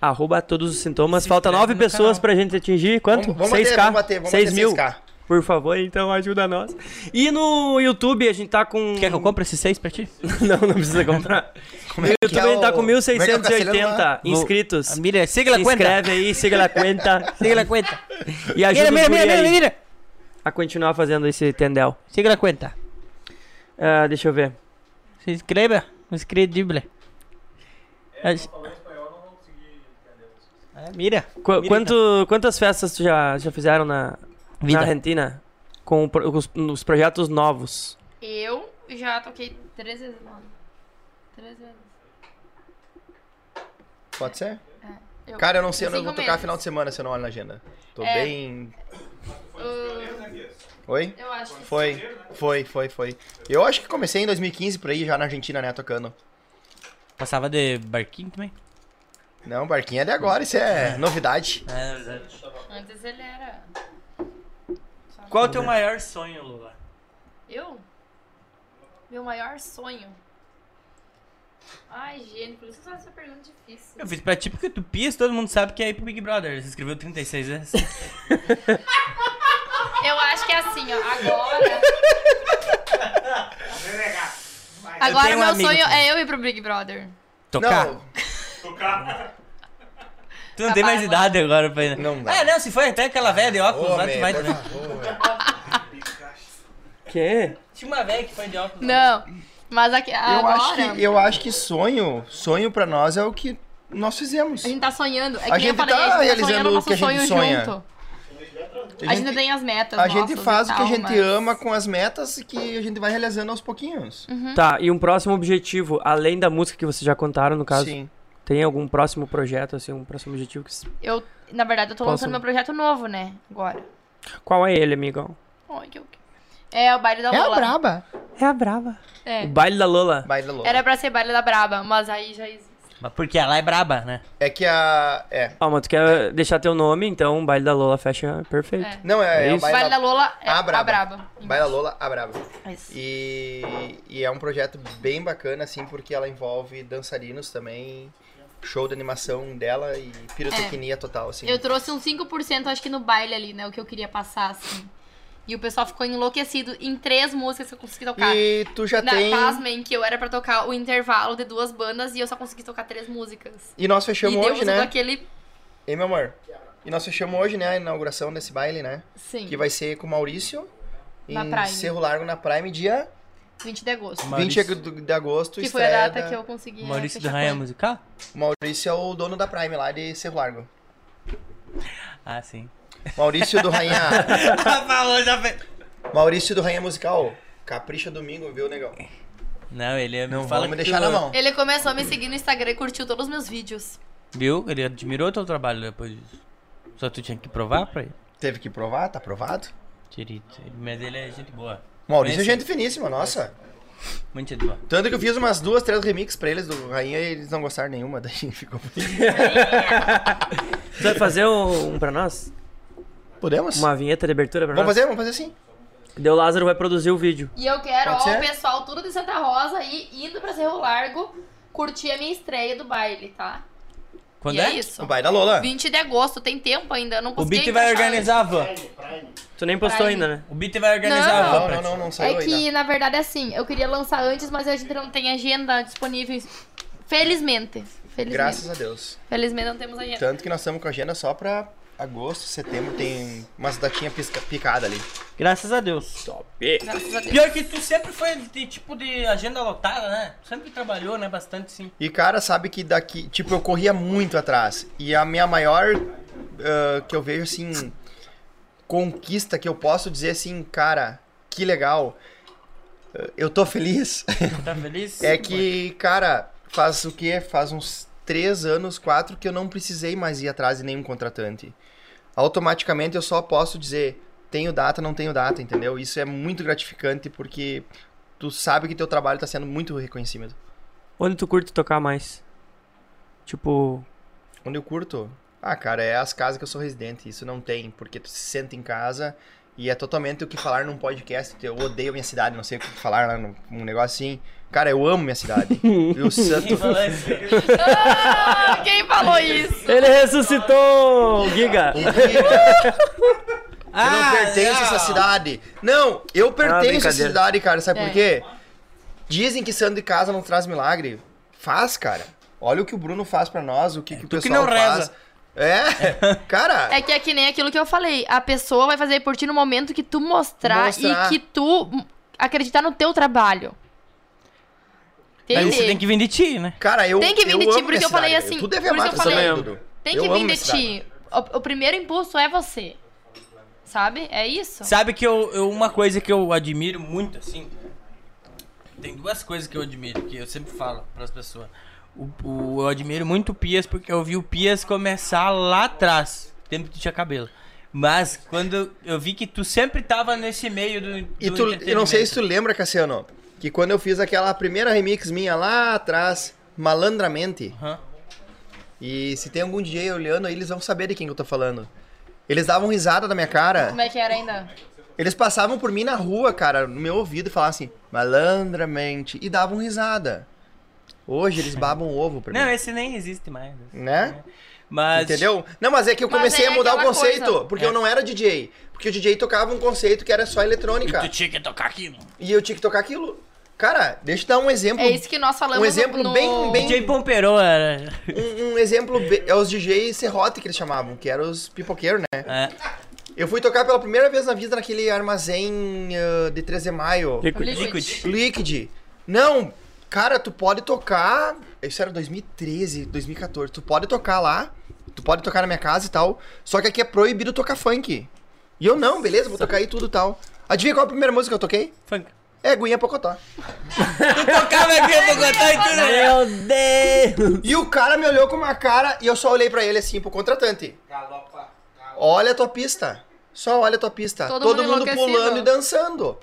Speaker 4: Arroba todos os sintomas. Falta
Speaker 2: inscreve
Speaker 4: nove
Speaker 2: no
Speaker 4: pessoas
Speaker 2: canal.
Speaker 4: pra gente atingir. Quanto?
Speaker 5: Vamos- vamos bater,
Speaker 4: 6K?
Speaker 5: vamos bater, vamos
Speaker 4: 6
Speaker 5: bater
Speaker 4: mil.
Speaker 5: 6K.
Speaker 4: Por favor, então ajuda nós. E no YouTube a gente tá com.
Speaker 2: Quer que eu compre esses seis pra ti?
Speaker 4: não, não precisa comprar.
Speaker 5: Como é
Speaker 4: No YouTube a gente tá com
Speaker 5: Como é que é o castelhano lá?
Speaker 4: 1.680
Speaker 2: Vou-
Speaker 4: inscritos.
Speaker 2: Ah,
Speaker 4: Se
Speaker 2: Mira, siga la cuenta.
Speaker 4: inscreve aí, siga a conta
Speaker 2: Siga la cuenta.
Speaker 4: e
Speaker 2: Mira,
Speaker 4: ajuda o
Speaker 2: mira, mira,
Speaker 4: guri
Speaker 2: mira,
Speaker 4: aí
Speaker 2: mira.
Speaker 4: a continuar fazendo esse tendel.
Speaker 2: Siga la cuenta.
Speaker 4: Ah, deixa eu ver.
Speaker 2: Se inscreva. um Inscredible. É, É, mira.
Speaker 4: Qu-
Speaker 2: Mira, então.
Speaker 4: quanto- quantas festas tu já, já fizeram na, na
Speaker 2: Vida.
Speaker 4: Argentina? Com o pro- os, os projetos novos.
Speaker 3: Eu já toquei três vezes, mano. Três vezes.
Speaker 5: Pode ser?
Speaker 3: Eu-
Speaker 5: Cara, eu não sei, eu não
Speaker 3: cinco
Speaker 5: vou tocar
Speaker 3: meses.
Speaker 5: final de semana se eu não olho na agenda. Tô
Speaker 3: É.
Speaker 5: bem.
Speaker 3: Ah,
Speaker 5: Oi?
Speaker 3: eu acho que
Speaker 5: Foi, foi, foi, foi. Eu acho que comecei em 2015 por aí, já na Argentina, né, tocando.
Speaker 2: Passava de barquinho também?
Speaker 5: Não, barquinho é de agora, isso é novidade.
Speaker 2: É, verdade.
Speaker 3: antes ele era.
Speaker 2: Qual o teu maior sonho, Lula?
Speaker 3: Eu? Meu maior sonho. Ai, gênio, por isso que eu faço essa pergunta difícil.
Speaker 2: Eu fiz pra ti porque tu pis, todo mundo sabe que é ir pro Big Brother. Você escreveu 36 vezes.
Speaker 3: Eu acho que é assim, ó. Agora. Agora
Speaker 2: tenho um
Speaker 3: meu
Speaker 2: amigo
Speaker 3: sonho
Speaker 2: também.
Speaker 3: é eu ir pro Big Brother.
Speaker 2: Tocar.
Speaker 5: Não,
Speaker 2: tu não tem mais
Speaker 3: Acabar,
Speaker 2: idade agora pra ir.
Speaker 5: não dá.
Speaker 2: Ah, não, se for até aquela velha de óculos lá, tu
Speaker 5: Homem,
Speaker 2: vai
Speaker 5: por
Speaker 2: também.
Speaker 5: favor.
Speaker 4: Que?
Speaker 2: Tinha uma velha que foi de óculos.
Speaker 3: Não. Mas aqui,
Speaker 5: Eu
Speaker 3: agora.
Speaker 5: acho, que, eu acho que sonho, sonho pra nós é o que nós fizemos.
Speaker 3: A gente tá sonhando. É que
Speaker 5: A
Speaker 3: nem eu
Speaker 5: gente
Speaker 3: falei, a
Speaker 5: tá
Speaker 3: gente tá
Speaker 5: realizando
Speaker 3: sonhando
Speaker 5: o
Speaker 3: nosso
Speaker 5: que a gente
Speaker 3: sonho
Speaker 5: sonha.
Speaker 3: junto.
Speaker 5: A
Speaker 3: A gente tem as metas.
Speaker 5: a gente
Speaker 3: nossas
Speaker 5: faz
Speaker 3: e
Speaker 5: o que
Speaker 3: tal,
Speaker 5: a gente
Speaker 3: mas-
Speaker 5: ama com as metas que a gente vai realizando aos pouquinhos.
Speaker 3: Uhum.
Speaker 4: Tá, e um próximo objetivo, além da música que vocês já contaram, no caso,
Speaker 5: Sim.
Speaker 4: tem algum próximo projeto, assim, um próximo objetivo? Que... s-
Speaker 3: Eu, na verdade, eu tô
Speaker 4: Posso-
Speaker 3: lançando meu projeto novo, né? Agora.
Speaker 4: Qual é ele, amigão?
Speaker 3: Ai, que eu... É o baile da Lola.
Speaker 5: braba.
Speaker 4: É a Brava.
Speaker 3: É.
Speaker 4: O baile da Lola.
Speaker 5: Baile da louca.
Speaker 3: Era pra ser baile da Braba, mas aí já existe.
Speaker 2: Mas Porque ela é braba, né?
Speaker 5: É que a... É.
Speaker 4: Ó, mas tu quer deixar teu nome, então o baile da Lola fecha perfeito.
Speaker 3: É.
Speaker 5: Não, é, é o
Speaker 4: Isso.
Speaker 5: Baile
Speaker 3: Baile da
Speaker 5: da...
Speaker 3: Lola é
Speaker 5: a
Speaker 3: a
Speaker 5: Braba.
Speaker 3: Braba.
Speaker 5: Baile da Lola, a braba.
Speaker 3: Isso.
Speaker 5: E, e é um projeto bem bacana, assim, porque ela envolve dançarinos também, show de animação dela e pirotecnia total, assim.
Speaker 3: É. Eu trouxe um uns 5%, acho que no baile ali, né? O que eu queria passar, assim. E o pessoal ficou enlouquecido em três músicas que eu consegui tocar.
Speaker 5: E tu já
Speaker 3: Na né?
Speaker 5: tem...
Speaker 3: pasmem, que eu era pra tocar o intervalo de duas bandas e eu só consegui tocar três músicas.
Speaker 5: E nós
Speaker 3: e
Speaker 5: fechamos
Speaker 3: deu
Speaker 5: hoje,
Speaker 3: tudo
Speaker 5: né?
Speaker 3: aquele.
Speaker 5: Ei, meu amor? E nós fechamos hoje, né, a inauguração desse baile, né?
Speaker 3: Sim,
Speaker 5: Que vai ser com o Maurício,
Speaker 3: Na
Speaker 5: em
Speaker 3: Prime.
Speaker 5: Cerro Largo, na Prime, dia
Speaker 3: 20 de agosto.
Speaker 2: Maurício.
Speaker 5: 20 de- de agosto.
Speaker 3: Que foi a
Speaker 5: estreia
Speaker 3: data
Speaker 5: da-
Speaker 3: que eu consegui. né,
Speaker 2: Maurício do
Speaker 3: fechar
Speaker 2: Raia
Speaker 3: com ele.
Speaker 2: Musical?
Speaker 5: O Maurício é o dono da Prime lá de Cerro Largo.
Speaker 2: Ah, sim.
Speaker 5: Maurício do Rainha.
Speaker 2: Falou, já fez.
Speaker 5: Maurício do Rainha Musical. Capricha domingo, viu, negão?
Speaker 2: Não, ele é.
Speaker 5: Não
Speaker 2: fala
Speaker 5: vamos
Speaker 2: que
Speaker 5: me deixar
Speaker 2: tu-
Speaker 5: na mão.
Speaker 3: Ele começou a me seguir no Instagram e curtiu todos os meus vídeos.
Speaker 2: Viu? Ele admirou teu trabalho depois disso. Só tu tinha que provar pra ele.
Speaker 5: Teve que provar, tá aprovado.
Speaker 2: Tirito. Ele- Mas ele é gente boa.
Speaker 5: Maurício é
Speaker 2: Conhece?
Speaker 5: gente finíssima, nossa.
Speaker 2: Muito gente boa.
Speaker 5: Tanto que eu fiz umas duas, três remixes pra eles do Rainha e eles não gostaram nenhuma, daí ficou.
Speaker 4: Tu vai fazer um, um pra nós?
Speaker 5: Podemos?
Speaker 4: Uma vinheta de abertura pra
Speaker 5: Vamos
Speaker 4: nós?
Speaker 5: fazer? Vamos fazer sim.
Speaker 4: Deu Lázaro vai produzir o vídeo.
Speaker 3: E eu quero,
Speaker 5: Pode
Speaker 3: ó,
Speaker 5: ser?
Speaker 3: o pessoal tudo de Santa Rosa aí, indo pra Cerro Largo, curtir a minha estreia do baile, tá?
Speaker 2: Quando
Speaker 3: e é,
Speaker 2: é?
Speaker 3: isso.
Speaker 5: O baile da Lola.
Speaker 3: 20 de agosto, tem tempo ainda, eu não
Speaker 2: O
Speaker 3: consegui
Speaker 2: Bit vai
Speaker 3: encaixar
Speaker 2: organizar a van.
Speaker 4: Tu nem postou
Speaker 3: Pra
Speaker 4: ainda, né?
Speaker 2: O Bit vai organizar a van
Speaker 5: Não,
Speaker 2: pra
Speaker 5: não,
Speaker 2: ti.
Speaker 5: não, não saiu
Speaker 3: É
Speaker 5: ainda.
Speaker 3: que, na verdade, assim, eu queria lançar antes, mas a gente não tem agenda disponível. Felizmente. Felizmente.
Speaker 5: Graças a Então- Deus.
Speaker 3: Felizmente não temos agenda.
Speaker 5: Tanto que nós estamos com a agenda só pra agosto, setembro tem umas datinhas pisca- picada ali.
Speaker 4: Graças a Deus.
Speaker 5: Top.
Speaker 2: Pior que tu sempre foi de tipo de agenda lotada, né? Sempre trabalhou, né? Bastante sim.
Speaker 5: E cara, sabe que daqui, tipo, eu corria muito atrás. E a minha maior ah, que eu vejo assim conquista que eu posso dizer assim, cara, que legal. ah, Eu tô feliz.
Speaker 2: Tá feliz?
Speaker 5: É que, cara, faz o quê? Faz uns três anos, quatro, que eu não precisei mais ir atrás de nenhum contratante. Automaticamente eu só posso dizer, tenho data, não tenho data, entendeu? Isso é muito gratificante porque tu sabe que teu trabalho tá sendo muito reconhecido.
Speaker 4: Onde tu curte tocar mais? Tipo,
Speaker 5: Onde eu curto? Ah, cara, é as casas que eu sou residente, isso não tem, porque tu se senta em casa e é totalmente o que falar num podcast, eu odeio minha cidade, não sei o que falar lá num num negócio assim. Cara, eu amo minha cidade. Eu um santo...
Speaker 3: Ah, quem falou isso?
Speaker 4: Ele ressuscitou, Giga.
Speaker 5: Eu
Speaker 3: Ah,
Speaker 5: não pertenço a essa cidade. Não,
Speaker 2: Ah,
Speaker 5: eu pertenço a essa
Speaker 4: brincadeira.
Speaker 5: cidade, cara. Sabe
Speaker 3: É.
Speaker 5: por quê? Dizem que santo de casa não traz milagre. Faz, cara. Olha o que o Bruno faz pra nós, o que, que o
Speaker 2: É, tu que
Speaker 5: pessoal
Speaker 2: não
Speaker 5: faz.
Speaker 2: reza.
Speaker 5: É, cara.
Speaker 3: É que é que nem aquilo que eu falei. A pessoa vai fazer por ti no momento que tu mostrar,
Speaker 5: Mostrar.
Speaker 3: e que tu hum, acreditar no teu trabalho.
Speaker 2: Aí
Speaker 3: Entende?
Speaker 2: você tem que vir de ti, né?
Speaker 5: Cara, eu
Speaker 3: Tem que vir
Speaker 5: eu
Speaker 3: de ti,
Speaker 5: amo
Speaker 3: por
Speaker 5: minha
Speaker 3: isso eu falei
Speaker 5: cidade.
Speaker 3: assim,
Speaker 5: Tudo é
Speaker 3: por isso
Speaker 5: verdade,
Speaker 3: eu falei.
Speaker 5: Dudu.
Speaker 3: Tem
Speaker 5: Eu
Speaker 3: que
Speaker 5: amo
Speaker 3: vir
Speaker 5: minha
Speaker 3: de
Speaker 5: cidade.
Speaker 3: ti. O, o primeiro impulso é você. Sabe? É isso.
Speaker 2: Sabe que eu, eu- uma coisa que eu admiro muito, assim. Tem duas coisas que eu admiro, que eu sempre falo pras pessoas. O, o- eu admiro muito o Pias, porque eu vi o Pias começar lá atrás, tempo que tu tinha cabelo. Mas quando eu vi que tu sempre tava nesse meio do. do
Speaker 5: E tu, eu não sei se tu lembra, Cassiano, que quando eu fiz aquela primeira remix minha lá atrás, malandramente,
Speaker 2: Aham.
Speaker 5: e se tem algum DJ olhando aí, eles vão saber de quem que eu tô falando. Eles davam risada na minha cara.
Speaker 3: Como é que era ainda?
Speaker 5: Eles passavam por mim na rua, cara, no meu ouvido e falavam assim, malandramente, e davam risada. Hoje eles babam um ovo pra mim.
Speaker 2: Não, é esse nem existe mais.
Speaker 5: Né?
Speaker 2: Mas.
Speaker 5: Entendeu? Não, mas é que eu
Speaker 3: Mas
Speaker 5: comecei
Speaker 3: é
Speaker 5: a mudar o
Speaker 3: aquela
Speaker 5: conceito,
Speaker 3: coisa.
Speaker 5: porque
Speaker 7: É.
Speaker 5: eu não era DJ. Porque o DJ tocava um conceito que era só eletrônica.
Speaker 7: Tu tinha que tocar aqui, não?
Speaker 5: E eu tinha que tocar aquilo. Cara, deixa eu dar um exemplo.
Speaker 3: É isso que nós falamos
Speaker 5: Um exemplo
Speaker 3: no...
Speaker 5: bem- bem-
Speaker 2: DJ Pomperou era.
Speaker 5: Um, um exemplo be- é os DJ Serrote que eles chamavam, que eram os pipoqueiros, né?
Speaker 2: É.
Speaker 5: Eu fui tocar pela primeira vez na vida naquele armazém ah, de 13 de maio.
Speaker 3: Liquid.
Speaker 5: Liquid. Não, cara, tu pode tocar. Isso era 2013, 2014. Tu pode tocar lá. Tu pode tocar na minha casa e tal. Só que aqui é proibido tocar funk. E eu não, beleza, vou tocar aí tudo e tal. Adivinha qual é a primeira música que eu toquei?
Speaker 2: Funk.
Speaker 5: É Guinha Pocotó.
Speaker 2: Tocava aqui, eu vou contar e tudo.
Speaker 4: Meu Deus!
Speaker 5: E o cara me olhou com uma cara e eu só olhei pra ele assim, pro contratante.
Speaker 11: Galopa. galopa.
Speaker 5: Olha a tua pista. Só olha a tua pista.
Speaker 3: Todo
Speaker 5: Todo,
Speaker 3: mundo
Speaker 5: mundo,
Speaker 3: enlouquecido.
Speaker 5: pulando e dançando.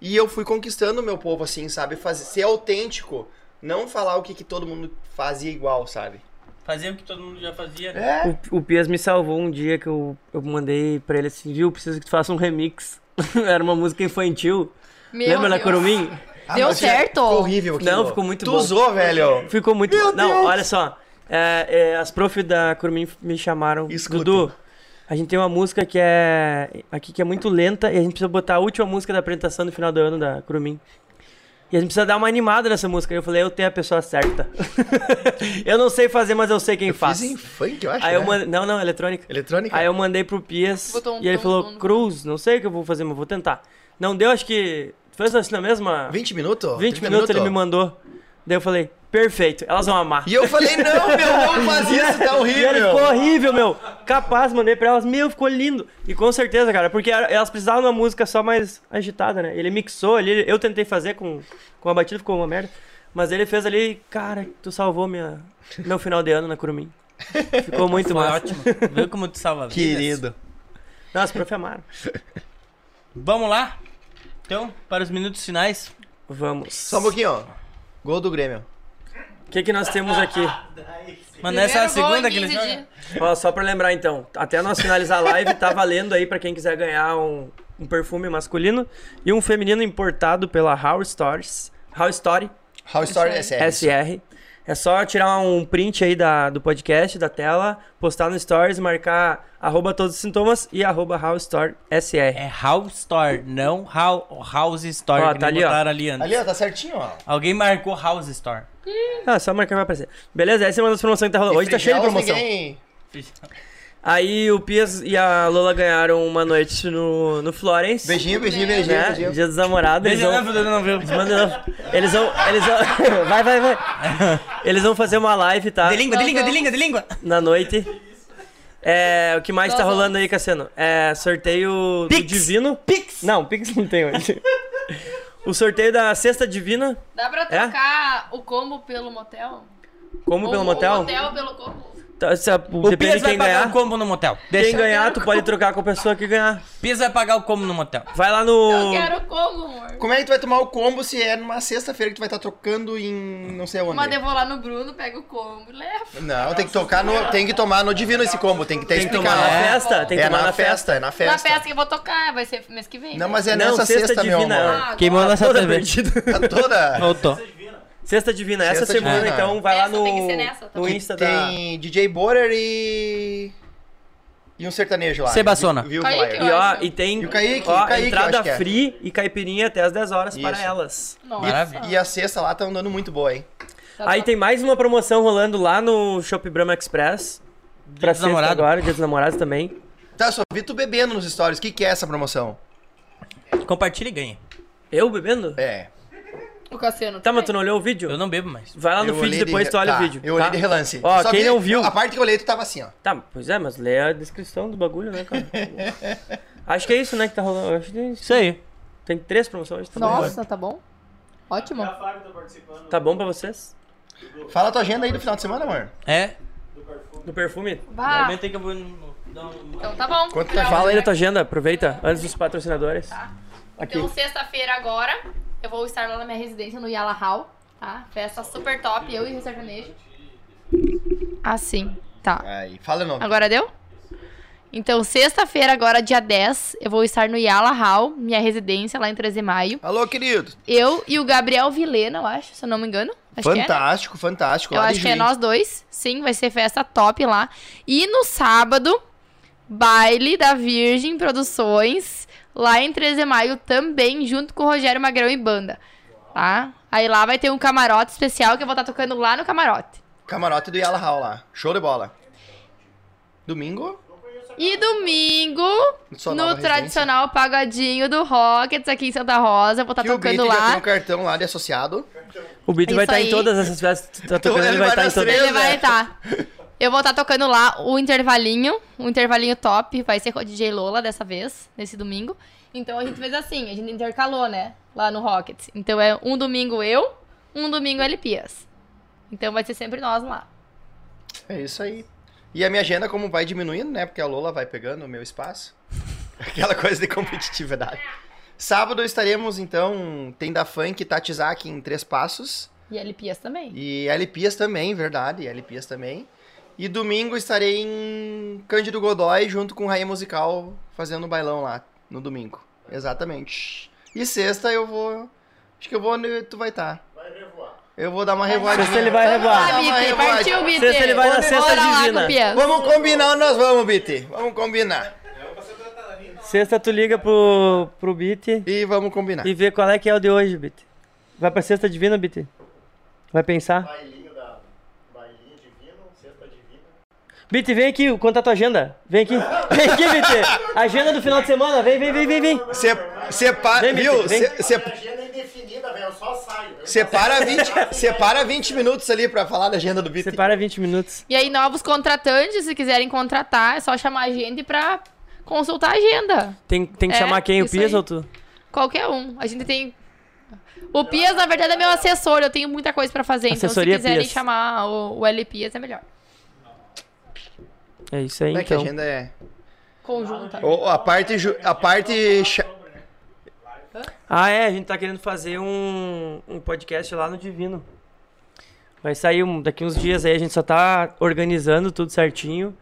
Speaker 5: E eu fui conquistando o meu povo, assim, sabe? Fazer, ser autêntico. Não falar o que, que todo mundo fazia igual, sabe?
Speaker 2: Fazia o que todo mundo já fazia.
Speaker 5: É.
Speaker 4: O, o Pias me salvou um dia que eu, eu mandei pra ele assim, viu, preciso que tu faça um remix. Era uma música infantil.
Speaker 3: Meu
Speaker 4: Lembra na
Speaker 3: Deus.
Speaker 4: Curumim?
Speaker 3: Deu
Speaker 5: Ah, mas tinha-
Speaker 3: certo?
Speaker 5: Ficou horrível aquilo.
Speaker 4: Não, ficou muito
Speaker 5: tu
Speaker 4: bom.
Speaker 5: usou, velho.
Speaker 4: Ficou muito
Speaker 5: Meu
Speaker 4: bom. Não,
Speaker 5: Deus!
Speaker 4: olha só. É, é, as profs da Curumim me chamaram.
Speaker 5: Escuta.
Speaker 4: Dudu, a gente tem uma música que é. Aqui que é muito lenta e a gente precisa botar a última música da apresentação do final do ano da Curumim. E a gente precisa dar uma animada nessa música. Eu falei, eu tenho a pessoa certa. eu não sei fazer, mas eu sei quem faz.
Speaker 5: Fiz em funk, eu acho,
Speaker 4: Aí eu
Speaker 5: né?
Speaker 4: mandei. Não, não, eletrônica.
Speaker 5: Eletrônica?
Speaker 4: Aí eu mandei pro Pias
Speaker 3: Botou um
Speaker 4: e ele
Speaker 3: tom,
Speaker 4: falou,
Speaker 3: tom no-
Speaker 4: Cruz, não sei o que eu vou fazer, mas vou tentar. Não deu, acho que. Fez assim na mesma.
Speaker 5: 20 minutos?
Speaker 4: 20
Speaker 5: 30
Speaker 4: minutos ele me mandou. Daí eu falei, perfeito, elas vão amar.
Speaker 5: E eu falei, não, meu, não faz isso,
Speaker 4: E ele
Speaker 5: tá horrível.
Speaker 4: ficou horrível, meu. Capaz, mandei pra elas, meu, ficou lindo. E com certeza, cara, porque era- elas precisavam de uma música só mais agitada, né? Ele mixou ali, eu tentei fazer com, com a batida, ficou uma merda. Mas ele fez ali, e, cara, tu salvou minha, meu final de ano na Curumim. Ficou muito
Speaker 2: Foi
Speaker 4: massa.
Speaker 2: ótimo. Viu como tu salva vidas?
Speaker 5: Querido.
Speaker 4: Nossa, prof. é amaram.
Speaker 2: Vamos lá? Então, para os minutos finais.
Speaker 4: Vamos.
Speaker 5: Só um pouquinho, ó. Gol do Grêmio.
Speaker 4: O que, que nós temos aqui?
Speaker 2: Mano, essa é a
Speaker 3: Primeiro gol
Speaker 2: segunda
Speaker 3: em
Speaker 2: que ele
Speaker 3: 15
Speaker 2: joga.
Speaker 3: dias.
Speaker 4: Ó, só pra lembrar então, até nós finalizar a live, tá valendo aí pra quem quiser ganhar um, um perfume masculino e um feminino importado pela How Stories. How Story
Speaker 5: How Story é sério.
Speaker 4: SR. É só tirar um print aí da, do podcast, da tela, postar no Stories, marcar arroba todos os sintomas e arroba How Story SR.
Speaker 2: É House Store, não How- House Store,
Speaker 4: Ó,
Speaker 2: que
Speaker 4: tá
Speaker 2: nem
Speaker 4: ali, ó.
Speaker 2: botaram ali antes.
Speaker 5: Ali, ó, tá certinho, ó.
Speaker 2: Alguém marcou House Store.
Speaker 4: Ah, só marcar vai aparecer. Beleza, essa é uma das promoções que tá rolando. Hoje tá cheio de
Speaker 5: Frigelos,
Speaker 4: promoção.
Speaker 5: Ninguém...
Speaker 4: Aí o Pias e a Lola ganharam uma noite no, no Florence.
Speaker 5: Beijinho, beijinho, beijinho,
Speaker 4: Né?
Speaker 5: beijinho.
Speaker 4: Dia dos namorados. eles
Speaker 2: Beijinho,
Speaker 4: vão-
Speaker 2: não, Dudu, não viu.
Speaker 4: Eles mandam- Eles vão. Eles vão. Vai, vai, vai. Eles vão fazer uma live, tá?
Speaker 2: De língua, de língua, de língua, de língua.
Speaker 4: Na noite. É, o que mais
Speaker 2: Nós
Speaker 4: tá rolando
Speaker 2: vamos.
Speaker 4: aí, Cassiano? É, sorteio do Divino.
Speaker 2: Pix!
Speaker 4: Não, Pix não tem hoje. o sorteio da Sexta Divina.
Speaker 3: Dá pra
Speaker 4: É?
Speaker 3: trocar o combo pelo motel?
Speaker 4: Como
Speaker 3: Ou
Speaker 4: pelo
Speaker 3: o
Speaker 4: motel?
Speaker 3: motel pelo combo.
Speaker 4: Tá, se a-
Speaker 2: O
Speaker 4: depende
Speaker 2: Pias
Speaker 4: de
Speaker 2: vai
Speaker 4: quem
Speaker 2: pagar
Speaker 4: ganhar.
Speaker 2: o combo no motel.
Speaker 4: Quem ganhar, tu pode trocar com a pessoa que ganhar.
Speaker 2: Pias vai pagar o combo no motel.
Speaker 4: Vai lá no.
Speaker 3: Quero combo, amor.
Speaker 5: Como é que tu vai tomar o combo se é numa sexta-feira que tu vai estar trocando em não sei onde?
Speaker 3: Mas eu vou lá no Bruno, pego o combo e levo.
Speaker 5: Não, tem que tocar no. Tem que tomar no divino esse combo, tem que ter
Speaker 4: Tem que tomar na festa, tem que
Speaker 5: é
Speaker 4: tomar
Speaker 5: na,
Speaker 4: na
Speaker 5: festa,
Speaker 4: festa.
Speaker 5: é na
Speaker 3: Na
Speaker 5: festa.
Speaker 3: festa que eu vou tocar, vai ser mês que vem.
Speaker 5: Não,
Speaker 3: né?
Speaker 5: mas é
Speaker 4: Não,
Speaker 5: nessa
Speaker 4: sexta
Speaker 5: sexta, meu
Speaker 4: divina, é.
Speaker 5: amor.
Speaker 3: Ah,
Speaker 2: Queimou
Speaker 3: agora-
Speaker 2: nossa
Speaker 4: Toda
Speaker 2: TV.
Speaker 4: perdida.
Speaker 5: Tá toda.
Speaker 2: Voltou.
Speaker 4: Sexta Divina, essa
Speaker 5: Sexta
Speaker 4: semana,
Speaker 5: Divina.
Speaker 4: então, vai lá
Speaker 3: Essa
Speaker 4: no,
Speaker 3: tem que ser nessa, tá
Speaker 4: no
Speaker 3: bom.
Speaker 4: Insta da...
Speaker 5: Tem DJ Borer e. E um sertanejo lá.
Speaker 2: Sebastiana.
Speaker 5: Viu,
Speaker 3: Kaique,
Speaker 5: Flyer?
Speaker 4: E, ó,
Speaker 3: acho.
Speaker 4: e tem
Speaker 5: E o Kaique,
Speaker 4: ó,
Speaker 5: o Kaique, eu
Speaker 4: entrada
Speaker 5: acho que é.
Speaker 4: free e caipirinha até as 10 horas para
Speaker 5: Isso.
Speaker 4: elas.
Speaker 3: Nossa.
Speaker 2: Maravilha.
Speaker 5: E a sexta lá tá andando muito boa, hein?
Speaker 3: Tá
Speaker 4: Aí
Speaker 3: bom.
Speaker 4: tem mais uma promoção rolando lá no Shop Brahma Express. Pra
Speaker 2: dos
Speaker 4: sexta
Speaker 2: namorados.
Speaker 4: agora, dia dos namorados também.
Speaker 5: Tá, só vi tu bebendo nos stories. O que, que é essa promoção?
Speaker 2: Compartilha e ganha.
Speaker 4: Eu bebendo?
Speaker 5: É.
Speaker 3: O Cassiano.
Speaker 4: Tá, mas
Speaker 3: também.
Speaker 4: tu não olhou o vídeo?
Speaker 2: Eu não bebo mais.
Speaker 4: Vai lá
Speaker 5: Eu
Speaker 4: Ah, no
Speaker 5: olhei
Speaker 4: feed
Speaker 5: de
Speaker 4: depois,
Speaker 5: re-
Speaker 4: tu olha
Speaker 5: tá,
Speaker 4: o vídeo.
Speaker 5: Eu
Speaker 4: tá?
Speaker 5: olhei de relance.
Speaker 4: Ó,
Speaker 5: Só
Speaker 4: quem
Speaker 5: vi-
Speaker 4: não viu...
Speaker 5: A parte que eu olhei, tu tava assim, ó.
Speaker 4: Tá, pois é, mas lê a descrição do bagulho, né, cara? Acho que é isso, né, que tá rolando. Acho que tem,
Speaker 2: Isso aí.
Speaker 4: tem três promoções. Tá
Speaker 3: Nossa, tá bom? Ótimo.
Speaker 11: A Fábio tá participando
Speaker 4: Bom. Tá bom pra vocês?
Speaker 5: Fala a tua agenda aí do final de semana, amor.
Speaker 2: É.
Speaker 4: Do perfume?
Speaker 3: Bah,
Speaker 2: que eu vou dar um...
Speaker 3: então tá bom.
Speaker 5: Quanto
Speaker 3: Não,
Speaker 5: tá
Speaker 4: Fala aí
Speaker 3: né?
Speaker 4: da tua agenda, aproveita, antes dos patrocinadores. Aqui.
Speaker 3: Então, sexta-feira agora, eu vou estar lá na minha residência, no Yala Hall, tá? Festa super top, eu e o sertanejo. Ah, sim. Tá.
Speaker 5: Aí, fala o nome.
Speaker 3: Agora deu? Então, sexta-feira agora, dia 10, eu vou estar no Yala Hall, minha residência, lá em 13 de maio.
Speaker 5: Alô, querido.
Speaker 3: Eu e o Gabriel Vilena, eu acho, se eu não me engano. Acho que é, né?
Speaker 5: fantástico, fantástico.
Speaker 3: Eu
Speaker 5: Lá de
Speaker 3: acho que é
Speaker 5: Juiz.
Speaker 3: nós dois. Sim, vai ser festa top lá. E no sábado, baile da Virgem Produções, lá em 13 de maio também, junto com o Rogério Magrão e banda. Tá? Aí lá vai ter um camarote especial que eu vou estar tocando lá no camarote.
Speaker 5: Camarote do Yala Hall lá. Show de bola. Domingo?
Speaker 3: E domingo,
Speaker 5: Sua
Speaker 3: no
Speaker 5: nova
Speaker 3: tradicional pagodinho do Rockets aqui em Santa Rosa, eu vou estar
Speaker 5: Que o
Speaker 3: Tá tocando
Speaker 5: Bito já tem
Speaker 3: lá.
Speaker 5: um cartão lá de associado.
Speaker 4: O Bito
Speaker 3: Isso
Speaker 4: vai estar em
Speaker 3: aí.
Speaker 4: todas essas festas que tu tá
Speaker 5: Então
Speaker 4: tocando, ele
Speaker 5: ele
Speaker 4: vai estar
Speaker 5: vai
Speaker 4: em
Speaker 5: nas
Speaker 4: todas.
Speaker 5: três.
Speaker 3: Ele vai
Speaker 5: Beleza.
Speaker 3: estar. Eu vou estar tocando lá o intervalinho, o intervalinho top, vai ser com a DJ Lola dessa vez, nesse domingo. Então a gente fez assim, a gente intercalou, né? Lá no Rockets. Então é um domingo eu, um domingo ele Pias. Então vai ser sempre nós lá.
Speaker 5: É isso aí. E a minha agenda, como vai diminuindo, né? Porque a Lola vai pegando o meu espaço. Aquela coisa de competitividade. Sábado estaremos, então, tem da Funk Tatizaki em Três Passos.
Speaker 3: E ele Pias também.
Speaker 5: E LPias também, verdade, LPias também. E domingo estarei em Cândido Godoy junto com o Rainha Musical fazendo um bailão lá no domingo. Exatamente. E sexta eu vou. Acho que eu vou onde tu vai estar.
Speaker 1: Vai revoar.
Speaker 5: Eu vou dar uma
Speaker 4: Sexta ele
Speaker 5: revoadinha.
Speaker 4: vai
Speaker 3: Vamos lá,
Speaker 4: revoar.
Speaker 5: Vai,
Speaker 3: Bitter.
Speaker 5: vai,
Speaker 3: Partiu,
Speaker 5: vai.
Speaker 3: Bitter.
Speaker 4: Sexta ele vai na Sexta
Speaker 3: Bora lá com
Speaker 4: Divina.
Speaker 3: o Pias.
Speaker 5: Vamos combinar, nós vamos, Biti. Vamos combinar.
Speaker 4: Sexta tu liga pro, pro Bit
Speaker 5: E vamos combinar.
Speaker 4: e vê qual é que é o de hoje, Bit. Vai pra Sexta Divina, Bit? Vai pensar?
Speaker 1: Bailinho da. Bailinho divino, sexta divina.
Speaker 4: Bit, vem aqui, conta a tua agenda. Vem aqui. Vem aqui, Bit. Agenda do final de semana. Vem, vem, vem, vem, vem.
Speaker 5: Se, separa,
Speaker 4: Vem, Biti,
Speaker 5: viu?
Speaker 4: vem.
Speaker 5: Se- se-
Speaker 1: Minha agenda é indefinida, velho. Eu só saio. Eu
Speaker 5: separa, 20, separa 20 minutos ali pra falar da agenda do Biti.
Speaker 4: Separa 20 minutos.
Speaker 3: E aí, novos contratantes, se quiserem contratar, é só chamar a gente pra consultar a agenda.
Speaker 4: Tem, tem que
Speaker 3: É,
Speaker 4: chamar quem? O
Speaker 3: isso
Speaker 4: Pias
Speaker 3: aí.
Speaker 4: ou tu?
Speaker 3: Qualquer um. A gente tem. O Pias, na verdade, é meu assessor. Eu tenho muita coisa pra fazer.
Speaker 4: Assessoria
Speaker 3: então, se quiserem
Speaker 4: Pias.
Speaker 3: chamar o, o L Pias, é melhor.
Speaker 4: É isso aí,
Speaker 5: Como é que a
Speaker 4: então.
Speaker 5: agenda é?
Speaker 3: Conjunta.
Speaker 5: Ô, ô, a parte. ju- A parte. cha-
Speaker 4: Ah, é, a gente tá querendo fazer um, um podcast lá no Divino. Vai sair um- daqui uns dias aí, a gente só tá organizando tudo certinho.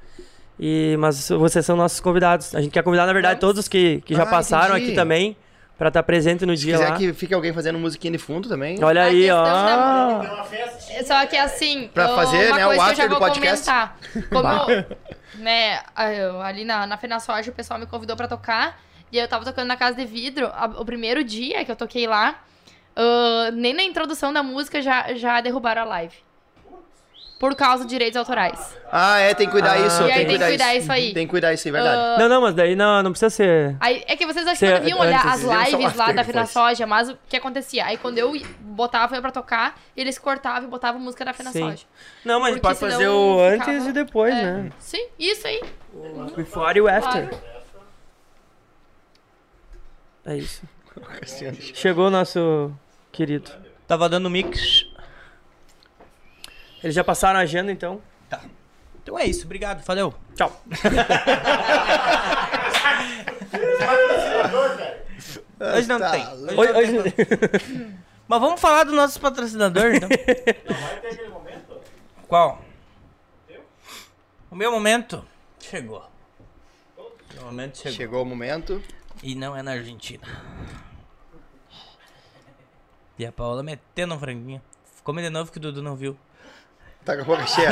Speaker 4: E, mas vocês são nossos convidados. A gente quer convidar, na verdade, todos os que, que já
Speaker 5: Ah,
Speaker 4: passaram
Speaker 5: entendi.
Speaker 4: aqui também, pra estar presente no
Speaker 5: Se
Speaker 4: dia
Speaker 5: quiser
Speaker 4: lá.
Speaker 5: que fique alguém fazendo musiquinha de fundo também.
Speaker 4: Olha
Speaker 3: A
Speaker 4: aí,
Speaker 3: questão
Speaker 4: ó.
Speaker 1: É uma festa.
Speaker 3: Só que assim.
Speaker 5: Pra
Speaker 3: eu-
Speaker 5: fazer,
Speaker 3: uma
Speaker 5: né, o
Speaker 3: coisa que eu
Speaker 5: after
Speaker 3: já
Speaker 5: do
Speaker 3: vou
Speaker 5: podcast.
Speaker 3: comentar. Como eu, né, a- eu- ali na, na Fena Soja, o pessoal me convidou pra tocar. E eu tava tocando na Casa de Vidro. a- o primeiro dia que eu toquei lá, ah, nem na introdução da música já, já derrubaram a live. por causa de direitos autorais.
Speaker 5: Ah, é, tem que cuidar
Speaker 4: Ah,
Speaker 5: isso.
Speaker 4: E aí
Speaker 3: tem que cuidar isso aí.
Speaker 5: Tem que cuidar isso aí, verdade.
Speaker 3: Ah,
Speaker 4: Não, não, mas daí não, não precisa ser.
Speaker 3: Aí, é que vocês acho que
Speaker 4: Cê-
Speaker 3: deviam olhar
Speaker 4: antes,
Speaker 3: as
Speaker 4: viu? Só
Speaker 3: lives lá
Speaker 4: after
Speaker 3: da Fina
Speaker 4: depois.
Speaker 3: Soja, mas o que acontecia? Aí quando eu botava eu pra tocar, eles cortavam e botavam música da Fina
Speaker 4: Sim.
Speaker 3: Soja.
Speaker 4: Não, mas
Speaker 3: Porque
Speaker 4: pode
Speaker 3: senão
Speaker 4: fazer o
Speaker 3: ficava-
Speaker 4: antes e depois,
Speaker 3: É.
Speaker 4: né?
Speaker 3: Sim, isso aí.
Speaker 4: Before e after.
Speaker 3: Claro.
Speaker 4: É isso. Chegou o nosso querido.
Speaker 2: Tava dando mix.
Speaker 4: Eles já passaram a agenda, então?
Speaker 2: Tá. Então é isso, obrigado, valeu.
Speaker 4: Tchau.
Speaker 2: Hoje não
Speaker 5: Tá
Speaker 2: tem.
Speaker 5: louco.
Speaker 2: Hoje não tem. Mas vamos falar do nosso patrocinador, então. Qual? O meu momento chegou. O meu momento chegou.
Speaker 5: Chegou o momento.
Speaker 2: E não é na Argentina. E a Paola metendo um franguinho. Come de novo que o Dudu não viu.
Speaker 5: Tá com a boca cheia.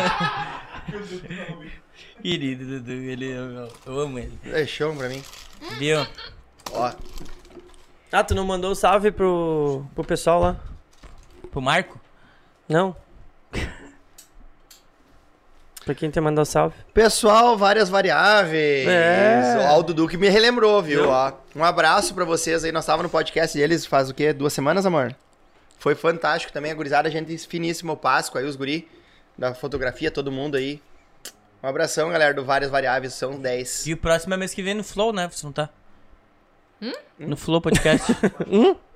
Speaker 2: Querido Dudu, ele, eu, eu amo ele.
Speaker 5: Deixou um pra mim.
Speaker 2: Viu?
Speaker 5: Ó,
Speaker 4: Ah, tu não mandou o salve pro, pro pessoal lá?
Speaker 2: Pro Marco?
Speaker 4: Não? pra quem tem mandado salve?
Speaker 5: Pessoal, várias variáveis.
Speaker 4: É.
Speaker 5: Ó, o Dudu que me relembrou, viu? Ó, um abraço pra vocês aí. Nós tava no podcast deles faz o quê? Duas semanas, amor? Foi fantástico também. A gurizada, a gente finíssimo o Páscoa aí, os guri da fotografia, todo mundo aí. Um abração, galera, do Várias Variáveis, são 10.
Speaker 2: E o próximo é mês que vem no Flow, né? Você não tá?
Speaker 3: Hum?
Speaker 2: No Flow Podcast.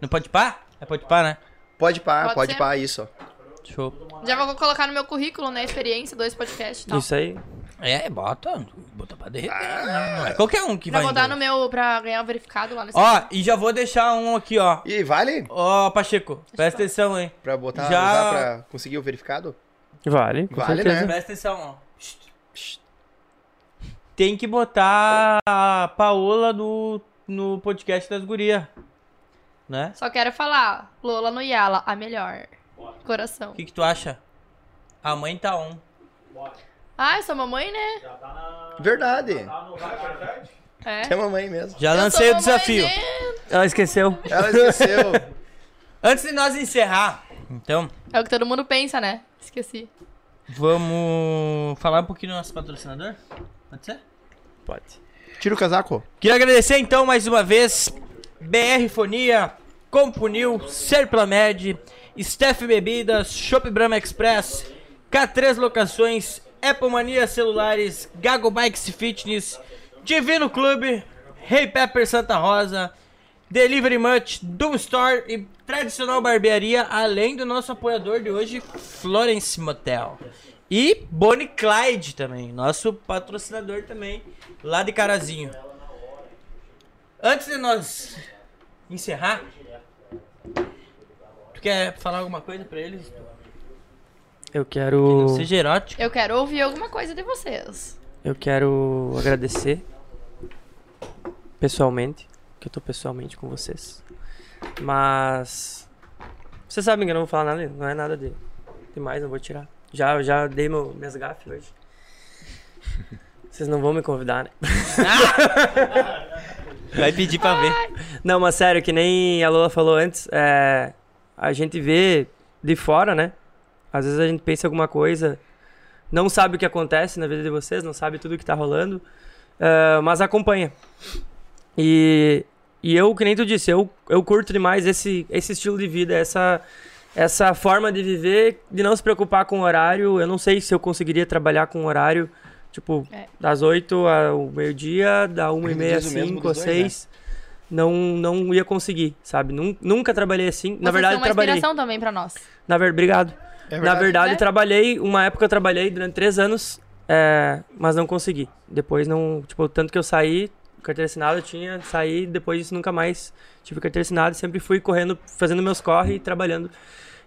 Speaker 2: Não pode pá? É pode pá, né?
Speaker 5: Pode pá,
Speaker 3: Pode
Speaker 5: pode,
Speaker 3: ser.
Speaker 5: pá, isso. ó.
Speaker 2: Show.
Speaker 3: Já vou colocar no meu currículo, né? Experiência, dois podcasts e tal.
Speaker 4: Isso aí.
Speaker 2: É, bota. Bota pra derreter. né? Não é qualquer um que
Speaker 3: Pra
Speaker 2: vai.
Speaker 3: botar
Speaker 2: indo.
Speaker 3: no meu, pra ganhar o verificado lá no
Speaker 2: Ó, e já vou deixar um aqui, ó.
Speaker 5: E vale
Speaker 2: Ó, Pacheco, presta atenção, hein?
Speaker 5: pra
Speaker 2: Já-
Speaker 5: botar, usar pra conseguir o verificado?
Speaker 4: Vale. Com
Speaker 5: Vale,
Speaker 4: certeza.
Speaker 5: né?
Speaker 2: Presta atenção, ó. Tem que botar a Paola no, no podcast das guria. Né?
Speaker 3: Só quero falar, Lola no Yala, a melhor. Coração.
Speaker 2: O que, que tu acha? A mãe tá on.
Speaker 3: Ah, eu sou mamãe, né?
Speaker 5: Verdade.
Speaker 3: É.
Speaker 4: um
Speaker 5: É mamãe mesmo.
Speaker 2: Já
Speaker 3: Eu
Speaker 2: lancei
Speaker 3: sou
Speaker 2: o
Speaker 3: mamãe,
Speaker 2: desafio.
Speaker 3: né?
Speaker 4: Ela Ah, esqueceu.
Speaker 5: Ela esqueceu.
Speaker 2: Antes de nós encerrar, então,
Speaker 3: É o que todo mundo pensa, né? Esqueci.
Speaker 2: vamos falar um pouquinho do nosso patrocinador? Pode ser?
Speaker 4: Pode.
Speaker 5: Tira o casaco.
Speaker 2: Queria agradecer então mais uma vez BR Fonia, Compunil, Serplamed, Steph Bebidas, Shop Brahma Express, K3 Locações, Apple Mania Celulares, Gago Bikes Fitness, Divino Clube, Hey Pepper Santa Rosa, Delivery Much, Doom Store e Tradicional Barbearia, além do nosso apoiador de hoje, Florence Motel. E Bonnie Clyde também, nosso patrocinador também, lá de Carazinho. Antes de nós encerrar, tu quer falar alguma coisa pra eles?
Speaker 4: Eu quero.
Speaker 2: Seja erótico.
Speaker 3: Eu quero ouvir alguma coisa de vocês.
Speaker 4: Eu quero agradecer pessoalmente, que eu tô pessoalmente com vocês. Mas vocês sabem que eu não vou falar nada, não é nada de demais, não vou tirar. Já eu já dei meu, minhas gafes hoje. Vocês não vão me convidar, né?
Speaker 2: Vai pedir pra ver.
Speaker 4: Não, mas sério, que nem a Lola falou antes, é, a gente vê de fora, né? Às vezes a gente pensa alguma coisa, não sabe o que acontece na vida de vocês, não sabe tudo o que tá rolando, é, mas acompanha. E, e eu, que nem tu disse, eu, eu curto demais esse, esse estilo de vida, essa, essa forma de viver, de não se preocupar com o horário. Eu não sei se eu conseguiria trabalhar com horário, tipo,
Speaker 3: É.
Speaker 4: das 8 ao meio-dia, da 1 e
Speaker 5: Ele
Speaker 4: meia às
Speaker 5: diz o mesmo
Speaker 4: 5
Speaker 5: dos
Speaker 4: ou
Speaker 5: dois, né?
Speaker 4: 6 não não ia conseguir, sabe? Nun- Nunca trabalhei assim. Na
Speaker 3: Vocês
Speaker 4: verdade,
Speaker 3: são uma
Speaker 4: trabalhei.
Speaker 3: inspiração também pra nós.
Speaker 4: Na ver... Obrigado. Na
Speaker 5: verdade.
Speaker 4: verdade,
Speaker 3: É.
Speaker 4: trabalhei. Uma época eu trabalhei durante três anos, é, mas não consegui. Depois não. Tipo, o tanto que eu saí, carteira assinada eu tinha, saí, depois disso nunca mais tive carteira assinada. Sempre fui correndo, fazendo meus corre e trabalhando.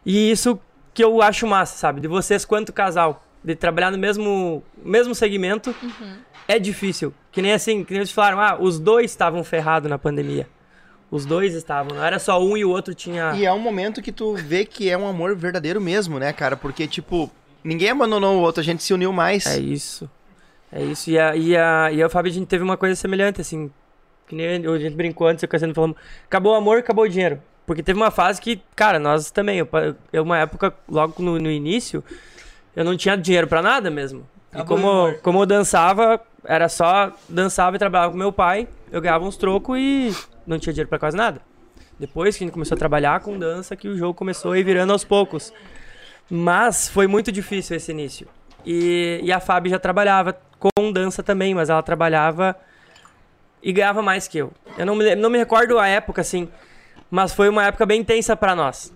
Speaker 4: E isso que eu acho massa, sabe? De vocês quanto casal. De trabalhar no mesmo, mesmo segmento é difícil. Que nem assim, que nem eles falaram, ah, os dois estavam ferrados na pandemia. Os dois estavam, não era só um e o outro tinha.
Speaker 5: E é um momento que tu vê que é um amor verdadeiro mesmo, né, cara? Porque, tipo, ninguém abandonou o outro, a gente se uniu mais.
Speaker 4: É isso. É isso. E a, e a, e a Fábio, a gente teve uma coisa semelhante, assim. Que nem a gente brincou antes, eu e o Cassiano falamos. Acabou o amor, acabou o dinheiro. Porque teve uma fase que, cara, nós também. Eu, pa- eu uma época, logo no, no início, eu não tinha dinheiro pra nada mesmo. E como, como eu dançava, era só dançava e trabalhava com meu pai, eu ganhava uns trocos e não tinha dinheiro pra quase nada. Depois que a gente começou a trabalhar com dança, que o jogo começou a ir virando aos poucos. Mas foi muito difícil esse início. E, e a Fábio já trabalhava com dança também, mas ela trabalhava e ganhava mais que eu. Eu não me, lem- não me recordo a época, assim, mas foi uma época bem intensa pra nós.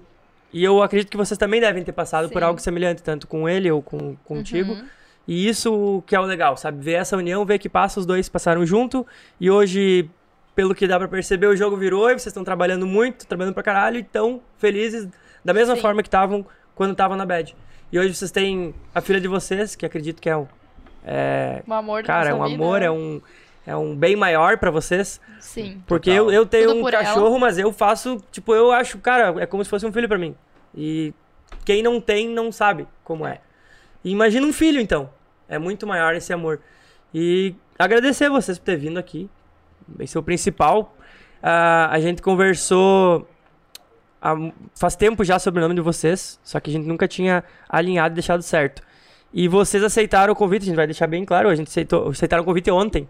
Speaker 4: E eu acredito que vocês também devem ter passado por
Speaker 12: Sim.
Speaker 4: algo semelhante, tanto com ele ou com, contigo.
Speaker 12: Uhum.
Speaker 4: E isso que é o legal, sabe? Ver essa união, ver que passa, os dois passaram junto. E hoje, pelo que dá pra perceber, o jogo virou e vocês estão trabalhando muito, trabalhando pra caralho e tão felizes da mesma forma que estavam quando estavam na bad. E hoje vocês têm a filha de vocês, que acredito que é um. É,
Speaker 3: Um amor da
Speaker 4: Cara, é
Speaker 3: nossa
Speaker 4: um
Speaker 3: vida,
Speaker 4: amor,
Speaker 3: né?
Speaker 4: é um, é um bem maior pra vocês.
Speaker 3: Sim.
Speaker 4: Porque eu, eu tenho
Speaker 3: Tudo
Speaker 4: um
Speaker 3: por ela.
Speaker 4: cachorro, mas eu faço, tipo, eu acho, cara, é como se fosse um filho pra mim. E quem não tem não sabe como é. E imagina um filho, então. É muito maior esse amor. E agradecer a vocês por ter vindo aqui. Esse é o principal. Ah, a gente conversou há mu- faz tempo já sobre o nome de vocês, só que a gente nunca tinha alinhado e deixado certo. E vocês aceitaram o convite, a gente vai deixar bem claro, a gente aceitou, aceitaram o convite ontem,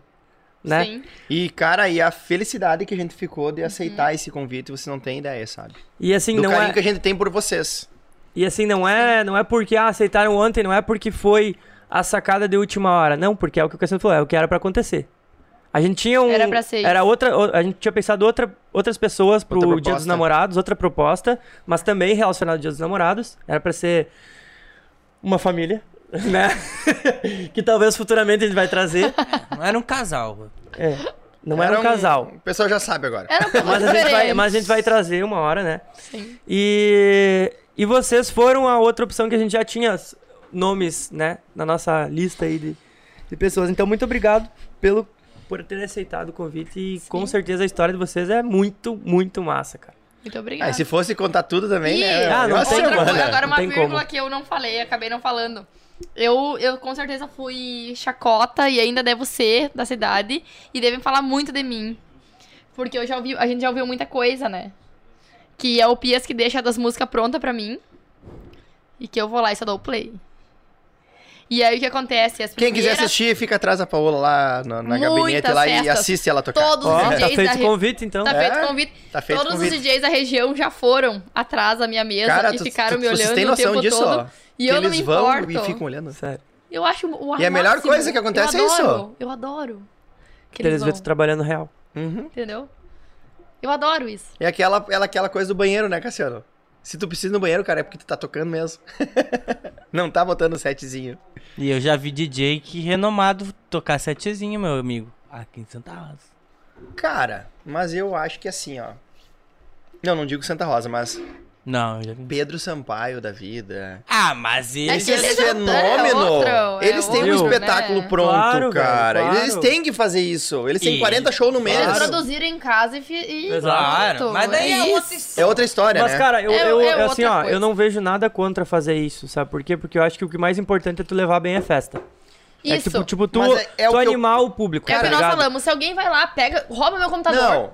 Speaker 4: né?
Speaker 3: Sim.
Speaker 5: E, cara, e a felicidade que a gente ficou de aceitar esse convite, você não tem ideia, sabe?
Speaker 4: E assim,
Speaker 5: Do
Speaker 4: não
Speaker 5: carinho
Speaker 4: é...
Speaker 5: que a gente tem por vocês.
Speaker 4: E assim, não é, não é porque ah, aceitaram ontem, não é porque foi a sacada de última hora. Não, porque é o que o Cassiano falou, é o que era pra acontecer. A gente tinha um.
Speaker 3: Era pra ser isso.
Speaker 4: Era outra. o- A gente tinha pensado outra, outras pessoas pro
Speaker 12: Outra
Speaker 4: Dia dos
Speaker 12: proposta.
Speaker 4: Namorados, outra proposta, mas também relacionado ao Dia dos Namorados. Era pra ser uma família, né? que talvez futuramente a gente vai trazer.
Speaker 2: Não era um casal.
Speaker 4: É. Não era,
Speaker 2: Era
Speaker 4: um
Speaker 2: um-
Speaker 4: casal.
Speaker 5: O pessoal já sabe agora.
Speaker 3: É,
Speaker 4: mas, a gente vai, mas a gente vai trazer uma hora, né? Sim. E, e vocês foram a outra opção que a gente já tinha s- nomes, né? Na nossa lista aí de, de pessoas. Então, muito obrigado pelo, por ter aceitado o convite. E com certeza a história de vocês é muito, muito massa, cara.
Speaker 3: Muito obrigada.
Speaker 5: Ah, e se fosse contar tudo também,
Speaker 3: Ih,
Speaker 5: né?
Speaker 4: Ah, não
Speaker 5: Nossa,
Speaker 4: tem
Speaker 5: mano.
Speaker 4: como, né?
Speaker 3: Agora uma
Speaker 4: Não tem
Speaker 3: vírgula
Speaker 4: como.
Speaker 3: que eu não falei, acabei não falando. Eu, eu com certeza fui chacota e ainda devo ser da cidade. E devem falar muito de mim. Porque eu já ouvi, a gente já ouviu muita coisa, né? Que é o Pias que deixa das músicas prontas pra mim. E que eu vou lá e só dou o play. E aí o que acontece? As
Speaker 5: Quem quiser
Speaker 3: primeiras-
Speaker 5: assistir, fica atrás da Paola lá na, na
Speaker 3: Muitas
Speaker 5: gabinete lá e
Speaker 3: festas.
Speaker 5: assiste ela tocar.
Speaker 3: Todos os Ó, DJs tá feito da re-
Speaker 4: convite, então.
Speaker 3: Tá feito
Speaker 5: É,
Speaker 3: o convite.
Speaker 5: tá feito
Speaker 3: Todos
Speaker 5: convite.
Speaker 3: os DJs da região já foram atrás da minha mesa
Speaker 5: Cara,
Speaker 3: e
Speaker 5: tu-
Speaker 3: ficaram
Speaker 5: tu-
Speaker 3: me
Speaker 5: vocês
Speaker 3: olhando
Speaker 5: têm
Speaker 3: o
Speaker 5: noção
Speaker 3: tempo
Speaker 5: disso,
Speaker 3: todo.
Speaker 5: ó?
Speaker 3: E
Speaker 5: Que
Speaker 3: eu não
Speaker 5: eles
Speaker 3: me
Speaker 5: vão
Speaker 3: importo.
Speaker 5: e ficam olhando.
Speaker 4: Sério.
Speaker 3: Eu acho o
Speaker 5: E a melhor
Speaker 3: máximo.
Speaker 5: coisa que acontece
Speaker 3: eu
Speaker 5: é isso.
Speaker 3: adoro, Eu adoro. Que
Speaker 4: Ter
Speaker 3: eles
Speaker 4: eles
Speaker 3: vão,
Speaker 4: ver tu trabalhando real.
Speaker 3: entendeu? Eu adoro isso.
Speaker 5: É Uhum. aquela, é aquela coisa do banheiro, né, Cassiano? Se tu precisa ir no banheiro, cara, é porque tu tá tocando mesmo. não tá botando setzinho.
Speaker 2: E eu já vi DJ que renomado tocar setezinho, meu amigo. Aqui em Santa Rosa.
Speaker 5: Cara, mas eu acho que assim, ó. Não, não digo Santa Rosa, mas.
Speaker 2: Não,
Speaker 5: Pedro Sampaio da vida.
Speaker 2: Ah, mas
Speaker 5: É
Speaker 2: esse
Speaker 5: que eles é fenômeno. eles têm um espetáculo pronto,
Speaker 2: Claro, velho,
Speaker 5: cara. Eles
Speaker 2: claro.
Speaker 5: têm que fazer isso. Eles têm
Speaker 2: E-
Speaker 5: 40 shows no mês.
Speaker 3: Eles produziram em casa e... fi- e
Speaker 2: Exato.
Speaker 3: pronto.
Speaker 2: Mas daí
Speaker 3: é
Speaker 2: é
Speaker 3: isso.
Speaker 5: É outra história,
Speaker 4: Mas,
Speaker 5: né?
Speaker 4: cara, eu,
Speaker 3: É-
Speaker 4: eu-
Speaker 3: é
Speaker 4: assim,
Speaker 3: outra
Speaker 4: ó,
Speaker 3: coisa.
Speaker 4: eu não vejo nada contra fazer isso, sabe por quê? Porque eu acho que o que mais importante é tu levar bem a festa. É
Speaker 3: Isso.
Speaker 4: tipo, tipo tu,
Speaker 3: Mas é- é o
Speaker 4: tu
Speaker 3: que eu-
Speaker 4: animar o público,
Speaker 3: É o
Speaker 4: tá
Speaker 3: que nós
Speaker 4: ligado?
Speaker 3: falamos. Se alguém vai lá, pega, rouba meu
Speaker 5: Tá
Speaker 3: computador
Speaker 4: Não.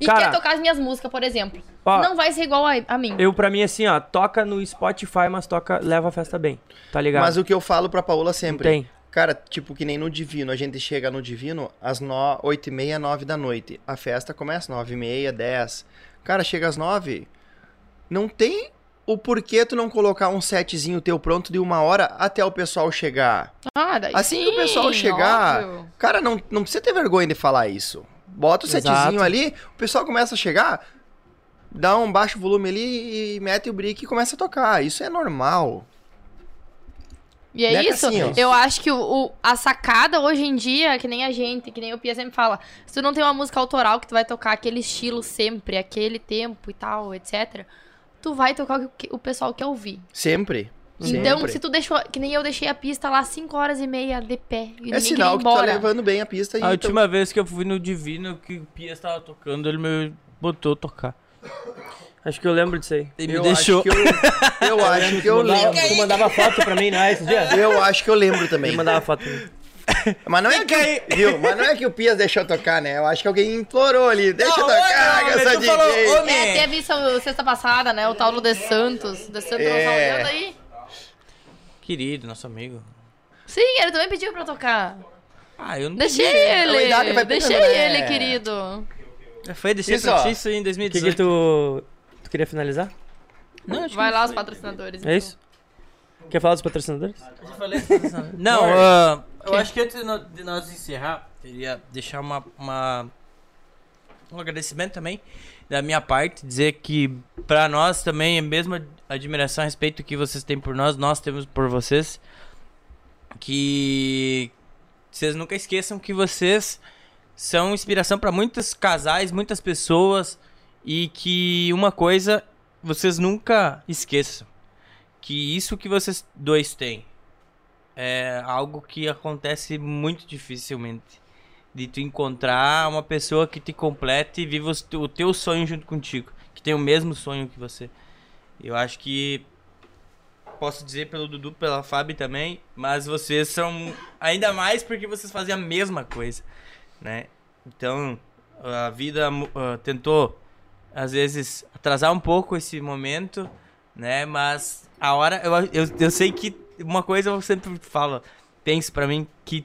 Speaker 3: e
Speaker 4: Cara.
Speaker 3: quer tocar as minhas músicas, por exemplo.
Speaker 4: Ó.
Speaker 3: não vai ser igual a, a mim.
Speaker 4: Eu, pra mim, assim, ó, toca no Spotify, mas toca, leva a festa bem, tá ligado?
Speaker 5: Mas o que eu falo pra Paola sempre.
Speaker 4: Tem.
Speaker 5: Cara, tipo, que nem no Divino. A gente chega no Divino às 8 e meia, 9 da noite. A festa começa 9 e meia, 10. Cara, chega às 9. Não tem o porquê tu não colocar um setzinho teu pronto de uma hora até o pessoal chegar.
Speaker 3: Ah, daí
Speaker 5: Assim que o
Speaker 3: sim,
Speaker 5: pessoal chegar,
Speaker 3: óbvio.
Speaker 5: cara, não, não precisa ter vergonha de falar isso. Bota o
Speaker 4: Exato.
Speaker 5: setzinho ali, o pessoal começa a chegar, dá um baixo volume ali e mete o brick e começa a tocar. Isso é normal.
Speaker 3: E é
Speaker 5: Né,
Speaker 3: isso.
Speaker 5: Cassinho?
Speaker 3: Eu acho que o, o- a sacada hoje em dia, que nem a gente, que nem o Pia sempre fala, se tu não tem uma música autoral que tu vai tocar aquele estilo sempre, aquele tempo e tal, etc., tu vai tocar o que o pessoal quer ouvir.
Speaker 5: Sempre.
Speaker 3: Então,
Speaker 5: sempre.
Speaker 3: se tu deixou, que nem eu deixei a pista lá 5 horas e meia de pé. E
Speaker 5: É
Speaker 3: ninguém queria
Speaker 5: sinal que
Speaker 3: ir
Speaker 5: tá
Speaker 3: embora.
Speaker 5: levando bem a pista e
Speaker 4: Ah,
Speaker 2: A
Speaker 5: então-
Speaker 2: última vez que eu fui no Divino, que o Pias tava tocando, ele me botou tocar.
Speaker 4: Acho que eu lembro disso aí.
Speaker 2: E me
Speaker 5: Eu
Speaker 2: deixou.
Speaker 5: acho que eu, eu acho que eu
Speaker 4: mandava,
Speaker 5: lembro.
Speaker 4: tu mandava foto pra mim, não é, esse dia?
Speaker 5: Eu acho que eu lembro também.
Speaker 4: mandava foto pra mim.
Speaker 5: Mas não, é que, viu? Mas não é que o Pias deixou tocar, né? Eu acho que alguém implorou ali. Deixa eu tocar, que eu sou DJ.
Speaker 3: É, teve isso sexta passada, né? O Taulo de Santos. De Santos
Speaker 5: É.
Speaker 3: olhando aí.
Speaker 2: Querido, nosso amigo.
Speaker 3: Sim, ele também pediu pra eu tocar.
Speaker 2: Ah, eu não
Speaker 3: Deixei
Speaker 2: pedi, né?
Speaker 3: ele.
Speaker 2: A idade vai
Speaker 3: deixei
Speaker 2: pegando, né?
Speaker 3: ele, querido.
Speaker 2: Foi, deixei
Speaker 4: Isso,
Speaker 2: pra
Speaker 4: ó.
Speaker 2: ti isso em
Speaker 4: O que, que
Speaker 2: 2018.
Speaker 4: tu. Tu queria finalizar?
Speaker 2: Não,
Speaker 5: É.
Speaker 2: acho que
Speaker 3: Vai
Speaker 2: não
Speaker 3: lá
Speaker 2: foi.
Speaker 3: os patrocinadores.
Speaker 4: É isso? Quer falar dos patrocinadores?
Speaker 2: Eu já falei isso, né? Não,
Speaker 4: Morre.
Speaker 2: ah, eu
Speaker 4: Que?
Speaker 2: acho que antes de no- de nós encerrar, queria deixar uma, uma- um agradecimento também da minha parte, dizer que pra nós também é a mesma admiração, respeito que vocês têm por nós, nós temos por vocês, que vocês nunca esqueçam que vocês são inspiração pra muitos casais, muitas pessoas e que uma coisa vocês nunca esqueçam, que isso que vocês dois têm é algo que acontece muito dificilmente. De tu encontrar uma pessoa que te complete e viva os te- o teu sonho junto contigo. Que tem o mesmo sonho que você. Eu acho que posso dizer pelo Dudu, pela Fábio também, mas vocês são ainda mais porque vocês fazem a mesma coisa, né? Então, a vida mu- ah, tentou às vezes atrasar um pouco esse momento, né? Mas a hora eu, eu, eu sei que uma coisa eu sempre falo, penso pra mim que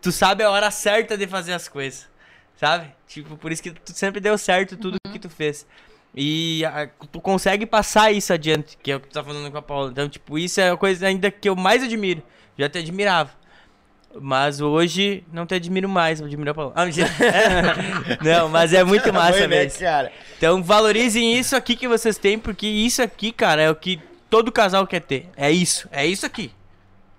Speaker 2: tu sabe a hora certa de fazer as coisas, sabe? Tipo, por isso que tu sempre deu certo tudo que tu fez. E a- tu consegue passar isso adiante, que é o que tu tá falando com a Paula. Então, tipo, isso é a coisa ainda que eu mais admiro. Já te admirava. Mas hoje não te admiro mais, eu admiro a Paula. Ah, mentira. não, mas é muito massa
Speaker 5: Foi, né,
Speaker 2: mesmo.
Speaker 5: cara?
Speaker 2: Então valorizem isso aqui que vocês têm, porque isso aqui, cara, é o que todo casal quer ter. É isso, é isso aqui.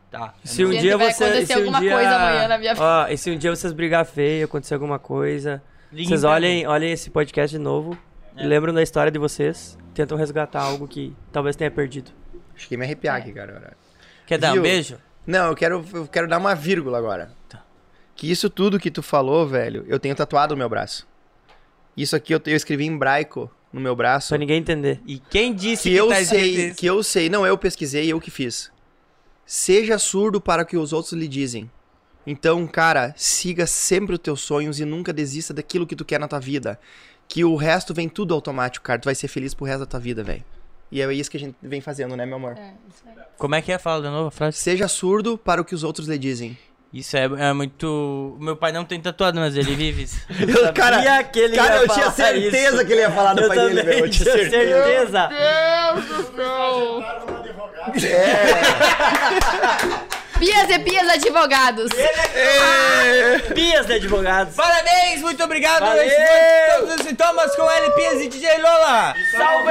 Speaker 2: Tá.
Speaker 4: Se um
Speaker 3: Gente,
Speaker 4: dia
Speaker 3: É vai
Speaker 4: você.
Speaker 3: acontecer
Speaker 4: se um
Speaker 3: alguma
Speaker 4: dia-
Speaker 3: coisa amanhã na minha
Speaker 4: Ó, e se um dia vocês brigar feio, acontecer alguma coisa.
Speaker 2: Liga
Speaker 4: Vocês
Speaker 2: em
Speaker 4: olhem, olhem esse podcast de novo.
Speaker 2: É.
Speaker 4: e Lembram da história de vocês. Tentam resgatar algo que talvez tenha perdido.
Speaker 5: Fiquei me arrepiar aqui, cara.
Speaker 2: Quer dar
Speaker 5: Viu?
Speaker 2: um beijo?
Speaker 5: Não, eu quero, eu quero dar uma vírgula agora.
Speaker 2: Tá.
Speaker 5: Que isso tudo que tu falou, velho, eu tenho tatuado no meu braço. Isso aqui eu, te- eu escrevi em braico no meu braço.
Speaker 4: Pra ninguém entender.
Speaker 2: E quem disse
Speaker 5: que,
Speaker 2: que
Speaker 5: eu
Speaker 2: tá escrito
Speaker 5: sei,
Speaker 2: isso?
Speaker 5: que eu sei, não, eu pesquisei, eu que fiz. Seja surdo para o que os outros lhe dizem. Então, cara, siga sempre os teus sonhos e nunca desista daquilo que tu quer na tua vida. Que o resto vem tudo automático, cara. Tu vai ser feliz pro resto da tua vida, velho. E é isso que a gente vem fazendo, né, meu amor?
Speaker 2: Como é que é? Fala de novo a frase.
Speaker 5: Seja surdo para o que os outros lhe dizem.
Speaker 2: Isso é, é muito. Meu pai não tem tatuado, mas ele vive isso.
Speaker 5: Eu, cara,
Speaker 4: Sabia que ele
Speaker 5: cara,
Speaker 4: ia
Speaker 5: eu tinha
Speaker 4: falar
Speaker 5: certeza
Speaker 4: isso.
Speaker 5: que ele ia falar do
Speaker 4: eu
Speaker 5: pai dele,
Speaker 4: também
Speaker 5: meu, eu tinha
Speaker 4: tinha certeza.
Speaker 3: Deus do céu! Pias e Pias Advogados.
Speaker 4: Pias de advogados.
Speaker 2: Parabéns, muito obrigado.
Speaker 4: Valeu!
Speaker 2: Esse foi todos os sintomas com LPs e DJ Lola.
Speaker 4: Salve!